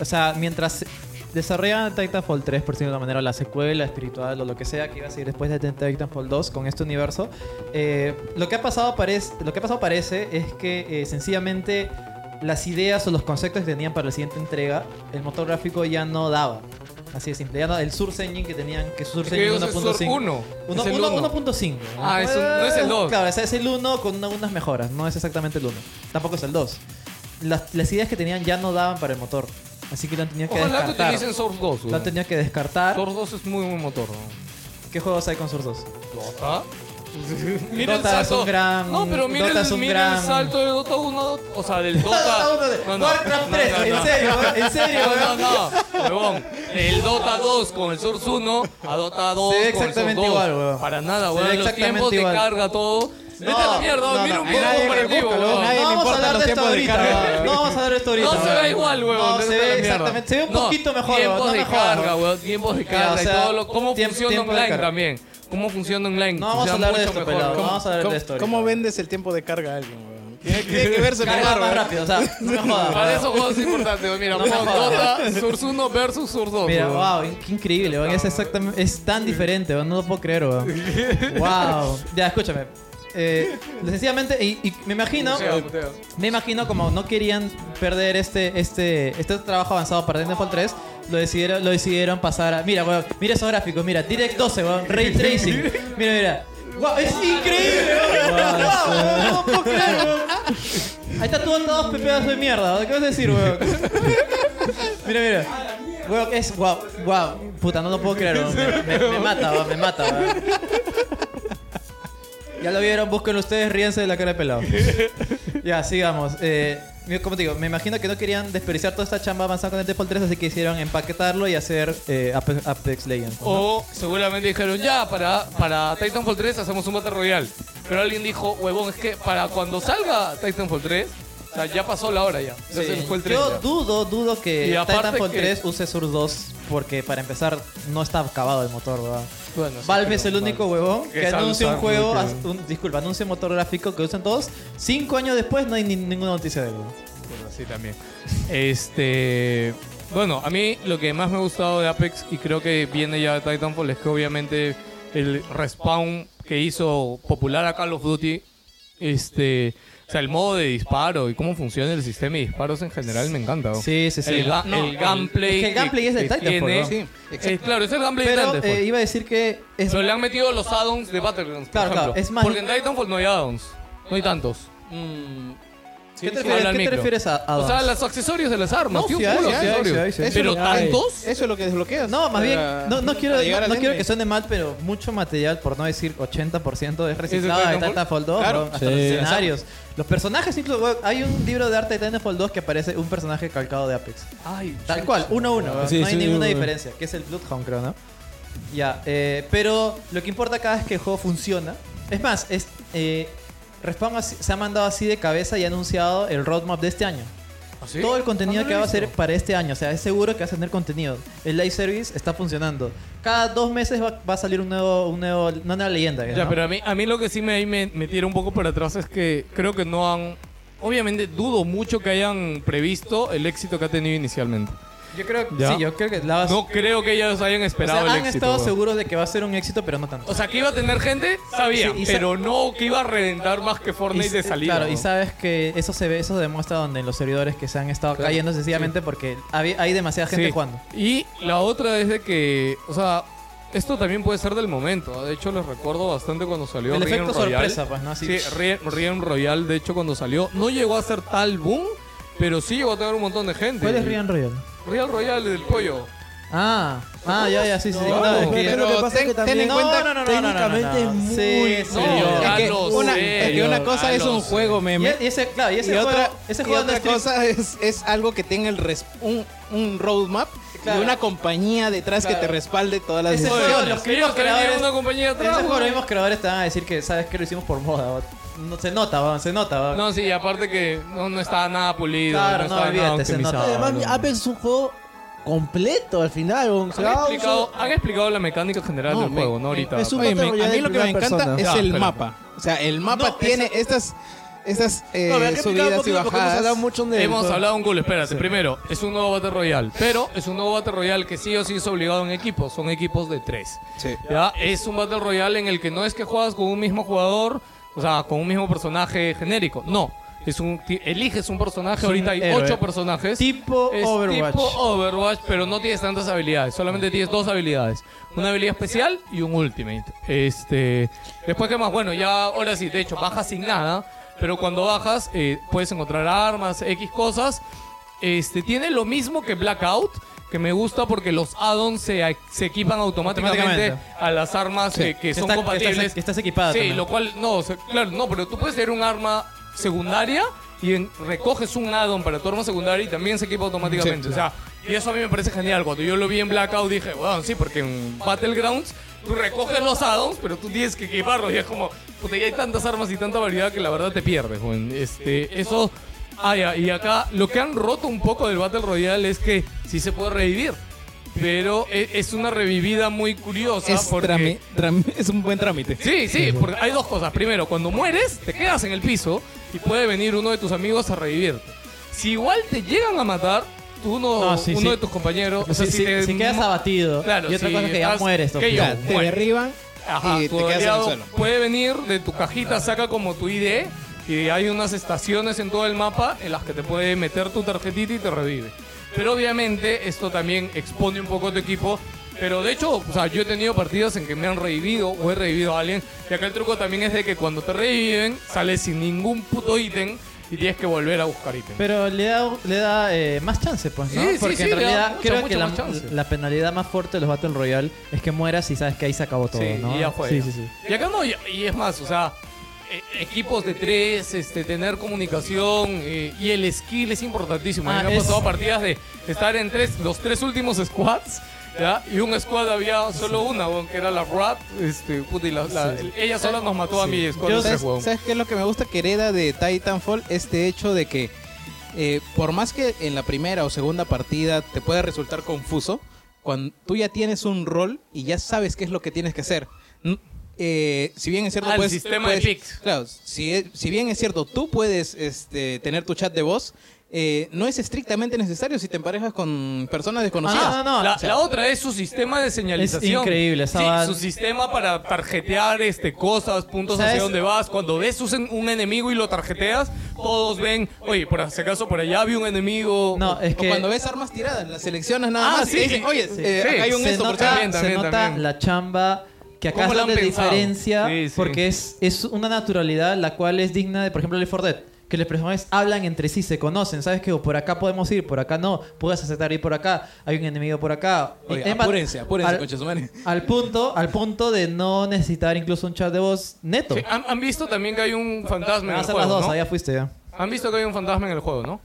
Speaker 5: o sea, mientras Desarrollan Titanfall 3, por decirlo de alguna manera, la secuela espiritual o lo que sea que iba a seguir después de Titanfall 2 con este universo. Eh, lo, que ha pasado parece, lo que ha pasado parece es que eh, sencillamente las ideas o los conceptos que tenían para la siguiente entrega, el motor gráfico ya no daba. Así de simple. Ya no- el Source Engine que tenían, que Source
Speaker 2: que
Speaker 5: Engine
Speaker 2: es el
Speaker 5: 1.5.
Speaker 2: Source uno,
Speaker 5: Uno-
Speaker 2: es el
Speaker 5: uno-
Speaker 2: uno.
Speaker 5: 1.5.
Speaker 2: Ah, es un- no es el dos.
Speaker 5: Claro, ese es el 1 con una- unas mejoras. No es exactamente el 1. Tampoco es el 2. Las, las ideas que tenían ya no daban para el motor. Así que lo han tenido que
Speaker 2: Ojalá que
Speaker 5: descartar.
Speaker 2: utilicen Source 2.
Speaker 5: Lo han tenido que descartar.
Speaker 2: Source 2 es muy buen motor. ¿no?
Speaker 5: ¿Qué juegos hay con Source 2?
Speaker 2: Dota.
Speaker 5: Dota es un gran-
Speaker 2: No, pero mira,
Speaker 5: Dota
Speaker 2: el,
Speaker 5: es un
Speaker 2: mira el
Speaker 5: gran-
Speaker 2: salto de Dota 1. O sea, del Dota.
Speaker 5: Dota uno de-
Speaker 2: Ah, No, no,
Speaker 5: Warcraft
Speaker 2: no,
Speaker 5: 3,
Speaker 2: no,
Speaker 5: en
Speaker 2: no.
Speaker 5: serio, ¿eh? en serio, ¿eh?
Speaker 2: No, no, no. huevón. El Dota 2 con el Source 1 a Dota 2.
Speaker 5: Se ve
Speaker 2: con el
Speaker 5: exactamente
Speaker 2: Source 2.
Speaker 5: igual, huevón.
Speaker 2: Para nada,
Speaker 5: Se ve
Speaker 2: weón. Los
Speaker 5: exactamente
Speaker 2: tiempos de
Speaker 5: igual.
Speaker 2: carga, todo. Vete a la mierda,
Speaker 5: no,
Speaker 2: mira
Speaker 5: no,
Speaker 2: un
Speaker 5: a
Speaker 2: juego
Speaker 5: nadie le
Speaker 2: comparativo,
Speaker 3: busca, luego
Speaker 2: huevón.
Speaker 3: nadie- le
Speaker 5: ¿eh? vamos a
Speaker 3: importan
Speaker 5: hablar
Speaker 3: los
Speaker 5: de esto
Speaker 3: tiempos de
Speaker 5: ahorita.
Speaker 3: carga,
Speaker 5: weón. No vamos a hablar de esto ahorita.
Speaker 2: No se ve
Speaker 5: weón.
Speaker 2: igual, huevón.
Speaker 5: No, se
Speaker 2: vete a la
Speaker 5: ve
Speaker 2: mierda.
Speaker 5: exactamente. Se ve un
Speaker 2: No,
Speaker 5: poquito mejor, ¿eh?
Speaker 2: Tiempos
Speaker 5: weón. No
Speaker 2: de
Speaker 5: me jodas,
Speaker 2: carga,
Speaker 5: weón.
Speaker 2: weón. Tiempos de
Speaker 5: Ya,
Speaker 2: carga.
Speaker 5: o
Speaker 2: y
Speaker 5: sea,
Speaker 2: todo lo, cómo
Speaker 5: tiemp-
Speaker 2: funciona
Speaker 5: tiempo de
Speaker 2: online
Speaker 5: carga.
Speaker 2: también. Cómo funciona online.
Speaker 5: No vamos a
Speaker 2: funciona
Speaker 5: hablar de
Speaker 2: mucho
Speaker 5: esto,
Speaker 2: mejor.
Speaker 5: pelado.
Speaker 2: ¿Cómo-
Speaker 5: Vamos a hablar de esto.
Speaker 3: ¿Cómo,
Speaker 5: ahorita.
Speaker 3: cómo vendes el tiempo de carga a alguien, weón? Tiene, tiene que verse ¿eh?
Speaker 5: Carga
Speaker 3: claro,
Speaker 5: más
Speaker 3: ¿verdad?
Speaker 5: rápido, o sea, no me jodas.
Speaker 2: Para
Speaker 5: weón.
Speaker 2: esos juegos es importante. weón. Mira,
Speaker 5: No me
Speaker 2: pon
Speaker 5: jodas.
Speaker 2: Dota, Source 1 versus Source 2.
Speaker 5: Mira,
Speaker 2: weón.
Speaker 5: wow, in- qué increíble, weón. Es, exactamente, es tan diferente, weón. no lo puedo creer, weón. wow. Ya, escúchame. Eh, sencillamente, y, y me imagino, eh,
Speaker 2: Puteo, puteo.
Speaker 5: me imagino como no querían perder este, este, este trabajo avanzado para Titanfall 3, lo decidieron, lo decidieron pasar a. Mira, weón, mira esos gráficos, mira, Direct 12, weón, Ray Tracing. Mira, mira. Wow, es increíble, weón. Wow, weón, no puedo creer, weón. Ahí está todo atado pepeazo de mierda, ¿qué vas a decir, weón? Mira, mira. Weón, es guau, guau. Puta, no lo puedo creer, weón. Me, me- me mata, weón, me mata, weón. Ya lo vieron, búsquenlo ustedes, ríense de la cara de pelado. Ya, sigamos. Eh, mi- como te digo, me imagino que no querían desperdiciar toda esta chamba avanzada con el Default 3, así que hicieron empaquetarlo y hacer eh, Ape- Apex, Legends. ¿no?
Speaker 2: O seguramente dijeron, ya, para, para Titanfall 3 hacemos un Battle Royale. Pero alguien dijo, huevón, es que para cuando salga Titanfall 3, o sea, ya pasó la hora ya. Ya se
Speaker 5: Sí.
Speaker 2: fue el 3
Speaker 5: Yo
Speaker 2: ya.
Speaker 5: dudo, dudo que
Speaker 2: Y aparte
Speaker 5: Titanfall
Speaker 2: que-
Speaker 5: 3 use Sur 2 porque para empezar no está acabado el motor, weón.
Speaker 2: Bueno, sí,
Speaker 5: Valve
Speaker 2: pero-
Speaker 5: es el único huevón
Speaker 2: Que
Speaker 5: que
Speaker 2: sabe
Speaker 5: anuncia un
Speaker 2: usar,
Speaker 5: juego,
Speaker 2: ¿no?
Speaker 5: as- un- disculpa, anuncia un motor gráfico que usan todos. Cinco años después no hay ni- ninguna noticia de él.
Speaker 2: Bueno, sí, también. Este. Bueno, a mí lo que más me ha gustado de Apex, y creo que viene ya de Titanfall, es que obviamente el respawn que hizo popular a Call of Duty, este. O sea, el modo de disparo y cómo funciona el sistema de disparos en general me encanta. ¿no?
Speaker 5: Sí, sí, sí.
Speaker 2: El, ga-
Speaker 3: No,
Speaker 2: el gameplay.
Speaker 5: es que el gameplay es de Titanfall, ¿no? Sí,
Speaker 2: Eh, claro, es el gameplay de
Speaker 5: Pero
Speaker 2: Titanfall.
Speaker 5: eh, iba a decir que es
Speaker 2: Pero le han metido los add-ons de Battlegrounds. por
Speaker 5: Claro, claro,
Speaker 2: ejemplo.
Speaker 5: es más-
Speaker 2: Porque en Titanfall no hay add-ons. No hay tantos.
Speaker 5: ¿Qué te
Speaker 2: Mm, sí,
Speaker 5: refieres,
Speaker 2: habla al
Speaker 5: ¿qué te
Speaker 2: micro.
Speaker 5: refieres a, a
Speaker 2: O sea,
Speaker 5: Dance?
Speaker 2: los accesorios de las armas.
Speaker 5: No,
Speaker 2: tío,
Speaker 5: sí hay,
Speaker 2: puro
Speaker 5: sí hay,
Speaker 2: accesorio.
Speaker 5: sí hay, sí
Speaker 2: Pero
Speaker 5: hay.
Speaker 3: Eso es lo que hay.
Speaker 2: tantos.
Speaker 3: Eso es lo que desbloqueas.
Speaker 5: No, más bien,
Speaker 3: para-
Speaker 5: no, no quiero,
Speaker 3: para llegar
Speaker 5: no,
Speaker 3: al
Speaker 5: no quiero
Speaker 3: endgame.
Speaker 5: que suene mal, pero mucho material, por no decir 80%, es reciclado de
Speaker 2: Titanfall?
Speaker 5: Titanfall 2,
Speaker 3: Claro.
Speaker 5: bro, hasta
Speaker 4: Sí.
Speaker 5: los escenarios. Los personajes, incluso, weón, hay un libro de arte de Titanfall 2 que aparece un personaje calcado de Apex.
Speaker 2: Ay,
Speaker 5: Tal cual, uno a uno, weón.
Speaker 4: Sí,
Speaker 5: no hay
Speaker 4: sí,
Speaker 5: ninguna
Speaker 4: weón.
Speaker 5: diferencia, que es el Bloodhound, creo, ¿no? Ya, eh, pero lo que importa acá es que el juego funciona. Es más, es, eh, Respawn así- se ha mandado así de cabeza y ha anunciado el roadmap de este año.
Speaker 2: ¿así?
Speaker 5: Todo el contenido
Speaker 2: ¿Cuándo
Speaker 5: que
Speaker 2: Ah, lo
Speaker 5: va a
Speaker 2: hizo?
Speaker 5: hacer para este año, o sea, es seguro que vas a tener contenido. El live service está funcionando. Cada dos meses va, va a salir un nuevo, un nuevo, una nueva leyenda.
Speaker 2: Ya,
Speaker 5: ¿no?
Speaker 2: pero a mí, a mí lo que sí me, ahí me, me tira un poco para atrás es que creo que no han. Obviamente dudo mucho que hayan previsto el éxito que ha tenido inicialmente.
Speaker 5: yo creo,
Speaker 2: Ya.
Speaker 5: sí, yo creo que la vas-
Speaker 2: No creo que ellos hayan
Speaker 5: o sea,
Speaker 2: esperado
Speaker 5: han
Speaker 2: el éxito.
Speaker 5: estado
Speaker 2: weón.
Speaker 5: seguros de que va a ser un éxito, pero no tanto.
Speaker 2: O sea, que iba a tener gente, sabía,
Speaker 5: Sí, y sa-
Speaker 2: pero no que iba a reventar más que Fortnite
Speaker 5: Y-
Speaker 2: de salida.
Speaker 5: Claro, y
Speaker 2: weón.
Speaker 5: sabes que eso se ve, eso se demuestra donde en los servidores que se han estado
Speaker 2: Claro,
Speaker 5: cayendo sencillamente porque había- hay demasiada gente
Speaker 2: Sí.
Speaker 5: jugando.
Speaker 2: Y la otra es de que, o sea, esto también puede ser del momento. ¿ah? De hecho, les recuerdo bastante cuando salió
Speaker 5: El
Speaker 2: Realm
Speaker 5: efecto
Speaker 2: Royale.
Speaker 5: sorpresa, pues, ¿no? Así.
Speaker 2: Sí, Re- Realm Royale, de hecho, cuando salió, no llegó a ser tal boom, pero sí llegó a tener un montón de gente.
Speaker 5: ¿Cuál es Rian Royal?
Speaker 2: Real Royale del pollo.
Speaker 5: Ah, ah, ya, ya, sí, sí. sí.
Speaker 2: No,
Speaker 5: No, es que-
Speaker 4: pero lo que pasa es que
Speaker 3: ten- ten en
Speaker 4: también
Speaker 5: No,
Speaker 3: cuenta,
Speaker 5: no, no, no, no, no, no,
Speaker 4: técnicamente es
Speaker 5: no.
Speaker 4: muy
Speaker 5: Sí, sí.
Speaker 2: serio.
Speaker 5: Ya,
Speaker 3: Es que,
Speaker 2: Ah, lo
Speaker 3: una,
Speaker 2: sé,
Speaker 3: es que una
Speaker 2: yo-
Speaker 3: cosa
Speaker 2: ah,
Speaker 3: es
Speaker 2: lo
Speaker 3: un
Speaker 2: sé.
Speaker 3: juego
Speaker 5: Y,
Speaker 3: meme.
Speaker 5: y ese, claro, y
Speaker 3: Y,
Speaker 5: ese juego,
Speaker 3: otra,
Speaker 5: ese
Speaker 3: y
Speaker 5: juego no
Speaker 3: otra
Speaker 5: es triple-
Speaker 3: cosa es, es algo que tenga el res- un, un roadmap
Speaker 5: Claro.
Speaker 3: y una compañía detrás
Speaker 2: Claro.
Speaker 3: que te respalde todas las
Speaker 5: Ese
Speaker 3: decisiones.
Speaker 5: juego, los
Speaker 2: que ellos
Speaker 5: mismos creadores-
Speaker 2: crearon una compañía
Speaker 5: En ese
Speaker 2: atrás.
Speaker 5: juego los
Speaker 2: weón.
Speaker 5: mismos creadores te van a decir que sabes que lo hicimos por moda. weón. No, se nota, weón, se nota. weón.
Speaker 2: No, sí, y aparte que no, no estaba nada pulido.
Speaker 5: Claro,
Speaker 2: no,
Speaker 5: no,
Speaker 2: estaba nada
Speaker 5: olvídate, se nota.
Speaker 2: optimizado,
Speaker 4: Además,
Speaker 2: no.
Speaker 4: Apex es un juego completo al final. weón. Se
Speaker 2: han,
Speaker 4: va a un
Speaker 2: explicado,
Speaker 4: solo-
Speaker 2: han explicado la mecánica general
Speaker 3: No, Ah,
Speaker 2: del
Speaker 3: me-
Speaker 2: juego, no ahorita.
Speaker 4: es un
Speaker 3: Oye, me-
Speaker 4: Battle
Speaker 3: a
Speaker 4: Royale
Speaker 3: mí
Speaker 4: en
Speaker 3: lo que me
Speaker 4: primera
Speaker 3: encanta
Speaker 4: persona.
Speaker 3: es
Speaker 2: Ya,
Speaker 3: el
Speaker 2: espera.
Speaker 3: mapa. O sea, el mapa
Speaker 5: No,
Speaker 3: tiene
Speaker 5: esa-
Speaker 3: estas esas eh,
Speaker 4: No, me han explicado un
Speaker 3: subidas y
Speaker 4: poquito porque hemos hablado
Speaker 3: bajadas.
Speaker 4: mucho de-
Speaker 2: Hemos
Speaker 4: todo.
Speaker 2: hablado un culo, espérate. Primero, es un nuevo Battle Royale, pero es un nuevo Battle Royale que sí o sí es obligado en equipos, son equipos de tres.
Speaker 3: Sí.
Speaker 2: ¿ya? Es un Battle Royale en el que no es que juegas con un mismo jugador, o sea, con un mismo personaje genérico, no. Es un, ti- eliges un personaje,
Speaker 5: un
Speaker 2: ahorita hay
Speaker 5: héroe.
Speaker 2: ocho personajes.
Speaker 5: Tipo
Speaker 2: Es
Speaker 5: Overwatch.
Speaker 2: Tipo Overwatch, pero no tienes tantas habilidades, solamente tienes dos habilidades. Una habilidad especial y un ultimate. Este, después qué más, bueno, ya ahora sí, de hecho, bajas sin nada, pero cuando bajas eh, puedes encontrar armas, X cosas. Este, tiene lo mismo que Blackout, que me gusta porque los add-ons se, se equipan automáticamente
Speaker 5: Automáticamente.
Speaker 2: a las armas eh, que son
Speaker 5: Está-
Speaker 2: compatibles.
Speaker 5: estás- estás equipada
Speaker 2: Sí,
Speaker 5: también.
Speaker 2: lo cual, no, o sea, claro, no, pero tú puedes tener un arma secundaria y en- recoges un add-on para tu arma secundaria y también se equipa automáticamente. O sea, y eso a mí me parece genial. Cuando yo lo vi en Blackout dije, bueno, sí, porque en Battlegrounds tú recoges los add-ons, pero tú tienes que equiparlos y es como, puta, ya hay tantas armas y tanta variedad que la verdad te pierdes, weón. Este, eso. Ah, ya, y acá lo que han roto un poco del Battle Royale es que sí se puede revivir. Pero e- es una revivida muy curiosa.
Speaker 3: Es,
Speaker 2: porque-
Speaker 3: trami- tram- es un buen trámite.
Speaker 2: Sí, sí, porque hay dos cosas. Primero, cuando mueres, te quedas en el piso y puede venir uno de tus amigos a revivirte. Si igual te llegan a matar, tú no-
Speaker 5: No, sí,
Speaker 2: uno
Speaker 5: sí.
Speaker 2: de tus compañeros. o sea,
Speaker 5: si, si-
Speaker 2: te-
Speaker 5: si quedas abatido
Speaker 2: Claro,
Speaker 5: y otra
Speaker 2: si
Speaker 5: cosa es que ya
Speaker 2: estás-
Speaker 5: mueres.
Speaker 2: que
Speaker 5: Tofu.
Speaker 2: yo-
Speaker 3: Ya, te
Speaker 2: Bueno.
Speaker 3: derriban
Speaker 2: Ajá,
Speaker 3: y te
Speaker 2: tu
Speaker 3: quedas en el
Speaker 2: aliado
Speaker 3: suelo.
Speaker 2: puede venir de tu cajita, saca como tu ID y hay unas estaciones en todo el mapa en las que te puede meter tu tarjetita y te revive. Pero obviamente esto también expone un poco a tu equipo. Pero de hecho, o sea, yo he tenido partidas en que me han revivido o he revivido a alguien. Y acá el truco también es de que cuando te reviven, sales sin ningún puto ítem y tienes que volver a buscar ítem.
Speaker 5: Pero le da, le da eh, más chance, pues, ¿no?
Speaker 2: Sí, sí,
Speaker 5: Porque
Speaker 2: sí,
Speaker 5: en
Speaker 2: le da
Speaker 5: realidad
Speaker 2: mucho,
Speaker 5: creo
Speaker 2: mucho
Speaker 5: que la,
Speaker 2: más chance.
Speaker 5: la penalidad más fuerte de los Battle Royale es que mueras y sabes que ahí se acabó todo,
Speaker 2: Sí,
Speaker 5: ¿no?
Speaker 2: y ya fue.
Speaker 5: Sí, sí, sí.
Speaker 2: Y acá no, y, y es más, o sea, e- equipos de tres, este, tener comunicación eh, y el skill es importantísimo. A mí
Speaker 5: Ah,
Speaker 2: me han
Speaker 5: es-
Speaker 2: pasado partidas de estar en tres, los tres últimos squads. ¿Ya? Y un squad había solo una, weón, que era la Rat. Este, puta, y la- la- Ella sola nos mató a mi squad. de tres,
Speaker 3: ¿Sabes,
Speaker 2: weón.
Speaker 3: sabes qué es lo que me gusta que hereda de Titanfall? Este hecho de que, eh, por más que en la primera o segunda partida te pueda resultar confuso, cuando tú ya tienes un rol y ya sabes qué es lo que tienes que hacer. N- eh, si bien es cierto,
Speaker 2: Ah, el
Speaker 3: puedes-
Speaker 2: sistema de
Speaker 3: puedes-
Speaker 2: picks.
Speaker 3: Claro, si, e, si bien es cierto, tú puedes este, tener tu chat de voz. eh, no es estrictamente necesario si te emparejas con personas desconocidas.
Speaker 5: Ah, no, no,
Speaker 2: La,
Speaker 5: o sea,
Speaker 2: la otra es su sistema de señalización.
Speaker 5: Es increíble, esa
Speaker 2: Sí,
Speaker 5: va-
Speaker 2: su sistema para tarjetear este, cosas, puntos
Speaker 5: ¿Sabes?
Speaker 2: hacia donde vas. Cuando ves un, un enemigo y lo tarjeteas, todos ven, oye, por si acaso por allá había un enemigo.
Speaker 5: No, es
Speaker 3: O
Speaker 5: que
Speaker 3: cuando ves armas tiradas, las seleccionas nada
Speaker 2: Ah,
Speaker 3: más
Speaker 2: sí,
Speaker 3: y te dicen, oye,
Speaker 2: sí.
Speaker 3: eh,
Speaker 2: Sí,
Speaker 3: acá hay un
Speaker 5: se
Speaker 3: esto ah, por
Speaker 5: nota,
Speaker 2: también,
Speaker 5: se
Speaker 2: también,
Speaker 5: nota
Speaker 2: también.
Speaker 5: la chamba que acá
Speaker 2: ¿Cómo
Speaker 5: es
Speaker 2: la han
Speaker 5: donde
Speaker 2: pensado?
Speaker 5: diferencia
Speaker 2: Sí, sí.
Speaker 5: porque es, es una naturalidad la cual es digna de, por ejemplo, el For Dead. Que los personajes hablan entre sí, se conocen, ¿sabes qué? O por acá podemos ir, por acá no, puedes aceptar ir por acá, hay un enemigo por acá.
Speaker 3: Oye,
Speaker 5: Es más,
Speaker 3: apúrense, apúrense,
Speaker 5: al-
Speaker 3: concha su madre.
Speaker 5: al punto, al punto de no necesitar incluso un chat de voz neto.
Speaker 2: Sí, ¿han, han visto también que hay un fantasma
Speaker 5: van
Speaker 2: en
Speaker 5: a
Speaker 2: el
Speaker 5: hacer
Speaker 2: juego,
Speaker 5: las dos,
Speaker 2: ¿no?
Speaker 5: allá fuiste ya.
Speaker 2: Han visto que hay un fantasma en el juego, ¿no?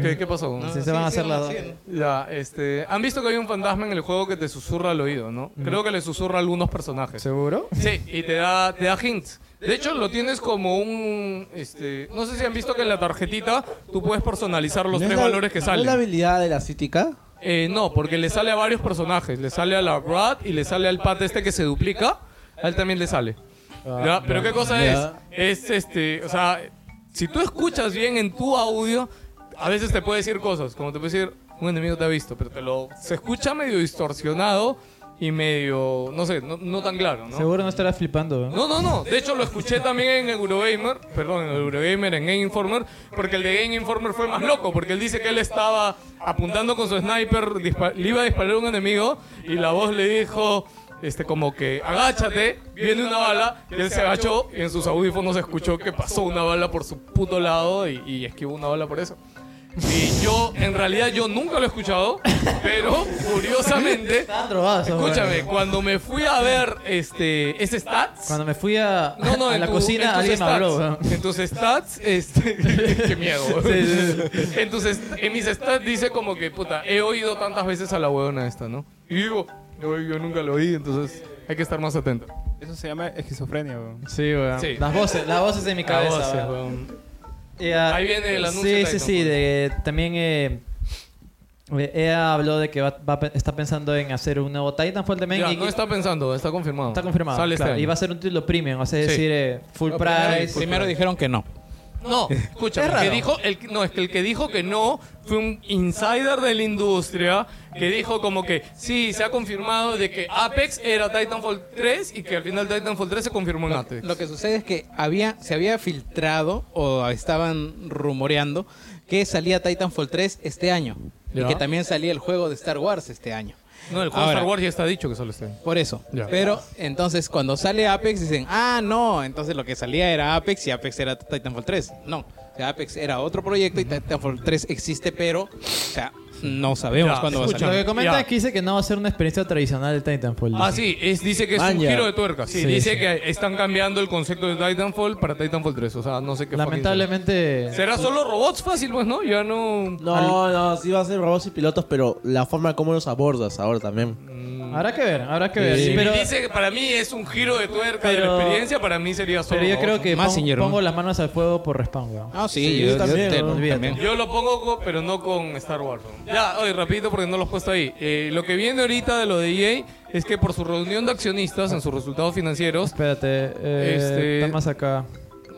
Speaker 2: ¿Qué, qué pasó?
Speaker 5: Sí, se van a hacer las dos.
Speaker 2: Ya, este, han visto que hay un fantasma en el juego que te susurra al oído, ¿no? Creo que le susurra a algunos personajes.
Speaker 5: ¿Seguro?
Speaker 2: Sí, y te da, te da hints. De hecho, lo tienes como un... Este, no sé si han visto que en la tarjetita tú puedes personalizar los
Speaker 4: ¿No es
Speaker 2: tres
Speaker 4: la-
Speaker 2: valores que
Speaker 4: ¿no es la
Speaker 2: salen.
Speaker 4: habilidad de la cítica?
Speaker 2: Eh, no, porque le sale a varios personajes. Le sale a la Brad y le sale al Pat este que se duplica. A él también le sale. Ya, Pero qué cosa
Speaker 4: Ya.
Speaker 2: es? Es este... O sea, si tú escuchas bien en tu audio, a veces te puede decir cosas. Como te puede decir, un enemigo te ha visto, pero te lo... Se escucha medio distorsionado y medio... No sé, no, no tan claro, ¿no?
Speaker 5: Seguro no estarás flipando. ¿eh?
Speaker 2: No, no, no. De hecho, lo escuché también en Eurogamer. Perdón, en Eurogamer, en Game Informer. Porque el de Game Informer fue más loco. Porque él dice que él estaba apuntando con su sniper. dispa- Le iba a disparar a un enemigo. Y la voz le dijo. Este, como que agáchate, viene una bala, y él se agachó y en sus audífonos escuchó que pasó una bala por su puto lado y, y esquivó una bala por eso. Y yo, en realidad, yo nunca lo he escuchado, pero curiosamente,
Speaker 5: Estaban drogados, esos
Speaker 2: escúchame,
Speaker 5: huevones.
Speaker 2: cuando me fui a ver este, ese stats,
Speaker 5: Cuando me fui a,
Speaker 2: no, no,
Speaker 5: a
Speaker 2: en
Speaker 5: la
Speaker 2: tu- en
Speaker 5: cocina,
Speaker 2: tus
Speaker 5: alguien me
Speaker 2: stats.
Speaker 5: habló. ¿eh?
Speaker 2: En tus stats, este, qué miedo. En, tus est- en mis stats dice como que, puta, he oído tantas veces a la huevona esta, ¿no? Y digo, yo, yo nunca lo oí, entonces hay que estar más atento.
Speaker 7: Eso se llama esquizofrenia, weón.
Speaker 5: Sí, weón.
Speaker 2: Sí.
Speaker 5: Las voces, las voces de mi cabeza.
Speaker 2: Cabezas,
Speaker 5: weón.
Speaker 2: huevón.
Speaker 5: Eh, ah,
Speaker 2: Ahí viene el anuncio de
Speaker 5: Sí, sí,
Speaker 2: Titanfall.
Speaker 5: sí. de- también eh, eh, ella habló de que va- va a- está pensando en hacer un nuevo Titanfall también.
Speaker 2: Ya,
Speaker 5: y
Speaker 2: no
Speaker 5: que-
Speaker 2: está pensando, está confirmado.
Speaker 5: está confirmado.
Speaker 2: Sale este
Speaker 5: claro,
Speaker 2: año.
Speaker 5: y va a ser un título premium, o sea, es
Speaker 2: Sí.
Speaker 5: decir, eh, full
Speaker 3: No, primero-
Speaker 5: price.
Speaker 3: Primero dijeron que no.
Speaker 2: No, escucha,
Speaker 5: Es
Speaker 2: el que
Speaker 5: raro.
Speaker 2: dijo, el, que- no, es que el que dijo que no fue un insider de la industria que dijo como que sí, se ha confirmado de que Apex era Titanfall 3 y que al final Titanfall 3 se confirmó en Apex.
Speaker 3: Lo que sucede es que había, se había filtrado o estaban rumoreando que salía Titanfall 3 este año
Speaker 2: Ya.
Speaker 3: y que también salía el juego de Star Wars este año.
Speaker 2: No, el juego de
Speaker 3: Ahora.
Speaker 2: Star Wars ya está dicho que solo está.
Speaker 3: Por eso.
Speaker 2: Ya.
Speaker 3: Pero entonces cuando sale Apex dicen, ah, no, entonces lo que salía era Apex y Apex era Titanfall 3. No, o sea, Apex era otro proyecto y Titanfall 3 existe, pero, o sea, no sabemos
Speaker 2: Ya,
Speaker 3: cuándo
Speaker 2: escucha.
Speaker 5: Lo
Speaker 3: va a
Speaker 5: que
Speaker 3: salir.
Speaker 5: comenta
Speaker 2: Ya.
Speaker 5: es que dice que no va a ser una experiencia tradicional de Titanfall.
Speaker 2: Ah,
Speaker 5: dice.
Speaker 2: sí, es, dice que es un
Speaker 4: Vaya.
Speaker 2: giro de tuerca. Sí,
Speaker 5: Sí,
Speaker 2: dice
Speaker 5: sí.
Speaker 2: que están cambiando el concepto de Titanfall para Titanfall 3. O sea, no sé qué fucking
Speaker 5: Lamentablemente.
Speaker 2: será. ¿Será solo robots fácil? Pues no, ya no.
Speaker 4: No, no, sí va a ser robots y pilotos, pero la forma como los abordas ahora también.
Speaker 5: Habrá que ver, habrá que ver.
Speaker 2: Si
Speaker 5: Pero,
Speaker 2: me dice que para mí es un giro de tuerca de la
Speaker 5: Pero-
Speaker 2: experiencia, para mí sería solo
Speaker 5: pero yo
Speaker 2: robots.
Speaker 5: creo que
Speaker 3: Más
Speaker 5: pon-
Speaker 3: señor, ¿no?
Speaker 5: pongo las manos al fuego por Respawn, weón.
Speaker 3: Ah, sí,
Speaker 4: Sí,
Speaker 3: yo,
Speaker 4: yo
Speaker 3: yo
Speaker 4: también,
Speaker 3: te-
Speaker 4: ¿no?
Speaker 3: también.
Speaker 2: Yo lo pongo, co- pero no con Star Wars. ¿no? Ya, oye, rapidito porque no los he puesto ahí. Eh, lo que viene ahorita de lo de EA es que por su reunión de accionistas en sus resultados financieros,
Speaker 5: Espérate, eh,
Speaker 2: pues. Este-
Speaker 5: está más acá.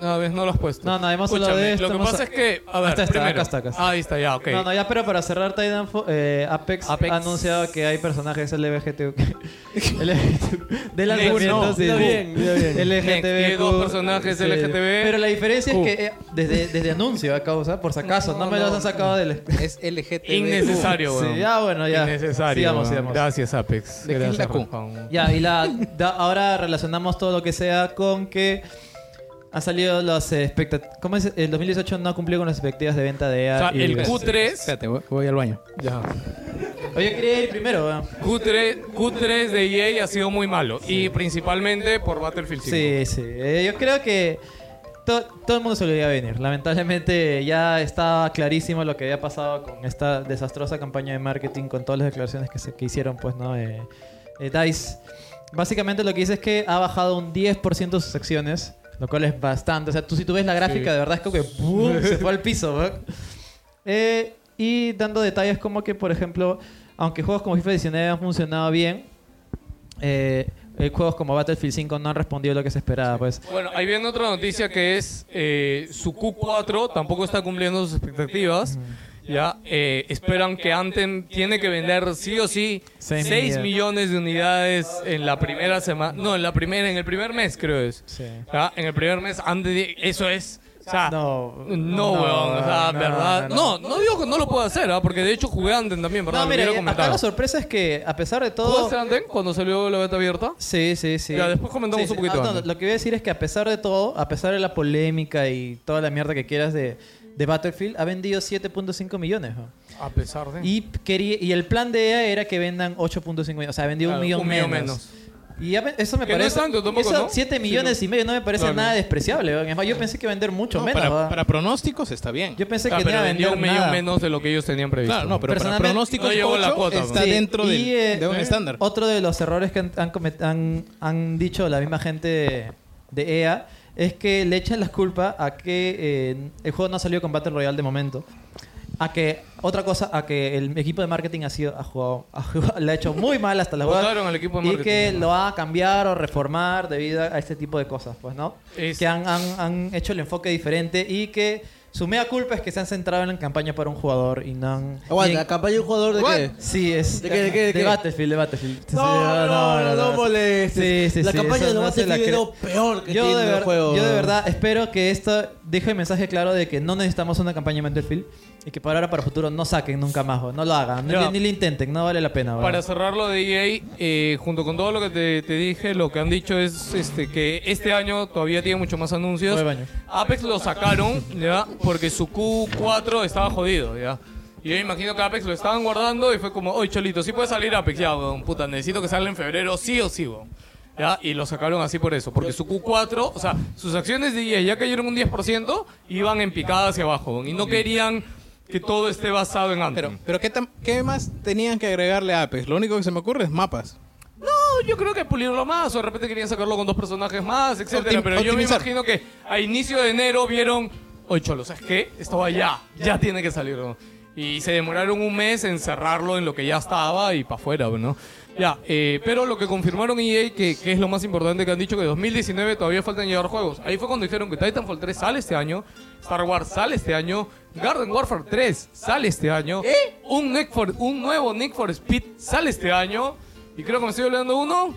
Speaker 2: no, ves, no los he puesto.
Speaker 5: No, no, hemos hablado
Speaker 2: Escúchame,
Speaker 5: de esto,
Speaker 2: Lo que
Speaker 5: hemos-
Speaker 2: pasa es que, a ver,
Speaker 5: Acá está,
Speaker 2: primero.
Speaker 5: acá está, acá está.
Speaker 2: Ahí está, ya, ok.
Speaker 5: No, no, ya, pero para cerrar, Titanfall, eh, Apex,
Speaker 2: Apex.
Speaker 5: ha anunciado que hay personajes LBGTQ. LBGTQ del
Speaker 2: Next.
Speaker 5: lanzamiento,
Speaker 2: No,
Speaker 5: sí.
Speaker 2: está
Speaker 4: bien, está bien.
Speaker 2: Next,
Speaker 5: LGTBQ.
Speaker 2: que dos personajes
Speaker 5: Sí.
Speaker 2: LGTB.
Speaker 5: Pero la diferencia es que eh, desde, desde anuncio a causa, por si acaso, no, me los han sacado del.
Speaker 3: Es LGTB.
Speaker 2: Innecesario,
Speaker 5: Sí,
Speaker 2: weón.
Speaker 5: ya, bueno, ya.
Speaker 2: Innecesario.
Speaker 5: Sigamos,
Speaker 2: weón.
Speaker 5: sigamos.
Speaker 2: Gracias, Apex.
Speaker 3: ¿De quién
Speaker 2: Gracias,
Speaker 3: la cu?
Speaker 2: Rafa.
Speaker 5: Ya, y la, da- ahora relacionamos todo lo que sea con que han salido los expectativas. ¿Cómo es? El 2018 no ha cumplido con las expectativas de venta de
Speaker 2: O
Speaker 5: EA.
Speaker 2: sea,
Speaker 5: y-
Speaker 2: el Q3.
Speaker 3: Espérate, voy- voy al baño.
Speaker 2: Ya.
Speaker 5: Oye, yo quería ir primero, weón.
Speaker 2: Q3, Q3 de EA ha sido muy malo. Y principalmente por Battlefield 5.
Speaker 5: Sí, sí. Eh, yo creo que to- todo el mundo se lo iba a venir. Lamentablemente ya estaba clarísimo lo que había pasado con esta desastrosa campaña de marketing, con todas las declaraciones que, se, que hicieron, pues, ¿no? Eh, eh, DICE. Básicamente lo que dice es que ha bajado un 10% sus acciones, lo cual es bastante. O sea, tú si tú ves la gráfica, de verdad es como que ¡boom! se fue al piso, ¿no? Eh, y dando detalles como que, por ejemplo, aunque juegos como FIFA 19 han funcionado bien, eh, eh, juegos como Battlefield 5 no han respondido lo que se esperaba, pues.
Speaker 2: Bueno, ahí viene otra noticia que es eh, su Q4 tampoco está cumpliendo sus expectativas. Ya eh, esperan que Anthem tiene que vender sí o sí
Speaker 5: Seis
Speaker 2: 6
Speaker 5: millones.
Speaker 2: millones de unidades en la primera semana. No, en la primera, en el primer mes creo es.
Speaker 5: Sí.
Speaker 2: Ya, En el primer mes, antes de- eso es. O sea,
Speaker 5: No,
Speaker 2: no,
Speaker 5: no,
Speaker 2: weón, o sea,
Speaker 5: no,
Speaker 2: verdad.
Speaker 5: no,
Speaker 2: No, no, digo que no lo puedo hacer, ¿ah? porque de hecho jugué Anthem también, ¿verdad?
Speaker 5: No,
Speaker 2: Lo
Speaker 5: mira,
Speaker 2: quiero
Speaker 5: eh, acá
Speaker 2: comentar.
Speaker 5: la sorpresa es que, a pesar de todo...
Speaker 2: ¿Jugaste Anthem cuando salió la beta abierta?
Speaker 5: Sí, sí, sí. Ah,
Speaker 2: Ya, después comentamos un poquito antes.
Speaker 5: lo que voy a decir es que a pesar de todo, a pesar de la polémica y toda la mierda que quieras de, de Battlefield, ha vendido 7.5 millones. ¿no?
Speaker 2: A pesar de.
Speaker 5: Y, quería, y el plan de EA era que vendan 8.5 millones. O sea, vendió
Speaker 2: Claro,
Speaker 5: un millón
Speaker 2: un
Speaker 5: menos.
Speaker 2: millón
Speaker 5: Y ya me- eso me
Speaker 2: Que no
Speaker 5: parece.
Speaker 2: es tanto tampoco,
Speaker 5: eso,
Speaker 2: ¿no?
Speaker 5: 7 millones y medio no me parece
Speaker 2: Claro.
Speaker 5: nada despreciable. weón. Es más, yo pensé que vender mucho
Speaker 3: No,
Speaker 5: menos.
Speaker 3: para,
Speaker 5: weón.
Speaker 3: para pronósticos está bien.
Speaker 5: Yo pensé
Speaker 2: Ah,
Speaker 5: que no
Speaker 2: pero
Speaker 5: iba a
Speaker 2: vendió
Speaker 5: vender
Speaker 2: un millón
Speaker 5: nada.
Speaker 2: menos de lo que ellos tenían previsto.
Speaker 3: Claro, no, pero para
Speaker 5: Personalmente,
Speaker 3: pronósticos
Speaker 2: no llegó la
Speaker 3: ocho
Speaker 2: cuota,
Speaker 3: está
Speaker 5: Sí,
Speaker 3: dentro del-
Speaker 5: y, eh,
Speaker 3: de un estándar.
Speaker 5: Otro de los errores que han, han comet- han- han dicho la misma gente de EA es que le echan la culpa a que eh, el juego no salió con Battle Royale de momento. A que, otra cosa, a que el equipo de marketing ha sido, ha jugado, ha jugado- le ha hecho muy mal hasta la
Speaker 2: Votaron al equipo de
Speaker 5: Y
Speaker 2: marketing,
Speaker 5: que
Speaker 2: ¿no?
Speaker 5: lo va a cambiar o reformar debido a este tipo de cosas, pues, ¿no?
Speaker 2: Es-
Speaker 5: Que han, han- han hecho el enfoque diferente y que su mea culpa es que se han centrado en la campaña para un jugador y no han.
Speaker 4: Aguanta,
Speaker 5: y en-
Speaker 4: la campaña de un jugador de qué?
Speaker 5: Sí, es.
Speaker 4: ¿De qué, de qué, de qué?
Speaker 5: Battlefield, de Battlefield.
Speaker 4: No, no, no, no, molestes.
Speaker 5: Sí, sí,
Speaker 4: la
Speaker 5: sí,
Speaker 4: campaña
Speaker 5: eso
Speaker 4: de
Speaker 5: no
Speaker 4: los
Speaker 5: se la
Speaker 4: Battlefield es
Speaker 5: creo.
Speaker 4: lo peor que
Speaker 5: Yo
Speaker 4: tiene
Speaker 5: de,
Speaker 4: el
Speaker 5: ver-
Speaker 4: juego.
Speaker 5: yo de verdad espero que esto deje el mensaje claro de que no necesitamos una campaña de Battlefield y que para ahora, para futuro, no saquen nunca más, weón. no lo hagan, ni,
Speaker 2: Ya.
Speaker 5: ni lo intenten, no vale la pena. weón.
Speaker 2: Para cerrarlo de EA, eh, junto con todo lo que te, te dije, lo que han dicho es este que este año todavía tiene mucho más anuncios.
Speaker 5: Nueve años.
Speaker 2: Apex lo sacaron, ¿ya? Porque su Q4 estaba jodido, ¿ya? Y yo imagino que Apex lo estaban guardando y fue como, oye, Cholito, sí puede salir Apex, ya, weón, puta, necesito que salga en febrero, sí o sí, weón. ¿Ya? Y lo sacaron así por eso, porque su Q4, o sea, sus acciones de EA ya cayeron un 10%, iban en picada hacia abajo, weón, y no querían que todo esté basado en Anthem.
Speaker 3: Pero, pero ¿qué, tam- ¿qué más tenían que agregarle a Apex? Lo único que se me ocurre es mapas.
Speaker 2: No, yo creo que pulirlo más, o de repente querían sacarlo con dos personajes más, etcétera.
Speaker 3: Optim-
Speaker 2: pero yo me
Speaker 3: optimizar.
Speaker 2: imagino que a inicio de enero vieron, oye cholo, ¿sabes qué? Esto va ya, ya tiene que salir. ¿no? Y se demoraron un mes en cerrarlo en lo que ya estaba y para afuera, ¿no? Ya, eh, pero lo que confirmaron EA, que, que es lo más importante que han dicho, que 2019 todavía faltan llegar juegos. Ahí fue cuando dijeron que Titanfall 3 sale este año, Star Wars sale este año, Garden Warfare 3 sale este año, un, Need for- un nuevo Need for Speed sale este año, y creo que me estoy olvidando uno.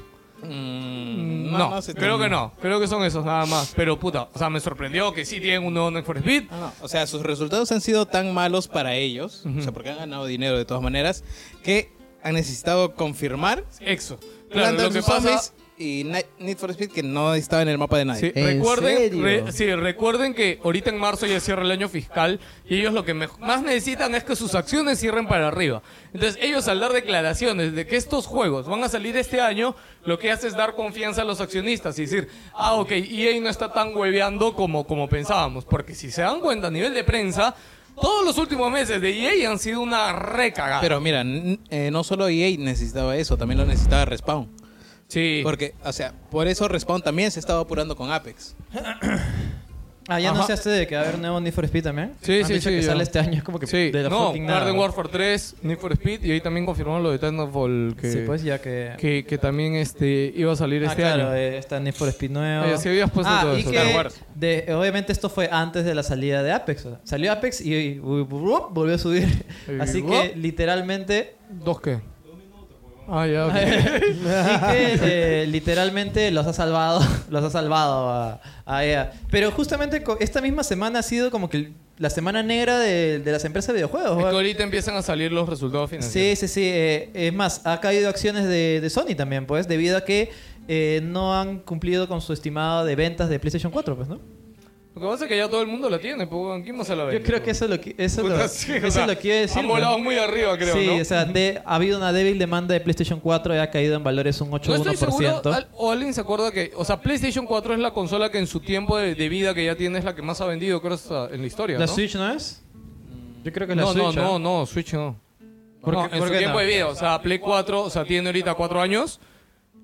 Speaker 2: Mm,
Speaker 9: más,
Speaker 2: no,
Speaker 9: más se
Speaker 2: creo
Speaker 9: termina.
Speaker 2: que no, creo que son esos nada más. Pero puta, o sea, me sorprendió que sí tienen un nuevo Need for Speed.
Speaker 3: No, Ah, no, O sea, sus resultados han sido tan malos para ellos, o sea, porque han ganado dinero de todas maneras, que han necesitado confirmar
Speaker 2: Eso. Claro,
Speaker 3: Planta
Speaker 2: lo que
Speaker 3: vs.
Speaker 2: pasa
Speaker 3: Zombies y Ni- Need for Speed que no estaba en el mapa de
Speaker 2: Sí,
Speaker 3: nadie.
Speaker 4: ¿En
Speaker 2: recuerden,
Speaker 4: serio?
Speaker 2: re- sí, recuerden que ahorita en marzo ya cierra el año fiscal y ellos lo que mej- más necesitan es que sus acciones cierren para arriba. Entonces ellos al dar declaraciones de que estos juegos van a salir este año, lo que hace es dar confianza a los accionistas y decir, ah, ok, EA no está tan hueveando como, como pensábamos, porque si se dan cuenta a nivel de prensa, todos los últimos meses de EA han sido una recagada.
Speaker 3: Pero mira, n- eh, no solo EA necesitaba eso, también lo necesitaba Respawn.
Speaker 2: sí.
Speaker 3: Porque, o sea, por eso Respawn también se estaba apurando con Apex.
Speaker 5: Ah, ya
Speaker 3: Ajá.
Speaker 5: anunciaste de que va a haber un nuevo Need for Speed también.
Speaker 2: Sí,
Speaker 5: Han
Speaker 2: sí,
Speaker 5: dicho
Speaker 2: sí,
Speaker 5: que
Speaker 2: ya.
Speaker 5: sale este año es como que
Speaker 2: Sí,
Speaker 5: de la
Speaker 2: no,
Speaker 5: fucking nada,
Speaker 2: Garden
Speaker 5: ¿no?
Speaker 2: Warfare 3, Need for Speed, y ahí también confirmaron lo de Titanfall que,
Speaker 5: Sí, pues ya que.
Speaker 2: que, que también este, iba a salir
Speaker 5: Ah,
Speaker 2: este
Speaker 5: claro,
Speaker 2: año.
Speaker 5: eh, está Need for Speed nuevo.
Speaker 2: Oye, sí habías puesto
Speaker 5: ah,
Speaker 2: todo
Speaker 5: y
Speaker 2: eso.
Speaker 5: que
Speaker 2: Star Wars.
Speaker 5: de- obviamente esto fue antes de la salida de Apex. o sea, salió Apex y, y- bu- bu- bu- volvió a subir.
Speaker 2: Y
Speaker 5: Así
Speaker 2: bu-
Speaker 5: que literalmente
Speaker 2: ¿Dos qué? Ah, ya, ok.
Speaker 5: Así que eh, literalmente los ha salvado, los ha salvado a, a EA. Pero justamente co- esta misma semana ha sido como que la semana negra de, de las empresas de videojuegos.
Speaker 2: Es que
Speaker 5: ¿verdad?
Speaker 2: ahorita empiezan a salir los resultados
Speaker 5: Sí,
Speaker 2: financieros.
Speaker 5: sí, sí. eh, es más, ha caído acciones de, de Sony también, pues, debido a que eh, no han cumplido con su estimado de ventas de PlayStation 4, pues, ¿no?
Speaker 2: Lo que pasa es que ya todo el mundo la tiene, pues, ¿quién más se la ve?
Speaker 5: Yo creo que eso es lo que, eso es lo-
Speaker 2: Puta, sí, o
Speaker 5: eso es
Speaker 2: sea,
Speaker 5: lo que iba a decir.
Speaker 2: Han volado
Speaker 5: pues.
Speaker 2: muy arriba, creo,
Speaker 5: sí,
Speaker 2: ¿no?
Speaker 5: o sea, de- ha habido una débil demanda de PlayStation 4 y ha caído en valores un 8,1%.
Speaker 2: No estoy seguro, al- o alguien se acuerda que, o sea, PlayStation 4 es la consola que en su tiempo de, de vida que ya tiene es la que más ha vendido, creo, hasta en la historia,
Speaker 5: ¿La
Speaker 2: ¿no?
Speaker 5: Switch no es? Yo creo que la
Speaker 2: no,
Speaker 5: Switch.
Speaker 2: no,
Speaker 5: ¿eh?
Speaker 2: no, no, Switch no.
Speaker 5: ¿Por
Speaker 2: No,
Speaker 5: qué-
Speaker 2: en
Speaker 5: por
Speaker 2: su
Speaker 5: qué
Speaker 2: tiempo
Speaker 5: no?
Speaker 2: de vida, o sea, Play 4, o sea, tiene ahorita 4 años,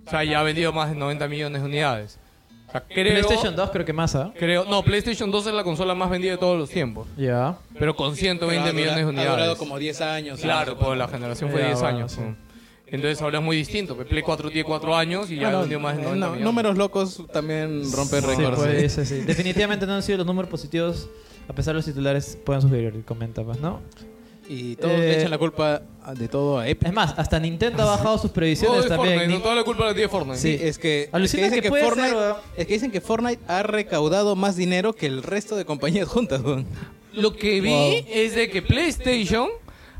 Speaker 2: o sea, ya ha vendido más de 90 millones de unidades. O sea, creo,
Speaker 5: PlayStation 2 creo que más, ¿ah?
Speaker 2: Creo, no, PlayStation 2 es la consola más vendida de todos los tiempos,
Speaker 5: Ya.
Speaker 2: pero con 120
Speaker 3: Ha dura-
Speaker 2: millones de
Speaker 3: Ha durado
Speaker 2: unidades.
Speaker 3: como 10 años.
Speaker 2: Claro, pues la generación fue
Speaker 5: Ya,
Speaker 2: 10
Speaker 5: bueno,
Speaker 2: años.
Speaker 5: sí.
Speaker 2: ¿no? Entonces ahora es muy distinto, pues, Play 4 tiene 4 años y ya
Speaker 3: Bueno,
Speaker 2: vendió más de
Speaker 3: eh,
Speaker 2: 90
Speaker 3: no,
Speaker 2: millones.
Speaker 3: números locos también rompen
Speaker 5: Sí,
Speaker 3: récords. eh.
Speaker 5: pues, sí, sí. Definitivamente no han sido los números positivos. A pesar de los titulares, pueden sugerir, comenta pues, ¿no?
Speaker 3: Y todos
Speaker 5: Eh,
Speaker 3: le echan la culpa de todo a Epic.
Speaker 5: Es más, hasta
Speaker 3: Ah,
Speaker 5: Nintendo ha bajado sus
Speaker 2: Todo
Speaker 5: previsiones
Speaker 2: es
Speaker 5: también.
Speaker 2: Fortnite,
Speaker 5: Ni-
Speaker 2: no, toda la culpa la tiene Fortnite.
Speaker 5: Sí.
Speaker 3: Sí, es que, es
Speaker 5: Alucina
Speaker 3: dicen
Speaker 5: que puede ser,
Speaker 3: Fortnite,
Speaker 5: weón.
Speaker 3: es que dicen que Fortnite ha recaudado más dinero que el resto de compañías juntas. weón.
Speaker 2: Lo que vi es de que PlayStation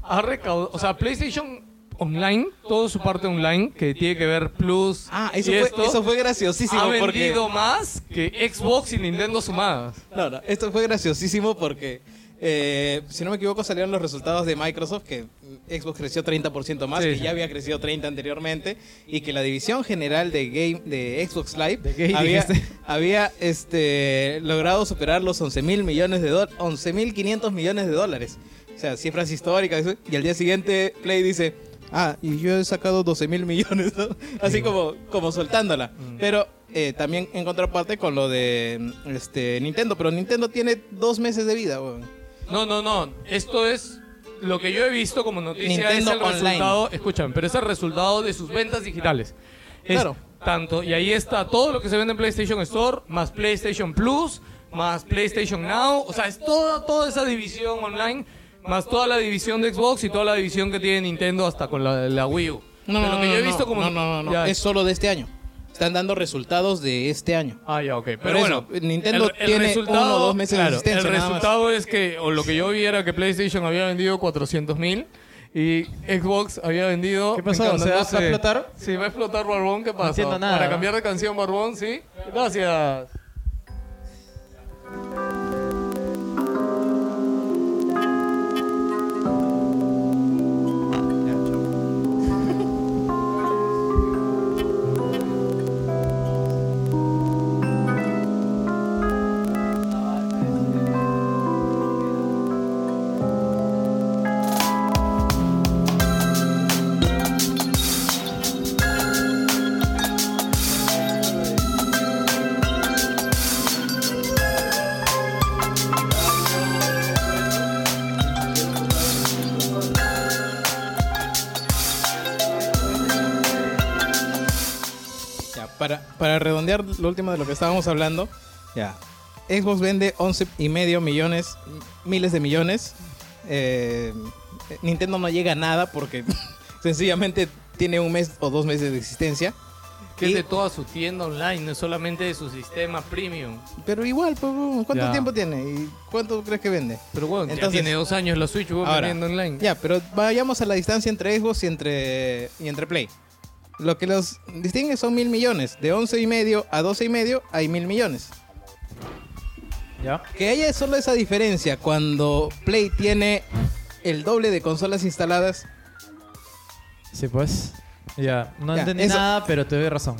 Speaker 2: ha recaudado, o sea, PlayStation Online, toda su parte online que tiene que ver Plus
Speaker 3: Ah, eso
Speaker 2: y
Speaker 3: fue,
Speaker 2: esto,
Speaker 3: eso fue graciosísimo.
Speaker 2: ha
Speaker 3: porque,
Speaker 2: vendido más que Xbox y Nintendo sumadas.
Speaker 3: No, no, esto fue graciosísimo porque, eh, si no me equivoco, salieron los resultados de Microsoft, que Xbox creció 30% más,
Speaker 2: Sí.
Speaker 3: que ya había crecido 30% anteriormente, y que la división general de, game, de Xbox Live
Speaker 5: De game,
Speaker 3: había,
Speaker 5: dijiste.
Speaker 3: había, este, logrado superar los 11 mil millones de dólares, 11 mil 500 millones de dólares. O sea, cifras históricas. eso, Y al día siguiente, Play dice... Ah, y yo he sacado 12 mil millones, ¿no? Así como, como soltándola. Pero eh, también en contraparte con lo de mm, este, Nintendo. Pero Nintendo tiene dos meses de vida, weón.
Speaker 2: No, no, no. Esto es lo que yo he visto como noticia.
Speaker 3: Nintendo
Speaker 2: es el
Speaker 3: Online.
Speaker 2: resultado, escúchame, pero es el resultado de sus ventas digitales. Es
Speaker 3: Claro.
Speaker 2: Tanto, y ahí está todo lo que se vende en PlayStation Store, más PlayStation Plus, más PlayStation Now. O sea, es toda, toda esa división online, más toda la división de Xbox y toda la división que tiene Nintendo hasta con la, la Wii U.
Speaker 3: No,
Speaker 2: Pero
Speaker 3: no,
Speaker 2: lo que
Speaker 3: no,
Speaker 2: yo he
Speaker 3: no,
Speaker 2: visto como.
Speaker 3: no, no, no, no.
Speaker 2: Ya.
Speaker 3: Es solo de este año. Están dando resultados de este año.
Speaker 2: Ah, ya, ok. Pero
Speaker 3: Por eso,
Speaker 2: bueno,
Speaker 3: Nintendo tiene uno o dos meses de
Speaker 2: claro,
Speaker 3: existencia,
Speaker 2: El
Speaker 3: nada más.
Speaker 2: resultado es que, o lo que yo vi era que PlayStation había vendido 400.000 mil y Xbox había vendido.
Speaker 5: ¿Qué pasó? ¿Se va-
Speaker 2: encantándose-
Speaker 5: va a explotar?
Speaker 2: Sí, va a explotar Barbón, ¿qué pasa?
Speaker 5: entiendo nada.
Speaker 2: Para cambiar de canción, Barbón, sí. Gracias.
Speaker 3: para, para redondear lo último de lo que estábamos hablando, ya. Xbox vende 11 y medio millones, miles de millones. Eh, Nintendo no llega a nada porque sencillamente tiene un mes o dos meses de existencia.
Speaker 2: Que
Speaker 3: Y-
Speaker 2: es de toda su tienda online, no es solamente de su sistema premium.
Speaker 3: pero igual, pues, ¿cuánto
Speaker 2: Ya.
Speaker 3: tiempo tiene? ¿Y cuánto crees que vende?
Speaker 2: Pero bueno, ya
Speaker 3: Entonces-
Speaker 2: tiene dos años la Switch, vos
Speaker 3: Ahora,
Speaker 2: vendiendo online.
Speaker 3: Ya, pero vayamos a la distancia entre Xbox y entre, y entre Play. Lo que los distingue son mil millones. De 11 y medio a 12 y medio hay mil millones.
Speaker 5: ¿Ya?
Speaker 3: Que haya solo esa diferencia cuando Play tiene el doble de consolas instaladas.
Speaker 5: Sí, pues. Ya, no
Speaker 3: Ya,
Speaker 5: entendí
Speaker 3: eso-
Speaker 5: nada, pero te doy razón.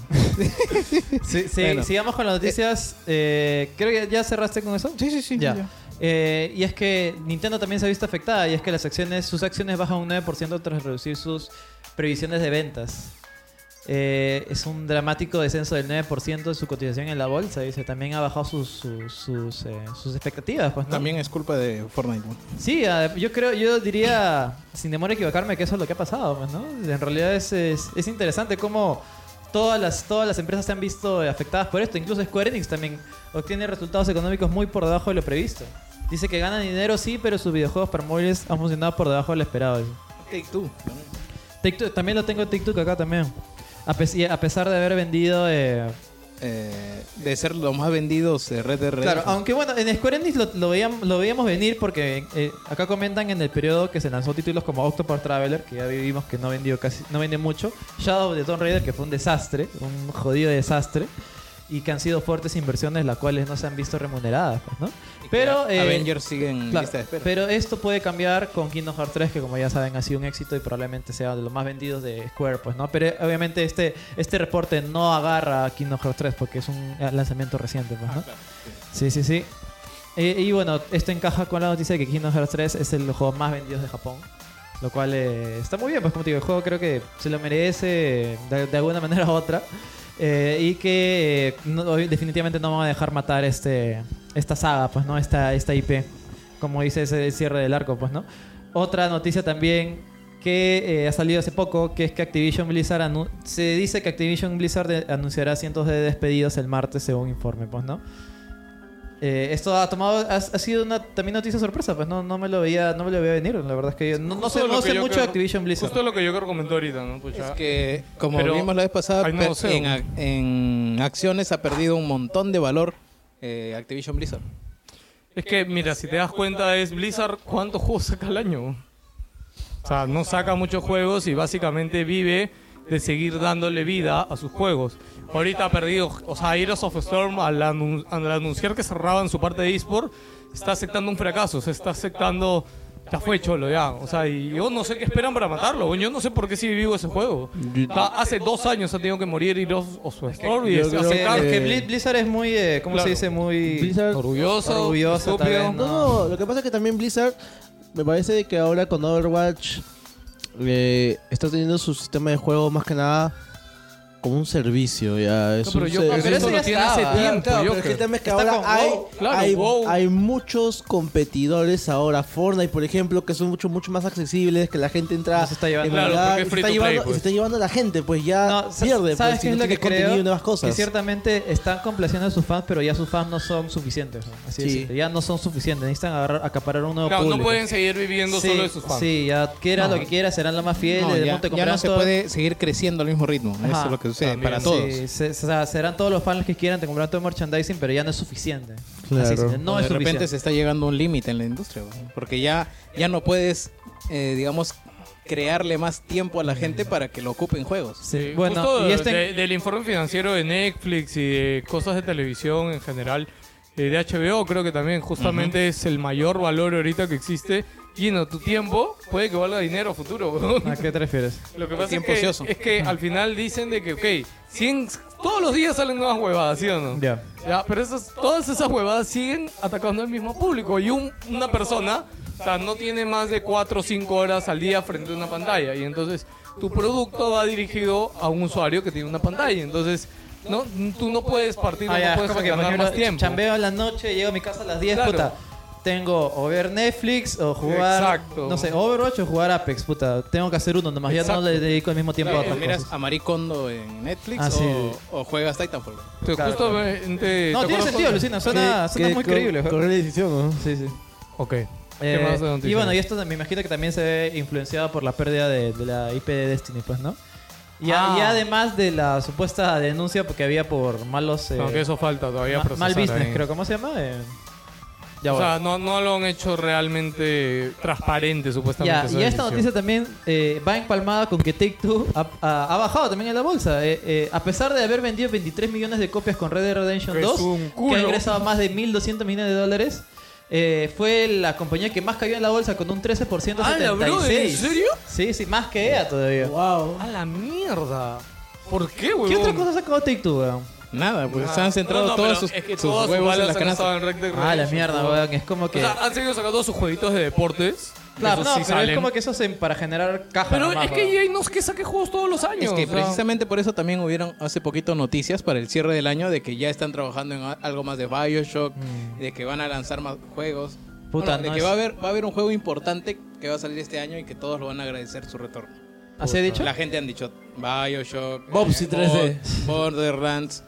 Speaker 5: Sí, sí,
Speaker 3: Bueno.
Speaker 5: Sigamos con las noticias. Eh, creo que ya cerraste con eso.
Speaker 3: Sí, sí, sí.
Speaker 5: Ya. Eh, y es que Nintendo también se ha visto afectada y es que las acciones, sus acciones bajan un 9% tras reducir sus previsiones de ventas. Eh, es un dramático descenso del 9% de su cotización en la bolsa. Dice, también ha bajado sus, sus, sus, eh, sus expectativas. Pues, ¿no?
Speaker 3: También es culpa de Fortnite. ¿no?
Speaker 5: Sí, a- yo creo, yo diría, sin demora a equivocarme, que eso es lo que ha pasado, pues, ¿no? En realidad es, es- es interesante cómo todas las, todas las empresas se han visto afectadas por esto. Incluso Square Enix también obtiene resultados económicos muy por debajo de lo previsto. Dice que ganan dinero, sí, pero sus videojuegos para móviles han funcionado por debajo de lo esperado. dice.
Speaker 3: Take Two.
Speaker 5: Take-Two- también lo tengo TikTok acá también. A, pes- y a pesar de haber vendido... eh,
Speaker 3: Eh, de ser los más vendidos de Red Dead Redemption.
Speaker 5: Claro, aunque bueno, en Square Enix lo, lo veíam- lo veíamos venir porque eh, acá comentan en el periodo que se lanzó títulos como Octopath Traveler, que ya vivimos que no vendió casi, no vende mucho, Shadow de Tomb Raider, que fue un desastre, un jodido desastre, y que han sido fuertes inversiones las cuales no se han visto remuneradas, pues, ¿no? Pero eh,
Speaker 3: Avengers sigue en
Speaker 5: claro,
Speaker 3: lista de espera.
Speaker 5: pero esto puede cambiar con Kingdom Hearts 3, que como ya saben ha sido un éxito y probablemente sea de los más vendidos de Square, pues, ¿no? Pero eh, obviamente este, este reporte no agarra a Kingdom Hearts 3 porque es un eh, lanzamiento reciente, pues, ¿no? sí, sí, sí. Eh, y bueno, esto encaja con la noticia de que Kingdom Hearts 3 es el juego más vendido de Japón. Lo cual eh, está muy bien, pues como te digo, el juego creo que se lo merece eh, de, de alguna manera u otra. Eh, y que eh, no- definitivamente no van a dejar matar este, esta saga, pues, ¿no? Esta, esta IP. Como dice ese cierre del arco, pues, ¿no? Otra noticia también que eh, ha salido hace poco, que es que Activision Blizzard... anu- Se dice que Activision Blizzard eh, anunciará cientos de despedidos el martes, según informe, pues, ¿no? Eh, esto ha tomado ha, ha sido una también noticia sorpresa pues no, no me lo veía no me lo veía venir la verdad es que yo no, no sé,
Speaker 2: Justo lo
Speaker 5: no
Speaker 2: que
Speaker 5: sé
Speaker 2: yo
Speaker 5: mucho de
Speaker 2: creo-
Speaker 5: Activision Blizzard
Speaker 2: Justo lo que yo creo que comentó ahorita, ¿no? Pues Pucha.
Speaker 3: Es que, como
Speaker 2: Pero
Speaker 3: vimos la vez pasada,
Speaker 2: hay nuevo CEO.
Speaker 3: per- en, ac- en acciones ha perdido un montón de valor eh, Activision Blizzard.
Speaker 2: Es que, mira, si te das cuenta, es Blizzard cuántos juegos saca al año. O sea, no saca muchos juegos y básicamente vive de seguir dándole vida a sus juegos. Ahorita ha perdido, o sea, Heroes of Storm al, anun- al anunciar que cerraban su parte de eSport, está aceptando un fracaso, se está aceptando... Ya fue cholo, ya. O sea, y yo no sé qué esperan para matarlo. Yo no sé por qué sigue vivo ese juego. O sea, hace dos años ha tenido que morir Heroes of Storm y
Speaker 4: yo
Speaker 2: está
Speaker 4: creo
Speaker 5: Eh,
Speaker 2: aceptando-
Speaker 5: es que
Speaker 4: que-
Speaker 5: Bli- Blizzard es muy eh, cómo se
Speaker 2: Claro.
Speaker 5: dice muy
Speaker 4: Blizzard-
Speaker 2: Orgulloso,
Speaker 5: Orgulloso, tal
Speaker 2: estúpido.
Speaker 5: vez,
Speaker 4: No, no, lo que pasa es que también Blizzard me parece que ahora con Overwatch eh, está teniendo su sistema de juego más que nada como un servicio ya es
Speaker 2: No, pero
Speaker 4: un
Speaker 2: yo
Speaker 4: ser-
Speaker 2: creo que
Speaker 5: pero
Speaker 2: eso
Speaker 5: eso
Speaker 2: lo
Speaker 5: ya
Speaker 2: tiene
Speaker 5: estaba.
Speaker 2: hace tiempo.
Speaker 4: Claro,
Speaker 2: yo
Speaker 4: pero el
Speaker 2: creo.
Speaker 4: tema es que
Speaker 2: Está
Speaker 4: ahora
Speaker 2: con
Speaker 4: hay,
Speaker 2: WoW, claro,
Speaker 4: hay,
Speaker 2: WoW.
Speaker 4: hay muchos competidores ahora. Fortnite, por ejemplo, que son mucho, mucho más accesibles, que la gente entra
Speaker 5: Nos está llevando.
Speaker 4: en
Speaker 2: Claro,
Speaker 4: lugar,
Speaker 2: porque es
Speaker 4: se
Speaker 2: free
Speaker 4: está,
Speaker 2: to play,
Speaker 4: llevando,
Speaker 2: pues.
Speaker 4: se está llevando a la gente, pues ya
Speaker 5: No, sa-
Speaker 4: pierde,
Speaker 5: ¿sabes
Speaker 4: pues, si
Speaker 5: qué
Speaker 4: no
Speaker 5: es lo
Speaker 4: tiene
Speaker 5: que creo?
Speaker 4: contenido y nuevas cosas.
Speaker 5: Que ciertamente están complaciendo a sus fans, pero ya sus fans no son suficientes. ¿no? Así
Speaker 4: Sí.
Speaker 5: es, ya no son suficientes. Necesitan agarrar, acaparar un nuevo
Speaker 2: Claro, no
Speaker 4: pues.
Speaker 5: público.
Speaker 2: pueden seguir viviendo
Speaker 5: sí,
Speaker 2: solo de sus fans.
Speaker 5: Sí, ya quiera lo que quiera, serán los más fieles.
Speaker 3: No,
Speaker 5: de
Speaker 3: ya,
Speaker 5: pronto te
Speaker 3: ya no
Speaker 5: comprarán
Speaker 3: se
Speaker 5: todo-
Speaker 3: puede seguir creciendo al mismo ritmo. Eso
Speaker 5: Ajá.
Speaker 3: es lo que sucede
Speaker 2: También.
Speaker 3: para
Speaker 5: Sí,
Speaker 3: todos.
Speaker 5: se- se- o sea, serán todos los fans que quieran, te comprarán todo el merchandising, pero ya no es suficiente. Así es, no
Speaker 3: O
Speaker 5: es
Speaker 3: de repente
Speaker 5: suficiente.
Speaker 3: se está llegando a un límite en la industria, güey, porque ya, ya no puedes, eh, digamos, crearle más tiempo a la gente para que lo ocupen juegos.
Speaker 5: Sí,
Speaker 2: Eh,
Speaker 5: Bueno,
Speaker 2: justo
Speaker 5: y
Speaker 2: de-
Speaker 5: este
Speaker 2: de- del informe financiero de Netflix y de cosas de televisión en general, eh, de HBO creo que también justamente es el mayor valor ahorita que existe. Y no, tu tiempo puede que valga dinero a futuro. weón.
Speaker 5: ¿A qué te refieres?
Speaker 2: Lo que pasa es
Speaker 3: tiempo
Speaker 2: que,
Speaker 3: ocioso.
Speaker 2: es que al final dicen de que, ok, 100, todos los días salen nuevas huevadas, ¿sí o no?
Speaker 5: Ya.
Speaker 2: Ya, pero esas, todas esas huevadas siguen atacando al mismo público. Y un- una persona, o sea, no tiene más de 4 o 5 horas al día frente a una pantalla. Y entonces, tu producto va dirigido a un usuario que tiene una pantalla. Entonces, no, tú no puedes partir,
Speaker 5: Ah, ya,
Speaker 2: no
Speaker 5: es
Speaker 2: puedes
Speaker 5: como que, por
Speaker 2: ganar
Speaker 5: ejemplo,
Speaker 2: más tiempo.
Speaker 5: Chambeo en la noche, llego a mi casa a las 10,
Speaker 2: Claro.
Speaker 5: puta. tengo o ver Netflix o jugar.
Speaker 2: Exacto.
Speaker 5: No sé, Overwatch o jugar Apex, puta. Tengo que hacer uno nomás. Ya
Speaker 2: Exacto.
Speaker 5: no le dedico el mismo tiempo a
Speaker 3: Claro,
Speaker 5: otras
Speaker 3: miras
Speaker 5: cosas.
Speaker 3: a Marie Kondo en Netflix
Speaker 5: Ah, sí.
Speaker 3: o, o juegas Titanfall.
Speaker 2: Te-
Speaker 5: Claro,
Speaker 2: justamente, ¿te
Speaker 5: No, tiene
Speaker 2: acuerdas
Speaker 5: sentido,
Speaker 2: cuando-
Speaker 5: Lucina. Suena,
Speaker 4: Que-
Speaker 5: suena
Speaker 4: que
Speaker 5: muy
Speaker 4: co-
Speaker 5: creíble.
Speaker 4: Corre la decisión, ¿no?
Speaker 5: Sí, sí.
Speaker 2: Ok.
Speaker 5: Eh,
Speaker 2: más de noticias?
Speaker 5: y bueno, y esto me imagino que también se ve influenciado por la pérdida de, de la IP de Destiny, pues, ¿no? Y, a-
Speaker 2: Ah.
Speaker 5: y además de la supuesta denuncia que había por malos... eh,
Speaker 2: Aunque eso falta todavía
Speaker 5: ma-
Speaker 2: procesar
Speaker 5: mal business,
Speaker 2: ahí.
Speaker 5: creo. ¿Cómo se llama? Eh, ya
Speaker 2: O
Speaker 5: bueno.
Speaker 2: sea, no, no lo han hecho realmente transparente,
Speaker 5: Ya,
Speaker 2: supuestamente. esa
Speaker 5: y esta
Speaker 2: decisión.
Speaker 5: noticia también eh, va empalmada con que Take Two ha, ha- ha bajado también en la bolsa. Eh, eh, a pesar de haber vendido 23 millones de copias con Red Dead Redemption
Speaker 2: Que es
Speaker 5: 2,
Speaker 2: un
Speaker 5: que ha
Speaker 2: culo.
Speaker 5: ingresado más de 1.200 millones de dólares, eh, fue la compañía que más cayó en la bolsa con un 13%.
Speaker 2: ¡Hala, bro! ¿En
Speaker 5: 76.
Speaker 2: serio?
Speaker 5: Sí, sí, más que EA todavía.
Speaker 4: Wow.
Speaker 2: ¡A la mierda! ¿Por qué, huevón?
Speaker 5: ¿Qué otra cosa sacó Take Two, weón?
Speaker 3: Nada, pues
Speaker 2: Ah.
Speaker 3: se han centrado
Speaker 2: No, no,
Speaker 3: todos
Speaker 2: pero
Speaker 3: sus,
Speaker 2: es que
Speaker 3: sus
Speaker 2: todas sus
Speaker 3: huevos en
Speaker 2: balas
Speaker 3: la
Speaker 2: han
Speaker 3: canasta.
Speaker 2: estado en Red Dead
Speaker 5: Ah, la
Speaker 2: Redemption,
Speaker 5: mierda,
Speaker 2: huevón.
Speaker 5: weón. Es como que.
Speaker 2: O sea, han seguido sacando todos sus jueguitos de deportes.
Speaker 5: claro,
Speaker 2: Esos
Speaker 5: no,
Speaker 2: sí
Speaker 5: pero es
Speaker 2: salen.
Speaker 5: como que eso es en- para generar caja.
Speaker 2: Pero
Speaker 5: nomás,
Speaker 2: es que
Speaker 5: weón.
Speaker 2: EA no es que saque juegos todos los años.
Speaker 3: Es que
Speaker 2: o sea.
Speaker 3: precisamente por eso también hubieron hace poquito noticias para el cierre del año de que ya están trabajando en a- algo más de Bioshock, de que van a lanzar más juegos.
Speaker 5: Mm. Puta,
Speaker 3: Bueno, de
Speaker 5: no
Speaker 3: que
Speaker 5: es-
Speaker 3: va, a haber, va a haber un juego importante que va a salir este año y que todos lo van a agradecer su retorno.
Speaker 5: ¿Así he dicho?
Speaker 3: La gente han dicho Bioshock,
Speaker 4: Bobsy
Speaker 3: eh,
Speaker 4: 3D.
Speaker 3: Bo- Borderlands.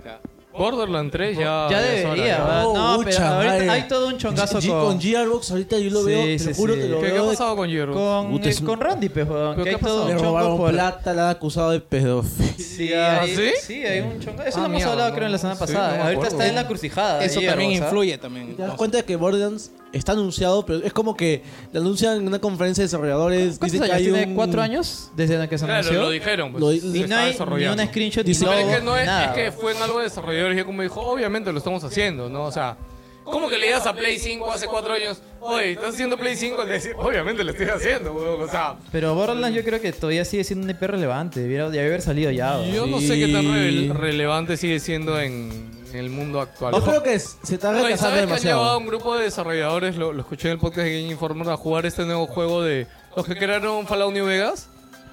Speaker 3: O sea,
Speaker 2: Borderlands 3 ya.
Speaker 5: Ya
Speaker 2: es hora,
Speaker 5: debería,
Speaker 2: ya.
Speaker 5: weón. Ah, No, pero
Speaker 4: mucha
Speaker 5: ahorita
Speaker 4: Oh, madre.
Speaker 5: hay todo un chongazo
Speaker 4: G- G-
Speaker 5: con-
Speaker 4: Con Gearbox ahorita yo lo
Speaker 5: Sí,
Speaker 4: veo, te
Speaker 5: sí,
Speaker 4: lo juro,
Speaker 5: sí.
Speaker 4: te lo
Speaker 2: ¿Qué,
Speaker 4: veo.
Speaker 2: qué ha
Speaker 4: de-
Speaker 2: pasado con Hierro?
Speaker 5: Con,
Speaker 4: Puta,
Speaker 5: eh,
Speaker 4: es un-
Speaker 5: con Randy, pues, weón,
Speaker 2: ¿Pero
Speaker 5: que
Speaker 2: qué
Speaker 5: hay
Speaker 2: ha pasado?
Speaker 5: todo
Speaker 4: Le
Speaker 5: un chongo
Speaker 4: robaron
Speaker 5: por...
Speaker 4: plata, la han acusado de pedofilia.
Speaker 5: Sí,
Speaker 2: ¿Ah,
Speaker 5: hay,
Speaker 2: sí?
Speaker 5: sí, hay un chongo. Eso
Speaker 2: Ah,
Speaker 5: lo hemos
Speaker 2: mierda,
Speaker 5: hablado,
Speaker 2: no.
Speaker 5: creo, en la semana
Speaker 2: Sí,
Speaker 5: pasada.
Speaker 2: no me
Speaker 5: ahorita
Speaker 2: acuerdo.
Speaker 5: está en la crucijada. de
Speaker 3: eso
Speaker 5: hierro,
Speaker 3: también
Speaker 5: o sea.
Speaker 3: influye también.
Speaker 4: Te das
Speaker 3: entonces.
Speaker 4: cuenta de que Borderlands está anunciado, pero es como que lo anuncian en una conferencia de desarrolladores.
Speaker 5: ¿Cuántos
Speaker 4: dicen que
Speaker 5: años?
Speaker 4: hay
Speaker 5: ¿Tiene
Speaker 4: un-
Speaker 5: cuatro años desde que se
Speaker 2: Claro,
Speaker 5: anunció?
Speaker 2: lo dijeron. Pues,
Speaker 4: Lo-
Speaker 2: se
Speaker 5: y no
Speaker 2: está
Speaker 5: hay ni
Speaker 2: desarrollando.
Speaker 5: un screenshot
Speaker 4: Dice-
Speaker 5: ni
Speaker 2: Pero
Speaker 5: logo,
Speaker 2: es que no es,
Speaker 5: nada.
Speaker 2: es que fue en algo de desarrolladores y como dijo, obviamente lo estamos haciendo, ¿no? O sea, ¿cómo que le das a Play 5 hace cuatro años? Oye, ¿estás haciendo Play 5? Le decía, obviamente lo estoy haciendo, weón. O sea,
Speaker 5: Pero Borderlands yo creo que todavía sigue siendo un IP relevante. Debiera de haber salido ya. weón.
Speaker 2: yo no sé qué tan rele- relevante sigue siendo en, en el mundo actual.
Speaker 4: Yo creo que es- se está
Speaker 2: Oye,
Speaker 4: retrasando
Speaker 2: ¿sabes que han llevado a
Speaker 4: demasiado.
Speaker 2: un grupo de desarrolladores, lo, lo escuché en el podcast de Game Informer, a jugar este nuevo juego de los que crearon Fallout New Vegas?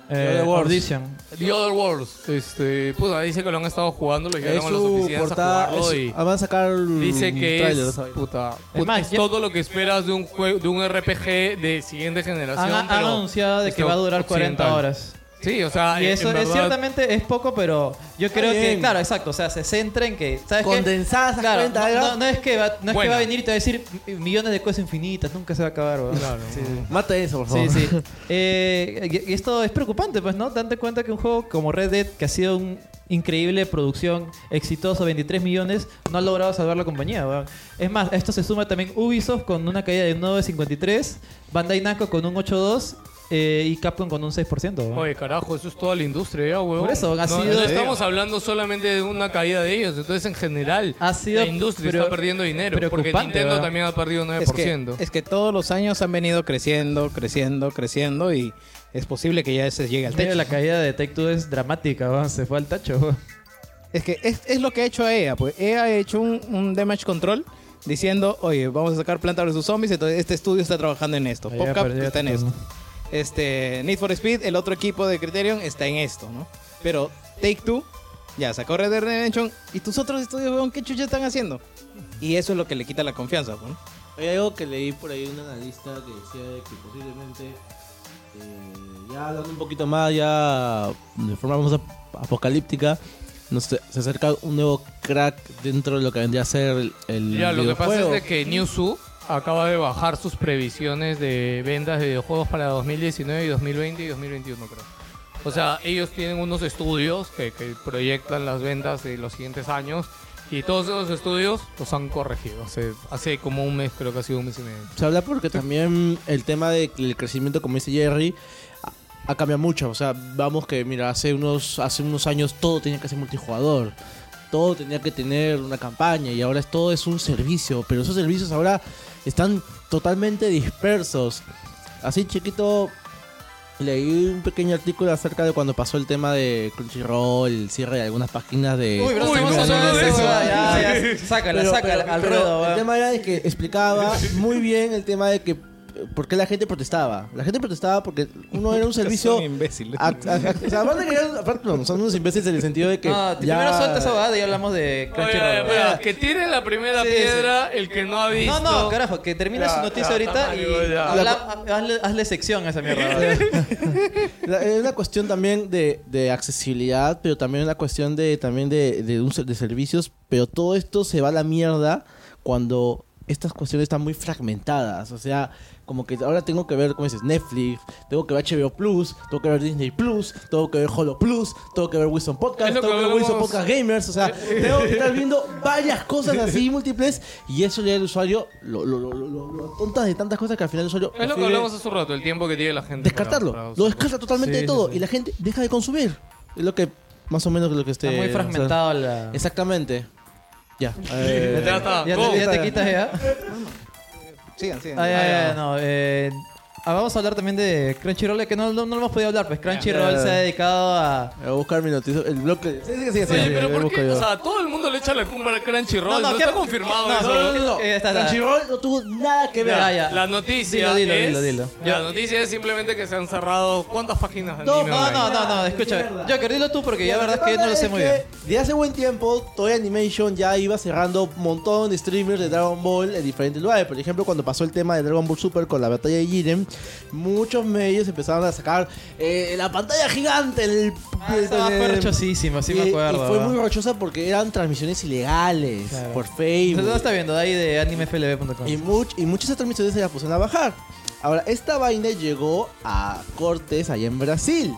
Speaker 5: Eh,
Speaker 4: The Wars.
Speaker 5: Audition.
Speaker 2: The Other Worlds. Este, pues ahí dice que lo han estado jugando, lo
Speaker 4: Es
Speaker 2: llevaron a las
Speaker 4: su
Speaker 2: oficinas a
Speaker 4: portada.
Speaker 2: jugarlo
Speaker 4: es-
Speaker 2: y
Speaker 4: ah, Van a sacar un
Speaker 2: dice que
Speaker 4: trailer,
Speaker 2: es
Speaker 4: ¿sabes?
Speaker 2: puta,
Speaker 5: Es más,
Speaker 2: es
Speaker 5: ya-
Speaker 2: todo lo que esperas de un juego de un RPG de siguiente generación,
Speaker 5: Han, han
Speaker 2: pero
Speaker 5: anunciado de que
Speaker 2: esto
Speaker 5: va a durar 40
Speaker 2: occidental.
Speaker 5: horas.
Speaker 2: Sí, o sea,
Speaker 5: Y
Speaker 2: en-
Speaker 5: eso
Speaker 2: en
Speaker 5: es,
Speaker 2: verdad-
Speaker 5: ciertamente es poco, pero yo creo que,
Speaker 4: bien.
Speaker 5: claro, exacto. O sea, se centra en que, ¿sabes qué?
Speaker 4: Condensadas esas
Speaker 5: Claro,
Speaker 4: 40
Speaker 5: no,
Speaker 4: horas.
Speaker 5: no- no es, que va, no es que
Speaker 2: Bueno.
Speaker 5: va a venir y te va a decir millones de cosas infinitas, nunca se va a acabar, weón. Sí, sí.
Speaker 4: Mata eso, por
Speaker 5: Sí,
Speaker 4: favor.
Speaker 5: sí. Eh, y- y esto es preocupante, pues, ¿no? Dante cuenta que un juego como Red Dead, que ha sido un increíble producción, exitoso, 23 millones, no ha logrado salvar la compañía, weón. Es más, a esto se suma también Ubisoft con una caída de 9.53, Bandai Namco con un 8.2 eh, y Capcom con un 6%. weón.
Speaker 2: Oye, carajo, eso es toda la industria ya, huevón.
Speaker 5: Por eso, ha
Speaker 2: No-
Speaker 5: sido-
Speaker 2: no estamos hablando solamente de una caída de ellos, entonces en general
Speaker 5: Ha sido
Speaker 2: la industria
Speaker 5: pre-
Speaker 2: está perdiendo dinero, porque
Speaker 5: preocupante,
Speaker 2: Nintendo
Speaker 5: ¿verdad?
Speaker 2: también ha perdido 9%.
Speaker 3: Es que, es que todos los años han venido creciendo, creciendo, creciendo y es posible que ya se llegue al
Speaker 5: Mira,
Speaker 3: techo.
Speaker 5: la caída de Take Two es dramática, weón. se fue al tacho. weón.
Speaker 3: Es que es, es lo que ha hecho EA, pues EA ha hecho un, un damage control diciendo, oye, vamos a sacar Planta vs Zombies, entonces este estudio está trabajando en esto,
Speaker 5: Ahí
Speaker 3: PopCap
Speaker 5: perdió
Speaker 3: está en
Speaker 5: todo,
Speaker 3: esto,
Speaker 5: ¿no?
Speaker 3: este, Need for Speed, el otro equipo de Criterion está en esto, ¿no? Pero Take Two ya sacó Red Dead Redemption y tus otros estudios, weón, ¿qué chucha están haciendo? Y eso es lo que le quita la confianza, pues, ¿no?
Speaker 4: Hay algo que leí por ahí de un analista que decía de que posiblemente, eh, ya hablando un poquito más, ya de forma más ap- apocalíptica, no sé, se acerca un nuevo crack dentro de lo que vendría a ser el, el
Speaker 2: Ya, lo que pasa es
Speaker 4: videojuego.
Speaker 2: de que Newzoo acaba de bajar sus previsiones de ventas de videojuegos para 2019 y 2020 y 2021, creo. O sea, ellos tienen unos estudios que, que proyectan las ventas de los siguientes años y todos esos estudios los han corregido. Hace, hace como un mes, creo que ha sido un mes y medio.
Speaker 4: Se habla porque también el tema del crecimiento, como dice Jerry, ha- ha cambiado mucho. O sea, vamos que, mira, hace unos, hace unos años todo tenía que ser multijugador. Todo tenía que tener una campaña y ahora es- todo es un servicio. Pero esos servicios ahora están totalmente dispersos. Así chiquito, leí un pequeño artículo acerca de cuando pasó el tema de Crunchyroll, el cierre de algunas páginas de...
Speaker 5: Uy,
Speaker 2: Uy,
Speaker 5: estamos
Speaker 2: vamos a
Speaker 5: hablando
Speaker 2: hablar
Speaker 5: Ah,
Speaker 2: de eso,
Speaker 5: ya,
Speaker 2: sí.
Speaker 5: ya, ya. Sácala,
Speaker 4: Pero-
Speaker 5: sácala,
Speaker 4: pero-
Speaker 5: al
Speaker 4: pero
Speaker 5: ruedo.
Speaker 4: El
Speaker 5: weón.
Speaker 4: tema era de que explicaba muy bien el tema de que por qué la gente protestaba. La gente protestaba porque uno era un servicio.
Speaker 3: Son imbéciles.
Speaker 2: Ah,
Speaker 4: a- a- a- o sea, aparte que eran- aparte, no, son unos imbéciles en el sentido de que.
Speaker 5: No, te- primero suelta esa bobada y hablamos de
Speaker 2: Oye,
Speaker 5: Crunchyroll.
Speaker 2: oye, pero que tire la primera
Speaker 5: Sí, sí.
Speaker 2: piedra el que no ha visto.
Speaker 5: No, no, carajo, que termina
Speaker 2: Ya,
Speaker 5: su noticia
Speaker 2: ya,
Speaker 5: ahorita y
Speaker 2: amigo, ya.
Speaker 5: habla- ha- hazle, hazle sección a esa mierda.
Speaker 4: La- Es una cuestión también de, de accesibilidad, pero también una cuestión de también de, de, un ser- de servicios, pero todo esto se va a la mierda cuando estas cuestiones están muy fragmentadas, o sea, como que ahora tengo que ver, como dices, Netflix, tengo que ver HBO Plus, tengo que ver Disney Plus, tengo que ver Holo Plus, tengo que ver Wilson Podcast,
Speaker 2: Es lo
Speaker 4: tengo que
Speaker 2: que
Speaker 4: ver Wilson
Speaker 2: hablamos.
Speaker 4: Podcast Gamers, o sea, tengo que estar viendo varias cosas así múltiples y eso le da al usuario lo, lo, lo, lo- lo- lo tontas de tantas cosas que al final el
Speaker 2: Es
Speaker 4: usuario
Speaker 2: lo que
Speaker 4: prefiere-
Speaker 2: hablamos hace un rato, el tiempo que tiene la gente. para-
Speaker 4: descartarlo.
Speaker 2: para
Speaker 4: lo
Speaker 2: usarlo.
Speaker 4: descarta totalmente
Speaker 5: Sí,
Speaker 4: de
Speaker 5: sí,
Speaker 4: todo
Speaker 5: sí.
Speaker 4: y la gente deja de consumir. Es lo que más o menos lo que esté.
Speaker 5: Está muy fragmentado la.
Speaker 4: Exactamente. Ya. eh,
Speaker 2: Ya está,
Speaker 5: Ya
Speaker 2: go.
Speaker 5: te, ya te quitas ya.
Speaker 3: Sigan, sigan.
Speaker 5: Ah, ya, ya, no. eh, ah, vamos a hablar también de Crunchyroll, que no, no, no lo hemos podido hablar, pues Crunchyroll
Speaker 4: Ya.
Speaker 5: se ha dedicado a.
Speaker 4: voy a buscar mi noticia. El bloque. Sí, sí, sí, sí,
Speaker 2: Oye,
Speaker 4: sí,
Speaker 2: pero
Speaker 4: lo
Speaker 2: ¿por
Speaker 4: busco
Speaker 2: qué?
Speaker 4: yo.
Speaker 2: O sea, todo el mundo le echa la culpa a Crunchyroll. No,
Speaker 5: ¿qué-
Speaker 2: está confirmado
Speaker 5: No,
Speaker 2: eso.
Speaker 5: no, no,
Speaker 4: No, no,
Speaker 5: eh, ya está, ya.
Speaker 4: Crunchyroll no tuvo nada que ver.
Speaker 5: Ya, ya.
Speaker 2: La noticia
Speaker 5: Dilo, dilo,
Speaker 2: es...
Speaker 5: dilo, dilo.
Speaker 2: La noticia es simplemente que se han cerrado... ¿Cuántas páginas de
Speaker 5: No,
Speaker 2: anime
Speaker 5: no,
Speaker 2: online?
Speaker 5: no, no, no, escucha. Joker, dilo tú porque ya la verdad es que
Speaker 4: pasa
Speaker 5: no lo sé
Speaker 4: es
Speaker 5: muy
Speaker 4: que
Speaker 5: bien.
Speaker 4: De hace buen tiempo, Toei Animation ya iba cerrando un montón de streamers de Dragon Ball en diferentes lugares. Por ejemplo, cuando pasó el tema de Dragon Ball Super con la batalla de Jiren, muchos medios empezaron a sacar eh, la pantalla gigante. El,
Speaker 5: Ah, estaba
Speaker 4: el-
Speaker 5: fue rechosísimo, sí
Speaker 4: y-
Speaker 5: me
Speaker 4: y
Speaker 5: acuerdo.
Speaker 4: fue
Speaker 5: ¿verdad?
Speaker 4: muy rochosa porque eran transmisiones ilegales
Speaker 5: Claro.
Speaker 4: por
Speaker 5: Entonces, ¿dónde
Speaker 4: Facebook.
Speaker 5: está viendo? De ahí de animeflb.com.
Speaker 4: Y, much- y muchas transmisiones se las pusieron a bajar. Ahora, esta vaina llegó a Cortes allá en Brasil.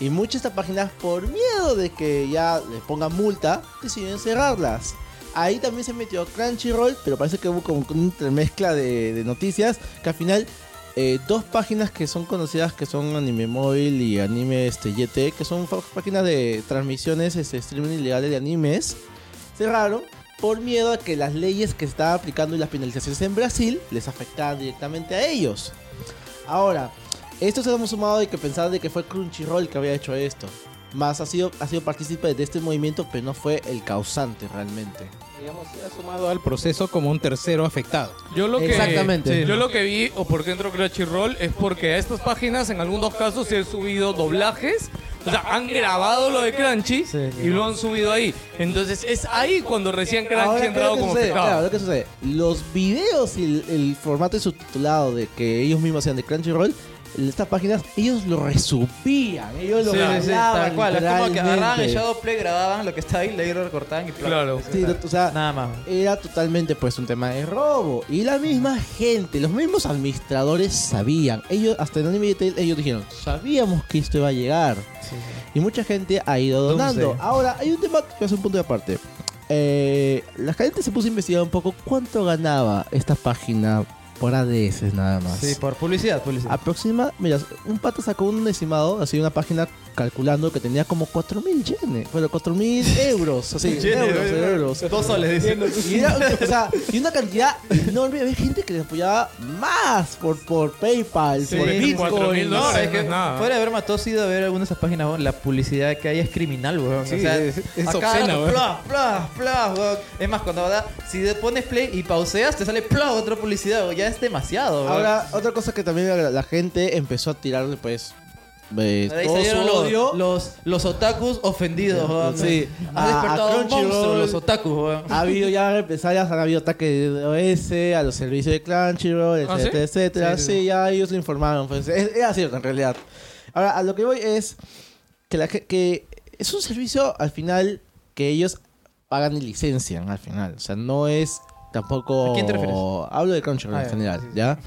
Speaker 4: Y muchas de estas páginas, por miedo de que ya les pongan multa, decidieron cerrarlas. Ahí también se metió Crunchyroll, pero parece que hubo como una intermezcla de, de noticias que al final. eh, dos páginas que son conocidas que son Anime Móvil y Anime este, YT, que son fa- páginas de transmisiones, este, streaming ilegales de animes, cerraron por miedo a que las leyes que se estaban aplicando y las penalizaciones en Brasil les afectaban directamente a ellos. Ahora, esto se hemos sumado de que pensaban de que fue Crunchyroll que había hecho esto. Más ha sido, ha sido partícipe de este movimiento, pero no fue el causante realmente.
Speaker 3: Digamos, se ha sumado al proceso como un tercero afectado.
Speaker 2: Yo lo que,
Speaker 4: Exactamente.
Speaker 2: sí. Yo lo que vi, o por qué entró Crunchyroll, es porque a estas páginas en algunos casos se han subido doblajes. O sea, han grabado lo de Crunchy
Speaker 5: Sí, sí.
Speaker 2: y lo han subido ahí. Entonces es ahí cuando recién Crunchy ha
Speaker 4: Ahora, ¿qué es lo
Speaker 2: entrado
Speaker 4: que
Speaker 2: como
Speaker 4: sucede? Claro,
Speaker 2: afectado.
Speaker 4: lo que sucede. Los videos y el, el formato subtitulado de que ellos mismos hacían de Crunchyroll, en estas páginas, ellos lo resubían. Ellos lo
Speaker 5: Sí, sí, sí,
Speaker 4: grababan
Speaker 5: tal cual. Es como que agarraban el
Speaker 4: literalmente.
Speaker 5: Shadow Play, grababan lo que está ahí, le recortaban y
Speaker 2: Claro.
Speaker 4: Sí, o sea,
Speaker 5: Nada más.
Speaker 4: era totalmente pues un tema de robo y la misma gente, los mismos administradores sabían, ellos hasta en Anime Detail ellos dijeron, sabíamos que esto iba a llegar y mucha gente ha ido donando.
Speaker 5: Doomsday.
Speaker 4: Ahora hay un tema que es un punto de aparte. Eh, la gente se puso a investigar un poco cuánto ganaba esta página por ADS nada más. Ah,
Speaker 5: Sí, por publicidad, publicidad.
Speaker 4: Aproxima, mira, un pato sacó un estimado, así una página calculando que tenía como 4.000 yenes, bueno, 4.000 euros, así,
Speaker 5: Yenes,
Speaker 4: euros,
Speaker 5: eh,
Speaker 4: euros.
Speaker 5: Dos soles,
Speaker 4: Y,
Speaker 5: dicen.
Speaker 4: era, o sea, y una cantidad enorme. Había gente que les apoyaba más por, por PayPal,
Speaker 5: Sí,
Speaker 4: por
Speaker 5: con
Speaker 4: Bitcoin.
Speaker 2: 4.000
Speaker 5: No,
Speaker 2: dólares.
Speaker 5: es que
Speaker 2: no es nada.
Speaker 5: fuera de ver Matos ido a ver algunas de esas páginas, weón, la publicidad que hay es criminal, weón.
Speaker 3: Sí,
Speaker 5: o sea,
Speaker 3: es- es
Speaker 5: a cada
Speaker 3: obscena,
Speaker 5: rato,
Speaker 3: weón.
Speaker 5: Plas, plas, plas, weón. Es más, cuando da- si le pones play y pauseas, te sale plas, otra publicidad, weón. Ya es demasiado, weón.
Speaker 4: Ahora, otra cosa que también la, la gente empezó a tirarle, pues, eh,
Speaker 5: De ahí
Speaker 4: todo su
Speaker 5: salieron los,
Speaker 4: odio
Speaker 5: los, los otakus ofendidos, weón.
Speaker 4: Sí.
Speaker 5: Ha
Speaker 4: A- a
Speaker 5: despertado un
Speaker 4: Crunchyroll.
Speaker 5: monstruo los otakus, weón.
Speaker 4: Ha habido ya represalias, han habido ataques de OS, a los servicios de Crunchyroll,
Speaker 2: ¿Ah,
Speaker 4: etcétera,
Speaker 2: sí?
Speaker 4: etcétera. Sí,
Speaker 5: Sí, sí,
Speaker 4: ya ellos lo informaron. Pues, es- era cierto en realidad. Ahora, a lo que voy es que, la, ge- que es un servicio al final que ellos pagan y licencian al final. O sea, no es tampoco...
Speaker 5: ¿A quién te refieres?
Speaker 4: Hablo de Crunchyroll
Speaker 5: Ah,
Speaker 4: en
Speaker 5: ya,
Speaker 4: general,
Speaker 5: sí, sí.
Speaker 4: ¿ya?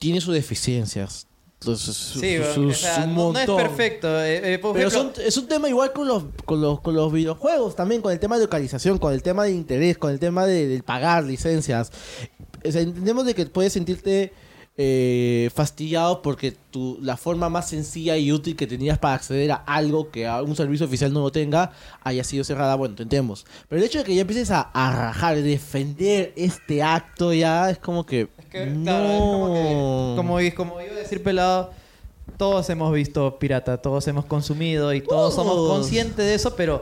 Speaker 4: Tiene sus deficiencias. Entonces, su-
Speaker 5: Sí, weón.
Speaker 4: sus-
Speaker 5: o sea,
Speaker 4: un
Speaker 5: no, no es
Speaker 4: montón.
Speaker 5: perfecto. eh, eh, por
Speaker 4: Pero
Speaker 5: ejemplo,
Speaker 4: son- es un tema igual con los, con, los, con los videojuegos también, con el tema de localización, con el tema de interés, con el tema de, de pagar licencias. O sea, entendemos de que puedes sentirte eh, fastidiado porque tu, la forma más sencilla y útil que tenías para acceder a algo que a un servicio oficial no lo tenga haya sido cerrada, bueno, entendemos. Pero el hecho de que ya empieces a, a rajar, defender este acto ya es como que...
Speaker 5: Es que,
Speaker 4: no.
Speaker 5: claro, es como, que- como, como iba a decir pelado, todos hemos visto pirata, todos hemos consumido y todos, somos
Speaker 4: Todos.
Speaker 5: conscientes de eso, pero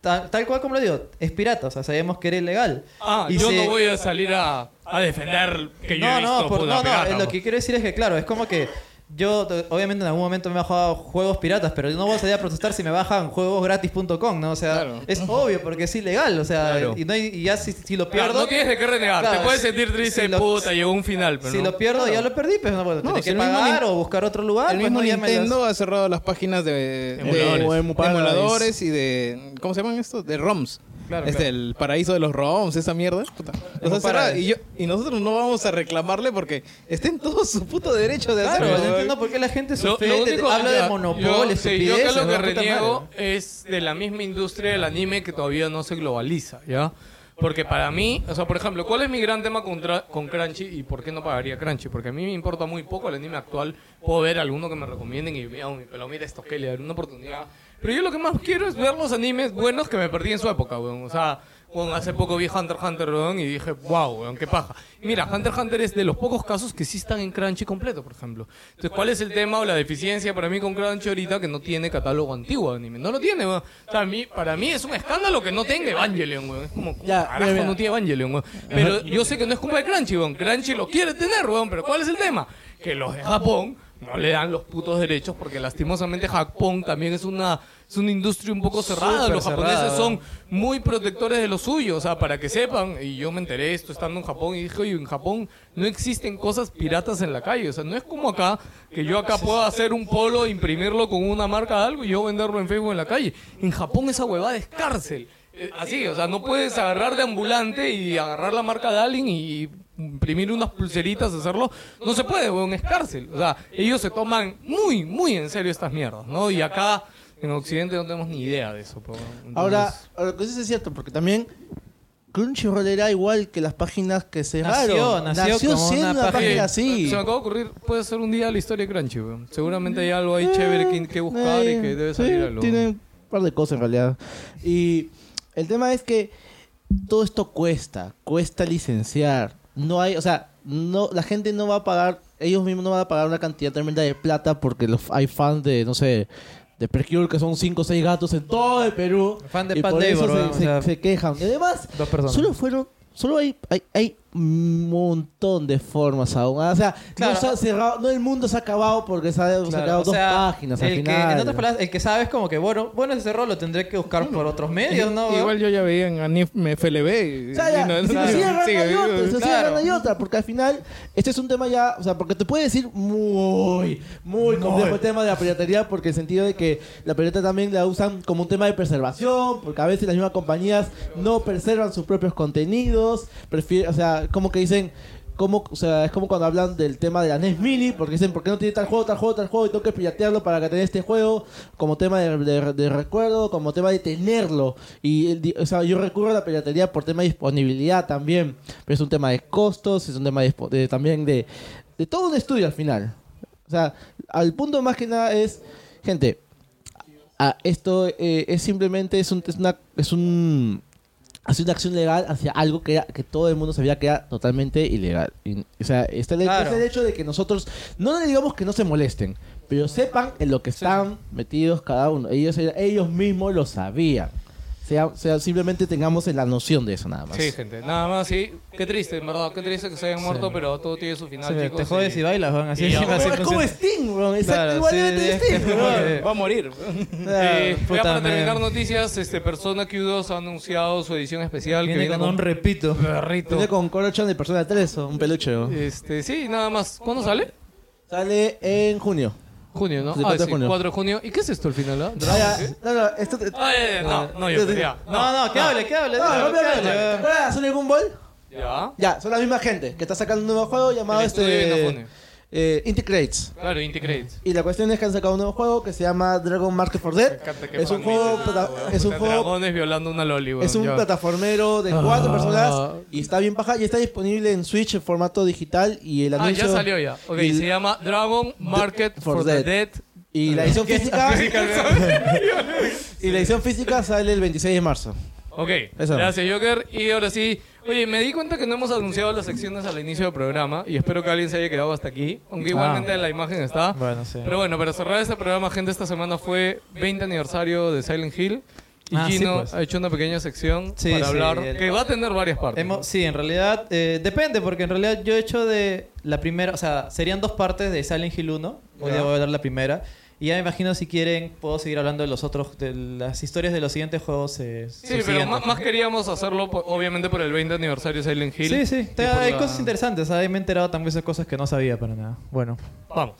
Speaker 5: puta, ta- tal cual como lo digo, es pirata, o sea, sabemos que era ilegal.
Speaker 2: Ah,
Speaker 5: Y
Speaker 2: yo
Speaker 5: se-
Speaker 2: no voy a salir a, a defender que yo
Speaker 5: no,
Speaker 2: he visto
Speaker 5: no, por-
Speaker 2: puta
Speaker 5: no, no,
Speaker 2: pirata, pues.
Speaker 5: eh,
Speaker 2: po.
Speaker 5: lo que quiero decir es que, claro, es como que yo, t- obviamente, en algún momento me he bajado juegos piratas, pero yo no voy a salir a protestar si me bajan juegosgratis.com, ¿no? O sea,
Speaker 3: Claro.
Speaker 5: es obvio porque es ilegal, o sea,
Speaker 2: Claro.
Speaker 5: y, no hay- y ya si, si lo
Speaker 2: Claro,
Speaker 5: pierdo.
Speaker 2: no tienes de qué renegar.
Speaker 5: Claro,
Speaker 2: Te puedes
Speaker 5: si-
Speaker 2: sentir triste,
Speaker 5: si lo-
Speaker 2: puta, llegó un final, pero
Speaker 5: Si
Speaker 2: no.
Speaker 5: lo pierdo, ya lo perdí, pues no, bueno,
Speaker 3: No,
Speaker 5: tiene
Speaker 3: si
Speaker 5: que
Speaker 3: el mismo
Speaker 5: pagar
Speaker 3: Nin-
Speaker 5: o buscar otro lugar.
Speaker 3: El
Speaker 5: pues,
Speaker 3: mismo
Speaker 5: no, ya me las-
Speaker 3: Nintendo ha cerrado las páginas de, de-
Speaker 2: Emuladores.
Speaker 3: de
Speaker 4: Emuladores.
Speaker 3: emuladores y de. ¿Cómo se llaman estos? De ROMs.
Speaker 5: Claro,
Speaker 3: es
Speaker 5: claro.
Speaker 3: el paraíso de los ROMs, esa mierda. Puta. Los ha
Speaker 5: Emuparadis.
Speaker 3: cerrado y, yo- y nosotros no vamos a reclamarle porque está en todo su puto derecho de
Speaker 5: Claro,
Speaker 3: hacerlo.
Speaker 5: no entiendo por qué la gente se
Speaker 2: Lo-
Speaker 5: ofende,
Speaker 2: lo único-
Speaker 5: habla de
Speaker 2: ya,
Speaker 5: monopolio,
Speaker 2: yo- sí, yo
Speaker 5: estupideces,
Speaker 2: acá lo que
Speaker 5: ¿no? Puta
Speaker 2: reniego
Speaker 5: madre.
Speaker 2: es de la misma industria del anime que todavía no se globaliza, ¿ya? Porque para mí, o sea, por ejemplo, ¿cuál es mi gran tema contra- con Crunchy y por qué no pagaría Crunchy? Porque a mí me importa muy poco el anime actual. Puedo ver alguno que me recomienden y mira, mi pelo, mira esto, que le daré una oportunidad. Pero yo lo que más quiero es ver los animes buenos que me perdí en su época, weón. O sea, weón, hace poco vi Hunter x Hunter, weón, y dije, wow, weón, qué paja. Y mira, Hunter x Hunter es de los pocos casos que sí están en Crunchy completo, por ejemplo. Entonces, ¿cuál es el tema o la deficiencia para mí con Crunchy ahorita que no tiene catálogo antiguo de anime? No lo tiene, weón. O sea, a mí- para mí es un escándalo que no tenga Evangelion, weón. Es como, ¿cómo
Speaker 4: Ya,
Speaker 2: carajo
Speaker 4: mira, mira.
Speaker 2: no tiene Evangelion, weón? Pero yo sé que no es culpa de Crunchy, weón. Crunchy lo quiere tener, weón, pero ¿cuál es el tema? Que los de Japón no le dan los putos derechos porque lastimosamente Japón también es una es una industria un poco cerrada,
Speaker 5: Súper
Speaker 2: los japoneses
Speaker 5: cerrada.
Speaker 2: son muy protectores de lo suyo, o sea, para que sepan, y yo me enteré esto estando en Japón y dije, oye, en Japón no existen cosas piratas en la calle, o sea, no es como acá, que yo acá puedo hacer un polo, e imprimirlo con una marca de algo y yo venderlo en Facebook en la calle. En Japón esa huevada es cárcel. Eh, Así, o sea, no puedes agarrar de ambulante y agarrar la marca de alguien y imprimir unas pulseritas, hacerlo. No se puede, weón, es cárcel. O sea, ellos se toman muy, muy en serio estas mierdas, ¿no? Y acá en Occidente no tenemos ni idea de eso. po, weón. Entonces-
Speaker 4: Ahora, ahora, lo que sí es cierto, porque también Crunchyroll era igual que las páginas que cerraron.
Speaker 5: Nació, nació como
Speaker 4: siendo
Speaker 5: una
Speaker 4: una
Speaker 5: página-
Speaker 4: página
Speaker 2: Eh, Se
Speaker 4: así.
Speaker 2: me acaba de ocurrir, puede ser un día la historia de Crunchy, weón. Seguramente hay algo ahí chévere que, que buscar y que debe salir
Speaker 4: Sí,
Speaker 2: algo.
Speaker 4: Eh, Tiene un par de cosas en realidad. Y el tema es que todo esto cuesta, cuesta licenciar. No hay, o sea, no, la gente no va a pagar, ellos mismos no van a pagar una cantidad tremenda de plata porque los, hay fans de, no sé, de Precure que son 5 o 6 gatos en todo el Perú.
Speaker 5: Fan de
Speaker 4: y
Speaker 5: Pat
Speaker 4: por eso
Speaker 5: Labor,
Speaker 4: se-
Speaker 5: weón, o
Speaker 4: se-
Speaker 5: sea,
Speaker 4: se quejan. Y además,
Speaker 5: Dos personas.
Speaker 4: Solo fueron. Solo hay, hay, hay un montón de formas aún. O sea,
Speaker 5: Claro.
Speaker 4: no, se ha cerrado, no el mundo se ha acabado porque se han
Speaker 5: Claro,
Speaker 4: sacado
Speaker 5: o
Speaker 4: dos
Speaker 5: sea,
Speaker 4: páginas al
Speaker 5: el que-
Speaker 4: final.
Speaker 5: en otras palabras, el que sabe es como que, bueno, bueno, ese cerro lo tendré que buscar por otros medios, ¿no? weón?
Speaker 3: Igual yo ya veía en Anime FLB. y-
Speaker 4: O sea, ya,
Speaker 3: y no-
Speaker 4: si
Speaker 3: no-
Speaker 4: se cierran
Speaker 3: sigue
Speaker 4: hay
Speaker 3: vivo.
Speaker 4: otra, si se
Speaker 5: claro.
Speaker 4: cierran hay otra, porque al final este es un tema ya, o sea, porque te puede decir muy, muy complejo el tema de la piratería, porque el sentido de que la pirata también la usan como un tema de preservación, porque a veces las mismas compañías no preservan sus propios contenidos, prefieren, o sea, como que dicen... Como, o sea, es como cuando hablan del tema de la NES Mini, porque dicen, ¿por qué no tiene tal juego, tal juego, tal juego? Y tengo que piratearlo para que tenga este juego como tema de, de- de recuerdo, como tema de tenerlo. Y el di- o sea, yo recurro a la piratería por tema de disponibilidad también, pero es un tema de costos, es un tema de dispo- de- también de, de todo un estudio al final. O sea, al punto más que nada es, gente, a- esto eh, es simplemente es un, es una, es un hace una acción legal hacia algo que, era- que todo el mundo sabía que era totalmente ilegal. Y- o sea, está el,
Speaker 5: Claro.
Speaker 4: es el hecho de que nosotros no le digamos que no se molesten, pero sepan en lo que están metidos cada uno. Ellos, ellos mismos lo sabían. O sea, o sea, simplemente tengamos la noción de eso nada más.
Speaker 2: Sí, gente, nada más, sí. Qué triste, en verdad, qué triste que se hayan muerto, pero todo tiene su final,
Speaker 5: Se me-
Speaker 2: chicos.
Speaker 5: te jodes
Speaker 2: y-
Speaker 5: y bailas, van así.
Speaker 2: y ya,
Speaker 5: encima,
Speaker 2: weón,
Speaker 5: así,
Speaker 4: Pero es como
Speaker 5: entonces-
Speaker 4: Sting, bro. Exacto,
Speaker 5: Claro,
Speaker 4: igualmente
Speaker 5: sí,
Speaker 4: de
Speaker 5: es-
Speaker 4: Sting,
Speaker 5: es como
Speaker 4: bro.
Speaker 5: que-
Speaker 3: Va a morir.
Speaker 2: Eh, ya
Speaker 5: puta
Speaker 2: para
Speaker 5: madre.
Speaker 2: terminar noticias, este Persona Q2 ha anunciado su edición especial que
Speaker 5: Viene
Speaker 2: viene
Speaker 5: con un repito.
Speaker 2: perrito.
Speaker 4: Tiene con Corochan de Persona 3 o un peluche, bro.
Speaker 2: Este, sí, nada más. ¿Cuándo sale?
Speaker 4: Sale en junio.
Speaker 2: Junio, ¿no?
Speaker 4: Sí,
Speaker 2: Ah,
Speaker 4: 4 de
Speaker 2: sí,
Speaker 4: junio.
Speaker 2: 4 de junio. ¿Y qué es esto al final? ah?
Speaker 4: Ah,
Speaker 2: ¿Drama?
Speaker 4: ya.
Speaker 2: ¿Sí?
Speaker 4: No, no, esto... te-
Speaker 2: Ah, ya, ya, no, no, yo ya.
Speaker 5: No, no, que hable, que hable.
Speaker 4: No, no,
Speaker 5: que hable,
Speaker 4: ¿Te
Speaker 5: weón.
Speaker 4: acuerdas de Sonic Gumball?
Speaker 2: Ya.
Speaker 4: Ya, son la misma gente que está sacando un nuevo juego llamado
Speaker 2: El estudio de
Speaker 4: este
Speaker 2: Inafune.
Speaker 4: eh, Integrates.
Speaker 2: Claro, Inticrates.
Speaker 4: Y la cuestión es que han sacado un nuevo juego que se llama Dragon Market for Dead. Es un juego,
Speaker 2: Ah,
Speaker 4: plata- es un juego,
Speaker 2: Dragones violando una loli, weón,
Speaker 4: es un
Speaker 2: ya. Ah,
Speaker 4: plataformero de cuatro personas y está bien paja y está disponible en Switch en formato digital y el
Speaker 2: Ah,
Speaker 4: anuncio.
Speaker 2: ya salió ya. Ok,
Speaker 4: y-
Speaker 2: se llama Dragon Market for,
Speaker 4: for
Speaker 2: the
Speaker 4: Dead. Ah,
Speaker 2: Dead.
Speaker 4: Y la edición física y la edición física sale el 26 de marzo.
Speaker 2: Ok,
Speaker 4: Eso.
Speaker 2: gracias Joker. Y ahora sí, oye, me di cuenta que no hemos anunciado las secciones al inicio del programa y espero que alguien se haya quedado hasta aquí, aunque igualmente la imagen está.
Speaker 5: Bueno, sí.
Speaker 2: Pero bueno, para cerrar este programa, gente, esta semana fue 20 aniversario de Silent Hill. Y
Speaker 5: Ah, sí,
Speaker 2: Gino
Speaker 5: pues.
Speaker 2: ha hecho una pequeña sección
Speaker 5: Sí,
Speaker 2: para
Speaker 5: sí,
Speaker 2: hablar
Speaker 5: el-
Speaker 2: que va a tener varias partes.
Speaker 5: Hemos- sí, en realidad eh, depende, porque en realidad yo he hecho de la primera, o sea, serían dos partes de Silent Hill 1. Hoy día voy a hablar la primera. Y ya me imagino si quieren, puedo seguir hablando de los otros, de las historias de los siguientes juegos. eh,
Speaker 2: Sí, pero
Speaker 5: subsiguientes.
Speaker 2: más, más queríamos hacerlo, por- obviamente, por el 20 aniversario de Silent Hill.
Speaker 5: Sí, sí,
Speaker 2: y
Speaker 5: te-
Speaker 2: por
Speaker 5: hay
Speaker 2: la-
Speaker 5: cosas interesantes. Ahí me he enterado también de cosas que no sabía para nada. Bueno,
Speaker 2: Vamos.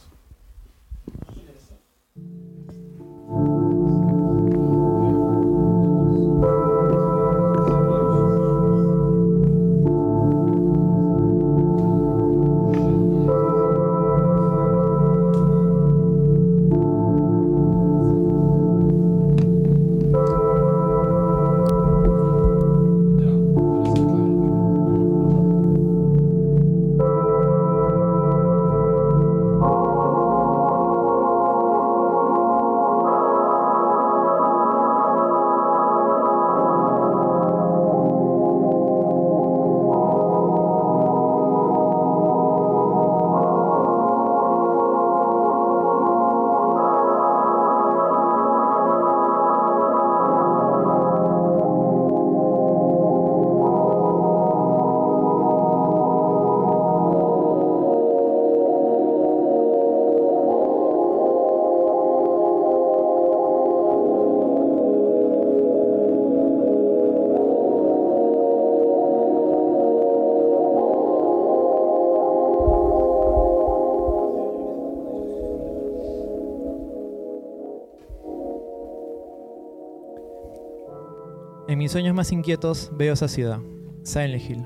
Speaker 5: en mis sueños más inquietos veo esa ciudad, Silent Hill.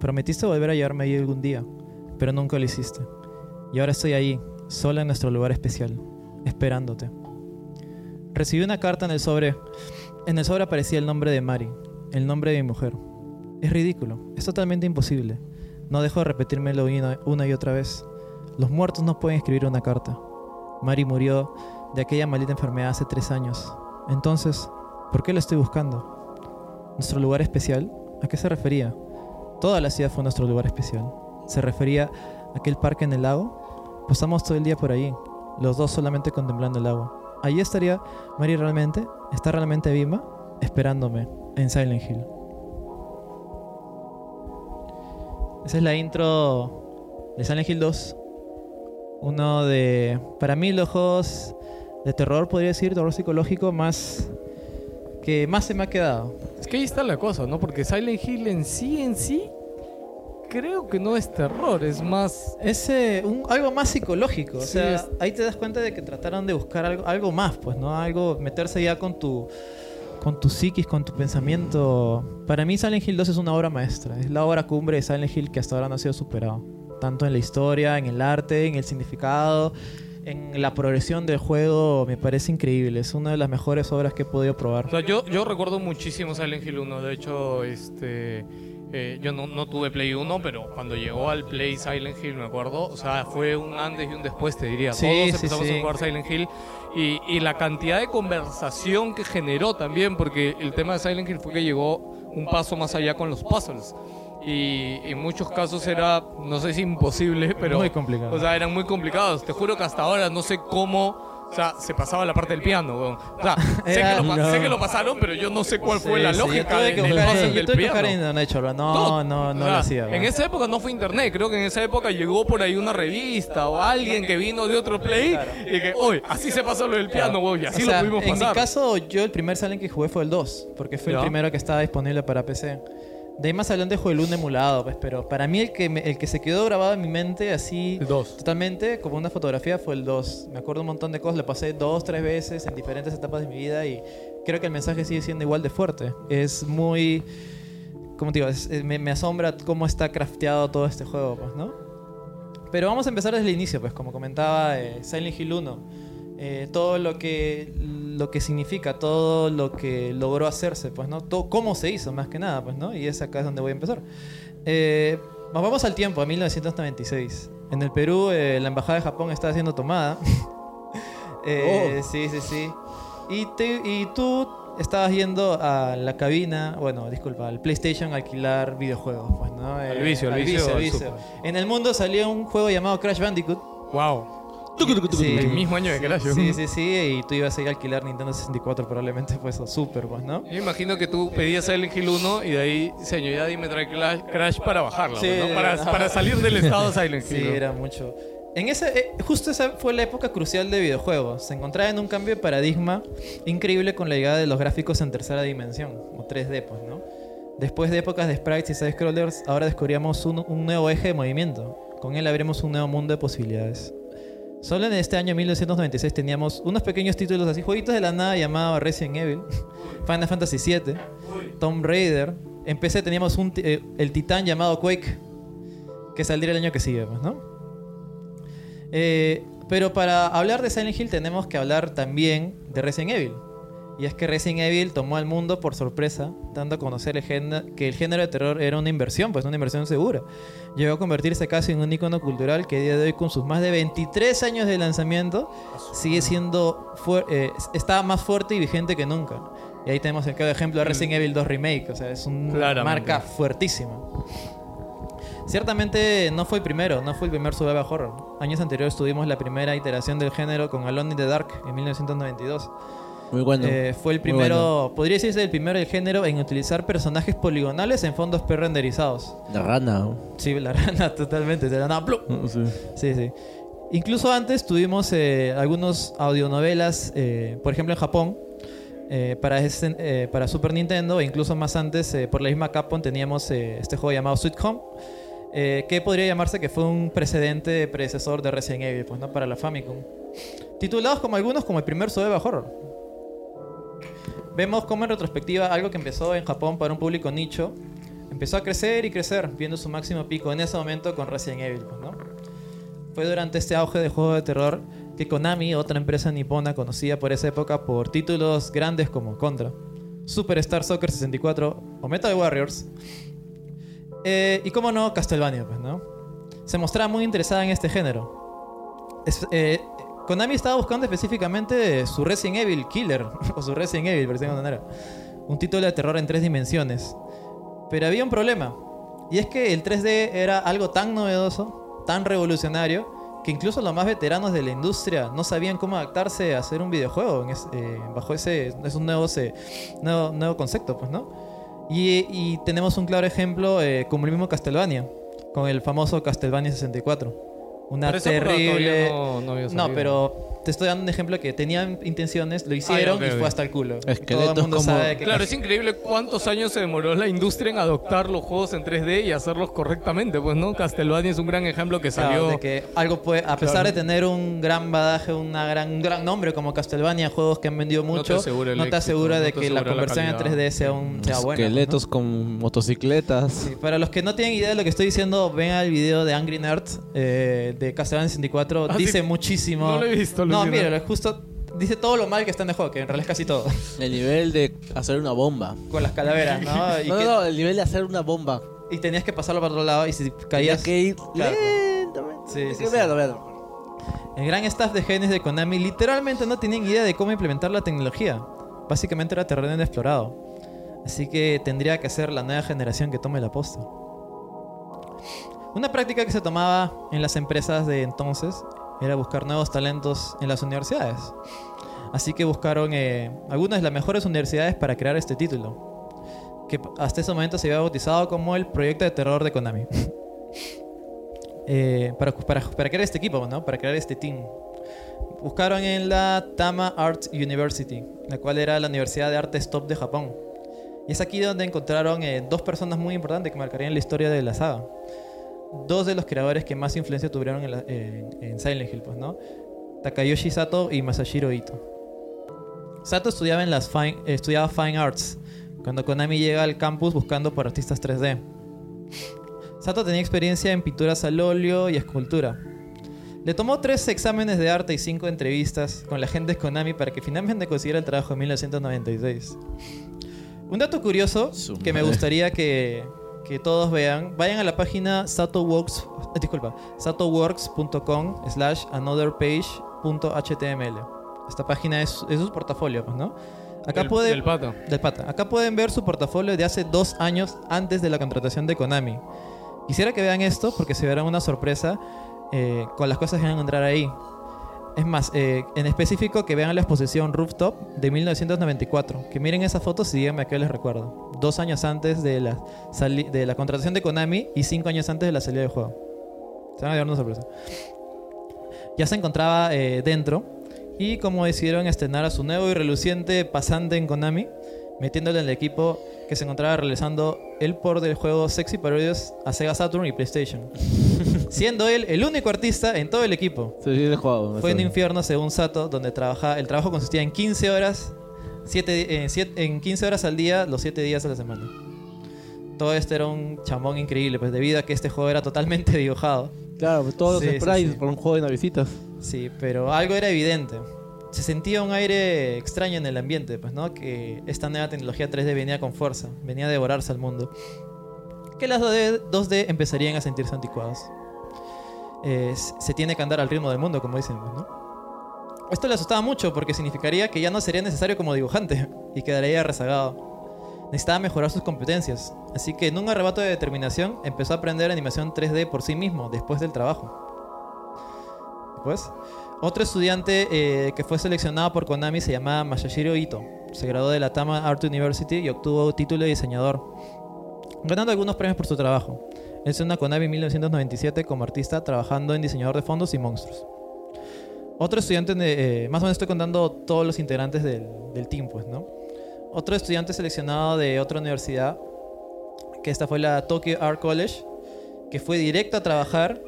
Speaker 5: Prometiste volver a llevarme allí algún día, pero nunca lo hiciste. Y ahora estoy allí, sola en nuestro lugar especial, esperándote. Recibí una carta en el sobre. En el sobre aparecía el nombre de Mari, el nombre de mi mujer. Es ridículo, es totalmente imposible. No dejo de repetírmelo una- una y otra vez. Los muertos no pueden escribir una carta. Mari murió de aquella maldita enfermedad hace tres años. Entonces, ¿por qué la estoy buscando? ¿Nuestro lugar especial? ¿A qué se refería? Toda la ciudad fue nuestro lugar especial. ¿Se refería a aquel parque en el lago? Pasamos todo el día por allí, los dos solamente contemplando el agua. Allí estaría Mari realmente, está realmente viva, esperándome en Silent Hill. Esa es la intro de Silent Hill 2. Uno de, para mí, los juegos de terror, podría decir, terror psicológico más que más se me ha quedado.
Speaker 2: Es que ahí está la cosa, ¿no? Porque Silent Hill en sí, en sí, creo que no es terror, es más...
Speaker 5: Es eh, un- algo más psicológico. O
Speaker 2: Sí,
Speaker 5: sea,
Speaker 2: es-
Speaker 5: ahí te das cuenta de que trataron de buscar algo, algo más, pues, ¿no? Algo, meterse ya con tu, con tu psiquis, con tu pensamiento. Para mí, Silent Hill 2 es una obra maestra. Es la obra cumbre de Silent Hill que hasta ahora no ha sido superado. Tanto en la historia, en el arte, en el significado, en la progresión del juego, me parece increíble. Es una de las mejores obras que he podido probar.
Speaker 2: O sea, yo, yo recuerdo muchísimo Silent Hill 1. De hecho, este, eh, yo no, no tuve Play 1, pero cuando llegó al Play Silent Hill, me acuerdo, o sea, fue un antes y un después, te diría.
Speaker 5: Sí,
Speaker 2: Todos
Speaker 5: sí,
Speaker 2: empezamos
Speaker 5: sí.
Speaker 2: a jugar Silent Hill y, y la cantidad de conversación que generó también, porque el tema de Silent Hill fue que llegó un paso más allá con los puzzles. Y en muchos casos era, no sé si imposible, pero...
Speaker 5: Muy complicado.
Speaker 2: O sea, eran muy complicados. Te juro que hasta ahora no sé cómo... O sea, se pasaba la parte del piano, weón. O sea, sé que
Speaker 5: Era-
Speaker 2: lo pa-
Speaker 5: no.
Speaker 2: sé que lo pasaron, pero yo no sé cuál fue
Speaker 5: Sí,
Speaker 2: la
Speaker 5: sí,
Speaker 2: lógica
Speaker 5: yo tuve que
Speaker 2: del
Speaker 5: buscar,
Speaker 2: puzzle
Speaker 5: yo
Speaker 2: del
Speaker 5: tuve que buscar
Speaker 2: piano.
Speaker 5: en Internet, chorro.
Speaker 2: Todo.
Speaker 5: No, no, no
Speaker 2: O sea,
Speaker 5: lo hacía.
Speaker 2: En
Speaker 5: ¿no?
Speaker 2: esa época no fue internet, creo que en esa época llegó por ahí una revista o alguien que vino de otro play y que, oye, así se pasó lo del piano, weón, y así
Speaker 5: O sea,
Speaker 2: lo pudimos
Speaker 5: en
Speaker 2: pasar.
Speaker 5: mi caso, yo el primer Silent que jugué fue el 2, porque fue
Speaker 2: Ya.
Speaker 5: el primero que estaba disponible para PC. De ahí más adelante jugué el 1 emulado, pues, pero para mí el que, me- el que se quedó grabado en mi mente así
Speaker 2: El dos.
Speaker 5: totalmente, como una fotografía, fue el 2. Me acuerdo un montón de cosas, lo pasé dos, tres veces en diferentes etapas de mi vida y creo que el mensaje sigue siendo igual de fuerte. Es muy... Como te digo, es- es- me, me asombra cómo está crafteado todo este juego, pues, ¿no? Pero vamos a empezar desde el inicio, pues, como comentaba eh, Silent Hill 1. Eh, todo lo que, lo que significa, todo lo que logró hacerse, pues, ¿no? Todo, cómo se hizo, más que nada, pues, ¿no? Y es acá es donde voy a empezar. Eh, nos vamos al tiempo, a 1996. En el Perú, eh, la embajada de Japón está siendo tomada.
Speaker 2: Oh.
Speaker 5: Eh, Sí, sí, sí. Y, te- y tú estabas yendo a la cabina, bueno, disculpa, al PlayStation a alquilar videojuegos, pues, ¿no?
Speaker 2: Al vicio, al vicio, al super.
Speaker 5: En el mundo salió un juego llamado Crash Bandicoot.
Speaker 2: Wow.
Speaker 5: Sí.
Speaker 2: El mismo año de Crash. ¿no?
Speaker 5: Sí, sí, sí, y tú ibas a ir a alquilar Nintendo 64 probablemente pues o Super, pues, ¿no?
Speaker 2: Yo imagino que tú pedías Silent Hill 1 y de ahí, señor, ya dime trae Crash, Crash para bajarla,
Speaker 5: Sí,
Speaker 2: ¿no? para,
Speaker 5: ajá.
Speaker 2: para salir del estado Silent Hill.
Speaker 5: Sí,
Speaker 2: ¿no?
Speaker 5: era mucho. En esa, eh, justo esa fue la época crucial de videojuegos. Se encontraba en un cambio de paradigma increíble con la llegada de los gráficos en tercera dimensión, o 3D, pues, ¿no? Después de épocas de sprites y side-scrollers, ahora descubríamos un, un nuevo eje de movimiento. Con él abrimos un nuevo mundo de posibilidades. Solo en este año 1996 teníamos unos pequeños títulos así, jueguitos de la nada llamados Resident Evil, Final Fantasy VII, Tomb Raider. En PC teníamos un ti- eh, el titán llamado Quake, que saldría el año que sigue, pues, ¿no? Eh, pero para hablar de Silent Hill tenemos que hablar también de Resident Evil. Y es que Resident Evil tomó al mundo por sorpresa, dando a conocer el género- que el género de terror era una inversión, pues una inversión segura. Llegó a convertirse casi en un icono cultural que a día de hoy, con sus más de 23 años de lanzamiento, sigue siendo fuer- eh, está más fuerte y vigente que nunca. Y ahí tenemos el claro ejemplo de Resident Evil 2 Remake, o sea, es una
Speaker 2: Claramente.
Speaker 5: marca fuertísima. Ciertamente no fue el primero, no fue el primer survival horror. Años anteriores tuvimos la primera iteración del género con Alone in the Dark en 1992.
Speaker 4: Muy bueno.
Speaker 5: Eh, fue el
Speaker 4: Muy
Speaker 5: primero, podría decirse el primero del género en utilizar personajes poligonales en fondos pre-renderizados.
Speaker 4: bueno. La rana. ¿no?
Speaker 5: Sí, la rana totalmente, de la nada, ¡plup!
Speaker 4: Sí.
Speaker 5: Sí, sí. Incluso antes tuvimos eh, algunos audionovelas, eh, por ejemplo en Japón, eh, para, ese- eh, para Super Nintendo, e incluso más antes, eh, por la misma Capcom, teníamos eh, este juego llamado Sweet Home, eh, que podría llamarse que fue un precedente predecesor de Resident Evil, pues, ¿no? Para la Famicom. Titulados como algunos como el primer survival horror. Vemos como en retrospectiva algo que empezó en Japón para un público nicho, empezó a crecer y crecer, viendo su máximo pico en ese momento con Resident Evil, pues, ¿no? Fue durante este auge de juego de terror que Konami, otra empresa nipona conocida por esa época por títulos grandes como Contra, Superstar Soccer 64 o Metal Warriors. eh, y cómo no, Castlevania, pues, ¿no? Se mostraba muy interesada en este género. Es- eh, Konami estaba buscando específicamente su Resident Evil Killer, o su Resident Evil, por decirlo de alguna manera. Un título de terror en tres dimensiones. Pero había un problema. Y es que el 3D era algo tan novedoso, tan revolucionario, que incluso los más veteranos de la industria no sabían cómo adaptarse a hacer un videojuego en es- eh, bajo ese es un nuevo, se- nuevo, nuevo concepto, pues, ¿no? Y, y tenemos un claro ejemplo eh, como el mismo Castlevania, con el famoso Castlevania 64. Una
Speaker 2: Pero esa época todavía
Speaker 5: terrible...
Speaker 2: no- no había
Speaker 5: No,
Speaker 2: salido.
Speaker 5: pero te estoy dando un ejemplo que tenían intenciones, lo hicieron
Speaker 2: Ah, ok,
Speaker 5: y
Speaker 2: ok.
Speaker 5: fue hasta el culo. Todo el
Speaker 4: Esqueletos
Speaker 5: mundo
Speaker 4: como-
Speaker 5: sabe que
Speaker 2: Claro, es increíble cuántos años se demoró la industria en adoptar los juegos en 3D y hacerlos correctamente, pues, ¿no? Castlevania es un gran ejemplo que
Speaker 5: Claro,
Speaker 2: salió...
Speaker 5: de que algo puede, a pesar de tener un gran badaje, una gran, un gran nombre como Castlevania, juegos que han vendido
Speaker 2: te
Speaker 5: mucho,
Speaker 2: asegura el
Speaker 5: no te
Speaker 2: éxito,
Speaker 5: asegura
Speaker 2: no
Speaker 5: de
Speaker 2: te
Speaker 5: que
Speaker 2: asegura
Speaker 5: la
Speaker 2: la
Speaker 5: conversión en
Speaker 2: calidad.
Speaker 5: 3D sea, un, sea buena.
Speaker 4: Esqueletos con motocicletas.
Speaker 5: ¿no? Sí, para los que no tienen idea de lo que estoy diciendo, ven al video de Angry Nerd eh, de Castlevania 64.
Speaker 2: Ah,
Speaker 5: dice
Speaker 2: sí.
Speaker 5: muchísimo.
Speaker 2: No lo he visto,
Speaker 5: No,
Speaker 2: alucinante.
Speaker 5: míralo, justo dice todo lo mal que está en el juego, que en realidad es casi todo.
Speaker 4: El nivel de hacer una bomba.
Speaker 5: Con las calaveras, ¿no? Ah, Y,
Speaker 4: No, no,
Speaker 5: que-
Speaker 4: no, el nivel de hacer una bomba.
Speaker 5: y tenías que pasarlo para otro lado y si
Speaker 4: Había
Speaker 5: caías.
Speaker 4: que ir
Speaker 5: Claro.
Speaker 4: lentamente.
Speaker 5: Sí,
Speaker 4: Hay
Speaker 5: sí,
Speaker 4: que
Speaker 5: sí.
Speaker 4: verlo, verlo.
Speaker 5: El gran staff de genes de Konami literalmente no tenían idea de cómo implementar la tecnología. Básicamente era terreno inexplorado. Así que tendría que ser la nueva generación que tome la posta. Una práctica que se tomaba en las empresas de entonces era buscar nuevos talentos en las universidades. Así que buscaron eh, algunas de las mejores universidades para crear este título, que hasta ese momento se había bautizado como el Proyecto de Terror de Konami. Eh, para, para- para crear este equipo, ¿no? Para crear este team. Buscaron en la Tama Art University, la cual era la Universidad de Artes Top de Japón. Y es aquí donde encontraron eh, dos personas muy importantes que marcarían la historia de la saga. Dos de los creadores que más influencia tuvieron en, la- en- en Silent Hill, pues, ¿no? Takayoshi Sato y Masashiro Ito. Sato estudiaba, en las fine, eh, estudiaba Fine Arts cuando Konami llega al campus buscando por artistas 3D. Sato tenía experiencia en pinturas al óleo y escultura. Le tomó tres exámenes de arte y cinco entrevistas con la gente de Konami para que finalmente consiguiera el trabajo en 1996. Un dato curioso
Speaker 4: Su
Speaker 5: que me
Speaker 4: madre.
Speaker 5: gustaría que, que todos vean, vayan a la página satoworks, eh, disculpa, satoworks.com slash anotherpage.html. Esta página es, es su portafolio, pues, ¿no? Acá
Speaker 2: del-
Speaker 5: puede...
Speaker 2: del pato.
Speaker 5: Del pata. Acá pueden ver su portafolio de hace dos años antes de la contratación de Konami. Quisiera que vean esto porque se verán una sorpresa eh, con las cosas que van a encontrar ahí. Es más, eh, en específico que vean la exposición Rooftop de 1994. Que miren esas fotos y díganme a qué les recuerdo. Dos años antes de la, sali- de la contratación de Konami y cinco años antes de la salida del juego. Se van a llevar una sorpresa. Ya se encontraba eh, dentro y como decidieron estrenar a su nuevo y reluciente pasante en Konami, metiéndole en el equipo que se encontraba realizando el por del juego Sexy Parodias a Sega Saturn y PlayStation. Siendo él el único artista en todo el equipo.
Speaker 4: Sí, sí, lo he jugado, me
Speaker 5: Fue un
Speaker 4: suena.
Speaker 5: infierno según Sato, donde trabaja, el trabajo consistía en 15 horas, siete- eh, siete- en 15 horas al día, los 7 días a la semana. Todo esto era un chambón increíble, pues debido a que este juego era totalmente dibujado.
Speaker 4: Claro, pues, todos
Speaker 5: Sí,
Speaker 4: los
Speaker 5: sí,
Speaker 4: sprites
Speaker 5: sí.
Speaker 4: por un juego de navicitas.
Speaker 5: Sí, pero algo era evidente. Se sentía un aire extraño en el ambiente, pues, ¿no? Que esta nueva tecnología 3D venía con fuerza, venía a devorarse al mundo. Que las 2D, 2D empezarían a sentirse anticuadas. Eh, s- se tiene que andar al ritmo del mundo, como dicen, pues, ¿no? Esto le asustaba mucho porque significaría que ya no sería necesario como dibujante y quedaría rezagado. Necesitaba mejorar sus competencias, así que en un arrebato de determinación empezó a aprender animación 3D por sí mismo después del trabajo. Pues, otro estudiante eh, que fue seleccionado por Konami se llamaba Masashiro Ito. Se graduó de la Tama Art University y obtuvo título de diseñador, ganando algunos premios por su trabajo. Él se unió a Konami en 1997 como artista trabajando en diseñador de fondos y monstruos. Otro estudiante, de- eh, más o menos estoy contando todos los integrantes del, del team, pues, ¿no? Otro estudiante seleccionado de otra universidad, que esta fue la Tokyo Art College, que fue directo a trabajar,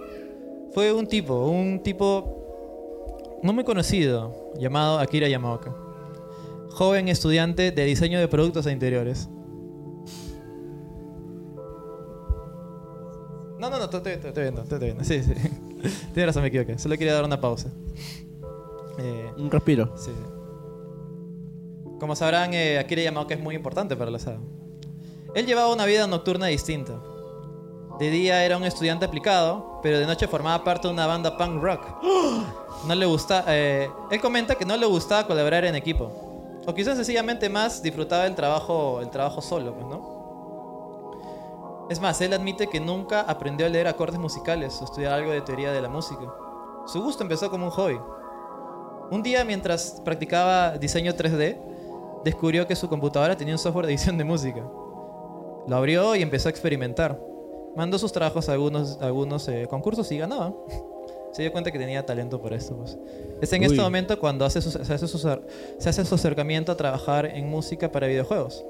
Speaker 5: fue un tipo, un tipo no muy conocido, llamado Akira Yamaoka. Joven estudiante de diseño de productos e interiores. No, no, no, te te- te estoy viendo, te estoy viendo. Sí, sí. Tienes razón, me equivoqué. Solo quería dar una pausa. Eh,
Speaker 4: Un respiro.
Speaker 5: Sí, sí. Como sabrán, eh, Akira Yamaoka es muy importante para la saga. Él llevaba una vida nocturna distinta. De día era un estudiante aplicado, pero de noche formaba parte de una banda punk rock. No le gusta, eh, él comenta que no le gustaba colaborar en equipo. O quizás sencillamente más disfrutaba el trabajo, el trabajo solo, pues, ¿no? Es más, él admite que nunca aprendió a leer acordes musicales o estudiar algo de teoría de la música. Su gusto empezó como un hobby. Un día, mientras practicaba diseño 3D, descubrió que su computadora tenía un software de edición de música. Lo abrió y empezó a experimentar. Mandó sus trabajos a algunos, a algunos eh, concursos y ganaba. Se dio cuenta que tenía talento para esto. pues. Es en este
Speaker 4: Uy.
Speaker 5: momento cuando hace sus- se, hace sus ar- se hace su acercamiento a trabajar en música para videojuegos.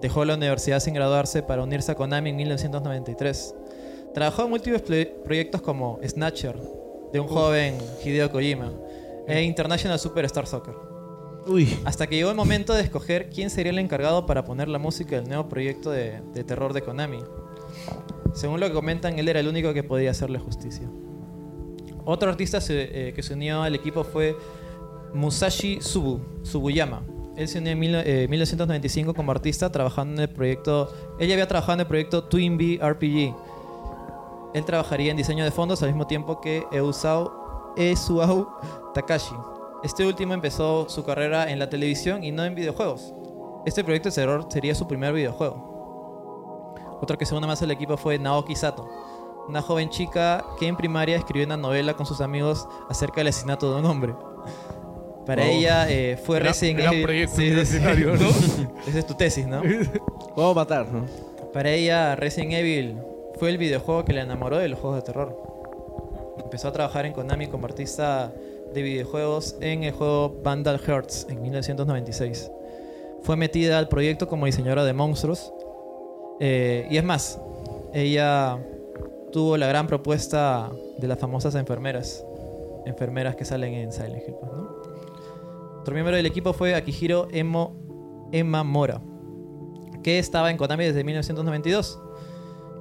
Speaker 5: Dejó la universidad sin graduarse para unirse a Konami en 1993. Trabajó en múltiples ple- proyectos como Snatcher, de un joven Hideo Kojima, e International Superstar Soccer.
Speaker 4: Uy.
Speaker 5: Hasta que llegó el momento de escoger quién sería el encargado para poner la música del nuevo proyecto de, de terror de Konami. Según lo que comentan, él era el único que podía hacerle justicia. Otro artista se- eh, que se unió al equipo fue Musashi Subu, Subuyama. Él se unió en mil- eh, 1995 como artista trabajando en el proyecto... Ella había trabajado en el proyecto Twin Bee RPG. Él trabajaría en diseño de fondos al mismo tiempo que Eusao Esuau Takashi. Este último empezó su carrera en la televisión y no en videojuegos. Este proyecto de terror sería su primer videojuego. Otra que se une más al equipo fue Naoki Sato, una joven chica que en primaria escribió una novela con sus amigos acerca del asesinato de un hombre. Para ella eh, fue
Speaker 2: Gran-
Speaker 5: Resident
Speaker 2: gran
Speaker 5: Evil.
Speaker 2: proyecto
Speaker 5: Sí, sí, sí.
Speaker 2: universitario,
Speaker 5: Esa es tu tesis, ¿no?
Speaker 4: ¿Cómo matar? no?
Speaker 5: Para ella, Resident Evil fue el videojuego que la enamoró de los juegos de terror. Empezó a trabajar en Konami como artista de videojuegos en el juego Vandal Hearts en 1996. Fue metida al proyecto como diseñadora de monstruos. Eh, y es más, ella tuvo la gran propuesta de las famosas enfermeras. Enfermeras que salen en Silent Hill, pues, ¿no? Otro miembro del equipo fue Akihiro Emo, Emma Mora que estaba en Konami desde 1992.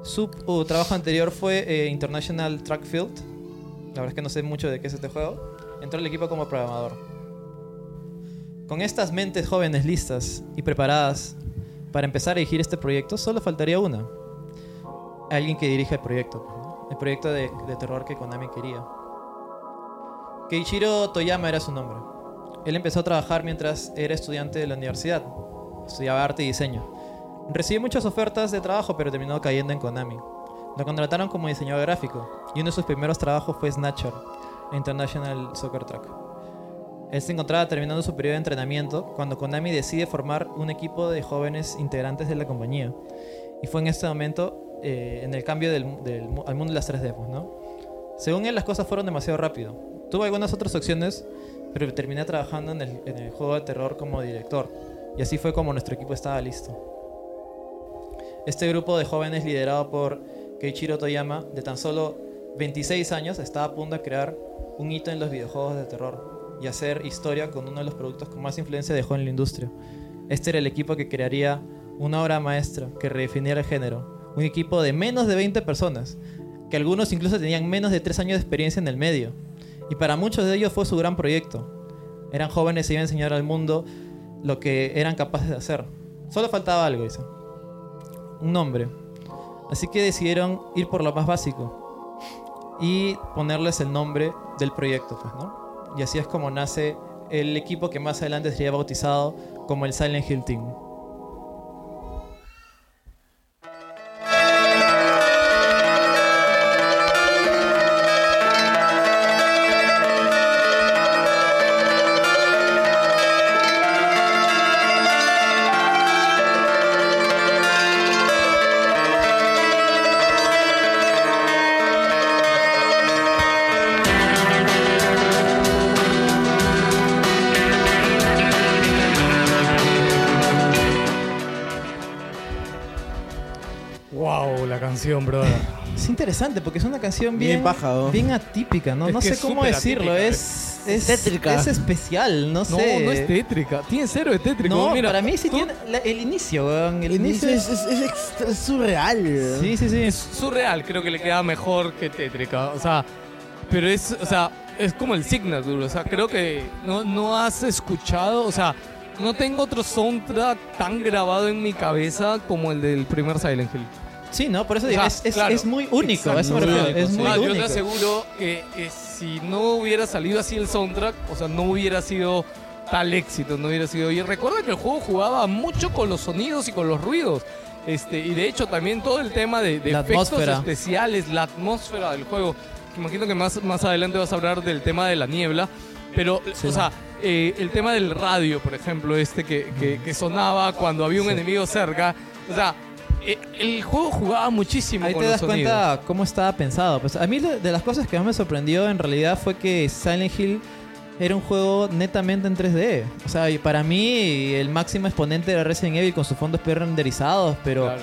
Speaker 5: Su uh, trabajo anterior fue eh, International Track Field. La verdad es que no sé mucho de qué es este juego. Entró al equipo como programador. Con estas mentes jóvenes listas y preparadas para empezar a dirigir este proyecto, solo faltaría una. Alguien que dirija el proyecto. ¿no? El proyecto de, de terror que Konami quería. Keiichiro Toyama era su nombre. Él empezó a trabajar mientras era estudiante de la universidad. Estudiaba arte y diseño. Recibió muchas ofertas de trabajo, pero terminó cayendo en Konami. Lo contrataron como diseñador gráfico y uno de sus primeros trabajos fue Snatcher, International Soccer Track. Él se encontraba terminando su periodo de entrenamiento cuando Konami decide formar un equipo de jóvenes integrantes de la compañía. Y fue en este momento, eh, en el cambio del, del mu- al mundo de las 3D, pues, ¿no? Según él, las cosas fueron demasiado rápido. Tuvo algunas otras opciones, pero terminé trabajando en el, en el juego de terror como director. Y así fue como nuestro equipo estaba listo. Este grupo de jóvenes liderado por Keiichiro Toyama, de tan solo 26 años, estaba a punto de crear un hito en los videojuegos de terror y hacer historia con uno de los productos con más influencia dejó en la industria. Este era el equipo que crearía una obra maestra que redefiniera el género. Un equipo de menos de 20 personas, que algunos incluso tenían menos de 3 años de experiencia en el medio. Y para muchos de ellos fue su gran proyecto. Eran jóvenes y iban a enseñar al mundo lo que eran capaces de hacer. Solo faltaba algo, dice. Un nombre. Así que decidieron ir por lo más básico y ponerles el nombre del proyecto, pues, ¿no? Y así es como nace el equipo que más adelante sería bautizado como el Silent Hill Team.
Speaker 2: Wow, la canción, brother.
Speaker 5: Es interesante porque es una canción bien,
Speaker 4: Bien paja, ¿no?
Speaker 5: bien atípica, ¿no?
Speaker 2: Es
Speaker 5: no
Speaker 2: que
Speaker 5: sé
Speaker 2: es
Speaker 5: cómo
Speaker 2: súper
Speaker 5: decirlo,
Speaker 2: atípica. eh.
Speaker 5: es, es
Speaker 4: tétrica.
Speaker 5: Es especial, no
Speaker 2: No,
Speaker 5: sé.
Speaker 2: no es tétrica. Tiene cero de tétrico.
Speaker 5: No,
Speaker 2: Mira,
Speaker 5: para mí sí
Speaker 2: tú-
Speaker 5: tiene la- el inicio, weón, El,
Speaker 4: El inicio
Speaker 5: inicio
Speaker 4: es, es- es extra- es surreal.
Speaker 5: Sí, sí, sí.
Speaker 2: Es surreal, creo que le queda mejor que tétrica. O sea, pero es, o sea, es como el signature. O sea, creo que no, no has escuchado, o sea, no tengo otro soundtrack tan grabado en mi cabeza como el del primer Silent Hill.
Speaker 5: Sí, no, por eso digo,
Speaker 2: Ah,
Speaker 5: es, es-
Speaker 2: claro.
Speaker 5: es muy único, a eso me
Speaker 4: Muy
Speaker 5: refiero,
Speaker 4: único,
Speaker 5: es
Speaker 4: sí.
Speaker 5: muy
Speaker 2: Ah, yo te
Speaker 5: único.
Speaker 2: aseguro que eh, si no hubiera salido así el soundtrack, o sea, no hubiera sido tal éxito, no hubiera sido. Y recuerda que el juego jugaba mucho con los sonidos y con los ruidos. Este, y de hecho también todo el tema de, de
Speaker 5: La
Speaker 2: efectos
Speaker 5: atmósfera.
Speaker 2: especiales, la atmósfera del juego. Imagino que más, más adelante vas a hablar del tema de la niebla. Pero, o sea, eh, el tema del radio, por ejemplo, este que, que- que sonaba cuando había un enemigo cerca. O sea, eh, el juego jugaba muchísimo
Speaker 5: Ahí
Speaker 2: con
Speaker 5: te
Speaker 2: los
Speaker 5: das
Speaker 2: sonidos.
Speaker 5: cuenta cómo estaba pensado. Pues a mí de, de las cosas que más me sorprendió en realidad fue que Silent Hill era un juego netamente en 3D. O sea, y para mí el máximo exponente era Resident Evil con sus fondos pre-renderizados, pero
Speaker 2: Claro.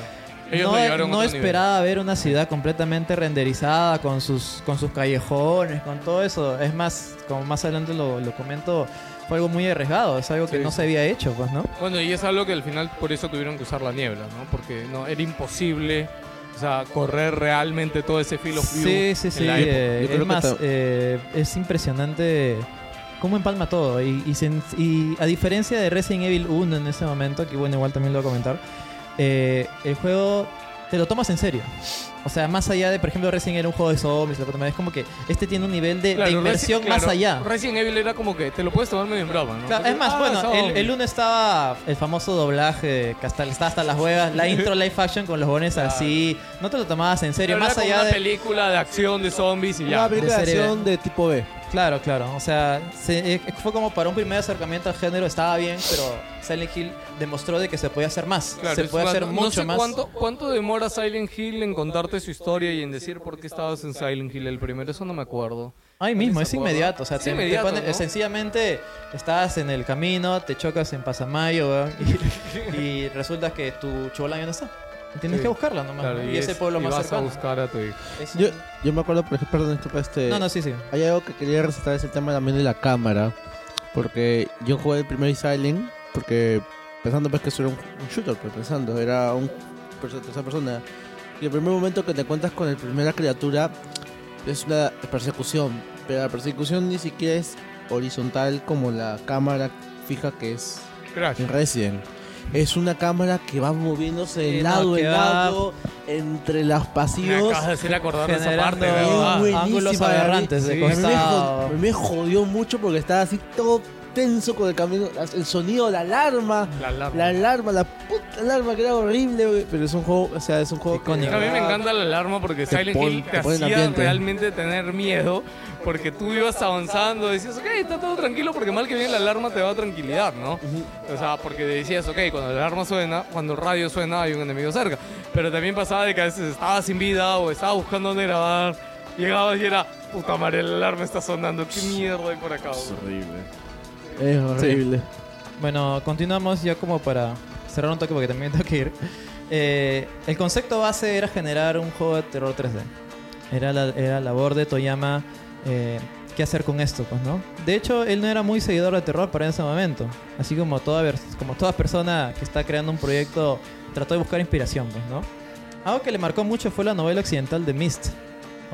Speaker 2: Ellos lo
Speaker 5: no,
Speaker 2: llevaron a
Speaker 5: no
Speaker 2: otro nivel.
Speaker 5: esperaba ver una ciudad completamente renderizada con sus, con sus callejones, con todo eso. Es más, como más adelante lo, lo comento, fue algo muy arriesgado, es algo que
Speaker 2: Sí,
Speaker 5: no
Speaker 2: sí.
Speaker 5: se había hecho, pues, ¿no?
Speaker 2: Bueno, y es algo que al final por eso tuvieron que usar la niebla, ¿no? Porque no era imposible, o sea, correr realmente todo ese filo
Speaker 5: Sí, sí, sí. eh,
Speaker 4: Yo creo
Speaker 5: es
Speaker 4: que
Speaker 5: más,
Speaker 4: ta-
Speaker 5: eh, es impresionante cómo empalma todo. Y, y se- y a diferencia de Resident Evil 1 en ese momento, que bueno, igual también lo voy a comentar, eh, el juego te lo tomas en serio. O sea, más allá de, por ejemplo, Resident Evil era un juego de zombies, la puta madre, es como que este tiene un nivel de, de inversión más allá.
Speaker 2: Resident Evil era como que te lo puedes tomar medio en broma, ¿no?
Speaker 5: Claro, es más,
Speaker 2: Ah,
Speaker 5: bueno,
Speaker 2: zombie.
Speaker 5: el, el uno estaba el famoso doblaje que hasta, está hasta las huevas, la intro live action con los bones así. No te lo tomabas en serio,
Speaker 2: Pero
Speaker 5: más
Speaker 2: era como
Speaker 5: allá
Speaker 2: una
Speaker 5: de.
Speaker 2: película de acción de zombies y
Speaker 4: Una
Speaker 2: ya.
Speaker 4: película de
Speaker 5: serie B.
Speaker 4: acción de tipo B.
Speaker 5: Claro, claro. O sea, se- eh, fue como para un primer acercamiento al género, estaba bien, pero Silent Hill demostró de que se podía hacer más.
Speaker 2: Claro,
Speaker 5: se
Speaker 2: es
Speaker 5: puede
Speaker 2: una-
Speaker 5: hacer
Speaker 2: no
Speaker 5: mucho
Speaker 2: sé
Speaker 5: más.
Speaker 2: Cuánto, ¿Cuánto demora Silent Hill en contarte su historia y en decir por qué estabas en Silent Hill el primero? Eso no me acuerdo.
Speaker 5: Ahí mismo, es inmediato. O sea,
Speaker 2: Es
Speaker 5: te- te
Speaker 2: inmediato,
Speaker 5: pone-
Speaker 2: ¿no?
Speaker 5: sencillamente estás en el camino, te chocas en Pasamayo weón, y, y resulta que tu chola ya no está. Y Tienes
Speaker 2: Sí.
Speaker 5: que buscarla nomás.
Speaker 2: Claro,
Speaker 5: ¿no? y, ese
Speaker 2: es-
Speaker 5: pueblo
Speaker 2: y
Speaker 5: más
Speaker 2: vas
Speaker 5: cercano.
Speaker 2: a buscar a tu hijo.
Speaker 5: Es
Speaker 4: Yo,
Speaker 5: un-
Speaker 4: yo me acuerdo, por ejemplo, perdón, disculpa, este.
Speaker 5: No, no, sí, sí.
Speaker 4: Hay algo que quería resaltar, es el tema también de la cámara. Porque yo jugué el primer Silent, porque pensando pues que eso era un, un shooter, pues pensando, era un perso- tercera persona. Y el primer momento que te encuentras con la primera criatura es una persecución. Pero la persecución ni siquiera es horizontal como la cámara fija que es
Speaker 2: Crash.
Speaker 4: en Resident. Es una cámara que va moviéndose de
Speaker 5: Sí, no,
Speaker 4: lado
Speaker 5: que
Speaker 4: en
Speaker 5: va-
Speaker 4: lado, entre los
Speaker 2: Me
Speaker 4: pasillos.
Speaker 2: acabas de hacer acordar de esa
Speaker 5: Generando
Speaker 2: parte, ¿verdad?
Speaker 4: Bien, güey.
Speaker 5: Ah, ángulos
Speaker 4: Buenísima,
Speaker 5: aberrantes de
Speaker 4: A mí me,
Speaker 5: costado.
Speaker 4: jod- me jodió mucho porque estaba así todo tenso con el camino, las- el sonido, la alarma.
Speaker 2: La alarma.
Speaker 4: La alarma, la puta alarma que era horrible, güey. Pero es un juego, o sea, es un juego que-
Speaker 5: Icónico.
Speaker 2: A mí me encanta la alarma porque
Speaker 4: Te
Speaker 2: Silent
Speaker 4: pon-
Speaker 2: Hill te,
Speaker 4: te pone en
Speaker 2: hacía
Speaker 4: ambiente.
Speaker 2: realmente tener miedo porque tú ibas avanzando, decías, ok, está todo tranquilo porque mal que bien la alarma te da tranquilidad, ¿no? O sea, porque decías, ok, cuando la alarma suena, cuando el radio suena hay un enemigo cerca. Pero también pasaba de que a veces estaba sin vida o estaba buscando dónde grabar, llegabas y era, puta madre, la alarma está sonando, qué mierda hay por acá.
Speaker 9: Es
Speaker 2: bro?"
Speaker 9: horrible.
Speaker 4: Es horrible.
Speaker 5: Bueno, continuamos ya como para cerrar un toque porque también tengo que ir. Eh, el concepto base era generar un juego de terror 3D. Era la, era la labor de Toyama. eh, ¿Qué hacer con esto? Pues, ¿no? De hecho, él no era muy seguidor de terror para ese momento. Así como toda, vers- como toda persona que está creando un proyecto trató de buscar inspiración, pues, ¿no? Algo que le marcó mucho fue la novela occidental de Mist.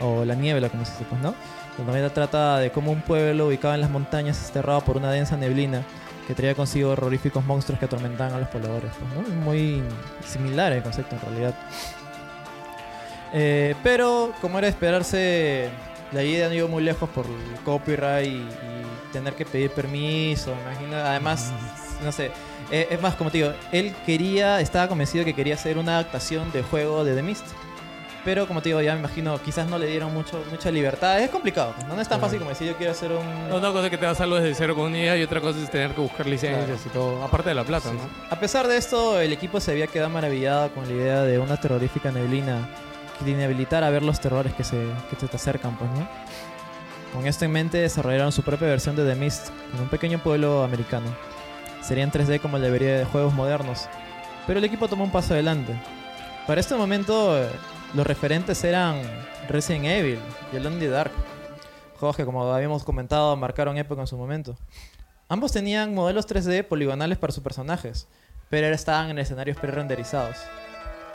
Speaker 5: O La Niebla, como se dice, pues, ¿no? La novela trata de cómo un pueblo ubicado en las montañas es aterrado por una densa neblina que traía consigo horroríficos monstruos que atormentaban a los pobladores. pues, ¿no? Muy similar el concepto en realidad. Eh, pero, como era de esperarse, la idea no iba muy lejos por el copyright y, y tener que pedir permiso. Imagino, además, no sé. eh, es más, como te digo, él quería, estaba convencido que quería hacer una adaptación de juego de The Mist. Pero como te digo, ya me imagino, quizás no le dieron mucho, mucha libertad. Es complicado, pues, ¿no? No es tan fácil como decir yo quiero hacer un...
Speaker 2: Una cosa es que te das algo desde cero con una idea y otra cosa es tener que buscar licencias y todo, aparte de la plata, ¿no?
Speaker 5: A pesar de esto, el equipo se había quedado maravillado con la idea de una terrorífica neblina que te inhabilitara a ver los terrores que se, que se te acercan, pues, ¿no? Con esto en mente desarrollaron su propia versión de The Mist en un pequeño pueblo americano. Sería en 3D como la mayoría de juegos modernos. Pero el equipo tomó un paso adelante. Para este momento, eh, los referentes eran Resident Evil y Alone in the Dark. Juegos que, como habíamos comentado, marcaron época en su momento. Ambos tenían modelos 3D poligonales para sus personajes, pero ahora estaban en escenarios pre-renderizados.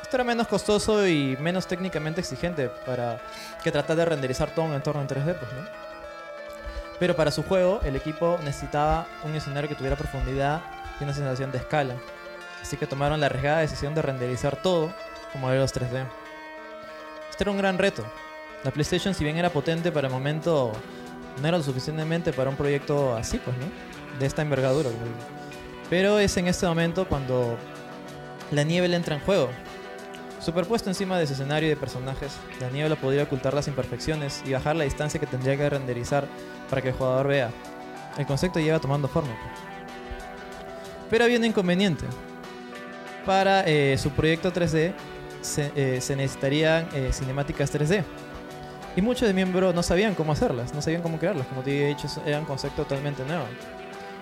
Speaker 5: Esto era menos costoso y menos técnicamente exigente para que tratar de renderizar todo un entorno en 3D, pues, ¿no? Pero para su juego, el equipo necesitaba un escenario que tuviera profundidad y una sensación de escala. Así que tomaron la arriesgada decisión de renderizar todo con modelos 3D. Este era un gran reto. La PlayStation, si bien era potente para el momento, no era lo suficientemente para un proyecto así, pues, ¿no? de esta envergadura. como digo. Pero es en este momento cuando la niebla entra en juego. Superpuesto encima de su escenario y de personajes, la niebla podría ocultar las imperfecciones y bajar la distancia que tendría que renderizar para que el jugador vea. El concepto lleva tomando forma. pues. Pero había un inconveniente. Para eh, su proyecto 3D se, eh, se necesitarían eh, cinemáticas 3D. Y muchos de miembros no sabían cómo hacerlas, no sabían cómo crearlas. Como te he dicho, era un concepto totalmente nuevo.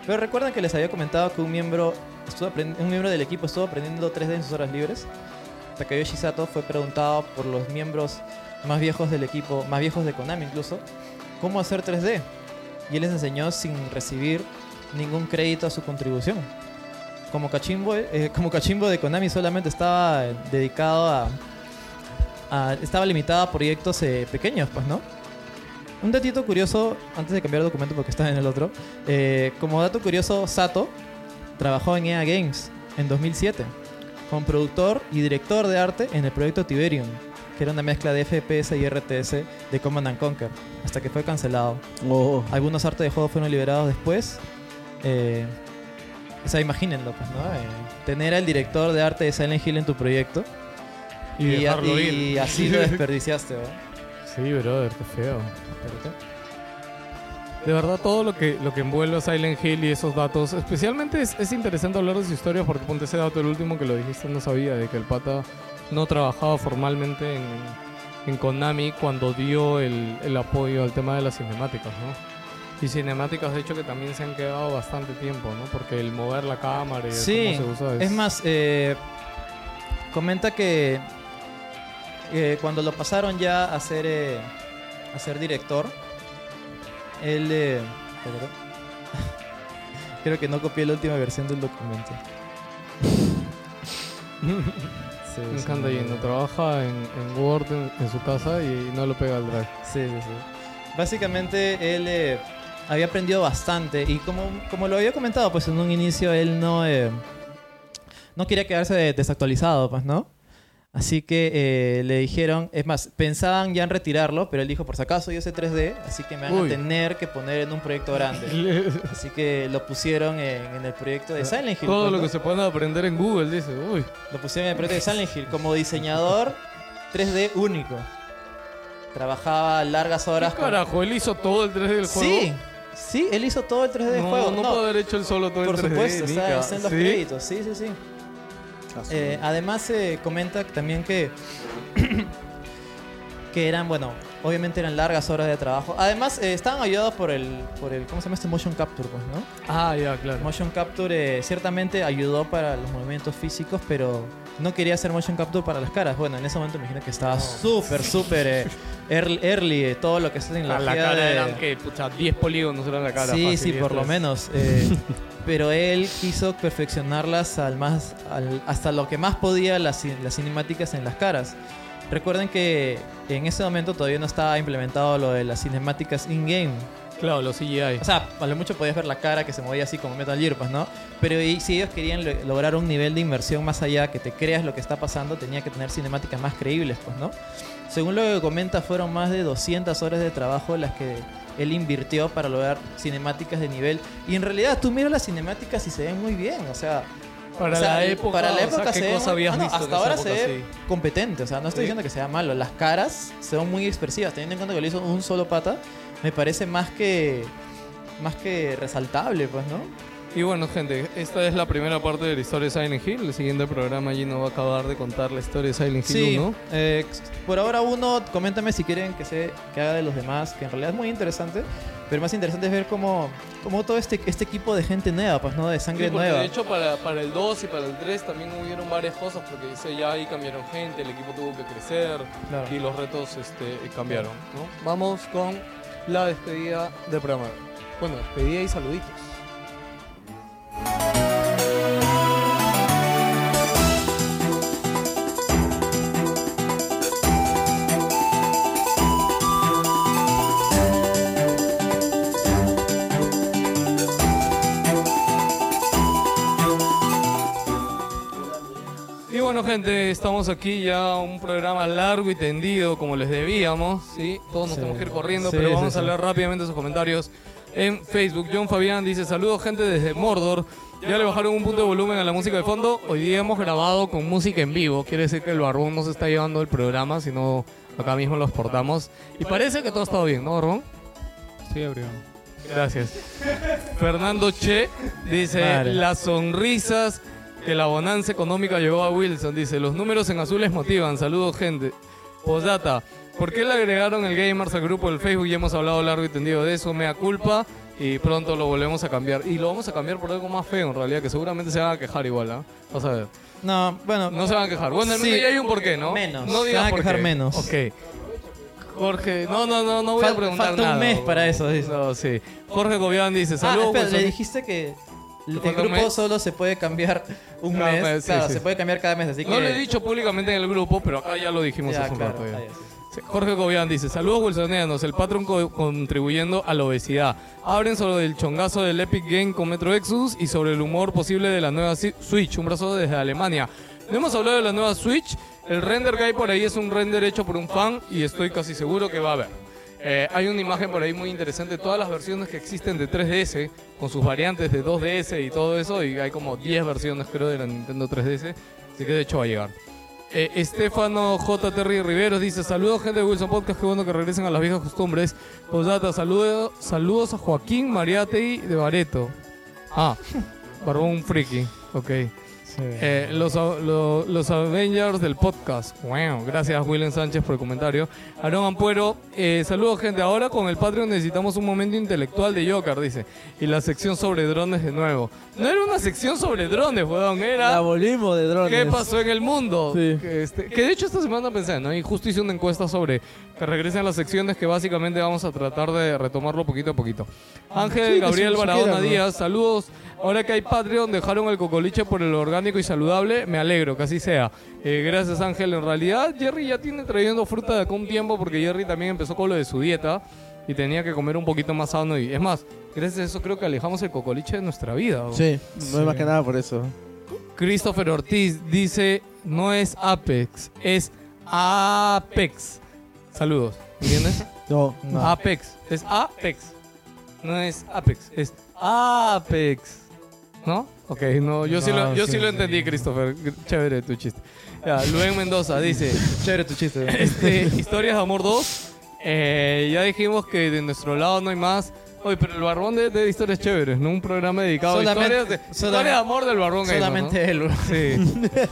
Speaker 5: Pero recuerdan que les había comentado que un miembro, estuvo aprend- un miembro del equipo estuvo aprendiendo 3D en sus horas libres. Takayoshi Sato fue preguntado por los miembros más viejos del equipo, más viejos de Konami incluso, cómo hacer 3D. Y él les enseñó sin recibir ningún crédito a su contribución. Como cachimbo, eh, como cachimbo de Konami solamente estaba eh, dedicado a, a- estaba limitado a proyectos eh, pequeños, pues, ¿no? Un datito curioso, antes de cambiar el documento porque estaba en el otro, eh, como dato curioso, Sato trabajó en EA Games en 2007 como productor y director de arte en el proyecto Tiberium, que era una mezcla de FPS y RTS de Command and Conquer, hasta que fue cancelado.
Speaker 4: Oh.
Speaker 5: Algunos artes de juego fueron liberados después. eh, o sea, imagínenlo, pues, ¿no? Eh, tener al director de arte de Silent Hill en tu proyecto
Speaker 2: Y
Speaker 5: y, a-
Speaker 2: dejarlo
Speaker 5: y
Speaker 2: ir.
Speaker 5: así lo desperdiciaste, ¿no?
Speaker 2: Sí, brother, qué feo. De verdad, todo lo que, lo que envuelve a Silent Hill y esos datos, especialmente es, es interesante hablar de su historia porque ponte ese dato, el último que lo dijiste, no sabía, de que el pata no trabajaba formalmente en, en Konami cuando dio el, el apoyo al tema de las cinemáticas, ¿no? Y cinemáticas, de hecho, que también se han quedado bastante tiempo, ¿no? Porque el mover la cámara y el
Speaker 5: Sí,
Speaker 2: cómo se usa
Speaker 5: Es más, eh, comenta que eh, cuando lo pasaron ya a ser, eh, a ser director, él... eh, perdón. creo que no copié la última versión del documento. Sí,
Speaker 2: Me
Speaker 5: sí,
Speaker 2: encanta
Speaker 5: no,
Speaker 2: yendo,
Speaker 5: no.
Speaker 2: trabaja en, en Word en, en su casa y no lo pega al drive.
Speaker 5: Sí, sí, sí. Básicamente él eh, había aprendido bastante y como, como lo había comentado, pues en un inicio él no, eh, no quería quedarse desactualizado, pues, ¿no? Así que eh, le dijeron, es más, pensaban ya en retirarlo, pero él dijo, por si acaso yo sé 3D, así que me van
Speaker 2: Uy.
Speaker 5: a tener que poner en un proyecto grande. Así que lo pusieron en, en el proyecto de Silent Hill.
Speaker 2: Ah, Todo
Speaker 5: pues,
Speaker 2: lo
Speaker 5: ¿no?
Speaker 2: que se pueda aprender en Google, dice. Uy.
Speaker 5: Lo pusieron en el proyecto de Silent Hill como diseñador 3D único. Trabajaba largas horas. con-
Speaker 2: Carajo, él hizo todo el 3D del juego.
Speaker 5: Sí, sí, él hizo todo el 3D del
Speaker 2: no,
Speaker 5: juego.
Speaker 2: no,
Speaker 5: No,
Speaker 2: puede haber hecho él solo todo
Speaker 5: por
Speaker 2: el 3D.
Speaker 5: supuesto, está,
Speaker 2: Nika.
Speaker 5: está en los
Speaker 2: Sí.
Speaker 5: créditos. Sí, sí, sí. Eh, además se comenta también que que eran, bueno, obviamente eran largas horas de trabajo. Además eh, estaban ayudados por el por el ¿cómo se llama este motion capture, pues, ¿no?
Speaker 2: Ah, ya,
Speaker 5: El
Speaker 2: claro.
Speaker 5: Motion capture eh, ciertamente ayudó para los movimientos físicos, pero no quería hacer motion capture para las caras. Bueno, en ese momento me imagino que estaba súper, súper eh, early, early, eh, todo lo que es
Speaker 2: A la
Speaker 5: tecnología
Speaker 2: cara
Speaker 5: de-
Speaker 2: eran que, pucha, 10 polígonos eran la cara.
Speaker 5: sí,
Speaker 2: fácil,
Speaker 5: sí,
Speaker 2: y
Speaker 5: por
Speaker 2: esto
Speaker 5: lo
Speaker 2: es-
Speaker 5: menos. eh, pero él quiso perfeccionarlas al más, al- hasta lo que más podía las, ci- las cinemáticas en las caras. Recuerden que en ese momento todavía no estaba implementado lo de las cinemáticas in-game.
Speaker 2: Claro, los CGI.
Speaker 5: O sea, a lo mucho podías ver la cara que se movía así como Metal Gear, pues, ¿no? Pero y si ellos querían lo- lograr un nivel de inmersión más allá, que te creas lo que está pasando, tenía que tener cinemáticas más creíbles, pues, ¿no? Según lo que comenta, fueron más de 200 horas de trabajo las que él invirtió para lograr cinemáticas de nivel. Y en realidad, tú miras las cinemáticas y se ven muy bien, o sea...
Speaker 2: Para
Speaker 5: o sea,
Speaker 2: la época,
Speaker 5: para la
Speaker 2: o sea,
Speaker 5: época
Speaker 2: ¿qué
Speaker 5: se ve
Speaker 2: cosa
Speaker 5: muy-
Speaker 2: habías
Speaker 5: ah, no,
Speaker 2: visto en
Speaker 5: hasta
Speaker 2: esa
Speaker 5: ahora
Speaker 2: época
Speaker 5: se ve
Speaker 2: así?
Speaker 5: competente. O sea, no estoy diciendo que sea malo. Las caras son muy expresivas. Teniendo en cuenta que lo hizo un solo pata, me parece más que. Más que resaltable, pues, ¿no?
Speaker 2: Y bueno, gente, esta es la primera parte de la historia de Silent Hill. El siguiente programa allí no va a acabar de contar la historia de Silent Hill
Speaker 5: ¿no?
Speaker 2: 1.
Speaker 5: Eh, por ahora uno, coméntame si quieren que se que haga de los demás, que en realidad es muy interesante. Pero más interesante es ver cómo, cómo todo este, este equipo de gente nueva, pues, ¿no? De
Speaker 2: Sí,
Speaker 5: sangre
Speaker 2: porque
Speaker 5: nueva.
Speaker 2: de hecho para, para el 2 y para el 3 también hubieron varias cosas porque dice ya ahí cambiaron gente, el equipo tuvo que crecer
Speaker 5: Claro.
Speaker 2: y los retos este, eh, cambiaron. ¿no? Vamos con la despedida de programa. Bueno, despedida y saluditos. Y bueno, gente, estamos aquí ya un programa largo y tendido como les debíamos, ¿sí? Todos nos
Speaker 5: Sí.
Speaker 2: tenemos que ir corriendo,
Speaker 5: Sí,
Speaker 2: pero
Speaker 5: sí,
Speaker 2: vamos
Speaker 5: sí.
Speaker 2: a leer rápidamente sus comentarios en Facebook. John Fabián dice, saludos gente desde Mordor. Ya le bajaron un punto de volumen a la música de fondo. Hoy día hemos grabado con música en vivo. Quiere decir que el barbón no se está llevando el programa, sino acá mismo lo exportamos. Y parece que todo ha estado bien, ¿no, barbón?
Speaker 7: Sí, abrió.
Speaker 2: Gracias. Fernando Che dice,
Speaker 5: Vale.
Speaker 2: las sonrisas que la bonanza económica llevó a Wilson. Dice, los números en azules motivan. Saludos, gente. Posdata, ¿por qué le agregaron el Gamers al grupo del Facebook? Y hemos hablado largo y tendido de eso. Mea culpa. Y pronto lo volvemos a cambiar. Y lo vamos a cambiar por algo más feo, en realidad, que seguramente se van a quejar igual, ¿ah? Vas a ver.
Speaker 5: No, bueno.
Speaker 2: No se van a quejar. Bueno,
Speaker 5: Sí.
Speaker 2: ya hay un porqué, ¿no?
Speaker 5: Menos.
Speaker 2: No
Speaker 5: Se
Speaker 2: digas
Speaker 5: van a
Speaker 2: por
Speaker 5: quejar
Speaker 2: qué.
Speaker 5: menos.
Speaker 2: Ok. Jorge, no, no, no, no voy
Speaker 5: Fal-
Speaker 2: a preguntar
Speaker 5: falta un
Speaker 2: nada.
Speaker 5: mes para eso, dice.
Speaker 2: No, sí. Jorge Gobián dice,
Speaker 5: Ah,
Speaker 2: saludos.
Speaker 5: espera,
Speaker 2: Wilson".
Speaker 5: le dijiste que el
Speaker 2: falta
Speaker 5: grupo
Speaker 2: un mes?
Speaker 5: solo se puede cambiar un
Speaker 2: Cada
Speaker 5: mes.
Speaker 2: mes, pues, sí,
Speaker 5: claro,
Speaker 2: sí.
Speaker 5: se puede cambiar cada mes, así
Speaker 2: no
Speaker 5: que.
Speaker 2: lo he dicho públicamente en el grupo, pero acá ya lo dijimos
Speaker 5: Ya,
Speaker 2: hace un
Speaker 5: claro,
Speaker 2: rato. ya.
Speaker 5: ah, ya, sí.
Speaker 2: Sí, Jorge Gobián dice, saludos wilsonianos, el patrón co- contribuyendo a la obesidad. Hablen sobre el chongazo del Epic Game con Metro Exodus y sobre el humor posible de la nueva Si- Switch, un brazo desde Alemania. No hemos hablado de la nueva Switch, el render que hay por ahí es un render hecho por un fan y estoy casi seguro que va a haber. Eh, hay una imagen por ahí muy interesante, todas las versiones que existen de 3DS, con sus variantes de 2DS y todo eso, y hay como 10 versiones creo de la Nintendo 3DS, así que de hecho va a llegar. Eh, Estefano J. Terry Riveros dice: Saludos, gente de Wilson Podcast. Qué bueno que regresen a las viejas costumbres. Posdata, saludo- saludos a Joaquín Mariategui de Bareto. Ah, barbón friki. Ok. Eh, los, a- lo- los Avengers del podcast. Wow, gracias, William Sánchez, por el comentario. Aarón Ampuero, eh, saludos, gente. Ahora con el Patreon necesitamos un momento intelectual de Joker, dice. Y la sección sobre drones de nuevo. No era una sección sobre drones, weón. Era.
Speaker 4: La volvimos de drones.
Speaker 2: ¿Qué pasó en el mundo?
Speaker 4: Sí.
Speaker 2: Que, este- que de hecho esta semana pensé, ¿no? Y justo hice una encuesta sobre que regresen las secciones que básicamente vamos a tratar de retomarlo poquito a poquito. Ángel
Speaker 4: Ah, Sí,
Speaker 2: Gabriel
Speaker 4: si- si
Speaker 2: Barahona
Speaker 4: quieran, ¿no?
Speaker 2: Díaz, saludos. Ahora que hay Patreon, dejaron el cocoliche por el orgánico y saludable. Me alegro, que así sea. Eh, gracias Ángel. En realidad Jerry ya tiene trayendo fruta de acá un tiempo porque Jerry también empezó con lo de su dieta y tenía que comer un poquito más sano. Y es más, gracias a eso creo que alejamos el cocoliche de nuestra vida. ¿no?
Speaker 4: Sí, no es más que nada por eso.
Speaker 2: Christopher Ortiz dice, no es Apex, es Apex. Saludos, ¿entiendes?
Speaker 4: No, no.
Speaker 2: Apex, es Apex. No es Apex, es Apex. ¿No? Ok, no, yo sí lo,
Speaker 5: No,
Speaker 2: yo
Speaker 5: sí,
Speaker 2: sí lo
Speaker 5: sí.
Speaker 2: entendí, Christopher. Chévere tu chiste. Ya, Luen Mendoza dice,
Speaker 5: Chévere tu chiste.
Speaker 2: este, Historias de Amor 2. eh, ya dijimos que de nuestro lado no hay más. Oye, pero el barbón de, de historias chéveres, ¿no? Un programa dedicado
Speaker 5: Solamente-
Speaker 2: a historias de,
Speaker 5: solamente-
Speaker 2: historias de amor del barbón. gamer, ¿no?
Speaker 5: Solamente él.
Speaker 2: Sí.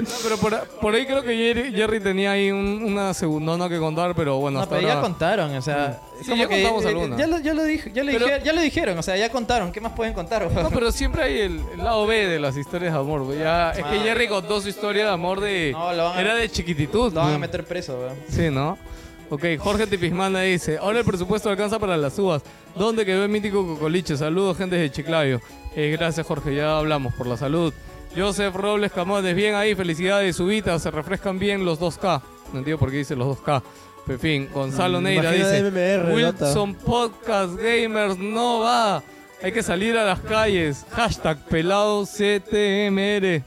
Speaker 2: No, pero por, por ahí creo que Jerry, Jerry tenía ahí un- una segundona que contar, pero bueno,
Speaker 5: No,
Speaker 2: hasta
Speaker 5: pero ya
Speaker 2: ahora...
Speaker 5: contaron, o sea. es
Speaker 2: Sí, ya contamos
Speaker 5: eh,
Speaker 2: alguna.
Speaker 5: Ya lo, ya, lo dije- ya, lo
Speaker 2: Pero-
Speaker 5: dije- ya lo dijeron, o sea, ya contaron. ¿Qué más pueden contar? weón?
Speaker 2: No, pero siempre hay el, el lado B de las historias de amor. güey. Ya, es que Jerry contó su historia de amor de...
Speaker 5: Ah. No, lo van a-
Speaker 2: era de chiquititud.
Speaker 5: Lo van a
Speaker 2: ¿no?
Speaker 5: meter preso, weón.
Speaker 2: Sí, ¿no? Ok, Jorge Tipismana dice, ahora el presupuesto alcanza para las uvas. ¿Dónde quedó el mítico cocoliche? Saludos, gente de Chiclayo. Eh, gracias, Jorge, ya hablamos por la salud. Joseph Robles Camones, bien ahí, felicidades, subitas, se refrescan bien los 2K. No entiendo por qué dice los 2K. En fin, Gonzalo
Speaker 4: Mm,
Speaker 2: Neira
Speaker 4: imagina
Speaker 2: dice,
Speaker 4: MMR,
Speaker 2: Wilson Podcast Gamers no va. Hay que salir a las calles. Hashtag pelado CTMR.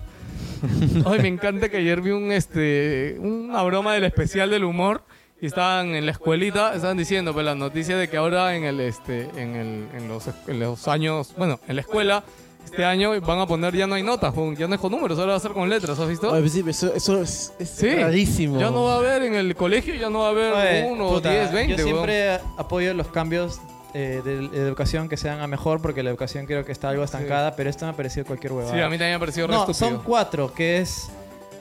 Speaker 2: Ay, me encanta que ayer vi un este una broma del especial del humor y estaban en la escuelita, estaban diciendo pues, las noticias de que ahora en el este en, el, en, los, en los años, bueno, en la escuela este año van a poner ya no hay notas, Juan, ya no es con números, ahora va a ser con letras, ¿has visto?
Speaker 4: Oye, sí, eso, eso es, es
Speaker 2: Sí.
Speaker 4: rarísimo.
Speaker 2: Ya no va a haber en el colegio, ya no va a haber
Speaker 5: Oye,
Speaker 2: uno,
Speaker 5: puta,
Speaker 2: 10, 20.
Speaker 5: Yo
Speaker 2: weón.
Speaker 5: siempre apoyo los cambios eh, de, de educación que sean a mejor, porque la educación creo que está algo estancada, pero esto me ha parecido cualquier huevada.
Speaker 2: Sí, a mí también me ha parecido re
Speaker 5: No,
Speaker 2: estúpido.
Speaker 5: son cuatro, que es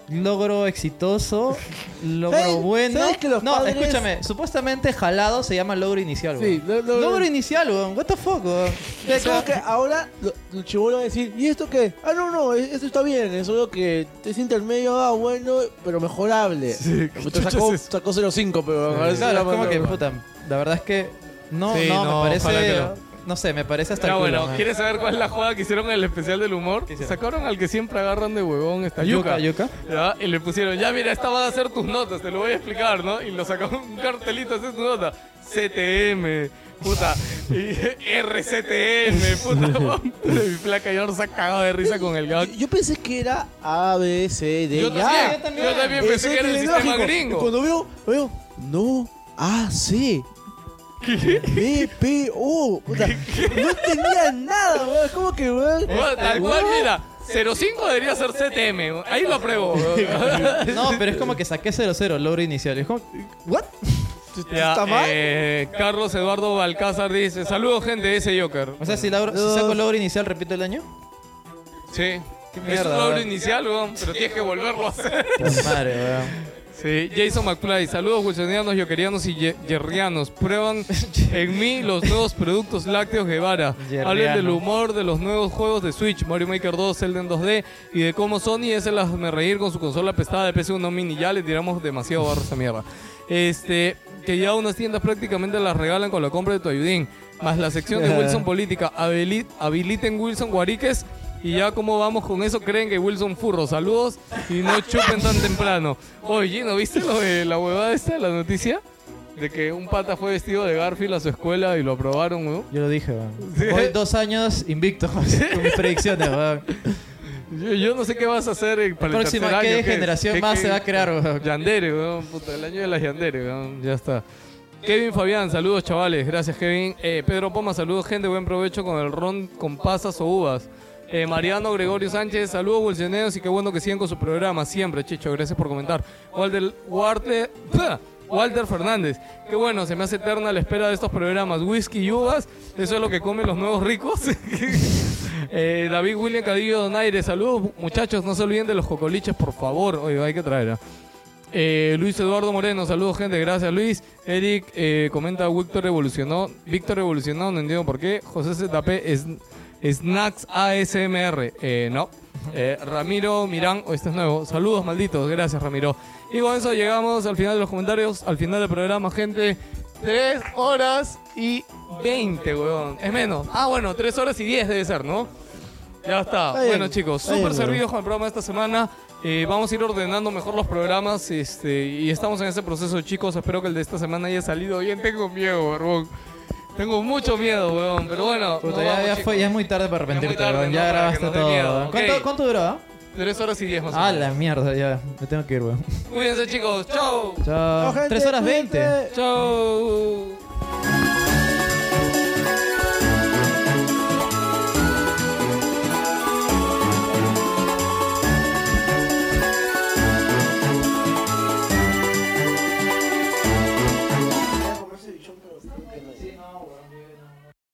Speaker 5: logro exitoso, logro
Speaker 4: ¿Sabes-
Speaker 5: bueno.
Speaker 4: sabes que los
Speaker 5: no,
Speaker 4: padres-
Speaker 5: escúchame, supuestamente jalado se llama logro inicial,
Speaker 4: Sí,
Speaker 5: weón.
Speaker 4: lo- lo-
Speaker 5: Logro inicial, weón. What the fuck, weón.
Speaker 4: Es como que ahora lo- los chibolos van a decir, ¿y esto qué? Ah, no, no, e- esto está bien, es solo que es intermedio, ah, bueno, pero mejorable.
Speaker 2: Sí, ¿qué
Speaker 4: Puta,
Speaker 2: chucha
Speaker 4: sacó,
Speaker 2: es eso?
Speaker 4: sacó 0.5, pero ahora sí
Speaker 5: Claro,
Speaker 4: la
Speaker 5: es como
Speaker 4: mano-
Speaker 5: que, puta, la verdad es que no,
Speaker 2: Sí,
Speaker 5: no,
Speaker 2: no,
Speaker 5: me
Speaker 2: ojalá que
Speaker 5: parece...
Speaker 2: no.
Speaker 5: No. sé, me parece hasta
Speaker 2: Ya,
Speaker 5: el culo,
Speaker 2: bueno,
Speaker 5: man.
Speaker 2: ¿quieres saber cuál es la jugada que hicieron en el especial del humor?
Speaker 5: hicieron?
Speaker 2: Sacaron al que siempre agarran de huevón, esta yuca.
Speaker 5: Yuca, yuca.
Speaker 2: Ya, y le pusieron, ya mira, esta van a ser tus notas, te lo voy a explicar, ¿no? Y lo sacaron un cartelito, esa es tu nota. CTM, puta, y RCTM, puta. Mi placa yo se ha cagado de risa con el gag.
Speaker 4: Yo pensé que era A, B, C, D,
Speaker 2: Yo
Speaker 4: y A.
Speaker 2: también, yo también pensé
Speaker 4: Ese
Speaker 2: que era el
Speaker 4: es
Speaker 2: sistema
Speaker 4: lógico. Y
Speaker 2: gringo.
Speaker 4: Cuando veo, veo, no, A, C. B, P, O. Puta, no tenía nada, weón. Es como que, weón.
Speaker 2: Bueno, tal cual,
Speaker 4: Este, weón.
Speaker 2: mira, 05 debería ser CTM, ahí lo apruebo. weón.
Speaker 5: No, pero es como que saqué 0-0, logro inicial. Es como, ¿what?
Speaker 2: Ya,
Speaker 4: ¿Está mal?
Speaker 2: eh, Carlos Eduardo Balcázar dice, saludos gente, ese Joker.
Speaker 5: O sea, si, logro- si saco logro inicial, repito el año.
Speaker 2: Sí. es
Speaker 5: mierda,
Speaker 2: un logro
Speaker 5: ¿verdad?
Speaker 2: inicial, weón, pero tienes que volverlo a hacer.
Speaker 5: Puta Madre, weón.
Speaker 2: Sí, Jason McFly, saludos wilsonianos, yokerianos y ye- yerrianos. Prueban en mí los nuevos productos lácteos Guevara.
Speaker 5: Yerriano.
Speaker 2: Hablen del humor de los nuevos juegos de Switch, Mario Maker 2, Zelda en 2D y de cómo Sony es el hazme reír con su consola pesada de PS1 mini. Ya le tiramos demasiado barro a esa mierda. Este, que ya unas tiendas prácticamente las regalan con la compra de tu ayudín. Más la sección de Wilson Política. Habili- habiliten Wilson Guariques. Y ya como vamos con eso, creen que Wilson Furro. Saludos y no chupen tan temprano. Oye, ¿no viste lo de la huevada esta de la noticia? De que un pata fue vestido de Garfield a su escuela y lo aprobaron, weón.
Speaker 5: Yo lo dije, weón.
Speaker 2: Sí.
Speaker 5: Voy dos años invicto con mis predicciones, weón.
Speaker 2: Yo, yo no sé qué vas a hacer eh, para el
Speaker 5: Próxima,
Speaker 2: tercer año.
Speaker 5: ¿qué
Speaker 2: ¿qué?
Speaker 5: generación
Speaker 2: ¿Qué-
Speaker 5: más
Speaker 2: qué-
Speaker 5: se va a crear, weón?
Speaker 2: Yandere, weón. Puta, el año de las Yandere, weón. Ya está. Kevin Fabián, saludos chavales, gracias Kevin. Eh, Pedro Poma, saludos gente, buen provecho con el ron con pasas o uvas. Eh, Mariano Gregorio Sánchez, saludos bolseneos y qué bueno que sigan con su programa, siempre, Chicho, gracias por comentar. Walter, Walter, Walter Fernández, qué bueno, se me hace eterna la espera de estos programas, whisky y uvas, eso es lo que comen los nuevos ricos. Eh, David William Cadillo Donaire, saludos muchachos, no se olviden de los cocoliches, por favor, oye, hay que traer. ah. Eh, Luis Eduardo Moreno, saludos gente, gracias Luis. Eric eh, comenta, Víctor evolucionó. Víctor evolucionó, no entiendo por qué. José ZP es Snacks ASMR. Eh, no. Eh, Ramiro Mirán, oh, este es nuevo. Saludos malditos, gracias Ramiro. Y con eso llegamos al final de los comentarios, al final del programa, gente. 3 horas y 20, weón. Es menos. Ah, bueno, 3 horas y 10 debe ser, ¿no? Ya está.
Speaker 4: bien.
Speaker 2: Bueno, chicos,
Speaker 4: Está bien,
Speaker 2: súper
Speaker 4: weón.
Speaker 2: servidos con el programa de esta semana. Eh, vamos a ir ordenando mejor los programas este, y estamos en ese proceso, chicos. Espero que el de esta semana haya salido bien. Tengo miedo, weón. Tengo mucho miedo, weón. Pero bueno,
Speaker 5: Puta,
Speaker 2: nos
Speaker 5: ya,
Speaker 2: vamos,
Speaker 5: ya
Speaker 2: chicos.
Speaker 5: fue, ya es muy tarde para arrepentirte,
Speaker 2: tarde,
Speaker 5: weón.
Speaker 2: ¿no?
Speaker 5: Ya
Speaker 2: Para que
Speaker 5: grabaste
Speaker 2: nos dé
Speaker 5: todo.
Speaker 2: miedo.
Speaker 5: weón.
Speaker 2: Ok.
Speaker 5: ¿Cuánto, ¿Cuánto duró? ah?
Speaker 2: Tres horas y diez más o
Speaker 5: Ah,
Speaker 2: menos.
Speaker 5: la mierda, ya. Me tengo que ir, weón.
Speaker 2: Cuídense, chicos. Chao.
Speaker 5: Chao.
Speaker 4: gente,
Speaker 5: Tres horas veinte.
Speaker 4: cuídense.
Speaker 2: Chao.